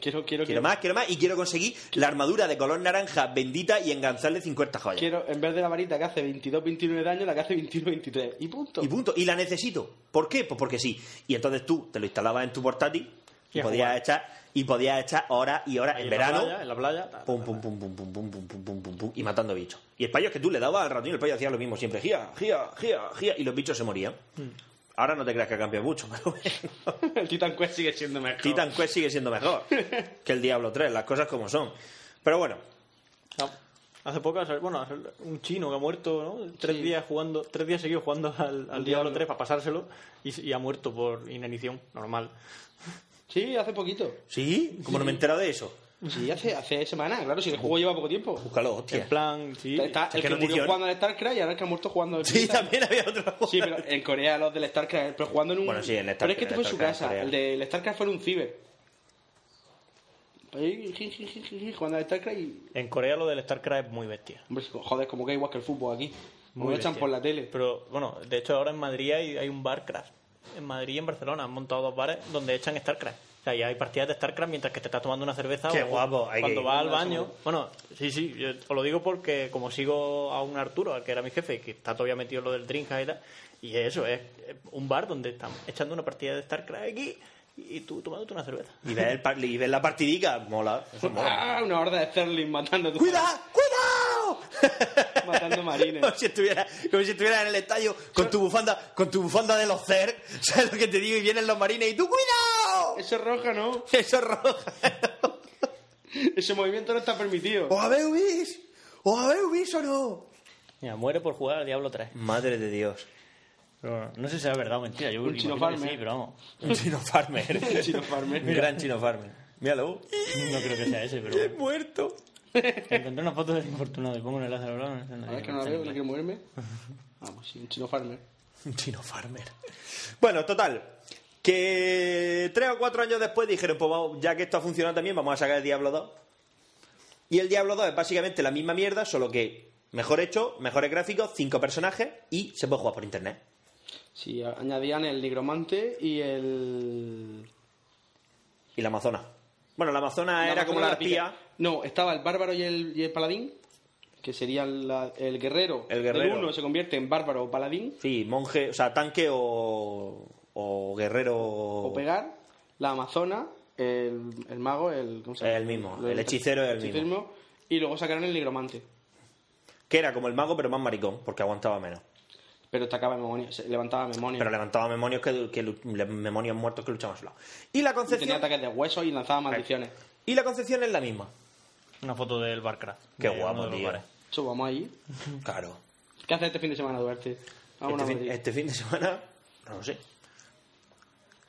S7: Quiero, quiero,
S6: Quiero
S7: quiero.
S6: más, quiero más. Y quiero conseguir la armadura de color naranja bendita y enganzarle 50 joyas.
S7: Quiero, en vez de la varita que hace 22, 29 daño, la que hace 21, 23. Y punto.
S6: Y punto. Y la necesito. ¿Por qué? Pues porque sí. Y entonces tú te lo instalabas en tu portátil y,
S8: Y a
S6: podías
S8: jugar.
S6: echar y podías echar horas y horas
S8: Ahí
S6: en verano.
S8: playa, en la playa. tal.
S6: Pum, pum, pum, pum, pum, pum, pum, pum, pum, pum, pum, y matando bichos. Y el payo es que tú le dabas al ratón y el payo hacía lo mismo siempre. Gía, gía, gía, gía. Y los bichos se morían.
S8: Hmm.
S6: Ahora no te creas que ha cambiado mucho, <laughs> pero bueno.
S7: <laughs>
S8: <laughs>
S7: El Titan Quest sigue siendo mejor.
S6: Titan Quest sigue siendo mejor que el Diablo 3, las cosas como son. Pero bueno,
S8: No. Hace poco, bueno, hace- un chino que ha muerto, ¿no? Tres días jugando, tres días seguidos jugando al, al Diablo 3 para pasárselo y, y ha muerto por inanición, normal.
S7: Sí, hace poquito.
S6: ¿sí? ¿Cómo no me he enterado de eso?
S7: Sí, hace, hace semana, claro,
S6: <laughs>
S7: si el juego lleva poco tiempo.
S6: Búscalo,
S8: En
S6: hostia.
S8: plan, sí.
S7: Está
S6: que
S7: el que,
S6: no
S7: murió
S6: funciona.
S7: jugando al StarCraft y ahora el que ha muerto jugando
S6: <laughs>
S7: al
S6: Sí,
S7: FIFA.
S6: también había otro juego.
S7: <laughs> Sí, pero en Corea los del StarCraft, pero jugando en un...
S6: Bueno, sí, en
S7: Pero es
S6: StarCraft,
S7: que este fue en su
S6: StarCraft en
S7: casa,
S6: Corea.
S7: el del StarCraft fue en un ciber. Ahí, ji, ji, ji, ji, ji, Jugando al StarCraft y...
S8: En Corea lo del StarCraft es muy bestia.
S7: Hombre, joder, como que hay igual que el fútbol aquí. Como
S8: Muy
S7: lo echan
S8: bestia.
S7: por la tele.
S8: Pero bueno, de hecho ahora en Madrid hay, hay un barcraft. En Madrid y en Barcelona han montado dos bares donde echan StarCraft. O sea, y hay partidas de StarCraft mientras que te estás tomando una cerveza
S6: Qué
S8: o
S6: guapo, hay
S8: cuando
S6: que-
S8: vas al baño. Bueno, sí, sí, yo os lo digo porque como sigo a un Arturo, al que era mi jefe, que está todavía metido en lo del Dreamhack y tal, y eso, es es un bar donde están echando una partida de StarCraft aquí y tú tomándote una cerveza.
S6: Y ves, el par- <laughs> y ves la partidica, mola. Eso mola.
S7: ¡Ah! Una horda de Sterling matando a tu-
S6: ¡Cuidado! ¡Cuidado!
S7: Matando
S6: <laughs>
S7: marines.
S6: Como si estuviera, como si estuviera en el estadio con tu bufanda, con tu bufanda de los CER, <laughs> ¿sabes lo que te digo? Y vienen los marines y tú, ¡cuidado!
S7: Eso es roja, ¿no?
S6: <laughs> Eso es rojo.
S7: Ese movimiento no está permitido.
S6: ¿Os habéis visto? ¿Os habéis visto o no?
S8: Mira, muere por jugar al Diablo 3.
S6: Madre de Dios.
S8: Pero bueno, no sé si es verdad o mentira, yo
S7: Un
S8: imagino
S7: chino
S8: que
S7: farmer.
S8: sí, pero vamos.
S6: Un chino farmer.
S7: El chino
S6: <laughs>
S7: farmer.
S6: Un gran chino farmer. Míralo.
S8: No creo que sea ese, pero
S6: He
S8: bueno.
S6: muerto.
S8: Encontré una foto del infortunado y pongo un enlace al blog.
S7: A ver, Ah, que no la veo, no quiero <laughs> moverme. Vamos, sí, un chino farmer.
S6: Un chino farmer. Bueno, total. Que tres o cuatro años después dijeron, pues vamos, ya que esto ha funcionado también, vamos a sacar el Diablo 2. Y el Diablo 2 es básicamente la misma mierda, solo que mejor hecho, mejores gráficos, cinco personajes y se puede jugar por internet.
S7: Sí, a- añadían el nigromante y el...
S6: Y la Amazona. Bueno, la Amazona
S7: La
S6: Ah, era como la
S7: amazona de
S6: arpía.
S7: pica. No, estaba el bárbaro y el, y el paladín, que serían la- el guerrero.
S6: El guerrero.
S7: uno se convierte en bárbaro o paladín,
S6: Sí, monje, o sea, tanque o, o guerrero.
S7: o pegar. La amazona, el, el mago, el... ¿cómo
S6: El mismo,
S7: Lo-
S6: el hechicero es el
S7: hechicero Y luego sacaron el nigromante.
S6: Que era como el mago, pero más maricón, porque aguantaba menos.
S7: Pero atacaba memoria, se levantaba memoria.
S6: Pero levantaba memonios, que, que lu- le- memonios muertos que luchaban a su lado. Y la
S7: Y tenía
S6: concepción.
S7: ataques de huesos y lanzaba maldiciones.
S6: Y la concepción es la misma.
S8: Una foto del Barcraft.
S6: Qué
S8: de uno
S6: guapo,
S8: de los
S6: tío.
S8: bares.
S7: Eso, vamos ahí.
S6: Claro.
S7: ¿Qué haces este fin de semana, Duarte? Vamos
S6: este,
S7: a
S6: fin,
S7: Madrid.
S6: este fin de semana, <laughs> no lo sé,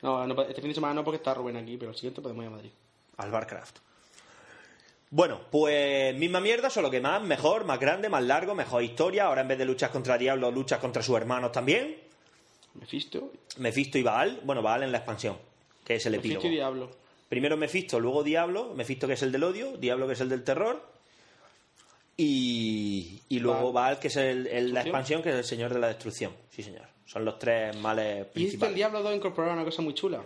S7: No, no, este fin de semana no porque está Rubén aquí, pero el siguiente podemos ir a Madrid.
S6: al Barcraft. Bueno, pues misma mierda, solo que más, mejor, más grande, más largo, mejor historia. Ahora en vez de luchas contra Diablo, luchas contra sus hermanos también.
S7: Mefisto,
S6: Mephisto y Baal. Bueno, Baal en la expansión, que es el epílogo.
S7: Mefisto y este, Diablo.
S6: Primero Mephisto, luego Diablo. Mephisto que es el del odio, Diablo que es el del terror. Y, y luego Baal, que es el- el- la
S7: ¿Destrucción?
S6: expansión, que es el señor de la destrucción. Sí, señor. Son los tres males
S7: Y este el
S6: principales.
S7: Diablo 2 incorporaba una cosa muy chula.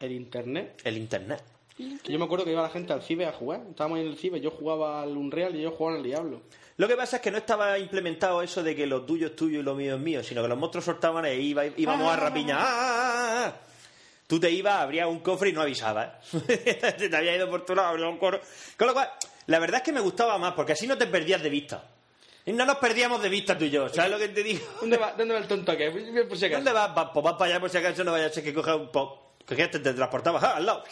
S7: El internet.
S6: el internet.
S7: Que yo me acuerdo que iba la gente al Cibe a jugar. Estábamos en el Cibe, yo jugaba al Unreal y ellos jugaban al Diablo.
S6: Lo que pasa es que no estaba implementado eso de que lo tuyo es tuyo y lo mío es mío, sino que los monstruos soltaban e iba- íbamos a rapiña. ¡Ah! Tú te ibas, abrías un cofre y no avisabas. <laughs> te te había ido por tu lado, abrías un coro. Con lo cual, la verdad es que me gustaba más, porque así no te perdías de vista. Y no nos perdíamos de vista tú y yo, ¿sabes lo que te digo?
S7: ¿Dónde va, dónde va el tonto que Por si acaso.
S6: ¿Dónde vas? Va, pues vas para allá por si acaso no vaya a ser que cojas un pop. Cogías, te, te transportabas ah, al lado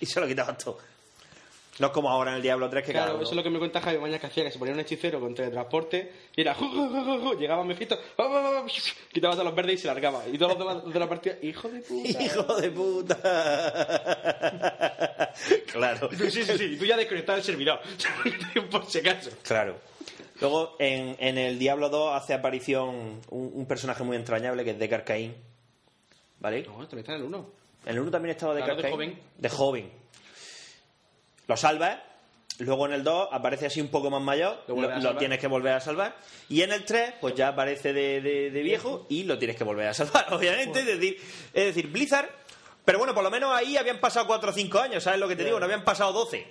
S6: y se lo quitabas todo. No es como ahora en el Diablo 3 que
S7: claro, pues,
S6: cada uno-
S7: eso es lo que me cuenta Javi Mañas que hacía, que se ponía un hechicero con teletransporte y era... ju, ju, ju, ju, ju, llegaba oh, Mephisto, ju, ju, ju, ju, quitaba todos los verdes y se largaba. Y todos los demás de la partida, hijo de
S6: <laughs>
S7: puta.
S6: Hijo de puta. <laughs> claro.
S7: Sí, sí, sí, tú ya desconectado el servidor. <laughs> Por si acaso.
S6: Claro. Luego, en, en el Diablo 2 hace aparición un, un personaje muy entrañable que es Deckard Cain. ¿Vale?
S7: No, esto este está en el 1.
S6: En el 1 también estaba Deckard
S7: Claro, de
S6: Cain.
S7: joven.
S6: De joven. Lo salvas. Luego en el 2 aparece así un poco más mayor. Lo,
S7: Lo vuelves a
S6: lo
S7: salvar.
S6: tienes que volver a salvar. Y en el 3, pues ya aparece de, de- de viejo y lo tienes que volver a salvar, <laughs> obviamente. Es decir, es decir, Blizzard. Pero bueno, por lo menos ahí habían pasado 4 o 5 años, ¿sabes lo que te digo? No habían pasado
S7: <laughs>
S6: 12.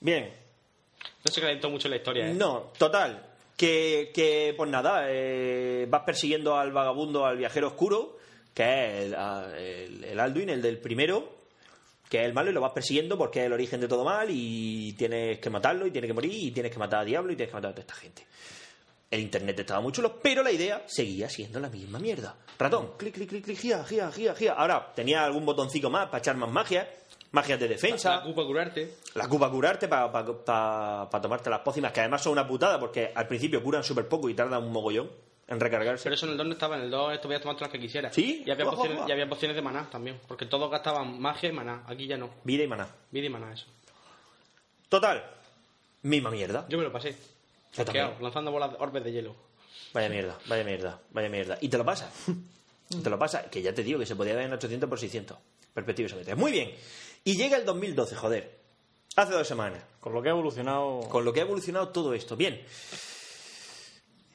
S6: Bien.
S7: No se calentó mucho la historia, ¿eh?
S6: No, total. Que, que, pues nada, eh, vas persiguiendo al vagabundo, al viajero oscuro, que es el, a- el- el Alduin, el del primero, que es el malo, y lo vas persiguiendo porque es el origen de todo mal, y tienes que matarlo, y tiene que morir, y tienes que matar a Diablo, y tienes que matar a toda esta gente. El internet estaba muy chulo, pero la idea seguía siendo la misma mierda. Ratón, clic, clic, clic, clic, gira, gira, gira, gira. Ahora, tenía algún botoncito más para echar más magia, magias de defensa.
S7: La culpa curarte.
S6: La cuba curarte para tomarte las pócimas, que además son una putada, porque al principio curan súper poco y tardan un mogollón en recargarse.
S7: Pero eso en el 2 no estaba, en el 2 esto podías tomar todas las que quisieras.
S6: ¿Sí?
S7: Y había,
S6: Guau, guau,
S7: pociones,
S6: guau.
S7: y había pociones de maná también, porque todos gastaban magia y maná. Aquí ya no.
S6: Vida y maná.
S7: Vida y maná, eso.
S6: Total, misma mierda.
S7: Yo me lo pasé.
S6: Yo también.
S7: Hackeado, lanzando bolas de orbes de hielo.
S6: Vaya mierda, vaya mierda, vaya mierda. Y te lo
S7: <laughs>
S6: pasa. Y te lo pasa, que ya te digo que se podía ver en 800 por 600. Perspectiva isométrica. Muy bien. Y llega el 2012, joder. Hace dos semanas.
S11: Con lo que ha evolucionado.
S6: Con lo que ha evolucionado todo esto. Bien.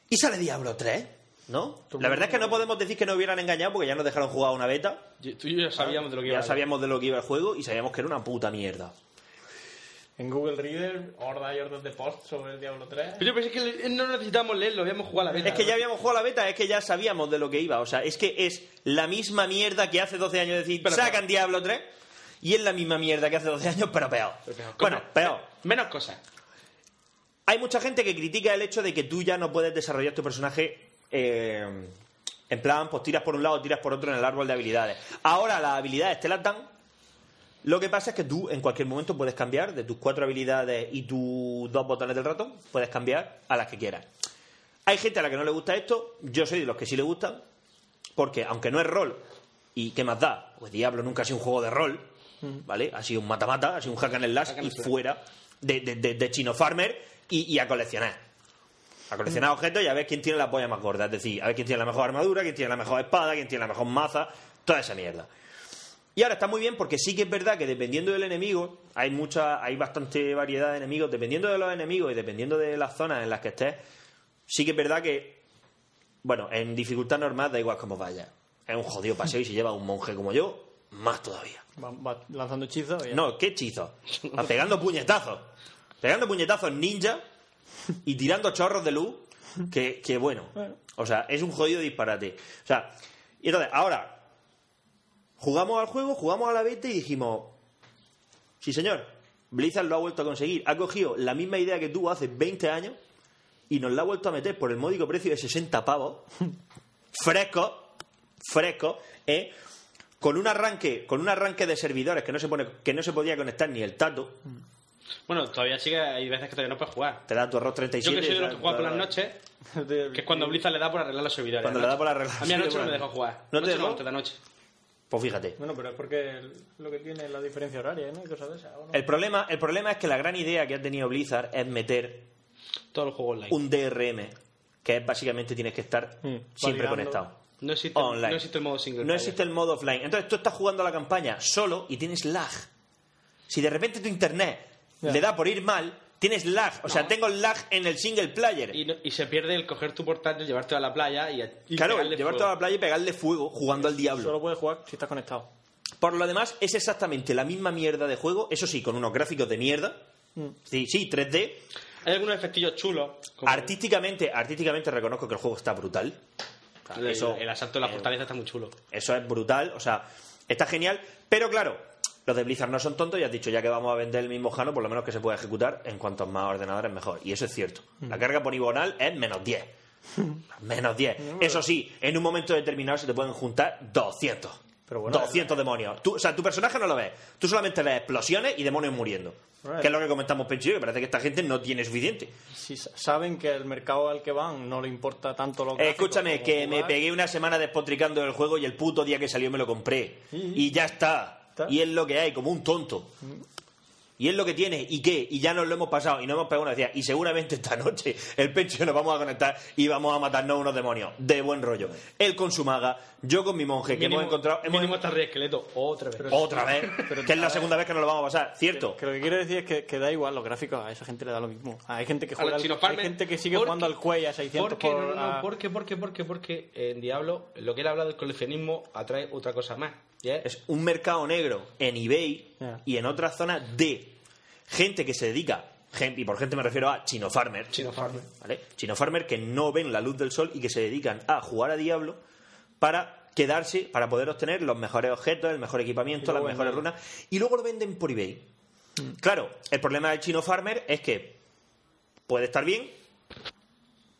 S6: Y sale Diablo 3, ¿no? La verdad es que no podemos decir que no hubieran engañado porque ya nos dejaron jugar una beta.
S7: Yo- Tú y yo ya sabíamos de lo que iba
S6: Ya
S7: a hablar.
S6: sabíamos de lo que iba el juego y sabíamos que era una puta mierda.
S11: En Google Reader, hordas y hordas de posts sobre el Diablo 3.
S7: Pero yo pensé que no necesitábamos leerlo, habíamos jugado a la beta.
S6: Es que
S7: ¿no?
S6: ya habíamos jugado a la beta, es que ya sabíamos de lo que iba. O sea, es que es la misma mierda que hace 12 años decir,
S7: Pero
S6: sacan Diablo 3 y es la misma mierda que hace 12 años, pero peor.
S7: peor.
S6: Bueno,
S7: Coño.
S6: peor.
S7: Menos cosas.
S6: Hay mucha gente que critica el hecho de que tú ya no puedes desarrollar tu personaje eh, en plan, pues tiras por un lado, tiras por otro en el árbol de habilidades. Ahora las habilidades te las dan. Lo que pasa es que tú en cualquier momento puedes cambiar de tus cuatro habilidades y tus dos botones del ratón, puedes cambiar a las que quieras. Hay gente a la que no le gusta esto, yo soy de los que sí le gustan, porque aunque no es rol, ¿y qué más da? Pues Diablo nunca ha sido un juego de rol, ¿vale? Ha sido un mata-mata, ha sido un Mm. hack and slash y fuera de, de- de- de chino farmer y, y a coleccionar. A coleccionar objetos y a ver quién tiene la polla más gorda, es decir, a ver quién tiene la mejor armadura, quién tiene la mejor espada, quién tiene la mejor maza, toda esa mierda. Y ahora está muy bien porque sí que es verdad que dependiendo del enemigo, hay mucha, hay bastante variedad de enemigos, dependiendo de los enemigos y dependiendo de las zonas en las que estés, sí que es verdad que, bueno, en dificultad normal da igual cómo vaya. Es un jodido paseo y si lleva un monje como yo, más todavía.
S11: Va, va lanzando hechizos. y-
S6: No, qué hechizo. Va pegando puñetazos. Pegando puñetazos ninja y tirando chorros de luz. Que, que bueno. O sea, es un jodido disparate. O sea, y entonces, ahora, jugamos al juego, jugamos a la beta y dijimos, sí señor, Blizzard lo ha vuelto a conseguir. Ha cogido la misma idea que tuvo hace 20 años y nos la ha vuelto a meter por el módico precio de 60 pavos. fresco, fresco, ¿eh? Con un arranque, con un arranque de servidores que no se pone, que no se podía conectar ni el tato,
S7: Bueno, todavía sigue, hay veces que todavía no puedes jugar.
S6: te da tu arroz
S7: Yo
S6: 37.
S7: que soy de los
S6: te
S7: que
S6: da-
S7: juega por
S6: <laughs>
S7: las noches, que es cuando Blizzard le da por arreglar los servidores.
S6: Cuando le da por arreglar
S7: A mí
S6: los
S7: anoche no me
S6: servidores.
S7: dejó jugar.
S6: ¿No te
S7: Anoche
S6: dejó?
S7: No, te da noche.
S6: Pues fíjate.
S11: Bueno, pero es porque el- lo que tiene es la diferencia horaria, ¿no? Y cosas de esas. ¿o no?
S6: El problema, el problema es que la gran idea que ha tenido Blizzard es meter
S7: Todo el juego online.
S6: un DRM, que es básicamente tienes que estar siempre
S11: validando.
S6: conectado.
S7: No existe,
S6: Online.
S7: no existe el modo single.
S6: No
S7: player.
S6: existe el modo offline. Entonces tú estás jugando a la campaña solo y tienes lag. Si de repente tu internet
S11: Ya.
S6: le da por ir mal, tienes lag. O sea, tengo lag en el single player.
S7: Y, no- y se pierde el coger tu portátil, llevarte a la playa y, y
S6: claro,
S7: pegarle
S6: llevarte
S7: fuego.
S6: a la playa y pegarle fuego jugando al diablo.
S11: Solo puedes jugar si estás conectado.
S6: Por lo demás, es exactamente la misma mierda de juego, eso sí, con unos gráficos de mierda. Sí, sí, 3D.
S7: Mm. Hay algunos efectillos chulos. como
S6: Artísticamente, artísticamente reconozco que el juego está brutal. O sea,
S7: el,
S6: eso,
S7: el asalto de la
S6: eh,
S7: fortaleza está muy chulo.
S6: Eso es brutal, o sea, está genial. Pero claro, los de Blizzard no son tontos y has dicho ya que vamos a vender el mismo Jano, por lo menos que se pueda ejecutar en cuantos más ordenadores mejor. Y eso es cierto.
S8: Mm.
S6: La carga poligonal es menos
S8: <laughs>
S6: 10. Menos 10. Eso sí, en un momento determinado se te pueden juntar 200.
S8: Pero bueno, eh,
S6: 200 demonios. Tú- o sea, tu personaje no lo ves. Tú solamente ves explosiones y demonios muriendo.
S8: Right.
S6: Que es lo que comentamos, Pencho, y yo, que parece que esta gente no tiene suficiente.
S8: si sa- saben que el mercado al que van no le importa tanto lo
S6: Eh,
S8: que
S6: Escúchame, que me pegué una semana despotricando el juego y el puto día que salió me lo compré.
S8: Sí.
S6: Y ya está. Y es lo que hay, como un tonto. Y es lo que tiene, ¿y qué? Y ya nos lo hemos pasado y no hemos pegado una decía. Y seguramente esta noche el Pencho y yo nos vamos a conectar y vamos a matarnos unos demonios. De buen rollo. Él con su maga, yo con mi monje, que hemos encontrado. hemos-
S9: Mínimo hasta el rey esqueleto, otra vez.
S6: Otra vez, que es la segunda vez que nos lo vamos a pasar, ¿cierto?
S8: Que lo que quiero decir es que, que da igual los gráficos, a esa gente le da lo mismo. Hay gente que
S9: A
S8: juega
S9: los
S8: al-
S9: chinos
S8: hay
S9: farmen,
S8: gente que sigue
S9: porque-
S8: jugando al cuello a 600
S9: Porque,
S8: por
S9: no, no, no,
S8: a-
S9: porque, porque, porque, porque en Diablo lo que él habla del coleccionismo atrae otra cosa más. y es-
S6: es un mercado negro en eBay
S9: Ya.
S6: y en otras zonas de gente que se dedica, gen- y por gente me refiero a chino farmer,
S9: Chino Farmer.
S6: ¿vale? Chino farmer que no ven la luz del sol y que se dedican a jugar a Diablo para quedarse, para poder obtener los mejores objetos, el mejor equipamiento, las mejores runas, y luego lo venden por eBay. Claro, el problema del chino farmer es que puede estar bien,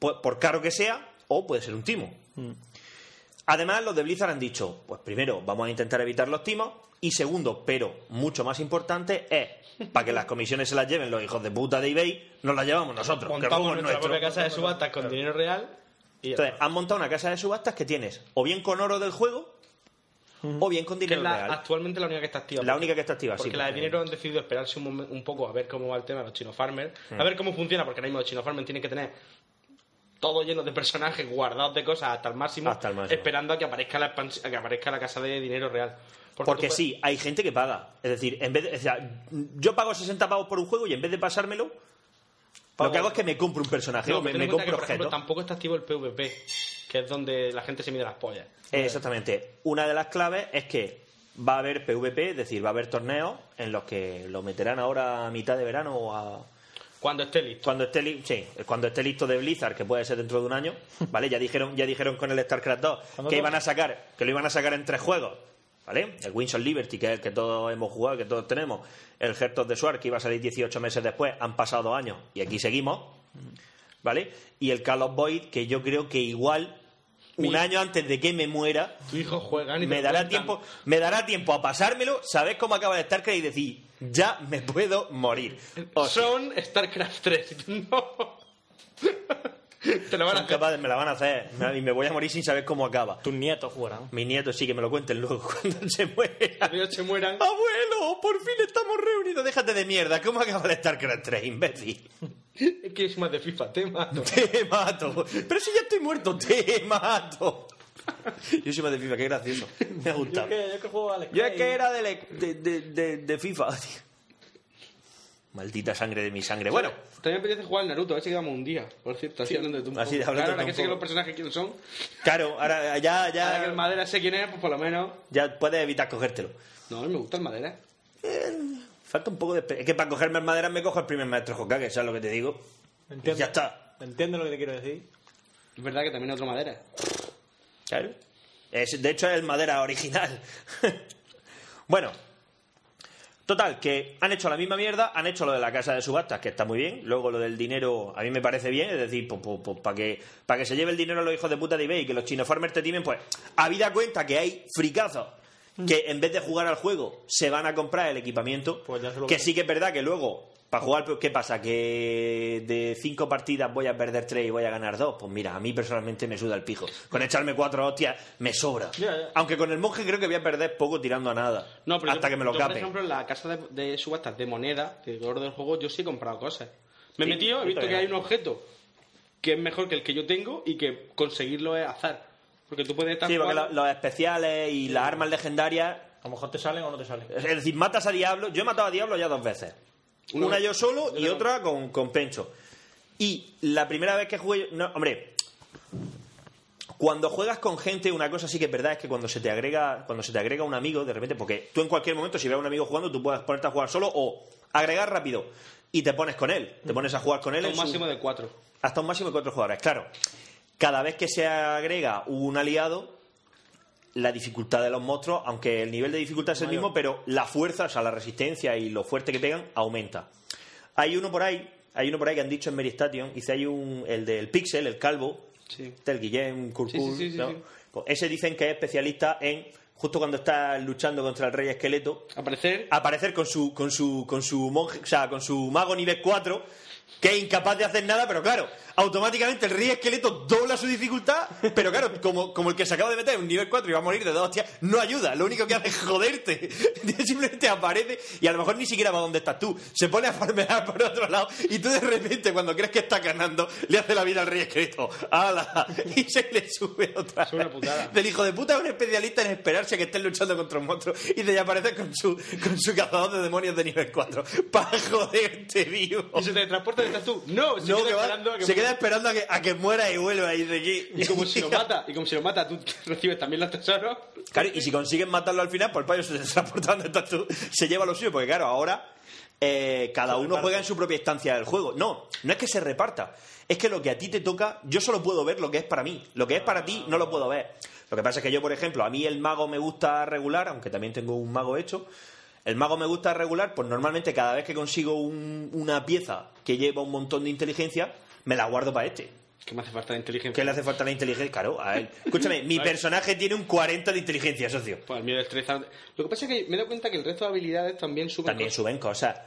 S6: pu- por caro que sea, o puede ser un timo. Además, los de Blizzard han dicho, pues primero, vamos a intentar evitar los timos, y segundo, pero mucho más importante, es, para que las comisiones se las lleven los hijos de puta de eBay, nos las llevamos nosotros, que el
S9: Montamos
S6: robo es
S9: nuestra
S6: nuestro.
S9: propia casa de subastas con dinero real. Y ya
S6: Entonces, han montado una casa de subastas que tienes o bien con oro del juego, o bien con
S9: Que es
S6: dinero
S9: la-
S6: real.
S9: actualmente la única que está activa.
S6: La
S9: porque-
S6: única que está activa,
S9: Porque
S6: sí.
S9: la de
S6: porque-
S9: dinero han decidido esperarse un, momen- un poco a ver cómo va el tema de los chino farmers.
S6: Mm.
S9: A ver cómo funciona, porque ahora mismo los chino farmers tienen que tener todo lleno de personajes guardados de cosas hasta el máximo,
S6: Hasta el máximo.
S9: esperando a que aparezca la, expans- a que aparezca la casa de dinero real.
S6: Porque,
S9: tú puedes-
S6: sí, hay gente que paga. Es decir, en vez de, o sea, yo pago 60 pavos por un juego y en vez de pasármelo, lo que hago es que me compro un personaje
S9: No,
S6: o me,
S9: pero ten
S6: me
S9: en cuenta pues, que,
S6: compro
S9: por ejemplo,
S6: objetos.
S9: tampoco está activo el PvP, que es donde la gente se mide las pollas.
S6: Eh, Exactamente. Una de las claves es que va a haber PvP, es decir, va a haber torneos en los que lo meterán ahora a mitad de verano o a...
S9: Cuando esté listo.
S6: Cuando esté, li- sí, cuando esté listo de Blizzard, que puede ser dentro de un
S9: <laughs>
S6: año, ¿vale? Ya dijeron, ya dijeron con el StarCraft 2 que
S8: lo-
S6: iban a sacar, que lo iban a sacar en tres juegos, ¿vale? El Wings of Liberty, que es el que todos hemos jugado, que todos tenemos, el Hearts of the Sword, que iba a salir 18 meses después, han pasado dos años y aquí seguimos,
S9: Mm.
S6: ¿vale? Y el Call of Void, que yo creo que igual un
S9: Mi-
S6: año antes de que me muera,
S9: Tu hijo juega y te
S6: me
S9: lo
S6: dará
S9: cuentan.
S6: tiempo me dará tiempo a pasármelo sabes cómo acaba de StarCraft y decir ya me puedo
S9: <laughs>
S6: morir o sea,
S9: Son StarCraft 3. <laughs> No. Te lo van a
S6: son
S9: hacer.
S6: capaces, me la van a hacer ¿no? y me voy a morir sin saber cómo acaba
S8: Tus nietos jugarán.
S6: mis nietos sí que me lo cuenten luego <laughs> cuando se mueran
S9: Dios se mueran.
S6: <laughs> abuelo por fin estamos reunidos déjate de mierda cómo acaba el StarCraft 3 imbécil <laughs>
S9: Es que es más de FIFA tema. Eh,
S6: te mato pero si ya estoy muerto te mato yo soy más de FIFA qué gracioso me ha gustado
S8: yo que juego al
S6: Yo es que era de, le- de, de- de- de FIFA. tío. Maldita sangre de mi sangre. Bueno,
S9: También me apetece jugar al Naruto, a ver si quedamos un día. Por cierto, así hablando de tu
S6: así Ah, hablando
S9: Ahora
S6: de
S9: que
S6: un
S9: sé que
S6: poco.
S9: los personajes quiénes son,
S6: claro, ahora ya,
S9: ahora que el
S6: ya,
S9: Madera sé quién es, pues por lo menos.
S6: ya puedes evitar cogértelo.
S9: No, a mí me gusta el Madera.
S6: Falta un poco de... espe- Es que para cogerme el madera me cojo el primer maestro Hokage, ¿sabes lo que te digo?
S8: Entiendo.
S6: Ya está.
S8: Entiendo lo que te quiero decir.
S9: Es verdad que también hay otro Madera.
S6: Claro. Es- de hecho, es el madera original. <laughs> bueno. Total, que han hecho la misma mierda, han hecho lo de la casa de subastas, que está muy bien. Luego lo del dinero, a mí me parece bien, es decir, pues, para que, pa' que se lleve el dinero a los hijos de puta de eBay y que los chino farmers te timen, pues, habida cuenta que hay fricazos
S9: Mm.
S6: que en vez de jugar al juego se van a comprar el equipamiento,
S8: Pues ya se lo
S6: que
S8: creo.
S6: sí que es verdad que luego, para jugar, pues, ¿qué pasa? Que de cinco partidas voy a perder tres y voy a ganar dos. Pues mira, a mí personalmente me suda el pijo. Con echarme cuatro hostias me sobra.
S9: Ya, ya.
S6: Aunque con el monje creo que voy a perder poco tirando a nada.
S9: No, pero
S6: hasta
S9: yo-
S6: que me lo
S9: yo,
S6: capen.
S9: Por ejemplo, en la casa de, de subastas de moneda, de oro del juego, yo sí he comprado cosas. Me he
S6: Sí,
S9: metido, he
S6: yo
S9: visto que
S6: también.
S9: hay un objeto que es mejor que el que yo tengo y que conseguirlo es azar. Porque tú puedes estar
S6: Sí, porque lo-
S9: jugando-
S6: los especiales y las armas legendarias.
S8: A lo mejor te salen o no te salen.
S6: Es decir, matas a Diablo. Yo he matado a Diablo ya dos veces.
S9: Una
S6: Una,
S9: vez-
S6: yo solo y
S9: yo
S6: otra con, con Pencho. Y la primera vez que jugué. yo- No, hombre. Cuando juegas con gente, una cosa sí que es verdad es que cuando se te agrega, cuando se te agrega un amigo, de repente, porque tú en cualquier momento, si ves a un amigo jugando, tú puedes ponerte a jugar solo o agregar rápido. Y te pones con él. Te pones a jugar con él.
S9: hasta
S6: en
S9: un
S6: su-
S9: máximo de cuatro.
S6: hasta un máximo de cuatro jugadores. Claro, cada vez que se agrega un aliado, la dificultad de los monstruos, aunque el nivel de dificultad es el mismo, pero la fuerza, o sea, la resistencia y lo fuerte que pegan, aumenta. Hay uno por ahí, hay uno por ahí que han dicho en Meristation, dice hay un, el del Pixel, el calvo,
S9: Sí.
S6: este, el Guillem Curcul,
S9: Sí, sí, sí, sí,
S6: ¿no?
S9: sí.
S6: Pues ese dicen que es especialista en, justo cuando está luchando contra el rey esqueleto,
S7: Aparecer.
S6: aparecer con su, con su, con su monje, o sea, con su mago nivel 4, que es incapaz de hacer nada, pero claro, automáticamente el rey esqueleto dobla su dificultad, pero claro, como, como el que se acaba de meter es un nivel 4 y va a morir de dos hostias, no ayuda, lo único que hace es joderte. <laughs> Simplemente aparece y a lo mejor ni siquiera va donde estás tú. Se pone a farmear por otro lado y tú de repente, cuando crees que está ganando, le hace la vida al rey esqueleto. ¡Hala! <laughs> Y se le sube otra. Es una putada. Del hijo de puta es un especialista en esperarse a que estén luchando contra un monstruo y te aparece con su, con su cazador de demonios de nivel 4 para joderte vivo.
S7: Y se teletransporta y estás tú. No, se
S6: Oh. No, que
S7: queda
S6: va-
S7: esperando a que
S6: se queda esperando a que, a que muera y vuelva y de aquí.
S7: Y
S6: <laughs>
S7: como si lo mata, y como si lo mata,
S9: <laughs>
S7: tú recibes también los tesoros.
S6: Claro, y si consiguen matarlo al final, pues el payo se <laughs> transporta donde estás tú, se lleva lo suyo, porque claro, ahora eh, cada uno juega en su propia instancia del juego. No, no es que se reparta, es que lo que a ti te toca, yo solo puedo ver lo que es para mí, lo que es para ti no lo puedo ver. Lo que pasa es que yo, por ejemplo, a mí el mago me gusta regular, aunque también tengo un mago hecho. El mago me gusta regular, pues normalmente cada vez que consigo un- una pieza que lleva un montón de inteligencia, me la guardo para este.
S7: Que me hace falta la inteligencia.
S6: ¿Qué le hace falta la inteligencia? Claro, a él. Escúchame, mi
S7: Vale.
S6: personaje tiene un 40 de inteligencia, socio.
S7: Pues mi destreza. Lo que pasa es que me he dado cuenta que el resto de habilidades también suben.
S6: También
S7: cosas.
S6: suben cosas.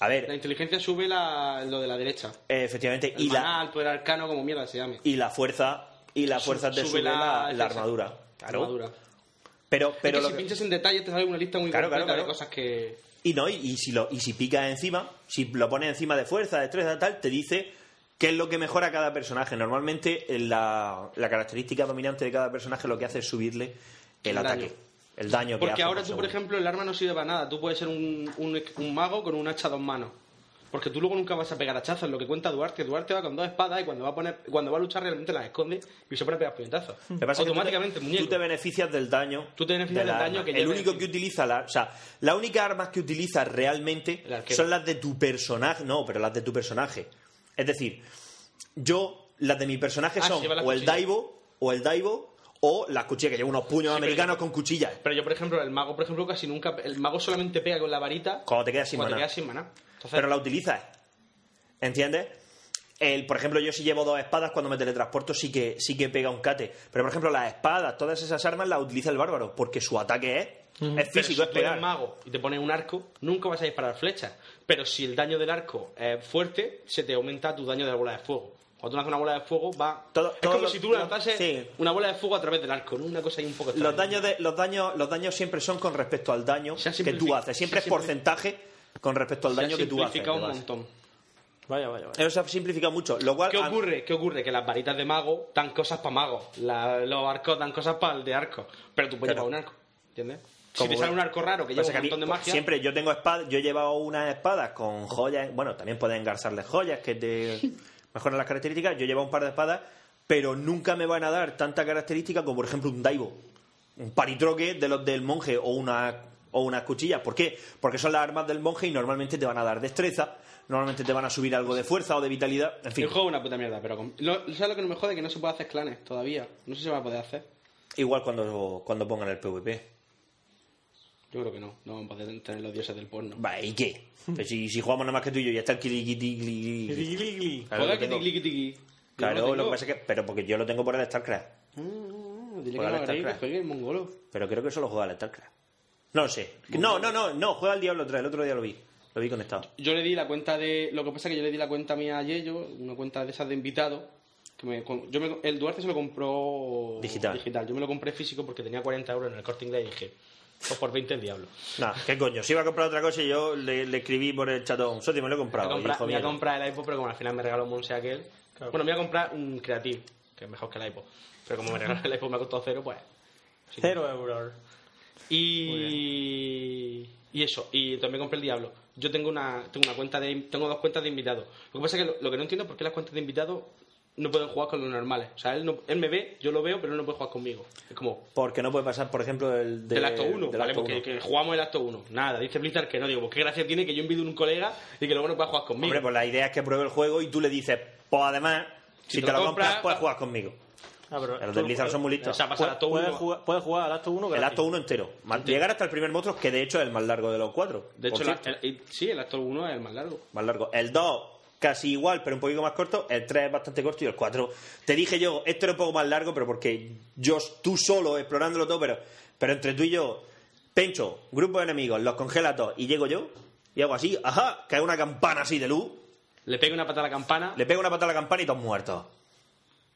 S6: A
S7: La
S6: ver,
S7: inteligencia sube la, lo de la derecha.
S6: eh, efectivamente,
S7: El
S6: y la,
S7: manal, poder arcano, como mierda se llame.
S6: y la fuerza y la fuerza te
S7: Sube
S6: sube
S7: la-
S6: la, la armadura. Claro.
S7: Armadura.
S6: Pero, pero
S7: es que
S6: lo
S7: si
S6: que-
S7: pinchas en detalle te sale una lista muy
S6: Claro,
S7: completa
S6: claro,
S7: de
S6: claro.
S7: cosas que...
S6: y no, y, y si lo, y si picas encima, si lo pones encima de fuerza, destreza, tal, te dice qué es lo que mejora cada personaje. Normalmente en la, la característica dominante de cada personaje lo que hace es subirle el,
S7: El
S6: ataque.
S7: daño.
S6: El daño que
S7: Porque
S6: hace
S7: ahora
S6: por
S7: tú, por
S6: segundo.
S7: ejemplo, el arma no sirve para nada. Tú puedes ser un, un, un mago con un hacha a dos manos. Porque tú luego nunca vas a pegar hachazos. Lo que cuenta Duarte, Duarte va con dos espadas y cuando va a poner, cuando va a luchar realmente las esconde y se pone a pegar puñetazos.
S6: Lo que pasa es que tú te-
S7: Mm. Automáticamente, muñeco.
S6: Tú te beneficias del daño.
S7: Tú te beneficias
S6: de la
S7: del daño
S6: arma.
S7: que
S6: El
S7: lleve
S6: único
S7: encima.
S6: que utiliza la, o sea, las únicas armas que utilizas realmente
S7: El arquero.
S6: son las de tu personaje. No, pero las de tu personaje. Es decir, yo las de mi personaje
S7: Ah,
S6: son
S7: sí, lleva la
S6: o el
S7: cuchilla.
S6: daibo o el daibo o las cuchillas que llevan unos puños
S7: Sí, pero
S6: americanos con cuchillas.
S7: Pero yo, por ejemplo, el mago, por ejemplo, casi nunca... El mago solamente pega con la varita
S6: Cuando te quedas sin
S7: cuando te
S6: maná.
S7: quedas sin maná. Entonces,
S6: Pero la utilizas. ¿Entiendes? El, por ejemplo, yo si llevo dos espadas cuando me teletransporto sí que, sí que pega un cate. Pero, por ejemplo, las espadas, todas esas armas las utiliza el bárbaro porque su ataque es, es
S7: Pero
S6: físico,
S7: si
S6: es
S7: tú eres
S6: pegar.
S7: mago y te pones un arco, nunca vas a disparar flechas. Pero si el daño del arco es fuerte, se te aumenta tu daño de la bola de fuego. Cuando tú lanzas una bola de fuego, va.
S6: Todo-
S7: es
S6: todo
S7: como
S6: lo-
S7: si tú lanzases
S6: sí.
S7: una bola de fuego a través del arco, ¿no? Una cosa ahí un poco
S6: Los
S7: extraña.
S6: daños, de, los, daños, los daños siempre son con respecto al daño
S7: Se ha
S6: que tú
S7: simplificado-
S6: haces.
S7: se
S6: Siempre
S7: ha
S6: es porcentaje con respecto al
S7: Se ha
S6: daño que tú haces.
S7: simplificado
S6: de
S7: un
S6: base.
S7: montón.
S8: Vaya, vaya, vaya.
S6: Eso se ha simplificado mucho. Lo cual,
S7: ¿Qué
S6: a-
S7: ocurre? ¿Qué ocurre? Que las varitas de mago dan cosas para magos. La- los arcos dan cosas para el de arco. Pero tú puedes
S6: Claro.
S7: llevar un arco. ¿Entiendes? Si
S6: Como
S7: te sale un arco raro que lleva
S6: Pasa
S7: un
S6: que a mí,
S7: montón de
S6: pues,
S7: magia.
S6: Siempre yo tengo espadas, yo he llevado unas espadas con joyas, bueno, también puedes engarzarles joyas que
S7: <laughs>
S6: te mejoran las características. Yo llevo un par de espadas, pero nunca me van a dar tanta característica como por ejemplo un daibo, un paritroque de los del monje o una o unas cuchillas. ¿Por qué? Porque son las armas del monje y normalmente te van a dar destreza, normalmente te van a subir algo de fuerza o de vitalidad, en fin.
S7: El juego es una puta mierda, pero. con- Lo, ¿Sabes lo que no me jode? Que no se puede hacer clanes todavía. No sé si se va a poder hacer.
S6: Igual cuando, cuando pongan el PvP.
S7: Yo creo que no. No vamos a poder tener los dioses del porno.
S6: Vale, ¿y qué?
S7: <laughs>
S6: Pues si, si jugamos nada más que tú y yo, ya está el kiliquiti. kili- kili-
S8: Gli, gli, gli.
S6: Claro, lo
S7: Joder,
S6: tengo.
S7: tiqui, tiqui, tiqui.
S6: Claro,
S7: Yo
S6: lo que
S7: tengo.
S6: pasa es que. Pero porque yo lo tengo por el StarCraft.
S7: Mm, Dile que
S6: Juega
S7: no
S6: al
S7: hagáis, que
S6: StarCraft.
S7: juegue el mongolo.
S6: Pero creo que solo juega el StarCraft. No lo sé. No, no, no, no. Juega al Diablo 3. El otro día lo vi. Lo vi conectado.
S7: Yo le di la cuenta de. Lo que pasa es que yo le di la cuenta mía a Yello, una cuenta de esas de invitado. Que me, con- yo me- el Duarte se lo compró
S6: Digital.
S7: Yo me lo compré físico porque tenía 40 euros en el corte inglés y dije, pues por 20 el diablo.
S6: Nah, qué coño. Si iba a comprar otra cosa y yo le, le escribí por el chatón. Socio, me lo he
S7: Me
S6: comprado.
S7: voy a comprar-
S6: hijo
S7: me voy a
S6: mío.
S7: comprar el iPod, pero como al final me regaló Monse aquel. Bueno, me voy a comprar un Creative, que es mejor que el iPod. Pero como me regaló el iPod me ha costado cero, pues. sí que-
S8: Cero euros.
S7: Y, y eso, y entonces me compré el Diablo. Yo tengo una, tengo una cuenta de tengo dos cuentas de invitados. Lo que pasa es que lo, lo que no entiendo es por qué las cuentas de invitados no pueden jugar con los normales. O sea, él, no- él me ve, yo lo veo, pero él no puede jugar conmigo. Es como
S6: Porque no puede pasar, por ejemplo, el de-
S7: del acto 1,
S6: del
S7: ¿vale?
S6: acto
S7: Porque
S6: uno.
S7: que jugamos el acto 1. Nada, dice Blizzard que no. Digo, pues qué gracia tiene que yo invito a un colega y que luego no pueda jugar conmigo.
S6: Hombre, pues la idea es que pruebe el juego y tú le dices, pues además, si, te, lo compras, puedes jugar conmigo.
S8: Ah, pero
S6: Los
S8: tú
S6: de Blizzard son muy listos.
S7: o sea, pasa el
S8: puedes,
S7: acto
S8: puedes
S7: 1.
S8: jugar, puedes jugar al acto 1
S6: El acto 1 entero. Más- Llegar hasta el primer monstruo, que de hecho es el más largo de los cuatro.
S7: De
S6: por
S7: hecho, la-
S6: cierto.
S7: el- el- sí, el acto 1 es el más largo.
S6: Más largo. El 2 casi igual, pero un poquito más corto. El 3 es bastante corto y el 4. Te dije yo, esto era un poco más largo, pero porque yo, tú solo, explorándolo todo, pero, pero entre tú y yo, Pencho, grupo de enemigos, los congela a todos y llego yo y hago así, ajá, cae una campana así de luz.
S7: Le pega una patada a la campana.
S6: Le pego una patada a la campana y todos muertos.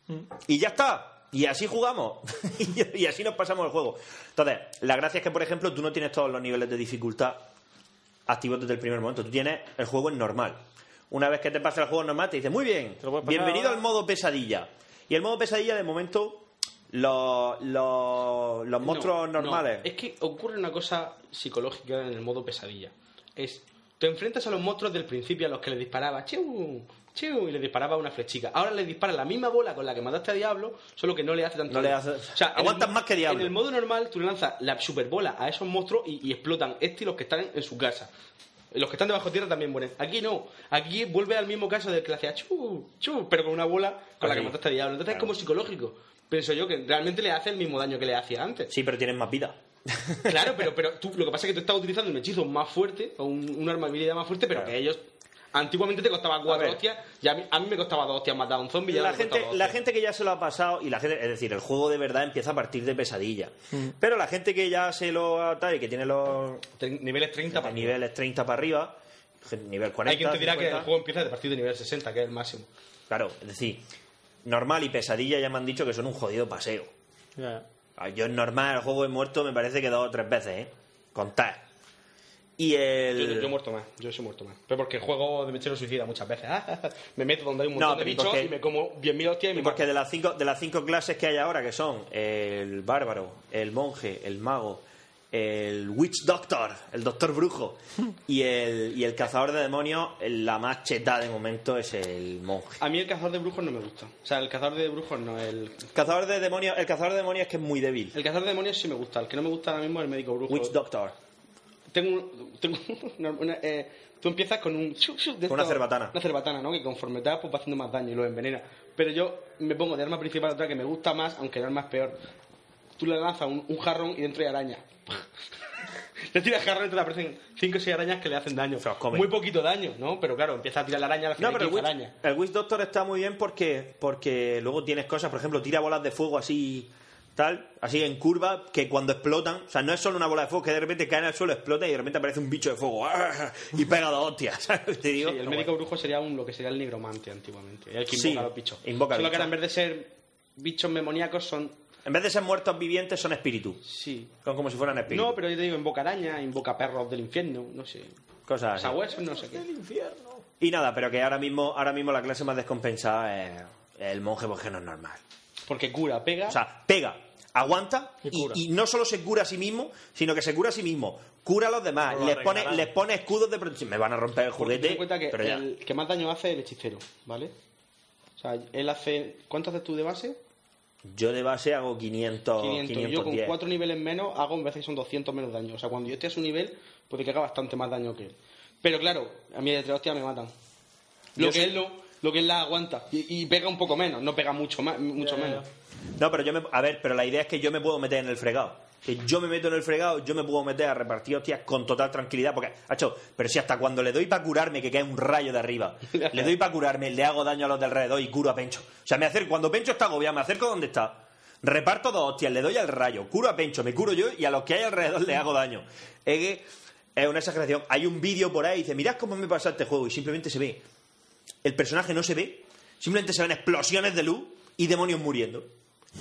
S8: Mm.
S6: Y ya está. Y así jugamos. <laughs> y y así nos pasamos el juego. Entonces, la gracia es que, por ejemplo, tú no tienes todos los niveles de dificultad activos desde el primer momento. Tú tienes el juego en normal. Una vez que te pasa el juego en normal, te dice, muy bien,
S8: puedes pasar
S6: bienvenido
S8: ahora".
S6: al modo pesadilla. Y el modo pesadilla, de momento, los, los, los monstruos
S7: No, no.
S6: normales.
S7: Es que ocurre una cosa psicológica en el modo pesadilla. Es, te enfrentas a los monstruos del principio a los que le disparaba, cheu, cheu, y le disparaba una flechica. Ahora le dispara la misma bola con la que mataste a Diablo, solo que no le hace tanto
S6: No le
S7: daño.
S6: hace-
S7: O sea, en el
S6: aguantas
S7: mo-
S6: más que Diablo.
S7: En el modo normal tú le lanzas la superbola a esos monstruos y, y explotan este y los que están en, en su casa. Los que están debajo de tierra también mueren. Aquí no. Aquí vuelve al mismo caso del que le hacía chu, chu, pero con una bola con la que
S6: Aquí.
S7: mataste a Diablo. Entonces es como psicológico. Pienso yo que realmente le hace el mismo daño que le hacía antes.
S6: Sí, pero tienes más vida.
S7: Claro, pero, pero tú, lo que pasa es que tú estás utilizando un hechizo más fuerte, o un, una habilidad más fuerte, pero que ellos. Antiguamente te costaba cuatro hostias, y a mí, a mí me costaba dos hostias matar a un zombie.
S6: la gente, la gente que ya se lo ha pasado y la gente, es decir, el juego de verdad empieza a partir de pesadilla. Pero la gente que ya se lo ha tal y que tiene los
S7: niveles 30
S6: para niveles 30 para arriba, gen- nivel 40.
S7: Hay quien te dirá que
S6: 50.
S7: el juego empieza a partir de nivel 60, que es el máximo.
S6: Claro, es decir, normal y pesadilla ya me han dicho que son un jodido paseo. Ah, Yo en normal el juego he muerto me parece que dos o tres veces, ¿eh? Contar. Y el
S7: Yo, yo he muerto más, yo sí he muerto más. Pero porque el juego de mechero suicida muchas veces. <laughs> Ah, me meto donde hay un montón
S6: No,
S7: de
S6: pero ¿y
S7: bichos
S6: por qué?
S7: y me como 10.000 hostias y me
S6: Porque de las cinco de las cinco clases que hay ahora, que son el bárbaro, el monje, el mago, el witch doctor, el doctor brujo y el, y el cazador de demonios, la más cheta de momento es el monje.
S7: A mí el cazador de brujos no me gusta. O sea, el cazador de brujos no, el,
S6: Cazador de demonios, el cazador de demonios es que es muy débil.
S7: el cazador de demonios sí me gusta. El que no me gusta ahora mismo es el médico brujo.
S6: Witch doctor,
S7: tengo, un- <laughs> tengo una, una- eh, tú empiezas con un shup, shup de
S6: Con una
S7: esto-
S6: cerbatana.
S7: una cerbatana no que conforme te das pues va haciendo más daño y lo envenena pero yo me pongo de arma principal otra que me gusta más aunque el arma es peor tú le lanzas un, un jarrón y dentro hay araña <laughs> le tiras jarrón y te aparecen 5 o 6 arañas que le hacen daño
S6: come.
S7: muy poquito daño ¿no? pero claro empiezas a tirar la araña a la
S6: No,
S7: final
S6: pero el
S7: 15
S6: witch,
S7: arañas
S6: el Witch doctor está muy bien porque porque luego tienes cosas, por ejemplo, tira bolas de fuego así tal, así en curva que cuando explotan, o sea, no es solo una bola de fuego que de repente cae en el suelo, explota y de repente aparece un bicho de fuego ¡ah! y pega dos hostias, <laughs> ¿sabes? Te digo,
S7: Sí, el
S6: pero
S7: médico
S6: bueno.
S7: brujo sería un, lo que sería el nigromante antiguamente. El que
S6: Sí,
S7: invoca a los bichos.
S6: invoca
S7: Solo
S6: bichos.
S7: que ahora en vez de ser bichos demoníacos son.
S6: En vez de ser muertos vivientes son espíritus.
S7: Sí.
S6: Son como si fueran espíritus.
S7: No, pero yo te digo, invoca araña, invoca perros del infierno, no sé.
S6: Cosas así.
S7: Sabuesos, no sé qué.
S6: Y nada, pero que ahora mismo ahora mismo la clase más descompensada es el monje porque no es normal.
S7: Porque cura, pega.
S6: O sea, pega, aguanta
S7: Y
S6: y,
S7: cura.
S6: y no solo se cura a sí mismo, sino que se cura a sí mismo, cura a los demás,
S7: No lo
S6: les, pone,
S7: arreglarán.
S6: les pone escudos de protección. Me van a romper el
S7: porque ten
S6: juguete,
S7: en cuenta que
S6: pero ya.
S7: el que más daño hace es el hechicero, ¿vale? O sea, él hace. ¿Cuánto haces tú de base?
S6: Yo de base hago 500,
S7: 500.
S6: 510.
S7: Yo con cuatro niveles menos hago en veces que son 200 menos daño. O sea, cuando yo esté a su nivel, puede que haga bastante más daño que él. Pero claro, a mí de tres hostias me matan. Lo
S6: Yo
S7: que
S6: sí.
S7: él no, lo que él la aguanta. Y, y pega un poco menos, no pega mucho más, mucho menos.
S6: No, pero yo me, a ver, pero la idea es que yo me puedo meter en el fregado. Que yo me meto en el fregado, yo me puedo meter a repartir hostias con total tranquilidad. Porque, hacho, pero si hasta cuando le doy para curarme, que cae un rayo de arriba, le doy para curarme, le hago daño a los de alrededor y curo a Pencho. O sea, me acerco, cuando Pencho está agobiado, me acerco donde está, reparto dos hostias, le doy al rayo, curo a Pencho, me curo yo y a los que hay alrededor le hago daño. Es que es una exageración. Hay un vídeo por ahí y dice, mirad cómo me pasa este juego y simplemente se ve. El personaje no se ve, simplemente se ven explosiones de luz y demonios muriendo.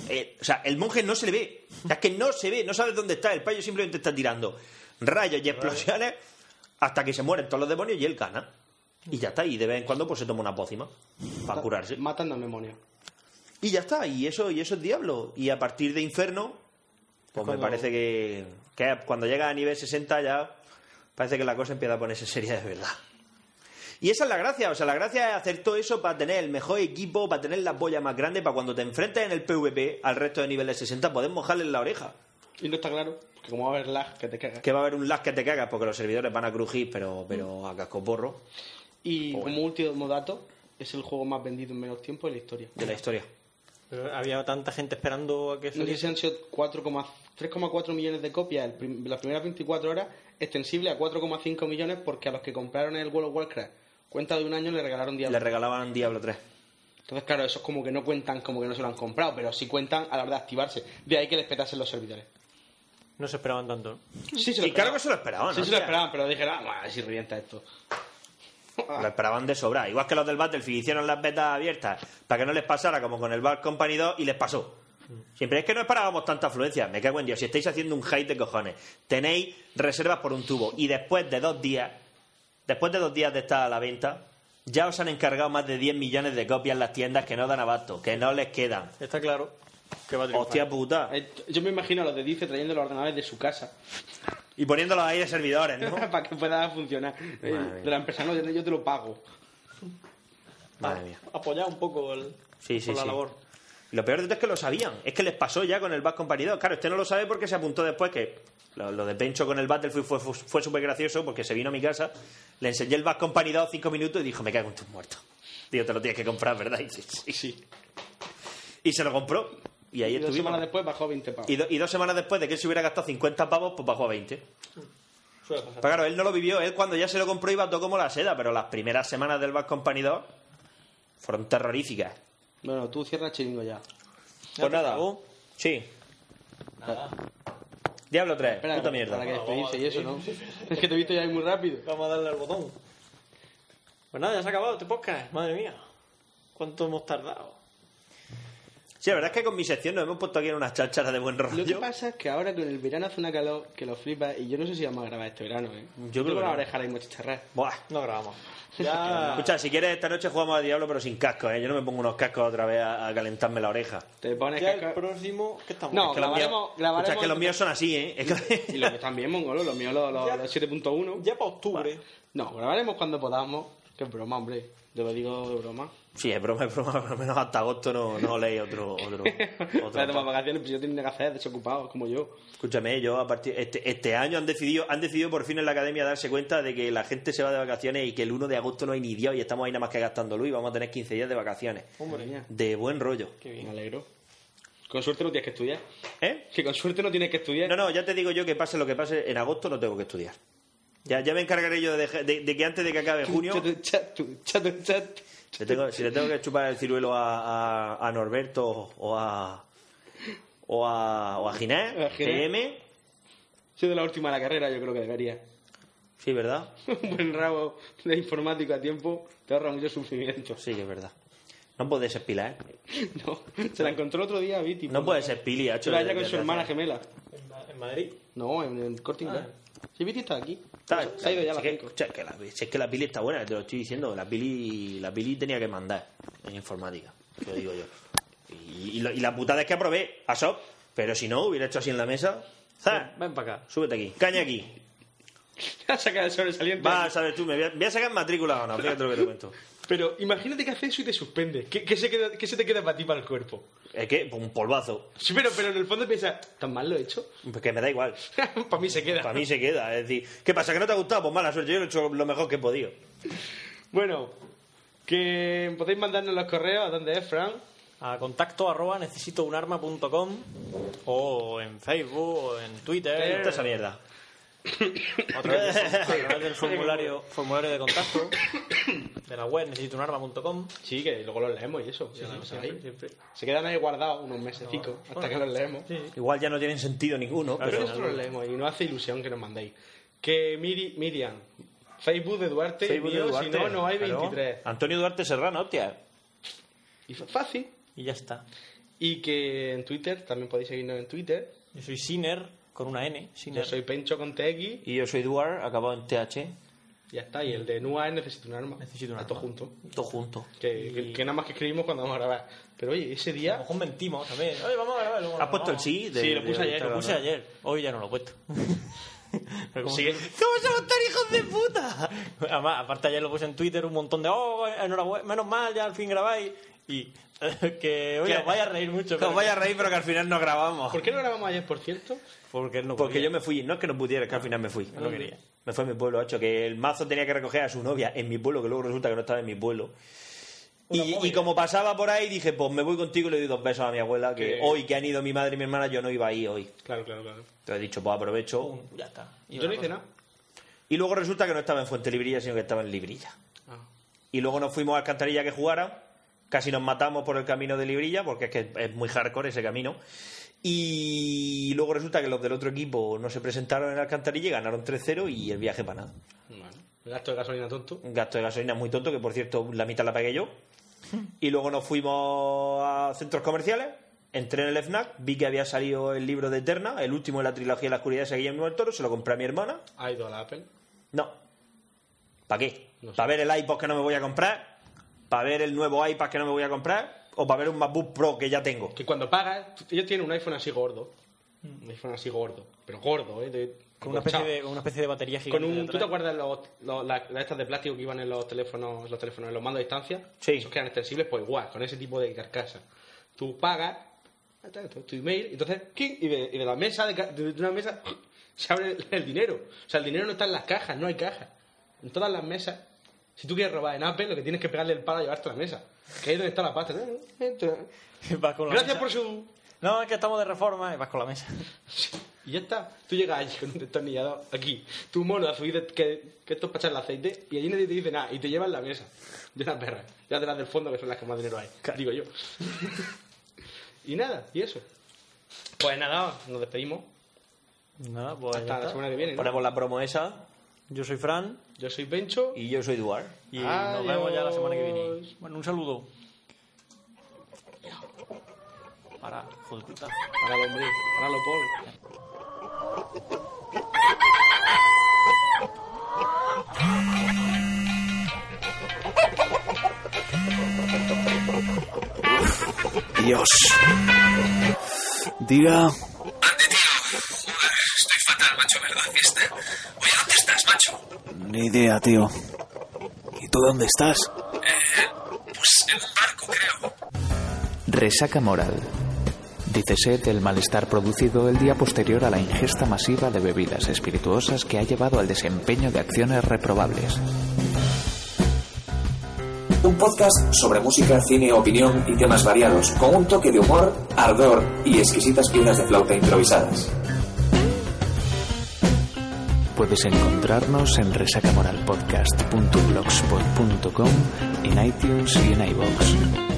S6: Eh, o sea, el monje no se le ve. O sea, es que no se ve, no sabes dónde está. El payo simplemente está tirando rayos y explosiones hasta que se mueren todos los demonios y él gana. Y ya está. Y de vez en cuando pues se toma una pócima para curarse.
S7: Matan a demonio.
S6: Y ya está. Y eso, y eso es diablo. Y a partir de Inferno, pues me
S8: Cuando-
S6: parece que, que cuando llega a nivel 60 ya parece que la cosa empieza a ponerse seria de verdad. Y esa es la gracia, o sea, la gracia es hacer todo eso para tener el mejor equipo, para tener la polla más grande, para cuando te enfrentes en el PvP al resto de niveles 60, poder mojarle en la oreja.
S7: Y no está claro, porque como va a haber lag, que te cagas.
S6: Que va a haber un lag que te cagas porque los servidores van a crujir, pero, pero a cascoporro
S7: Y como último dato, es el juego más vendido en menos tiempo de la historia.
S6: de la historia.
S8: Pero había tanta gente esperando a que
S7: No sé
S8: saliese.
S7: si han sido 4,0 3,4 millones de copias el prim- las primeras 24 horas, extensible a 4,5 millones porque a los que compraron el World of Warcraft cuenta de un año le regalaron Diablo
S6: Le regalaban Diablo 3.
S7: Entonces, claro, esos como que no cuentan, como que no se lo han comprado, pero sí cuentan a la hora de activarse. De ahí que les petasen los servidores.
S11: No se esperaban tanto. ¿no?
S7: Sí, se lo
S6: y claro que se lo esperaban,
S7: Sí, se
S6: hostia.
S7: lo esperaban, pero dijeron, ah, bueno, si revienta esto.
S6: Lo esperaban de sobra. Igual que los del Battlefield hicieron las betas abiertas para que no les pasara como con el Bad Company 2 y les pasó. Siempre es que no esperábamos tanta afluencia. Me cago en Dios. Si estáis haciendo un hype de cojones, tenéis reservas por un tubo y después de dos días, después de dos días de estar a la venta, ya os han encargado más de 10 millones de copias en las tiendas que no dan abasto, que no les quedan.
S11: Está claro que va a triunfar.
S6: Hostia puta.
S7: Eh, Yo me imagino a los de Dice trayendo los ordenadores de su casa
S6: Y poniéndolos ahí de servidores,
S7: <laughs>
S6: ¿no?
S7: para que pueda funcionar. Eh,
S6: Madre
S7: De la empresa, no, yo yo te lo pago.
S6: Madre mía.
S11: Apoyar un poco el,
S6: Sí, sí,
S11: por la
S6: sí.
S11: labor.
S6: Y Lo peor de todo es que lo sabían. Es que les pasó ya con el Bad Company 2. Claro, este no lo sabe porque se apuntó después que lo, lo de Pencho con el Battlefield fue, fue, fue súper gracioso porque se vino a mi casa, le enseñé el Bad Company 2 cinco minutos y dijo, me cago en tus muertos. Digo, te lo tienes que comprar, ¿verdad? Y, sí, sí, sí. Y se lo compró. Y ahí
S7: Y dos
S6: estuvimos.
S7: semanas después bajó 20 pavos.
S6: y, do- y dos semanas después de que él se hubiera gastado 50 pavos, pues bajó a 20.
S11: Suele pasar.
S6: Pero claro, él no lo vivió. Él cuando ya se lo compró iba todo como la seda, pero las primeras semanas del Bad Company 2 fueron terroríficas.
S7: Bueno, tú cierra el chiringo
S11: Ah,
S7: ya.
S6: Pues nada. Sí. Diablo 3,
S7: Espera,
S6: puta mierda.
S7: Para que despedirse y
S11: <laughs>
S7: eso, ¿no? es que te he visto ya ahí muy rápido.
S11: Vamos a darle al botón. Pues nada, ya se ha acabado este podcast. Madre mía. ¿Cuánto hemos tardado?
S6: Sí, la verdad es que con mi sección nos hemos puesto aquí en una cháchara de buen rollo.
S7: Lo que pasa es que ahora con el verano hace una calor que lo flipa y yo no sé si vamos a grabar este verano, ¿eh?
S6: Yo creo
S7: tengo
S6: que
S7: la
S6: no.
S7: oreja ahora mismo chicharrar.
S6: Buah.
S11: No grabamos. Ya.
S6: Escucha, si quieres, esta noche jugamos a Diablo, pero sin casco, ¿eh? Yo no me pongo unos cascos otra vez a, a calentarme la oreja.
S7: Te pones
S11: ya el
S7: caca-
S11: próximo. ¿Qué estamos?
S7: No,
S6: Que los míos-
S7: grabaremos... grabaremos
S6: escucha, es que los míos son así, ¿eh? Es
S7: <laughs>
S6: que-
S11: <laughs>
S7: Y los míos también, mongolo, los míos los, los-
S11: Ya.
S7: los 7.1.
S11: Ya para octubre.
S7: No, grabaremos cuando podamos. Que es broma, hombre. Yo lo digo de broma.
S6: Sí, es broma, es broma, por lo menos hasta agosto no, no leí otro...
S7: <laughs>
S6: otro, otro
S7: Otra toma vacaciones, pues yo tenía que hacer desocupado, como yo.
S6: Escúchame, yo a partir este, este año han decidido, han decidido por fin en la academia darse cuenta de que la gente se va de vacaciones y que el 1 de agosto no hay ni Dios y estamos ahí nada más que gastando luz y vamos a tener 15 días de vacaciones.
S7: Hombre, mía.
S6: De buen rollo.
S11: Qué bien.
S7: Me alegro. Con suerte no tienes que estudiar.
S6: ¿Eh?
S7: Que con suerte no tienes que estudiar.
S6: No, no, ya te digo yo que pase lo que pase, en agosto no tengo que estudiar. Ya, ya me encargaré yo de, dejar- de- de que antes de que acabe junio,
S7: Chato, chato, chato, chato.
S6: le tengo- si le tengo que chupar el ciruelo a, a- a Norberto o a o a, o a Ginés,
S7: A Ginés.
S6: GM,
S7: Soy de la última de la carrera, yo creo que debería. <laughs>
S6: sí, ¿verdad?
S7: Un buen rabo de informático a tiempo te ahorra mucho sufrimiento. <laughs>
S6: Sí, que es verdad. No puedes espilar, ¿eh?
S7: No, se la encontró el otro día, Viti.
S6: No puedes ser Pili, ha hecho
S7: Era
S6: de-
S7: ella con
S6: de-
S7: su
S6: de-
S7: hermana gemela.
S11: En, Ma- en Madrid.
S7: No, en el corte inglés. Sí, Viti está aquí.
S6: Ah. Está-
S7: se ha ido ya a
S6: si
S7: las
S6: es que-
S7: 5.
S6: escucha, que la- si es que la Pili está buena, te lo estoy diciendo. La Pili, la Pili tenía que mandar en informática, te lo digo yo. Y, y lo- y la putada es que aprobé a SOP, pero si no, hubiera hecho así en la mesa. ¡za!
S11: Ven, para acá.
S6: Súbete aquí, caña aquí.
S7: <laughs> Ha sacado el sobresaliente.
S6: Vas a saber tú, me voy a, voy a sacar matrícula o no, fíjate lo que te cuento.
S7: Pero imagínate que haces eso y te suspende. ¿Qué, qué se, queda- qué se te queda para ti, para el cuerpo?
S6: Es que, pues, un polvazo.
S7: Sí, pero, pero en el fondo piensas, ¿tan mal lo he hecho? <laughs>
S6: Pues que me da igual.
S7: para mí se queda.
S6: Para mí se queda. Es decir, ¿qué pasa? ¿Que no te ha gustado? Pues mala suerte, yo lo he hecho lo mejor que he podido.
S7: Bueno, que podéis mandarnos los correos a donde es, Fran.
S11: A contacto arroba necesito o en Facebook o en
S6: Me
S11: Twitter.
S6: gusta esa mierda.
S11: A través
S7: <laughs>
S11: del- a través del formulario, formulario de contacto de la web necesito
S7: Sí, que luego los leemos y eso. ya lo sabéis. Se quedan ahí guardados unos mesecitos hasta que los leemos.
S6: Igual ya no tienen sentido ninguno,
S7: Pero
S6: pero...
S7: nosotros los leemos y nos hace ilusión que nos mandéis. Que Miri, Miriam, Facebook de Duarte,
S6: Facebook de
S7: mío,
S6: Duarte,
S7: si no, no hay
S6: claro.
S7: 23.
S6: Antonio Duarte Serrano, hostia.
S7: Y fa- fácil.
S11: Y ya está.
S7: Y que en Twitter, también podéis seguirnos en Twitter.
S11: Yo soy Siner con una N. Siner.
S7: Yo soy Pencho con TX.
S6: Y yo soy Duar, acabado en TH,
S7: Ya está. Y el de NUA es Necesito un arma.
S11: Necesito un
S7: A todos
S11: arma.
S7: juntos.
S6: todos juntos.
S7: Que, que- que nada más que escribimos cuando vamos a grabar. Pero oye, ese
S11: A lo
S7: día.
S11: mejor mentimos también. Oye, vamos a grabar. luego
S6: ¿Has
S11: nos
S6: puesto el
S11: vamos.
S6: sí? de-
S7: Sí, lo puse
S6: de-
S7: ayer, lo
S11: Lo puse
S6: de-
S11: ayer. Hoy ya no lo he puesto. Pero como-
S7: Sigue-
S6: ¿Cómo somos tan hijos de puta?
S11: <laughs> Además, aparte ayer lo puse en Twitter un montón de oh, enhorabuena, menos mal, ya al fin grabáis. Y <laughs> que hoy
S6: Que-
S11: os vaya a reír mucho.
S6: Que
S11: pero-
S6: os vaya a reír, pero que al final no grabamos.
S7: ¿Por qué no grabamos ayer, por cierto?
S11: Porque él no
S6: Porque
S11: podía.
S6: yo me fui, no es que no pudiera, es que al final me fui.
S11: no quería.
S6: Me fui a mi pueblo, hecho que el mazo tenía que recoger a su novia en mi pueblo, que luego resulta que no estaba en mi pueblo. Y, y como pasaba por ahí, dije, pues me voy contigo y le doy dos besos a mi abuela, que
S7: Que-
S6: hoy que han ido mi madre y mi hermana, yo no iba ahí hoy.
S7: Claro, claro, claro.
S6: Entonces he dicho, pues aprovecho.
S11: Pum, ya está. Y
S7: Yo no
S11: una
S7: hice
S11: cosa.
S7: nada.
S6: Y luego resulta que no estaba en Fuente Librilla, sino que estaba en Librilla.
S7: Ah.
S6: Y luego nos fuimos a Alcantarilla que jugara. Casi nos matamos por el camino de Librilla, porque es que es muy hardcore ese camino. Y luego resulta que los del otro equipo no se presentaron en Alcantarilla, y ganaron 3-0 y el viaje para nada.
S7: Gasto de gasolina tonto.
S6: Un gasto de gasolina muy tonto, que por cierto la mitad la pagué yo. Y luego nos fuimos a centros comerciales, entré en el FNAC, vi que había salido el libro de Eterna, el último de la trilogía de la oscuridad de Guillermo del Toro, se lo compré a mi hermana.
S7: Ha ido a la Apple.
S6: No. ¿Para qué? ¿Para ver el iPod que no me voy a comprar? ¿Para ver el nuevo iPad que no me voy a comprar? ¿O para ver un MacBook Pro que ya tengo?
S7: Que cuando pagas, tú- ellos tienen un iPhone así gordo. Un iPhone así gordo. Pero gordo, ¿eh? de-
S11: Mm. Con una especie,
S7: acolchado.
S11: de, una especie de batería
S7: Con
S11: gigante.
S7: un, ¿Tú
S11: detrás.
S7: te acuerdas los, los- la- las estas de plástico que iban en los teléfonos, los teléfonos, en los mandos a distancia? Sí. Esos que eran extensibles, pues igual, con ese tipo de carcasa. Tú pagas tu, tu email, entonces, ¡quin! y de, y de la mesa, de, ca- de una mesa, <clears throat> se abre el, el dinero. O sea, el dinero no está en las cajas, no hay cajas. En todas las mesas. Si tú quieres robar en Apple, lo que tienes que pegarle el palo a llevarte a la mesa. Que ahí es donde está la pasta.
S11: <laughs> Vas con la
S7: Gracias
S11: mesa.
S7: por su...
S11: No, es que estamos de reforma y vas con la mesa. <laughs>
S7: Y ya está. Tú llegas allí con un destornillador aquí, tu mono azul de- que, que esto es para echar el aceite, y allí nadie te dice nada, y te llevan la mesa. De las perras. Ya de las del fondo, que son las que más dinero hay. Digo yo. y nada, y eso. Pues nada, nos despedimos.
S11: Nada, pues.
S7: Hasta
S11: ya
S7: la
S11: está.
S7: semana que viene. ¿no?
S6: Ponemos la promo esa.
S11: Yo soy Fran
S7: Yo soy Bencho.
S6: Y yo soy Eduard.
S11: y nos vemos ya la semana que viene. Bueno, un saludo. Para, joder, puta.
S7: Para el hombre, para lo Paul.
S13: Dios. Diga.
S1: Estoy fatal, macho, ¿verdad? Fiesta. Oye, ¿dónde estás, macho?
S13: Ni idea, tío. ¿Y tú dónde estás?
S1: Pues en un barco, creo.
S14: Resaca moral. Dícese del malestar producido el día posterior a la ingesta masiva de bebidas espirituosas que ha llevado al desempeño de acciones reprobables.
S15: Un podcast sobre música, cine, opinión y temas variados, con un toque de humor, ardor y exquisitas piezas de flauta improvisadas.
S14: Puedes encontrarnos en resacamoralpodcast.blogspot.com, en iTunes y en iVoox.